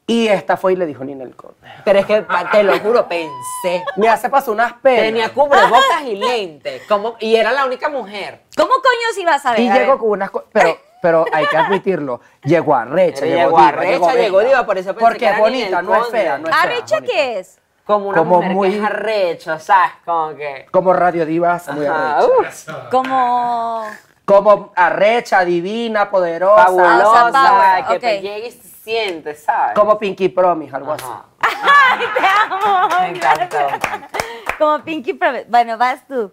[SPEAKER 3] Y esta fue y le dijo Ninel Conde.
[SPEAKER 4] Pero es que, pa- te lo juro, pensé.
[SPEAKER 3] Me hace pasar unas penas.
[SPEAKER 4] Tenía cubrebocas y lentes, como, y era la única mujer.
[SPEAKER 2] ¿Cómo coño si vas a ver?
[SPEAKER 3] Ah, Y
[SPEAKER 2] A ver.
[SPEAKER 3] llegó con unas cosas, pero, pero hay que admitirlo, llegó arrecha,
[SPEAKER 4] Llegó
[SPEAKER 3] llegó,
[SPEAKER 4] arrecha, llegó
[SPEAKER 3] bella.
[SPEAKER 4] diva, por eso pensé
[SPEAKER 3] Porque
[SPEAKER 4] que
[SPEAKER 3] es
[SPEAKER 4] era
[SPEAKER 3] bonita,
[SPEAKER 4] Ninel
[SPEAKER 3] no es
[SPEAKER 4] Conde.
[SPEAKER 3] fea, no es fea.
[SPEAKER 2] ¿Arrecha qué es?
[SPEAKER 4] Como una
[SPEAKER 3] Como
[SPEAKER 4] mujer
[SPEAKER 3] muy-
[SPEAKER 4] que es arrecha, ¿sabes? Como que...
[SPEAKER 3] Como Radio Divas, muy
[SPEAKER 4] Ajá,
[SPEAKER 3] arrecha.
[SPEAKER 4] uh,
[SPEAKER 2] Como.
[SPEAKER 3] Como arrecha, divina, poderosa.
[SPEAKER 4] fabulosa,
[SPEAKER 2] Ah, o sea, power,
[SPEAKER 4] que
[SPEAKER 2] ok.
[SPEAKER 4] te llegue y se siente, ¿sabes?
[SPEAKER 3] Como Pinky Promise, algo así.
[SPEAKER 2] ¡Ay, te amo!
[SPEAKER 4] Me encantó.
[SPEAKER 2] Como Pinky Promise. Bueno, vas tú.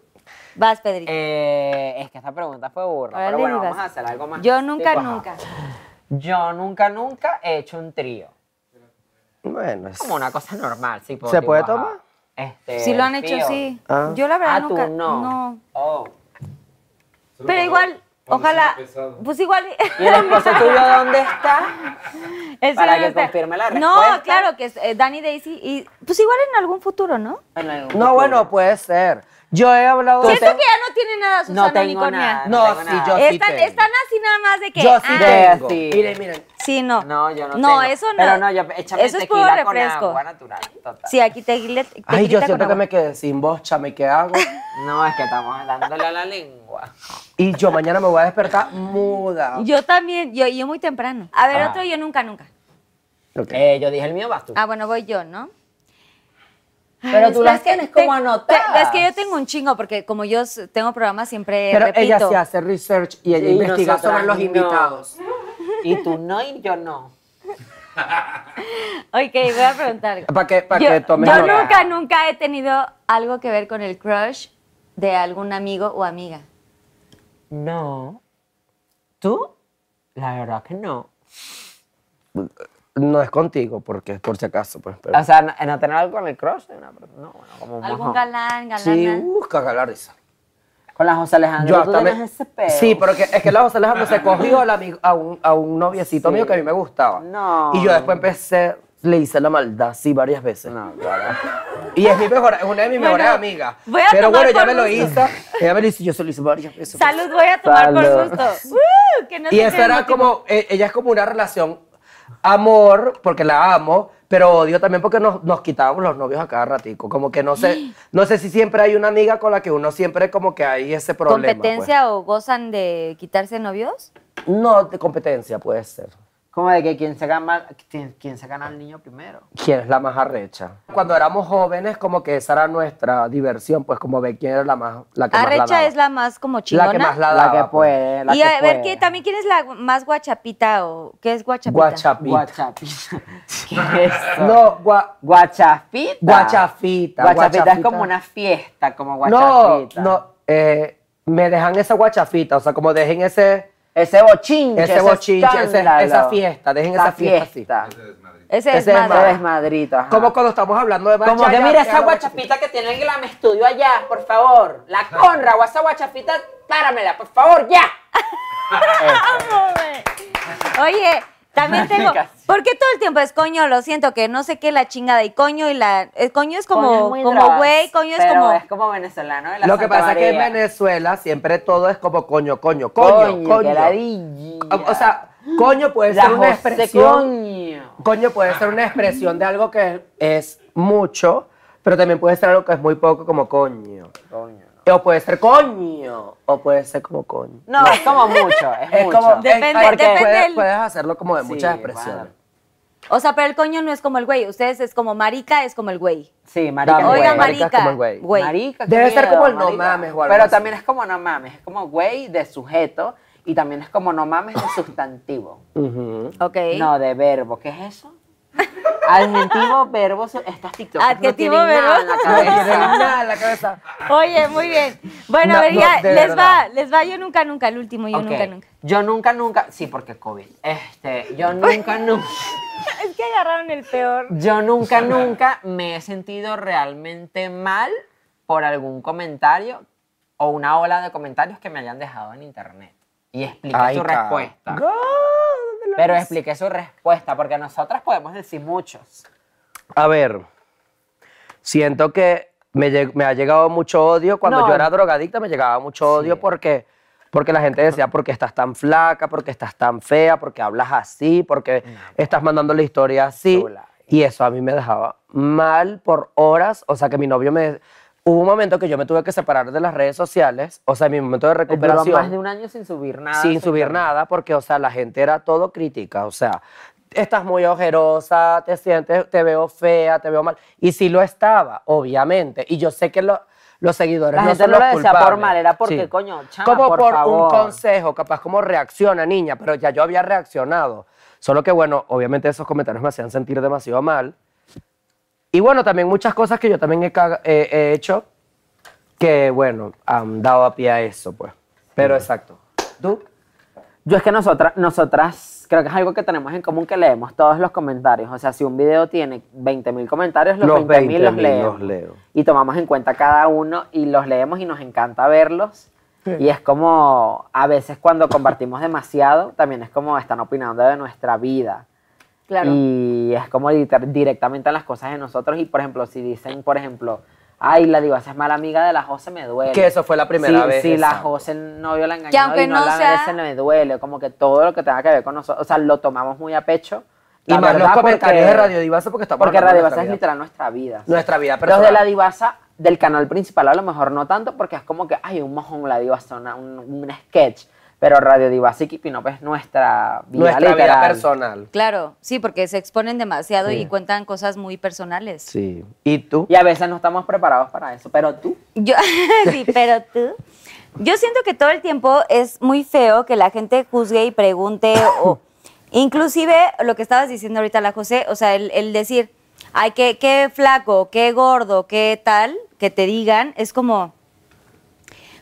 [SPEAKER 2] Vas, Pedrito.
[SPEAKER 4] Eh, es que esta pregunta fue burra,
[SPEAKER 2] Ahora
[SPEAKER 4] pero
[SPEAKER 2] le
[SPEAKER 4] bueno,
[SPEAKER 2] digas.
[SPEAKER 4] vamos a hacer algo más.
[SPEAKER 2] Yo nunca,
[SPEAKER 4] tipo, ajá.
[SPEAKER 2] nunca.
[SPEAKER 4] Yo nunca, nunca he hecho un trío.
[SPEAKER 3] Bueno, es...
[SPEAKER 4] como una cosa normal, sí.
[SPEAKER 3] ¿Se puede tomar?
[SPEAKER 4] Este,
[SPEAKER 2] Si lo han hecho,
[SPEAKER 4] fío.
[SPEAKER 2] sí.
[SPEAKER 3] Ah.
[SPEAKER 2] Yo la verdad
[SPEAKER 4] Ah, tú
[SPEAKER 2] nunca.
[SPEAKER 4] no.
[SPEAKER 2] no.
[SPEAKER 4] Oh.
[SPEAKER 2] Pero igual, ojalá. Pues igual.
[SPEAKER 4] ¿Y el esposo tuyo dónde está?
[SPEAKER 2] Él sí
[SPEAKER 4] Para
[SPEAKER 2] lo
[SPEAKER 4] que
[SPEAKER 2] está.
[SPEAKER 4] confirme la
[SPEAKER 2] No,
[SPEAKER 4] respuesta.
[SPEAKER 2] claro que es eh, Danny Daisy. Y pues igual en algún futuro, ¿no?
[SPEAKER 3] No, bueno, puede ser. Yo he hablado
[SPEAKER 2] Siento que ya no tiene nada Susana
[SPEAKER 4] tengo
[SPEAKER 2] Unicornia.
[SPEAKER 4] nada,
[SPEAKER 3] No,
[SPEAKER 4] tengo
[SPEAKER 3] sí,
[SPEAKER 4] nada.
[SPEAKER 3] yo sí
[SPEAKER 2] están,
[SPEAKER 3] tengo.
[SPEAKER 2] están así nada más de que.
[SPEAKER 3] Yo sí
[SPEAKER 2] ah,
[SPEAKER 3] tengo.
[SPEAKER 4] sí.
[SPEAKER 3] Miren, miren.
[SPEAKER 2] sí, no.
[SPEAKER 4] No, yo no
[SPEAKER 2] No,
[SPEAKER 4] tengo.
[SPEAKER 2] eso no.
[SPEAKER 4] Pero no, yo, échame
[SPEAKER 2] Eso es puro
[SPEAKER 4] tequila con
[SPEAKER 2] refresco.
[SPEAKER 4] agua natural.
[SPEAKER 3] Eh,
[SPEAKER 4] Total.
[SPEAKER 2] Sí, aquí te guile.
[SPEAKER 3] Ay, yo siento que me quedé sin voz, chame, ¿qué hago?
[SPEAKER 4] No, es que estamos dándole a la lengua.
[SPEAKER 3] Y yo mañana me voy a despertar muda.
[SPEAKER 2] Yo también, yo, yo muy temprano. A ver,
[SPEAKER 4] Ah.
[SPEAKER 2] otro yo nunca, nunca.
[SPEAKER 4] Eh, yo dije el mío, vas tú.
[SPEAKER 2] Ah, bueno, voy yo, ¿no?
[SPEAKER 4] Pero tú las tienes como
[SPEAKER 2] anotar.
[SPEAKER 4] anotadas.
[SPEAKER 2] Es que yo tengo un chingo, porque como yo s- tengo programas, siempre
[SPEAKER 3] Pero
[SPEAKER 2] repito.
[SPEAKER 3] ella sí hace research y ella
[SPEAKER 4] Sí,
[SPEAKER 3] investiga
[SPEAKER 4] nosotras
[SPEAKER 3] sobre los
[SPEAKER 4] no.
[SPEAKER 3] invitados.
[SPEAKER 4] Y tú no y yo no.
[SPEAKER 2] Ok, voy a preguntar.
[SPEAKER 3] Para que, pa'
[SPEAKER 2] yo
[SPEAKER 3] que tomes
[SPEAKER 2] yo
[SPEAKER 3] nota.
[SPEAKER 2] nunca, nunca he tenido algo que ver con el crush de algún amigo o amiga.
[SPEAKER 4] No. ¿Tú? La verdad que no.
[SPEAKER 3] No es contigo, porque por si acaso, pues. pero-
[SPEAKER 4] O sea, no, no tener algo con el crush de una persona. No, bueno, como un
[SPEAKER 2] Algún
[SPEAKER 4] mojón.
[SPEAKER 2] galán, galana.
[SPEAKER 3] sí, uh, busca galar esa.
[SPEAKER 4] Con la José Alejandra.
[SPEAKER 3] Yo
[SPEAKER 4] tú
[SPEAKER 3] hasta
[SPEAKER 4] tenías
[SPEAKER 3] me-
[SPEAKER 4] ese peo.
[SPEAKER 3] Sí, porque es que la José Alejandro se cogió al amigo- a, un, a un noviecito
[SPEAKER 4] Sí.
[SPEAKER 3] mío que a mí me gustaba.
[SPEAKER 4] No.
[SPEAKER 3] Y yo después empecé, le hice la maldad, sí, varias veces.
[SPEAKER 4] No, claro.
[SPEAKER 3] Y es mi mejor, es una de mis
[SPEAKER 2] Bueno,
[SPEAKER 3] mejores amigas.
[SPEAKER 2] voy a
[SPEAKER 3] Pero
[SPEAKER 2] tomar
[SPEAKER 3] bueno, ya
[SPEAKER 2] por
[SPEAKER 3] me lo
[SPEAKER 2] gusto.
[SPEAKER 3] hizo. Ella me lo hizo, yo se lo hice varias veces.
[SPEAKER 2] Salud, voy a tomar por
[SPEAKER 3] Salud.
[SPEAKER 2] gusto. ¡Uh! que no
[SPEAKER 3] y
[SPEAKER 2] sé
[SPEAKER 3] eso
[SPEAKER 2] qué
[SPEAKER 3] era
[SPEAKER 2] motivo.
[SPEAKER 3] como, eh, ella es como una relación amor, porque la amo, Pero odio también porque nos, nos quitábamos los novios a cada ratico. Como que no sé, no sé si siempre hay una amiga con la que uno siempre como que hay ese problema. pues.
[SPEAKER 2] ¿Competencia o gozan de quitarse novios?
[SPEAKER 3] No, de competencia puede ser.
[SPEAKER 4] Como de que quien se gana, quien, quien se gana al niño primero.
[SPEAKER 3] ¿Quién es la más arrecha? Cuando éramos jóvenes, como que esa era nuestra diversión, pues como ver quién era la más la que más la
[SPEAKER 2] Arrecha
[SPEAKER 3] daba.
[SPEAKER 2] es la más como chingona.
[SPEAKER 3] La que más la daba, pues.
[SPEAKER 4] que puede,
[SPEAKER 2] y a ver, ¿qué, también quién es la gu- más guachapita o qué es guachapita?
[SPEAKER 3] Guachapita.
[SPEAKER 4] ¿Qué es eso?
[SPEAKER 3] No, gua-
[SPEAKER 4] Guachafita.
[SPEAKER 3] Guachafita,
[SPEAKER 4] Guachafita. es
[SPEAKER 3] guachafita.
[SPEAKER 4] como una fiesta, como
[SPEAKER 3] no,
[SPEAKER 4] guachafita.
[SPEAKER 3] no, eh, me dejan esa guachafita, o sea, como dejen ese...
[SPEAKER 4] Ese bochinche,
[SPEAKER 3] Ese
[SPEAKER 4] ese
[SPEAKER 3] bochinche, ese-
[SPEAKER 4] escándalo.
[SPEAKER 3] esa fiesta, dejen
[SPEAKER 4] Esa
[SPEAKER 3] esa fiesta, sí.
[SPEAKER 2] Ese
[SPEAKER 3] Ese
[SPEAKER 2] desmadre.
[SPEAKER 3] desmadre.
[SPEAKER 4] desmadrito. ajá.
[SPEAKER 3] Como cuando estamos hablando de
[SPEAKER 4] Como
[SPEAKER 3] bacha,
[SPEAKER 4] que
[SPEAKER 3] ya,
[SPEAKER 4] mira
[SPEAKER 3] ya la
[SPEAKER 4] esa guachafita que tiene el Glam Studio allá, por favor. La Conra o esa guachafita, páramela, por favor, ya.
[SPEAKER 2] Vamos, güey. Oye, también tengo. ¿Por qué todo el tiempo es coño? Lo siento que no sé qué la chingada y coño y la. eh, coño es como
[SPEAKER 4] Coño es muy
[SPEAKER 2] como
[SPEAKER 4] drogas,
[SPEAKER 2] güey, coño es
[SPEAKER 4] pero
[SPEAKER 2] como.
[SPEAKER 4] Es como venezolano de la
[SPEAKER 3] Lo que
[SPEAKER 4] Santa
[SPEAKER 3] pasa es que
[SPEAKER 4] María.
[SPEAKER 3] en Venezuela siempre todo es como coño, coño, coño,
[SPEAKER 4] Coño,
[SPEAKER 3] coño.
[SPEAKER 4] que
[SPEAKER 3] O- o sea, coño puede
[SPEAKER 4] La
[SPEAKER 3] ser una
[SPEAKER 4] José
[SPEAKER 3] expresión. Coño puede ser una expresión de algo que es mucho, pero también puede ser algo que es muy poco, como coño.
[SPEAKER 4] Coño.
[SPEAKER 3] O puede ser coño, o puede ser como coño.
[SPEAKER 4] No, es como mucho, es, mucho.
[SPEAKER 3] como. eh,
[SPEAKER 2] Depende-
[SPEAKER 3] porque
[SPEAKER 2] depende
[SPEAKER 3] puedes,
[SPEAKER 2] del-
[SPEAKER 3] puedes hacerlo como de
[SPEAKER 4] Sí,
[SPEAKER 3] muchas expresiones.
[SPEAKER 2] O sea, pero el coño no es como el güey. Ustedes es como marica, es como el güey.
[SPEAKER 4] Sí, marica.
[SPEAKER 3] También,
[SPEAKER 2] Oiga,
[SPEAKER 3] marica es como
[SPEAKER 2] marica,
[SPEAKER 3] el güey.
[SPEAKER 2] güey.
[SPEAKER 4] Marica, qué
[SPEAKER 3] Debe ser
[SPEAKER 4] miedo,
[SPEAKER 3] como el no
[SPEAKER 4] marica.
[SPEAKER 3] mames o algo
[SPEAKER 4] Pero
[SPEAKER 3] así.
[SPEAKER 4] también es como no mames, es como güey de sujeto y también es como no mames de sustantivo.
[SPEAKER 2] Ok.
[SPEAKER 4] No, de verbo. ¿Qué es eso? Adjetivo, verbo, su- estas TikToks
[SPEAKER 2] Adjetivo,
[SPEAKER 4] no tienen nada en
[SPEAKER 2] verbo.
[SPEAKER 4] la cabeza.
[SPEAKER 2] No tienen nada
[SPEAKER 3] en la cabeza.
[SPEAKER 2] Oye, muy bien. Bueno,
[SPEAKER 4] No,
[SPEAKER 2] a ver,
[SPEAKER 4] no,
[SPEAKER 2] ya
[SPEAKER 4] de
[SPEAKER 2] les
[SPEAKER 4] verdad.
[SPEAKER 2] va, les va yo nunca, nunca, el último, yo
[SPEAKER 4] Ok.
[SPEAKER 2] nunca, nunca.
[SPEAKER 4] Yo nunca, nunca, sí, porque COVID. Este, yo nunca, nunca,
[SPEAKER 2] Es que agarraron el peor.
[SPEAKER 4] yo nunca, nunca me he sentido realmente mal por algún comentario o una ola de comentarios que me hayan dejado en internet. Y expliqué
[SPEAKER 3] Ay,
[SPEAKER 4] su
[SPEAKER 3] cara.
[SPEAKER 4] respuesta. Pero expliqué su respuesta, porque nosotras podemos decir muchos.
[SPEAKER 3] A ver, siento que me, lleg- me ha llegado mucho odio. Cuando
[SPEAKER 4] No.
[SPEAKER 3] yo era drogadicta me llegaba mucho odio porque, porque la gente decía, porque estás tan flaca, porque estás tan fea, porque hablas así, porque estás mandando la historia así. Y eso a mí me dejaba mal por horas. O sea, que mi novio me... Hubo un momento que yo me tuve que separar de las redes sociales. O sea, en mi momento de
[SPEAKER 4] Duró
[SPEAKER 3] recuperación
[SPEAKER 4] más de un año sin subir nada.
[SPEAKER 3] sin subir nada, porque, o sea, la gente era todo crítica, o sea, estás muy ojerosa, te sientes, te veo fea, te veo mal, y sí lo estaba, obviamente, y yo sé que lo- los seguidores
[SPEAKER 4] La
[SPEAKER 3] no
[SPEAKER 4] gente
[SPEAKER 3] son
[SPEAKER 4] no
[SPEAKER 3] los
[SPEAKER 4] lo decía por
[SPEAKER 3] culpables.
[SPEAKER 4] mal, era porque, coño, chama,
[SPEAKER 3] como
[SPEAKER 4] por
[SPEAKER 3] por,
[SPEAKER 4] favor.
[SPEAKER 3] un consejo, capaz como reacciona, niña, pero ya yo había reaccionado, solo que, bueno, obviamente esos comentarios me hacían sentir demasiado mal, y bueno, también muchas cosas que yo también he, caga- he- he hecho que, bueno, han dado a pie a eso, pues.
[SPEAKER 4] Mm.
[SPEAKER 3] Pero exacto. ¿Tú?
[SPEAKER 4] Yo es que nosotras, nosotras creo que es algo que tenemos en común que leemos todos los comentarios. O sea, si un video tiene 20.000 comentarios, los, 20.000 los
[SPEAKER 3] 20.000
[SPEAKER 4] leemos. Y tomamos en cuenta cada uno y los leemos y nos encanta verlos.
[SPEAKER 3] Sí.
[SPEAKER 4] Y es como, a veces cuando compartimos demasiado, también es como están opinando de nuestra vida.
[SPEAKER 2] Claro.
[SPEAKER 4] Mm. Y es como editar directamente a las cosas de nosotros. Y por ejemplo, si dicen, por ejemplo, ay, la divasa es mala amiga de la Jose, me duele.
[SPEAKER 3] Que eso fue la primera
[SPEAKER 4] Sí,
[SPEAKER 3] vez,
[SPEAKER 4] Sí, la
[SPEAKER 3] exacto.
[SPEAKER 4] Jose no vio la engañada.
[SPEAKER 2] Que aunque
[SPEAKER 4] y no,
[SPEAKER 2] no
[SPEAKER 4] la
[SPEAKER 2] sea-
[SPEAKER 4] merece, me duele. Como que todo lo que tenga que ver con nosotros, o sea, lo tomamos muy a pecho.
[SPEAKER 3] Y
[SPEAKER 4] La
[SPEAKER 3] más los
[SPEAKER 4] verdad,
[SPEAKER 3] comentarios
[SPEAKER 4] porque-
[SPEAKER 3] de Radio Divasa porque estamos
[SPEAKER 4] Porque
[SPEAKER 3] hablando de
[SPEAKER 4] Radio Divasa
[SPEAKER 3] nuestra
[SPEAKER 4] es
[SPEAKER 3] vida.
[SPEAKER 4] literal nuestra vida.
[SPEAKER 3] Nuestra vida
[SPEAKER 4] Los de
[SPEAKER 3] personal.
[SPEAKER 4] la divasa del canal principal a lo mejor no tanto porque es como que hay un mojón la divasa, una- un, un sketch, pero Radio Divasa y Kipinop es pues, nuestra vida
[SPEAKER 3] Nuestra vida
[SPEAKER 4] literal.
[SPEAKER 3] personal.
[SPEAKER 2] Claro, sí, porque se exponen demasiado
[SPEAKER 4] Sí.
[SPEAKER 2] y cuentan cosas muy personales.
[SPEAKER 3] Sí. ¿Y tú?
[SPEAKER 4] Y a veces no estamos preparados para eso, pero tú.
[SPEAKER 2] Yo, sí, pero tú. Yo siento que todo el tiempo es muy feo que la gente juzgue y pregunte o inclusive lo que estabas diciendo ahorita la José, o sea, el, el decir, ay, qué, qué flaco, qué gordo, qué tal, que te digan, es como,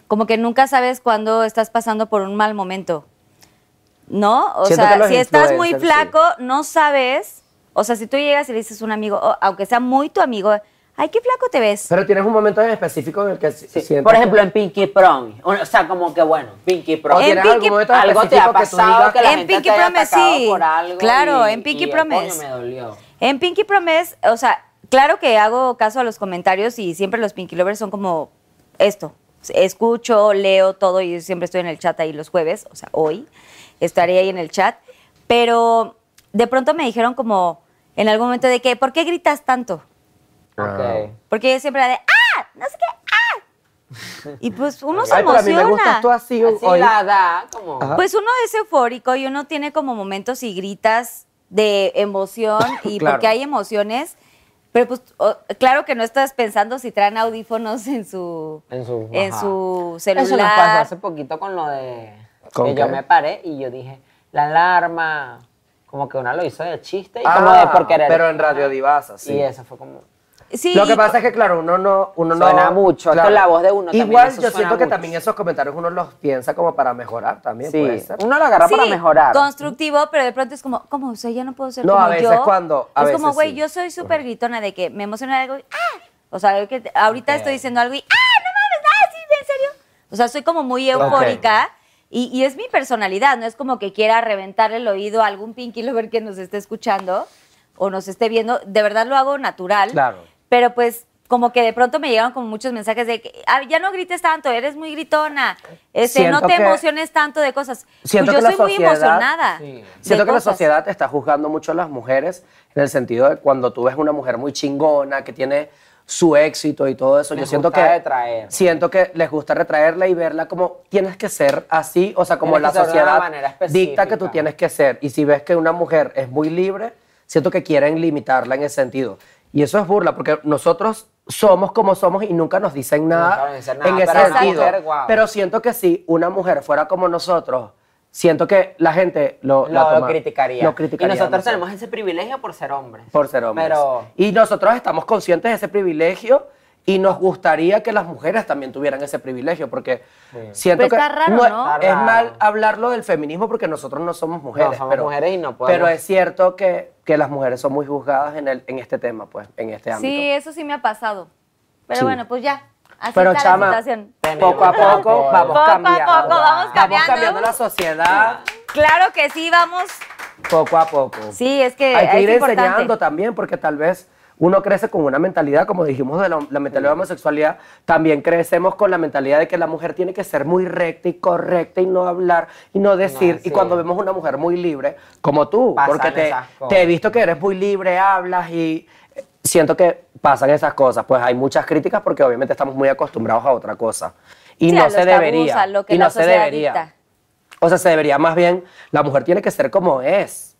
[SPEAKER 2] como que nunca sabes cuándo estás pasando por un mal momento. ¿No? O
[SPEAKER 1] Siento que
[SPEAKER 2] sea,
[SPEAKER 1] los
[SPEAKER 2] si estás muy
[SPEAKER 1] influencers, sí.
[SPEAKER 2] flaco, no sabes. O sea, si tú llegas y le dices a un amigo, o aunque sea muy tu amigo, ay, qué flaco te ves.
[SPEAKER 3] Pero tienes un momento en específico en el que sí. sientes...
[SPEAKER 4] Por ejemplo, en Pinky Promise. O o sea, como que bueno, Pinky Promise.
[SPEAKER 3] tienes algún momento
[SPEAKER 4] algo te ha
[SPEAKER 3] específico que tú
[SPEAKER 4] pasado
[SPEAKER 3] digas-
[SPEAKER 4] que, la
[SPEAKER 2] En
[SPEAKER 4] gente
[SPEAKER 2] Pinky
[SPEAKER 4] te haya
[SPEAKER 2] Promise,
[SPEAKER 4] atacado
[SPEAKER 2] sí.
[SPEAKER 4] por algo
[SPEAKER 2] Claro,
[SPEAKER 4] y-
[SPEAKER 2] en Pinky
[SPEAKER 4] y, ay,
[SPEAKER 2] Promise.
[SPEAKER 4] coño, me dolió.
[SPEAKER 2] En Pinky Promise, o sea, claro que hago caso a los comentarios y siempre los Pinky Lovers son como esto. Escucho, leo todo y siempre estoy en el chat ahí los jueves, o sea, hoy estaré ahí en el chat. Pero de pronto me dijeron como, en algún momento de que, ¿por qué gritas tanto? Porque yo siempre era de, ¡ah! No sé qué, ¡ah! Y pues uno se
[SPEAKER 3] Ay, pero a mí me
[SPEAKER 2] emociona.
[SPEAKER 3] gustas tú así,
[SPEAKER 4] Así
[SPEAKER 3] hoy.
[SPEAKER 4] la da, como.
[SPEAKER 3] Ajá.
[SPEAKER 2] Pues uno es eufórico y uno tiene como momentos y gritas de emoción y
[SPEAKER 3] Claro.
[SPEAKER 2] porque hay emociones. Pero pues o- claro que no estás pensando si traen audífonos en su
[SPEAKER 4] En su,
[SPEAKER 2] en
[SPEAKER 4] ajá.
[SPEAKER 2] su
[SPEAKER 4] Eso nos pasó
[SPEAKER 2] celular.
[SPEAKER 4] hace poquito con lo de
[SPEAKER 2] ¿Con
[SPEAKER 4] que
[SPEAKER 2] qué?
[SPEAKER 4] yo me paré y yo dije, la alarma. Como que una lo hizo de chiste y
[SPEAKER 3] Ah,
[SPEAKER 4] como de por querer.
[SPEAKER 3] pero en
[SPEAKER 2] Ah.
[SPEAKER 3] Radio Divasa, sí.
[SPEAKER 4] Y eso fue como.
[SPEAKER 3] Lo que pasa es que, claro, uno no. Uno
[SPEAKER 4] Suena
[SPEAKER 3] no,
[SPEAKER 4] mucho, esto
[SPEAKER 3] claro.
[SPEAKER 4] es la voz de uno también,
[SPEAKER 3] Igual
[SPEAKER 4] eso
[SPEAKER 3] yo
[SPEAKER 4] suena
[SPEAKER 3] siento que
[SPEAKER 4] mucho.
[SPEAKER 3] también esos comentarios uno los piensa como para mejorar también.
[SPEAKER 4] Sí,
[SPEAKER 3] puede ser.
[SPEAKER 4] uno lo agarra para
[SPEAKER 2] Sí,
[SPEAKER 4] mejorar.
[SPEAKER 2] Constructivo, pero de pronto es como, ¿cómo? O sea, ya no puedo ser
[SPEAKER 3] No,
[SPEAKER 2] como
[SPEAKER 3] a veces
[SPEAKER 2] yo.
[SPEAKER 3] cuando- a
[SPEAKER 2] es
[SPEAKER 3] veces
[SPEAKER 2] como, güey,
[SPEAKER 3] sí.
[SPEAKER 2] yo soy súper gritona de que me emociona algo y ¡ah! O sea, algo que te- ahorita
[SPEAKER 3] Ok.
[SPEAKER 2] estoy diciendo algo y ¡ah! No mames, ¡ah! Sí, en serio. O sea, soy como muy
[SPEAKER 3] Ok.
[SPEAKER 2] eufórica. Y, y es mi personalidad, no es como que quiera reventarle el oído a algún pinky lover que nos esté escuchando o nos esté viendo. De verdad lo hago natural.
[SPEAKER 3] Claro.
[SPEAKER 2] Pero pues como que de pronto me llegaron como muchos mensajes de que "Ah, ya no grites tanto, eres muy gritona, este, no
[SPEAKER 3] Siento
[SPEAKER 2] te
[SPEAKER 3] que-
[SPEAKER 2] emociones tanto de cosas. Pues
[SPEAKER 3] Siento
[SPEAKER 2] yo
[SPEAKER 3] que la
[SPEAKER 2] soy muy
[SPEAKER 3] sociedad-
[SPEAKER 2] emocionada.
[SPEAKER 3] Siento
[SPEAKER 2] de
[SPEAKER 3] que la
[SPEAKER 2] cosas.
[SPEAKER 3] sociedad está juzgando mucho a las mujeres en el sentido de cuando tú ves una mujer muy chingona, que tiene su éxito y todo eso.
[SPEAKER 4] Les
[SPEAKER 3] yo siento que.
[SPEAKER 4] gusta retraer.
[SPEAKER 3] Siento que les gusta retraerla y verla como tienes que ser así, o sea, como
[SPEAKER 4] Tienes que
[SPEAKER 3] la
[SPEAKER 4] ser de una
[SPEAKER 3] sociedad
[SPEAKER 4] manera específica.
[SPEAKER 3] dicta que tú tienes que ser. Y si ves que una mujer es muy libre, siento que quieren limitarla en ese sentido. Y eso es burla, porque nosotros somos como somos y nunca nos dicen nada,
[SPEAKER 4] Nunca nos dicen nada,
[SPEAKER 3] en ese
[SPEAKER 4] pero una
[SPEAKER 3] sentido.
[SPEAKER 4] mujer, guau.
[SPEAKER 3] Pero siento que si una mujer fuera como nosotros, siento que la gente lo, la
[SPEAKER 4] Lo,
[SPEAKER 3] toma-
[SPEAKER 4] criticaría.
[SPEAKER 3] lo criticaría
[SPEAKER 4] Y nosotros
[SPEAKER 3] demasiado
[SPEAKER 4] tenemos ese privilegio por ser hombres.
[SPEAKER 3] por ser hombres.
[SPEAKER 4] Pero-
[SPEAKER 3] Y nosotros estamos conscientes de ese privilegio y nos gustaría que las mujeres también tuvieran ese privilegio porque siento
[SPEAKER 2] Pues
[SPEAKER 4] Pero
[SPEAKER 3] que
[SPEAKER 4] está raro,
[SPEAKER 3] es
[SPEAKER 4] ¿no? Está raro.
[SPEAKER 3] mal hablarlo del feminismo porque nosotros no somos mujeres.
[SPEAKER 4] No, somos
[SPEAKER 3] pero,
[SPEAKER 4] mujeres y no podemos.
[SPEAKER 3] Pero es cierto que, que las mujeres son muy juzgadas en, el, en este tema, pues, en este ámbito.
[SPEAKER 2] Sí, eso sí me ha pasado. Pero
[SPEAKER 3] Sí.
[SPEAKER 2] bueno, pues ya. Así
[SPEAKER 3] Pero
[SPEAKER 2] está
[SPEAKER 3] chama,
[SPEAKER 2] la situación.
[SPEAKER 3] poco a poco vamos
[SPEAKER 2] Poco a
[SPEAKER 3] cambiando.
[SPEAKER 2] poco, vamos
[SPEAKER 3] Vamos
[SPEAKER 2] cambiando.
[SPEAKER 3] cambiando la sociedad
[SPEAKER 2] Claro que sí, vamos.
[SPEAKER 3] poco a poco.
[SPEAKER 2] Sí, es que
[SPEAKER 3] hay que
[SPEAKER 2] es
[SPEAKER 3] ir
[SPEAKER 2] importante.
[SPEAKER 3] enseñando también, porque tal vez uno crece con una mentalidad, como dijimos, de la, la mentalidad de homosexualidad, también crecemos con la mentalidad de que la mujer tiene que ser muy recta y correcta y no hablar y no decir. y cuando vemos una mujer muy libre, como tú,
[SPEAKER 4] Pasan
[SPEAKER 3] porque te,
[SPEAKER 4] esas cosas.
[SPEAKER 3] te he visto que eres muy libre, hablas y eh, siento que pasan esas cosas. Pues hay muchas críticas porque obviamente estamos muy acostumbrados a otra cosa. Y
[SPEAKER 2] Sí, a
[SPEAKER 3] no
[SPEAKER 2] los
[SPEAKER 3] se
[SPEAKER 2] tabús,
[SPEAKER 3] debería.
[SPEAKER 2] a lo que
[SPEAKER 3] y
[SPEAKER 2] la
[SPEAKER 3] no se
[SPEAKER 2] sociedad
[SPEAKER 3] debería.
[SPEAKER 2] dicta.
[SPEAKER 3] O sea, se debería más bien, la mujer tiene que ser como es.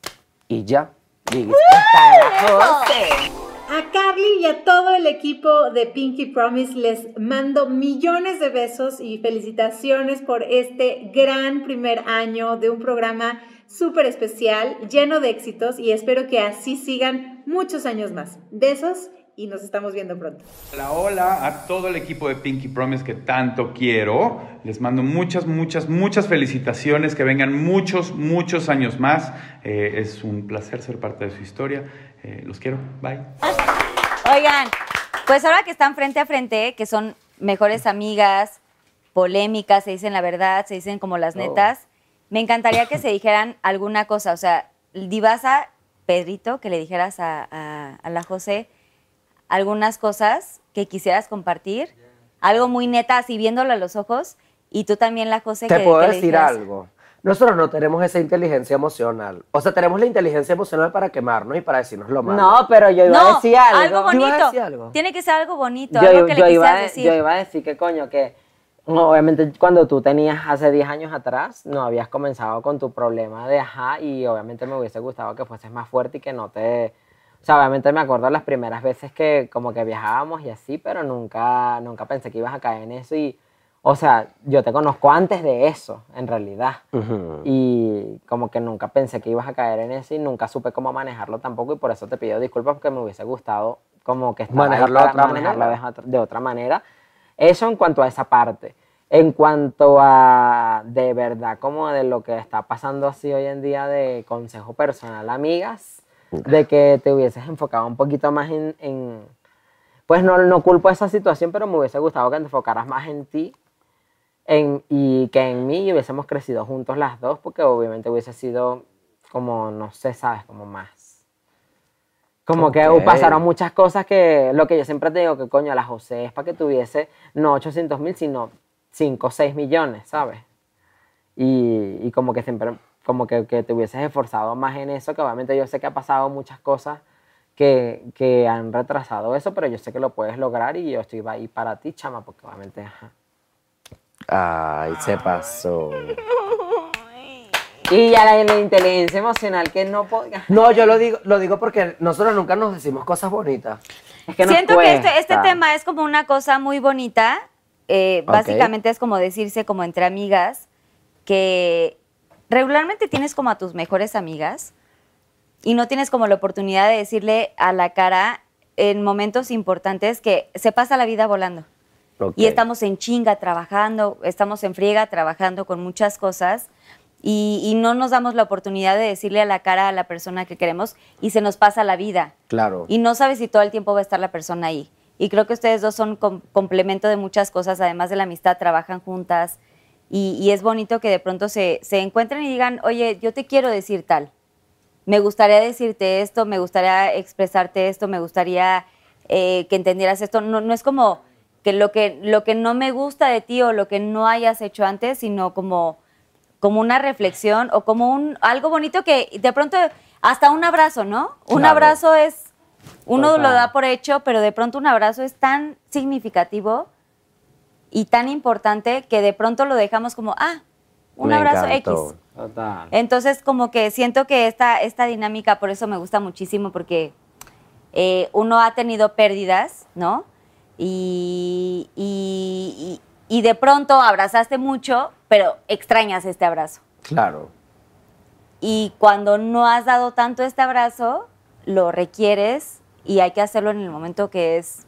[SPEAKER 3] Y ya. Y-
[SPEAKER 1] A Carly y a todo el equipo de Pinky Promise les mando millones de besos y felicitaciones por este gran primer año de un programa súper especial, lleno de éxitos y espero que así sigan muchos años más. Besos y nos estamos viendo pronto.
[SPEAKER 13] Hola, hola a todo el equipo de Pinky Promise que tanto quiero. Les mando muchas, muchas, muchas felicitaciones, que vengan muchos, muchos años más. Eh, es un placer ser parte de su historia. Eh, los quiero. Bye.
[SPEAKER 2] Oigan, pues ahora que están frente a frente, que son mejores amigas, polémicas, se dicen la verdad, se dicen como las
[SPEAKER 27] Oh.
[SPEAKER 2] netas, me encantaría que se dijeran alguna cosa. O sea, Divasa, Pedrito, que le dijeras a, a- a la José algunas cosas que quisieras compartir, algo muy neta, así viéndolo a los ojos, y tú también, la José,
[SPEAKER 3] Te
[SPEAKER 2] que,
[SPEAKER 3] puedo
[SPEAKER 2] que le
[SPEAKER 3] decir
[SPEAKER 2] dijeras-
[SPEAKER 3] algo. Nosotros no tenemos esa inteligencia emocional. O sea, tenemos la inteligencia emocional para quemarnos y para decirnos lo malo.
[SPEAKER 4] No, pero yo iba a
[SPEAKER 2] No,
[SPEAKER 4] decir algo.
[SPEAKER 2] bonito.
[SPEAKER 4] Yo iba a decir
[SPEAKER 2] Tiene que ser algo bonito,
[SPEAKER 4] yo,
[SPEAKER 2] algo que
[SPEAKER 4] yo
[SPEAKER 2] le
[SPEAKER 4] iba,
[SPEAKER 2] quisieras
[SPEAKER 4] a-
[SPEAKER 2] decir.
[SPEAKER 4] yo iba a decir que coño, que no, obviamente cuando tú tenías hace 10 años atrás, no habías comenzado con tu problema de ajá y obviamente me hubiese gustado que fueses más fuerte y que no te... O sea, obviamente me acuerdo las primeras veces que como que viajábamos y así, pero nunca, nunca pensé que ibas a caer en eso y, o sea, yo te conozco antes de eso, en realidad. Y como que nunca pensé que ibas a caer en eso y nunca supe cómo manejarlo tampoco y por eso te pido disculpas porque me hubiese gustado como que estaba ahí
[SPEAKER 3] Manejarlo de
[SPEAKER 4] para
[SPEAKER 3] otra
[SPEAKER 4] manejarlo
[SPEAKER 3] manera.
[SPEAKER 4] de otra- de otra manera. Eso en cuanto a esa parte. En cuanto a de verdad como de lo que está pasando así hoy en día de consejo personal, amigas, de que te hubieses enfocado un poquito más en, en- pues no, no culpo esa situación, pero me hubiese gustado que te enfocaras más en ti en- y que en mí y hubiésemos crecido juntos las dos, porque obviamente hubiese sido como, no sé, sabes, como más. Como
[SPEAKER 3] Ok.
[SPEAKER 4] que uh, pasaron muchas cosas que lo que yo siempre te digo, que coño, la José es para que tuviese no 800 mil, sino 5 o 6 millones, ¿sabes? Y, y como que siempre, como que, que te hubieses esforzado más en eso, que obviamente yo sé que ha pasado muchas cosas que, que han retrasado eso, pero yo sé que lo puedes lograr y yo estoy ahí para ti, chama, porque obviamente, ajá.
[SPEAKER 26] Ay, se pasó.
[SPEAKER 4] Y ya la, la inteligencia emocional que no podía.
[SPEAKER 3] No, yo lo digo, lo digo porque nosotros nunca nos decimos cosas bonitas.
[SPEAKER 4] Es que
[SPEAKER 2] Siento que este, este tema es como una cosa muy bonita. eh,
[SPEAKER 3] Ok.
[SPEAKER 2] Básicamente es como decirse como entre amigas que regularmente tienes como a tus mejores amigas y no tienes como la oportunidad de decirle a la cara en momentos importantes que se pasa la vida volando. Y estamos en chinga trabajando, estamos en friega trabajando con muchas cosas y, y no nos damos la oportunidad de decirle a la cara a la persona que queremos y se nos pasa la vida.
[SPEAKER 26] Claro.
[SPEAKER 2] Y no sabes si todo el tiempo va a estar la persona ahí. Y creo que ustedes dos son com- complemento de muchas cosas, además de la amistad, trabajan juntas y, y es bonito que de pronto se, se encuentren y digan, oye, yo te quiero decir tal, me gustaría decirte esto, me gustaría expresarte esto, me gustaría eh, que entendieras esto. No, no es como que lo, que lo que no me gusta de ti o lo que no hayas hecho antes, sino como como una reflexión o como un algo bonito que de pronto hasta un abrazo, ¿no? Un
[SPEAKER 27] Claro.
[SPEAKER 2] abrazo es uno
[SPEAKER 27] Total.
[SPEAKER 2] lo da por hecho, pero de pronto un abrazo es tan significativo y tan importante que de pronto lo dejamos como ah, un
[SPEAKER 26] Me
[SPEAKER 2] abrazo
[SPEAKER 26] encantó.
[SPEAKER 2] X.
[SPEAKER 4] Eh,
[SPEAKER 2] Entonces, como que siento que esta, esta dinámica, por eso me gusta muchísimo, porque eh, uno ha tenido pérdidas, ¿no? Y, y- y- y de pronto abrazaste mucho, pero extrañas este abrazo.
[SPEAKER 26] Claro.
[SPEAKER 2] Y cuando no has dado tanto este abrazo, lo requieres y hay que hacerlo en el momento que es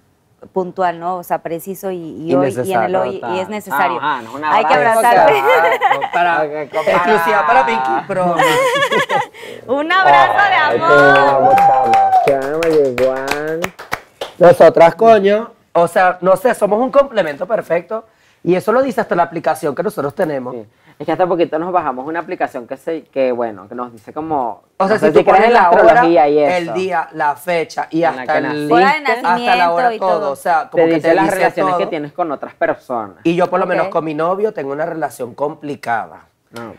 [SPEAKER 2] puntual, ¿no? O sea, preciso y, y hoy y en el hoy y es necesario.
[SPEAKER 3] Ah,
[SPEAKER 2] hay que abrazarte.
[SPEAKER 4] para,
[SPEAKER 3] Exclusiva para Pinky Pro.
[SPEAKER 2] Un abrazo de amor.
[SPEAKER 3] Nosotras, coño. O sea, no sé, somos un complemento perfecto. Y eso lo dice hasta la aplicación que nosotros tenemos.
[SPEAKER 4] Es que hasta poquito nos bajamos una aplicación que se, que bueno, que nos dice como.
[SPEAKER 3] O sea,
[SPEAKER 4] no sé
[SPEAKER 3] si tú
[SPEAKER 4] crees
[SPEAKER 3] pones
[SPEAKER 4] en
[SPEAKER 3] la hora,
[SPEAKER 4] astrología y eso.
[SPEAKER 3] el día, la fecha y
[SPEAKER 4] En la
[SPEAKER 3] hasta,
[SPEAKER 4] que
[SPEAKER 3] el-
[SPEAKER 4] naciste, Hora de
[SPEAKER 3] hasta la hora
[SPEAKER 4] nacimiento y
[SPEAKER 3] todo.
[SPEAKER 4] todo.
[SPEAKER 3] O sea, como
[SPEAKER 4] Te
[SPEAKER 3] que
[SPEAKER 4] dice
[SPEAKER 3] te
[SPEAKER 4] las
[SPEAKER 3] dice
[SPEAKER 4] relaciones
[SPEAKER 3] todo.
[SPEAKER 4] que tienes con otras personas.
[SPEAKER 3] Y yo por lo
[SPEAKER 4] Ok.
[SPEAKER 3] menos con mi novio tengo una relación complicada.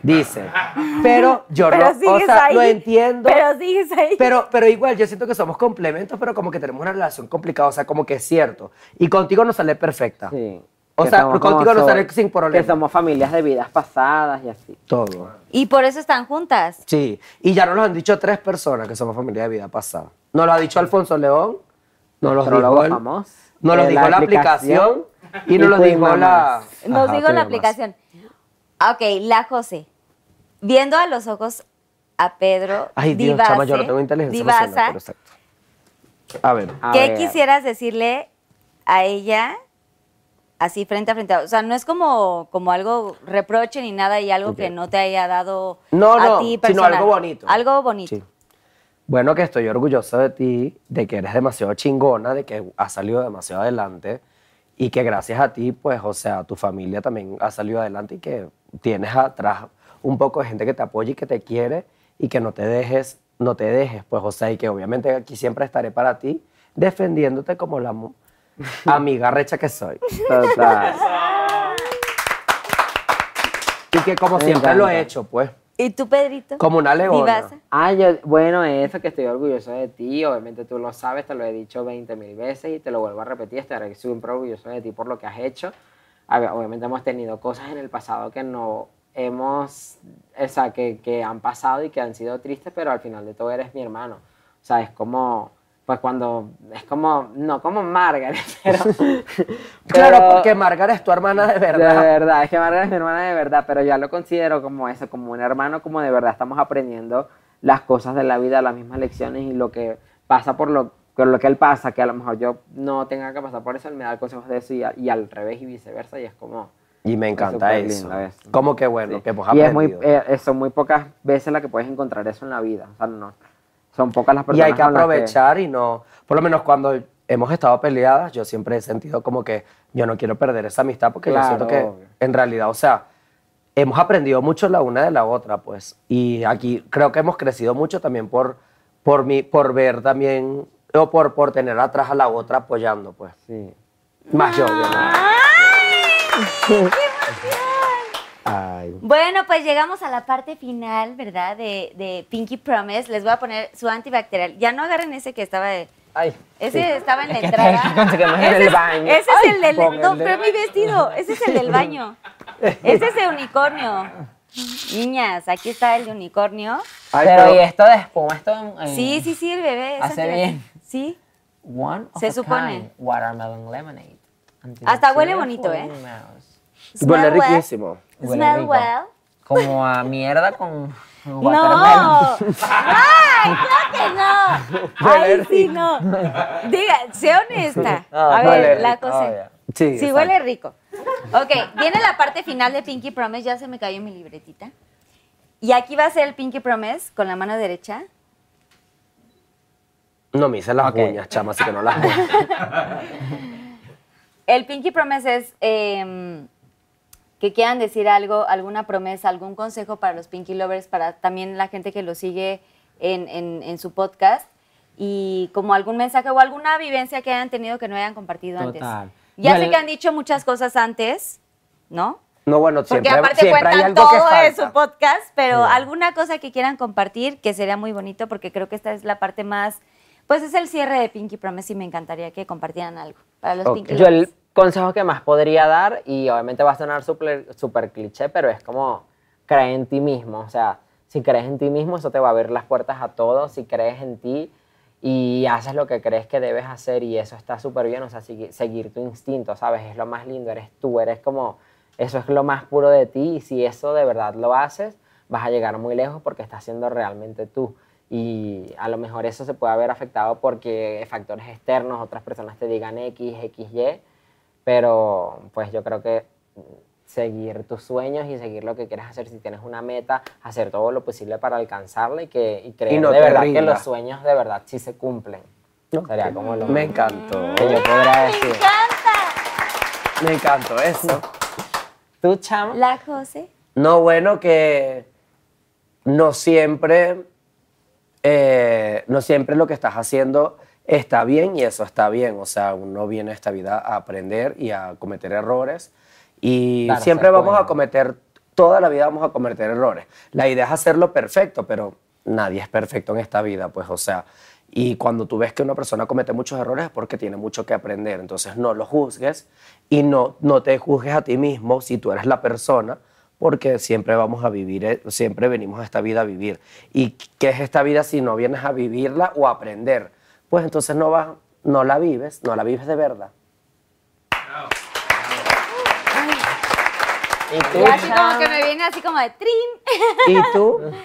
[SPEAKER 3] Dice. Pero yo
[SPEAKER 2] Pero
[SPEAKER 3] no, o
[SPEAKER 2] sigues
[SPEAKER 3] sea,
[SPEAKER 2] ahí.
[SPEAKER 3] lo entiendo.
[SPEAKER 2] Pero sigues ahí.
[SPEAKER 3] Pero, pero igual, yo siento que somos complementos, pero como que tenemos una relación complicada, o sea, como que es cierto. Y contigo no sale perfecta. O
[SPEAKER 4] Que
[SPEAKER 3] sea,
[SPEAKER 4] somos
[SPEAKER 3] contigo
[SPEAKER 4] como
[SPEAKER 3] no
[SPEAKER 4] so-
[SPEAKER 3] sale sin
[SPEAKER 4] Que
[SPEAKER 3] problema.
[SPEAKER 4] somos familias de vidas pasadas y así.
[SPEAKER 3] Todo.
[SPEAKER 2] Y por eso están juntas.
[SPEAKER 3] Sí. Y ya nos lo han dicho tres personas que somos familia de vida pasada. Nos lo ha dicho Alfonso León, nos lo
[SPEAKER 4] Astrólogo
[SPEAKER 3] dijo él,
[SPEAKER 4] famoso.
[SPEAKER 3] nos lo
[SPEAKER 4] De la
[SPEAKER 3] dijo la aplicación y nos lo
[SPEAKER 4] Queen
[SPEAKER 3] dijo la...
[SPEAKER 4] Mamas.
[SPEAKER 2] Nos digo
[SPEAKER 3] Ajá, Queen
[SPEAKER 2] la
[SPEAKER 3] Mamas.
[SPEAKER 2] aplicación. Ok, la José. Viendo a los ojos a Pedro
[SPEAKER 3] Ay, Dios,
[SPEAKER 2] Divase,
[SPEAKER 3] chama, yo no tengo inteligencia
[SPEAKER 2] Divasa,
[SPEAKER 3] emocional, pero exacto. A ver.
[SPEAKER 2] ¿qué quisieras decirle a ella así frente a frente? O sea, no es como, como algo reproche ni nada y algo que no te haya dado
[SPEAKER 3] No,
[SPEAKER 2] a
[SPEAKER 3] no,
[SPEAKER 2] ti
[SPEAKER 3] sino
[SPEAKER 2] personal.
[SPEAKER 3] algo bonito.
[SPEAKER 2] Algo bonito.
[SPEAKER 3] Bueno, que estoy orgulloso de ti, de que eres demasiado chingona, de que has salido demasiado adelante y que gracias a ti, pues, o sea, tu familia también ha salido adelante y que tienes atrás un poco de gente que te apoya y que te quiere y que no te dejes, no te dejes, pues, o sea, y que obviamente aquí siempre estaré para ti defendiéndote como la mu- amiga recha que soy.
[SPEAKER 4] Total.
[SPEAKER 3] Y que como
[SPEAKER 4] Me
[SPEAKER 3] siempre lo he
[SPEAKER 4] encanta.
[SPEAKER 3] hecho, pues.
[SPEAKER 2] ¿Y tú, Pedrito?
[SPEAKER 3] Como una leona. Divasa.
[SPEAKER 4] Ah, yo, bueno, eso que estoy orgulloso de ti, obviamente tú lo sabes, te lo he dicho 20 mil veces y te lo vuelvo a repetir, estaré súper orgulloso de ti por lo que has hecho. A ver, Obviamente hemos tenido cosas en el pasado que no hemos, o sea, que, que han pasado y que han sido tristes, pero al final de todo eres mi hermano. O sea, es como, pues cuando, es como, no como Margaret, pero...
[SPEAKER 3] Claro,
[SPEAKER 4] pero-
[SPEAKER 3] porque Margaret es tu hermana de verdad.
[SPEAKER 4] de verdad, es que Margaret es mi hermana de verdad, pero ya lo considero como eso, como un hermano, como de verdad estamos aprendiendo las cosas de la vida, las mismas lecciones y lo que pasa por lo, por lo que él pasa, que a lo mejor yo no tenga que pasar por eso, él me da consejos de eso y, a- y al revés y viceversa, y es como...
[SPEAKER 3] Y me encanta
[SPEAKER 4] Súper
[SPEAKER 3] eso.
[SPEAKER 4] lindo eso.
[SPEAKER 3] Como que bueno, que hemos
[SPEAKER 4] Y es muy,
[SPEAKER 3] aprendido.
[SPEAKER 4] eh, eh, son muy pocas veces las que puedes encontrar eso en la vida, o sea, no, son pocas las
[SPEAKER 3] Y
[SPEAKER 4] personas
[SPEAKER 3] hay que
[SPEAKER 4] con las
[SPEAKER 3] aprovechar y no, por lo menos cuando hemos estado peleadas, yo siempre he sentido como que yo no quiero perder esa amistad porque
[SPEAKER 4] Claro,
[SPEAKER 3] yo siento que
[SPEAKER 4] obvio.
[SPEAKER 3] en realidad, o sea, hemos aprendido mucho la una de la otra, pues. Y aquí creo que hemos crecido mucho también por, por, mi, por ver también, o por, por tener atrás a la otra apoyando, pues.
[SPEAKER 4] Sí.
[SPEAKER 3] Más yo, obviamente. Ay.
[SPEAKER 2] Bueno, pues llegamos a la parte final, ¿verdad? De, de Pinky Promise. Les voy a poner su antibacterial. Ya no agarren ese que estaba de-
[SPEAKER 4] Ay.
[SPEAKER 2] Ese
[SPEAKER 4] sí.
[SPEAKER 2] estaba en la
[SPEAKER 4] Es que
[SPEAKER 2] entrada.
[SPEAKER 4] te- conseguimos en
[SPEAKER 2] ese
[SPEAKER 4] el
[SPEAKER 2] es-
[SPEAKER 4] baño.
[SPEAKER 2] Ese
[SPEAKER 4] Ay,
[SPEAKER 2] es el del.
[SPEAKER 4] con
[SPEAKER 2] no,
[SPEAKER 4] el
[SPEAKER 2] pero
[SPEAKER 4] del-
[SPEAKER 2] mi vestido. Ese es el del baño. Ese es de unicornio. Niñas, aquí está el de unicornio.
[SPEAKER 4] pero, y esto de espuma, esto en- en-
[SPEAKER 2] Sí, sí, sí, el bebé. es
[SPEAKER 4] Eh, Hace
[SPEAKER 2] antibacterial.
[SPEAKER 4] bien.
[SPEAKER 2] Sí.
[SPEAKER 4] One of
[SPEAKER 2] Se
[SPEAKER 4] a
[SPEAKER 2] supone.
[SPEAKER 4] kind, watermelon lemonade.
[SPEAKER 2] Hasta huele bonito, ¿eh?
[SPEAKER 3] Huele
[SPEAKER 4] Smell well.
[SPEAKER 3] riquísimo.
[SPEAKER 4] Huele
[SPEAKER 2] Smell
[SPEAKER 4] rico.
[SPEAKER 2] well.
[SPEAKER 4] Como a mierda con
[SPEAKER 2] ¡No!
[SPEAKER 4] watermelon.
[SPEAKER 2] ¡Ay, claro que no!
[SPEAKER 4] Huele
[SPEAKER 2] ¡Ay, sí, no! Diga, sé honesta.
[SPEAKER 4] Ah,
[SPEAKER 2] A
[SPEAKER 4] huele
[SPEAKER 2] ver, la
[SPEAKER 4] rico,
[SPEAKER 2] cosa.
[SPEAKER 4] obvio. Sí,
[SPEAKER 2] Sí,
[SPEAKER 4] exacto.
[SPEAKER 2] huele rico. Ok, viene la parte final de Pinky Promise. Ya se me cayó mi libretita. Y aquí va a ser el Pinky Promise con la mano derecha.
[SPEAKER 3] No me hice las uñas, chama, así que no las voy.
[SPEAKER 2] El Pinky Promise es em, que quieran decir algo, alguna promesa, algún consejo para los Pinky Lovers, para también la gente que lo sigue en, en- en su podcast y como algún mensaje o alguna vivencia que hayan tenido que no hayan compartido
[SPEAKER 3] Total.
[SPEAKER 2] antes. Ya
[SPEAKER 3] Yo
[SPEAKER 2] sé
[SPEAKER 3] el-
[SPEAKER 2] que han dicho muchas cosas antes, ¿no?
[SPEAKER 3] No, bueno,
[SPEAKER 2] Porque
[SPEAKER 3] siempre,
[SPEAKER 2] aparte
[SPEAKER 3] siempre hay
[SPEAKER 2] cuentan
[SPEAKER 3] algo que
[SPEAKER 2] todo
[SPEAKER 3] falta.
[SPEAKER 2] en su podcast, pero alguna cosa que quieran compartir que sería muy bonito porque creo que esta es la parte más, pues es el cierre de Pinky Promise y me encantaría que compartieran algo para los
[SPEAKER 4] Ok.
[SPEAKER 2] Pinky
[SPEAKER 4] Yo
[SPEAKER 2] Lovers.
[SPEAKER 4] el consejo que más podría dar, y obviamente va a sonar súper súper cliché, pero es como cree en ti mismo. O sea, si crees en ti mismo, eso te va a abrir las puertas a todo. Si crees en ti y haces lo que crees que debes hacer y eso está súper bien, o sea, sigui- seguir tu instinto, ¿sabes? Es lo más lindo, eres tú, eres como, eso es lo más puro de ti y si eso de verdad lo haces, vas a llegar muy lejos porque estás siendo realmente tú y a lo mejor eso se puede ver afectado porque factores externos, otras personas te digan X, X, Y, pero pues yo creo que mm, seguir tus sueños y seguir lo que quieres hacer, si tienes una meta, hacer todo lo posible para alcanzarla y, que, y creer
[SPEAKER 3] no
[SPEAKER 4] de
[SPEAKER 3] te
[SPEAKER 4] verdad que
[SPEAKER 3] rindas.
[SPEAKER 4] los sueños de verdad sí se cumplen. Sería como lo
[SPEAKER 3] Me
[SPEAKER 4] más
[SPEAKER 3] encantó.
[SPEAKER 4] que yo podría decir.
[SPEAKER 3] Me encantó eso.
[SPEAKER 4] ¿Tú, chamo?
[SPEAKER 2] La José.
[SPEAKER 3] No, bueno, que no siempre, eh, no siempre lo que estás haciendo está bien y eso está bien. O sea, uno viene a esta vida a aprender y a cometer errores y
[SPEAKER 4] Darse
[SPEAKER 3] siempre vamos
[SPEAKER 4] cuenta.
[SPEAKER 3] a cometer, toda la vida vamos a cometer errores. La idea es hacerlo perfecto, pero nadie es perfecto en esta vida, pues, o sea. Y cuando tú ves que una persona comete muchos errores es porque tiene mucho que aprender. Entonces no lo juzgues y no, no te juzgues a ti mismo si tú eres la persona, porque siempre vamos a vivir, eh, siempre venimos a esta vida a vivir. ¿Y qué es esta vida si no vienes a vivirla o a aprender? Pues entonces no, vas, no la vives, no la vives de verdad.
[SPEAKER 4] ¿Y tú?
[SPEAKER 2] Y así como que me viene así como de trim.
[SPEAKER 3] ¿Y tú?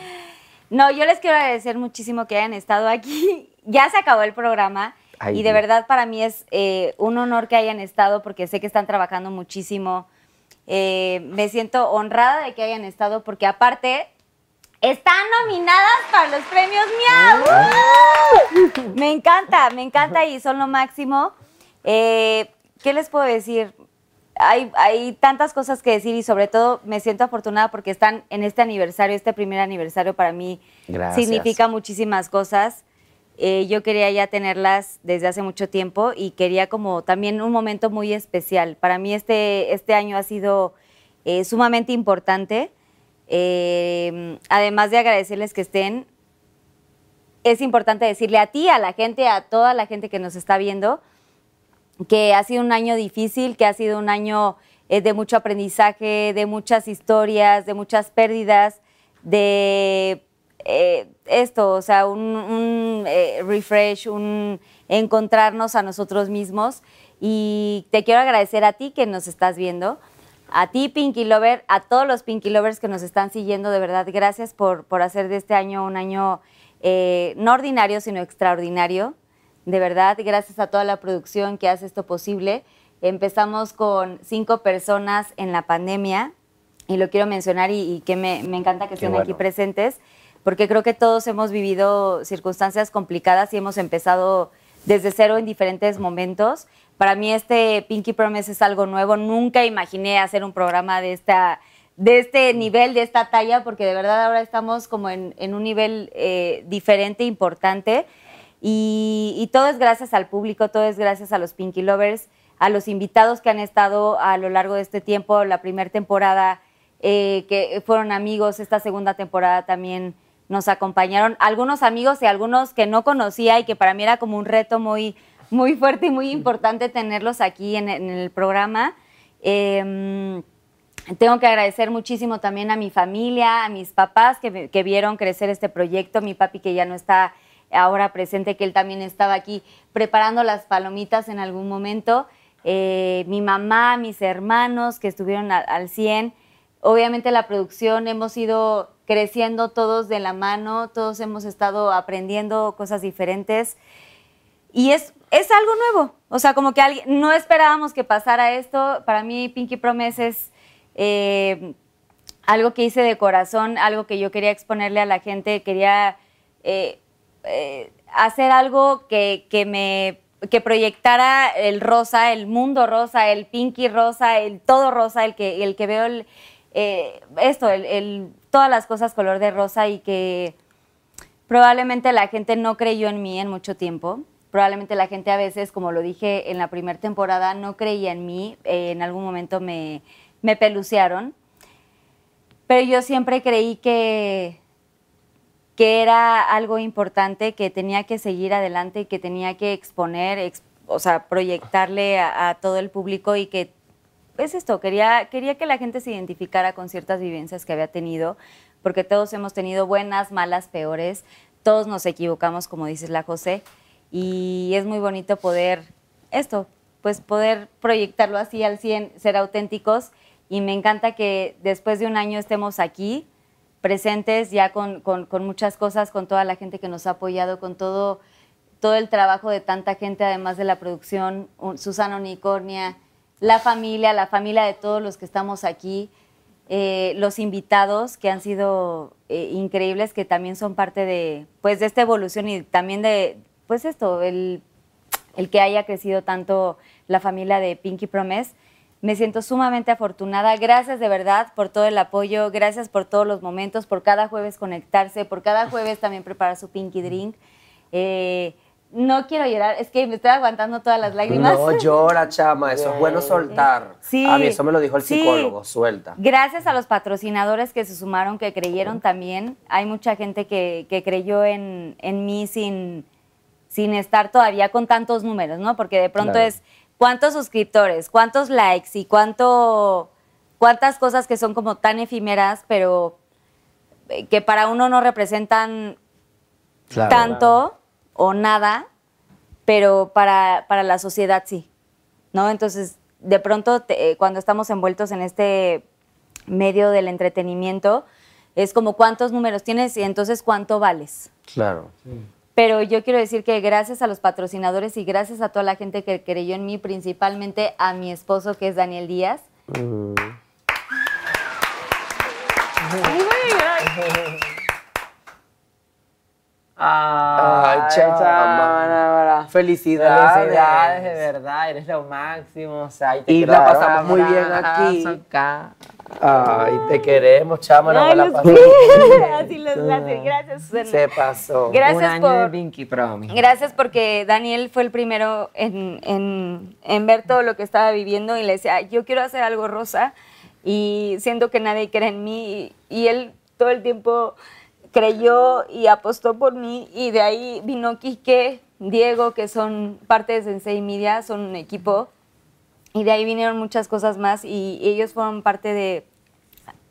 [SPEAKER 2] No, yo les quiero agradecer muchísimo que hayan estado aquí. Ya se acabó el programa
[SPEAKER 8] Ay,
[SPEAKER 2] y de
[SPEAKER 8] Dios.
[SPEAKER 2] verdad para mí es eh, un honor que hayan estado porque sé que están trabajando muchísimo. Eh, me siento honrada de que hayan estado porque aparte están nominadas para los premios Miau. Me encanta, me encanta y son lo máximo. Eh, ¿Qué les puedo decir? Hay, hay tantas cosas que decir y sobre todo me siento afortunada porque están en este aniversario, este primer aniversario para mí
[SPEAKER 8] Gracias.
[SPEAKER 2] significa muchísimas cosas. Eh, yo quería ya tenerlas desde hace mucho tiempo y quería como también un momento muy especial. Para mí este, este año ha sido eh, sumamente importante. Eh, además de agradecerles que estén, es importante decirle a ti, a la gente, a toda la gente que nos está viendo, que ha sido un año difícil, que ha sido un año eh, de mucho aprendizaje, de muchas historias, de muchas pérdidas, de eh, esto, o sea, un, un, eh, refresh, un encontrarnos a nosotros mismos. Y te quiero agradecer a ti que nos estás viendo, a ti Pinky Lover, a todos los Pinky Lovers que nos están siguiendo, de verdad, gracias por, por hacer de este año un año eh, no ordinario, sino extraordinario. De verdad, gracias a toda la producción que hace esto posible. Empezamos con cinco personas en la pandemia y lo quiero mencionar y, y que me, me encanta que
[SPEAKER 8] Qué
[SPEAKER 2] estén aquí
[SPEAKER 8] bueno.
[SPEAKER 2] presentes porque creo que todos hemos vivido circunstancias complicadas y hemos empezado desde cero en diferentes momentos. Para mí este Pinky Promise es algo nuevo. Nunca imaginé hacer un programa de esta de
[SPEAKER 8] Mm.
[SPEAKER 2] este nivel, de esta talla, porque de verdad ahora estamos como en, en un nivel eh, diferente, importante. Y, y todo es gracias al público, todo es gracias a los Pinky Lovers, a los invitados que han estado a lo largo de este tiempo, la primera temporada, eh, que fueron amigos. Esta segunda temporada también nos acompañaron algunos amigos y algunos que no conocía y que para mí era como un reto muy, muy fuerte y muy importante tenerlos aquí en, en el programa. Eh, tengo que agradecer muchísimo también a mi familia, a mis papás que, me- que vieron crecer este proyecto, mi papi que ya no está ahora presente, que él también estaba aquí preparando las palomitas en algún momento, eh, mi mamá, mis hermanos que estuvieron al, al 100. Obviamente la producción hemos ido creciendo todos de la mano, todos hemos estado aprendiendo cosas diferentes y es, es algo nuevo. O sea, como que alguien, no esperábamos que pasara esto. Para mí, Pinky Promise es eh, algo que hice de corazón, algo que yo quería exponerle a la gente. Quería eh, eh, hacer algo que, que me que proyectara el rosa, el mundo rosa, el pinky rosa, el todo rosa, el que, el que veo el, eh, esto, el- el, todas las cosas color de rosa y que Probablemente la gente no creyó en mí en mucho tiempo. Probablemente la gente a veces, como lo dije en la primera temporada, no creía en mí. Eh, en algún momento me, me pelucearon. Pero yo siempre creí que, que era algo importante, que tenía que seguir adelante, que tenía que exponer, ex- o sea, proyectarle a, a todo el público y que es esto, quería, quería que la gente se identificara con ciertas vivencias que había tenido, porque todos hemos tenido buenas, malas, peores, todos nos equivocamos, como dices la José, y es muy bonito poder, esto, pues poder proyectarlo así al 100, ser auténticos, y me encanta que después de un año estemos aquí, presentes ya con, con- con muchas cosas, con toda la gente que nos ha apoyado, con todo, todo el trabajo de tanta gente, además de la producción, un- Susana Unicornia, la familia, la familia de todos los que estamos aquí, eh, los invitados que han sido eh, increíbles, que también son parte de, pues, de esta evolución y también de, pues esto, el, el que haya crecido tanto la familia de Pinky Promise. Me siento sumamente afortunada. Gracias de verdad por todo el apoyo, gracias por todos los momentos, por cada jueves conectarse, por cada jueves también preparar su Pinky Drink. Eh, no quiero llorar, es que me estoy aguantando todas las lágrimas.
[SPEAKER 26] No llora, chama, eso es bueno soltar.
[SPEAKER 2] Sí.
[SPEAKER 26] A mí eso me lo dijo el
[SPEAKER 2] Sí.
[SPEAKER 26] psicólogo, suelta.
[SPEAKER 2] Gracias a los patrocinadores que se sumaron, que creyeron también. Hay mucha gente que, que creyó en, en mí sin, sin estar todavía con tantos números, ¿no? Porque de pronto
[SPEAKER 27] Claro.
[SPEAKER 2] es cuántos suscriptores, cuántos likes y cuánto, cuántas cosas que son como tan efímeras, pero eh, que para uno no representan
[SPEAKER 27] Claro.
[SPEAKER 2] tanto o nada, pero para, para la sociedad sí, ¿no? Entonces, de pronto, te- eh, cuando estamos envueltos en este medio del entretenimiento, es como cuántos números tienes y entonces cuánto vales.
[SPEAKER 26] Claro.
[SPEAKER 2] Pero yo quiero decir que gracias a los patrocinadores y gracias a toda la gente que creyó en mí, principalmente a mi esposo que es Daniel Díaz.
[SPEAKER 4] Ay, chama.
[SPEAKER 8] Felicidades.
[SPEAKER 4] Felicidades, de verdad, eres lo máximo. O sea, te
[SPEAKER 26] Y
[SPEAKER 4] quiero
[SPEAKER 26] la
[SPEAKER 4] dar un
[SPEAKER 26] pasamos muy bien
[SPEAKER 4] abrazo
[SPEAKER 26] aquí.
[SPEAKER 4] acá.
[SPEAKER 26] Ay, te queremos, chama, no
[SPEAKER 4] Ay,
[SPEAKER 26] la
[SPEAKER 4] los
[SPEAKER 26] pasamos.
[SPEAKER 4] quiero.
[SPEAKER 2] Así los hace. Gracias, Susana.
[SPEAKER 26] Se pasó.
[SPEAKER 2] Gracias Un año por- de
[SPEAKER 4] Pinky Promise.
[SPEAKER 2] Gracias porque Daniel fue el primero en, en- en ver todo lo que estaba viviendo y le decía, yo quiero hacer algo rosa y siento que nadie cree en mí y, y él todo el tiempo creyó y apostó por mí y de ahí vino Quique, Diego, que son parte de Sensei Media, son un equipo y de ahí vinieron muchas cosas más y, y ellos fueron parte de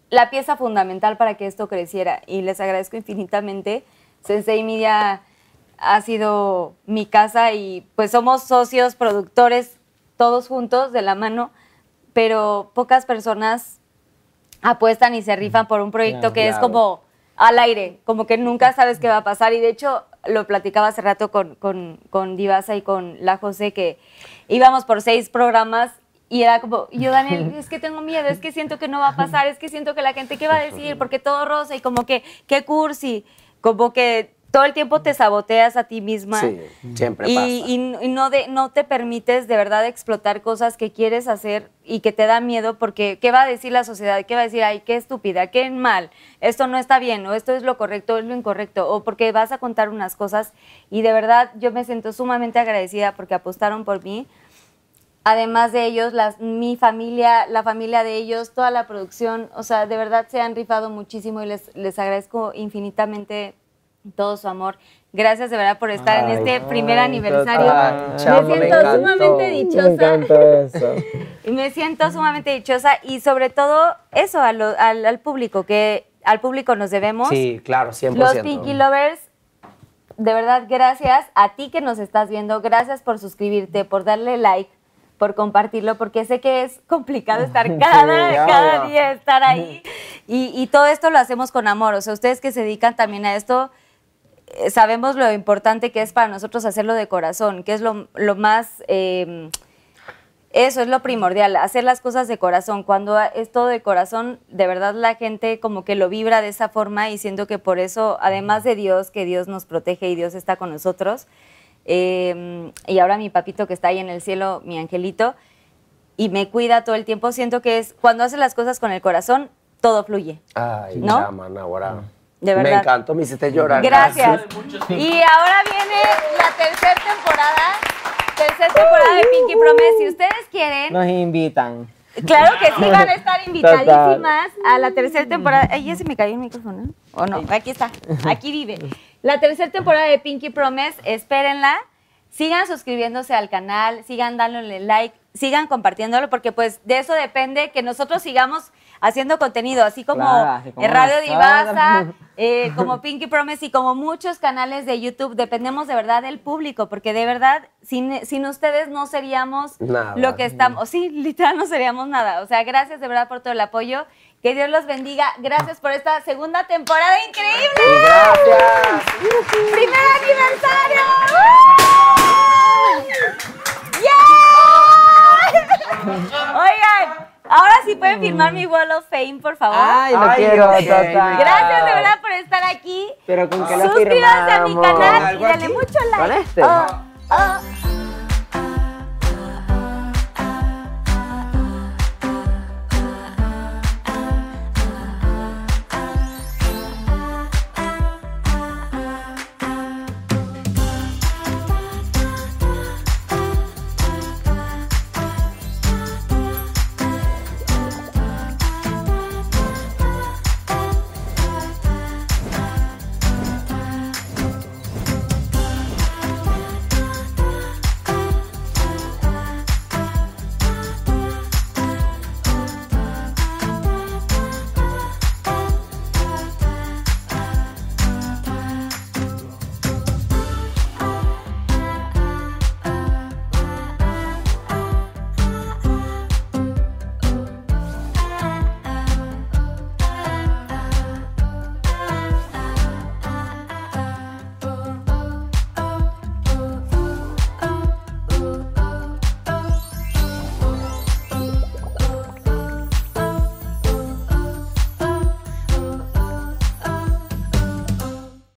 [SPEAKER 2] la pieza fundamental para que esto creciera y les agradezco infinitamente. Sensei Media ha sido mi casa y pues somos socios, productores, todos juntos de la mano, pero pocas personas apuestan y se rifan por un proyecto
[SPEAKER 27] Claro.
[SPEAKER 2] que es
[SPEAKER 27] Claro.
[SPEAKER 2] como al aire, como que nunca sabes qué va a pasar y de hecho lo platicaba hace rato con, con, con Divasa y con la José que íbamos por seis programas y era como, yo Daniel, es que tengo miedo, es que siento que no va a pasar, es que siento que la gente, ¿qué va a decir? Porque todo rosa y como que, qué cursi, como que todo el tiempo te saboteas a ti misma.
[SPEAKER 26] Sí, siempre
[SPEAKER 2] y,
[SPEAKER 26] pasa.
[SPEAKER 2] y n- y no, de, no te permites de verdad explotar cosas que quieres hacer y que te da miedo porque ¿qué va a decir la sociedad? ¿Qué va a decir? Ay, qué estúpida, qué mal, esto no está bien, o esto es lo correcto, es lo incorrecto, o porque vas a contar unas cosas y de verdad yo me siento sumamente agradecida porque apostaron por mí además de ellos, las, mi familia, la familia de ellos, toda la producción, o sea, de verdad se han rifado muchísimo y les, les agradezco infinitamente todo su amor. Gracias de verdad por estar en este primer aniversario.
[SPEAKER 4] ah,
[SPEAKER 2] me siento sumamente dichosa.
[SPEAKER 27] eso.
[SPEAKER 2] Y me siento sumamente dichosa y sobre todo eso a lo- al, al público, que al público nos debemos.
[SPEAKER 3] Sí, claro, 100%.
[SPEAKER 2] Los Pinky Lovers, de verdad, gracias a ti que nos estás viendo, gracias por suscribirte, por darle like, por compartirlo, porque sé que es complicado estar cada,
[SPEAKER 28] Sí,
[SPEAKER 2] cada
[SPEAKER 28] obvio.
[SPEAKER 2] día, estar ahí. Y, y todo esto lo hacemos con amor, o sea, ustedes que se dedican también a esto, eh, sabemos lo importante que es para nosotros hacerlo de corazón, que es lo, lo más... eh, eso es lo primordial, hacer las cosas de corazón. Cuando a- es todo de corazón, de verdad la gente como que lo vibra de esa forma y siento que por eso, además de Dios, que Dios nos protege y Dios está con nosotros, eh, y ahora mi papito que está ahí en el cielo, mi angelito, y me cuida todo el tiempo, siento que es cuando haces las cosas con el corazón, todo fluye.
[SPEAKER 26] Ay,
[SPEAKER 2] ¿No?
[SPEAKER 26] chama, Nahuara.
[SPEAKER 2] De
[SPEAKER 26] Me
[SPEAKER 2] verdad.
[SPEAKER 26] encantó, me hiciste llorar.
[SPEAKER 2] Gracias. Y ahora viene la tercera temporada, tercera temporada de Pinky Promise. Si ustedes quieren,
[SPEAKER 28] Nos invitan.
[SPEAKER 2] Claro que sí, van a estar
[SPEAKER 28] Total.
[SPEAKER 2] invitadísimas a la tercera temporada. Ay, ya se me cayó el micrófono. ¿eh? ¿O no? Aquí está, aquí vive. La tercera temporada de Pinky Promise, espérenla. Sigan suscribiéndose al canal, sigan dándole like, sigan compartiéndolo, porque pues de eso depende que nosotros sigamos haciendo contenido, así como,
[SPEAKER 28] Claro, así como
[SPEAKER 2] eh, Radio
[SPEAKER 28] nosotros.
[SPEAKER 2] Divasa, eh, como Pinky Promise y como muchos canales de YouTube, dependemos de verdad del público, porque de verdad, sin, sin ustedes no seríamos
[SPEAKER 28] Nada.
[SPEAKER 2] lo que estamos. Sí, literal no seríamos nada. O sea, gracias de verdad por todo el apoyo. Que Dios los bendiga. Gracias por esta segunda temporada increíble.
[SPEAKER 28] Gracias.
[SPEAKER 2] ¡Primer aniversario! ¡Uh! ¡Yeah! Oigan, ahora sí pueden firmar mi Wall of Fame, por favor.
[SPEAKER 28] Ay, lo Ay, quiero, ok, total.
[SPEAKER 2] Gracias de verdad por estar aquí.
[SPEAKER 28] Pero con que lo
[SPEAKER 2] Suscríbanse a mi
[SPEAKER 28] firmamos.
[SPEAKER 2] canal y
[SPEAKER 28] ¿Algo
[SPEAKER 2] dale
[SPEAKER 28] aquí?
[SPEAKER 2] mucho like.
[SPEAKER 28] ¿Con este?
[SPEAKER 2] Oh, oh,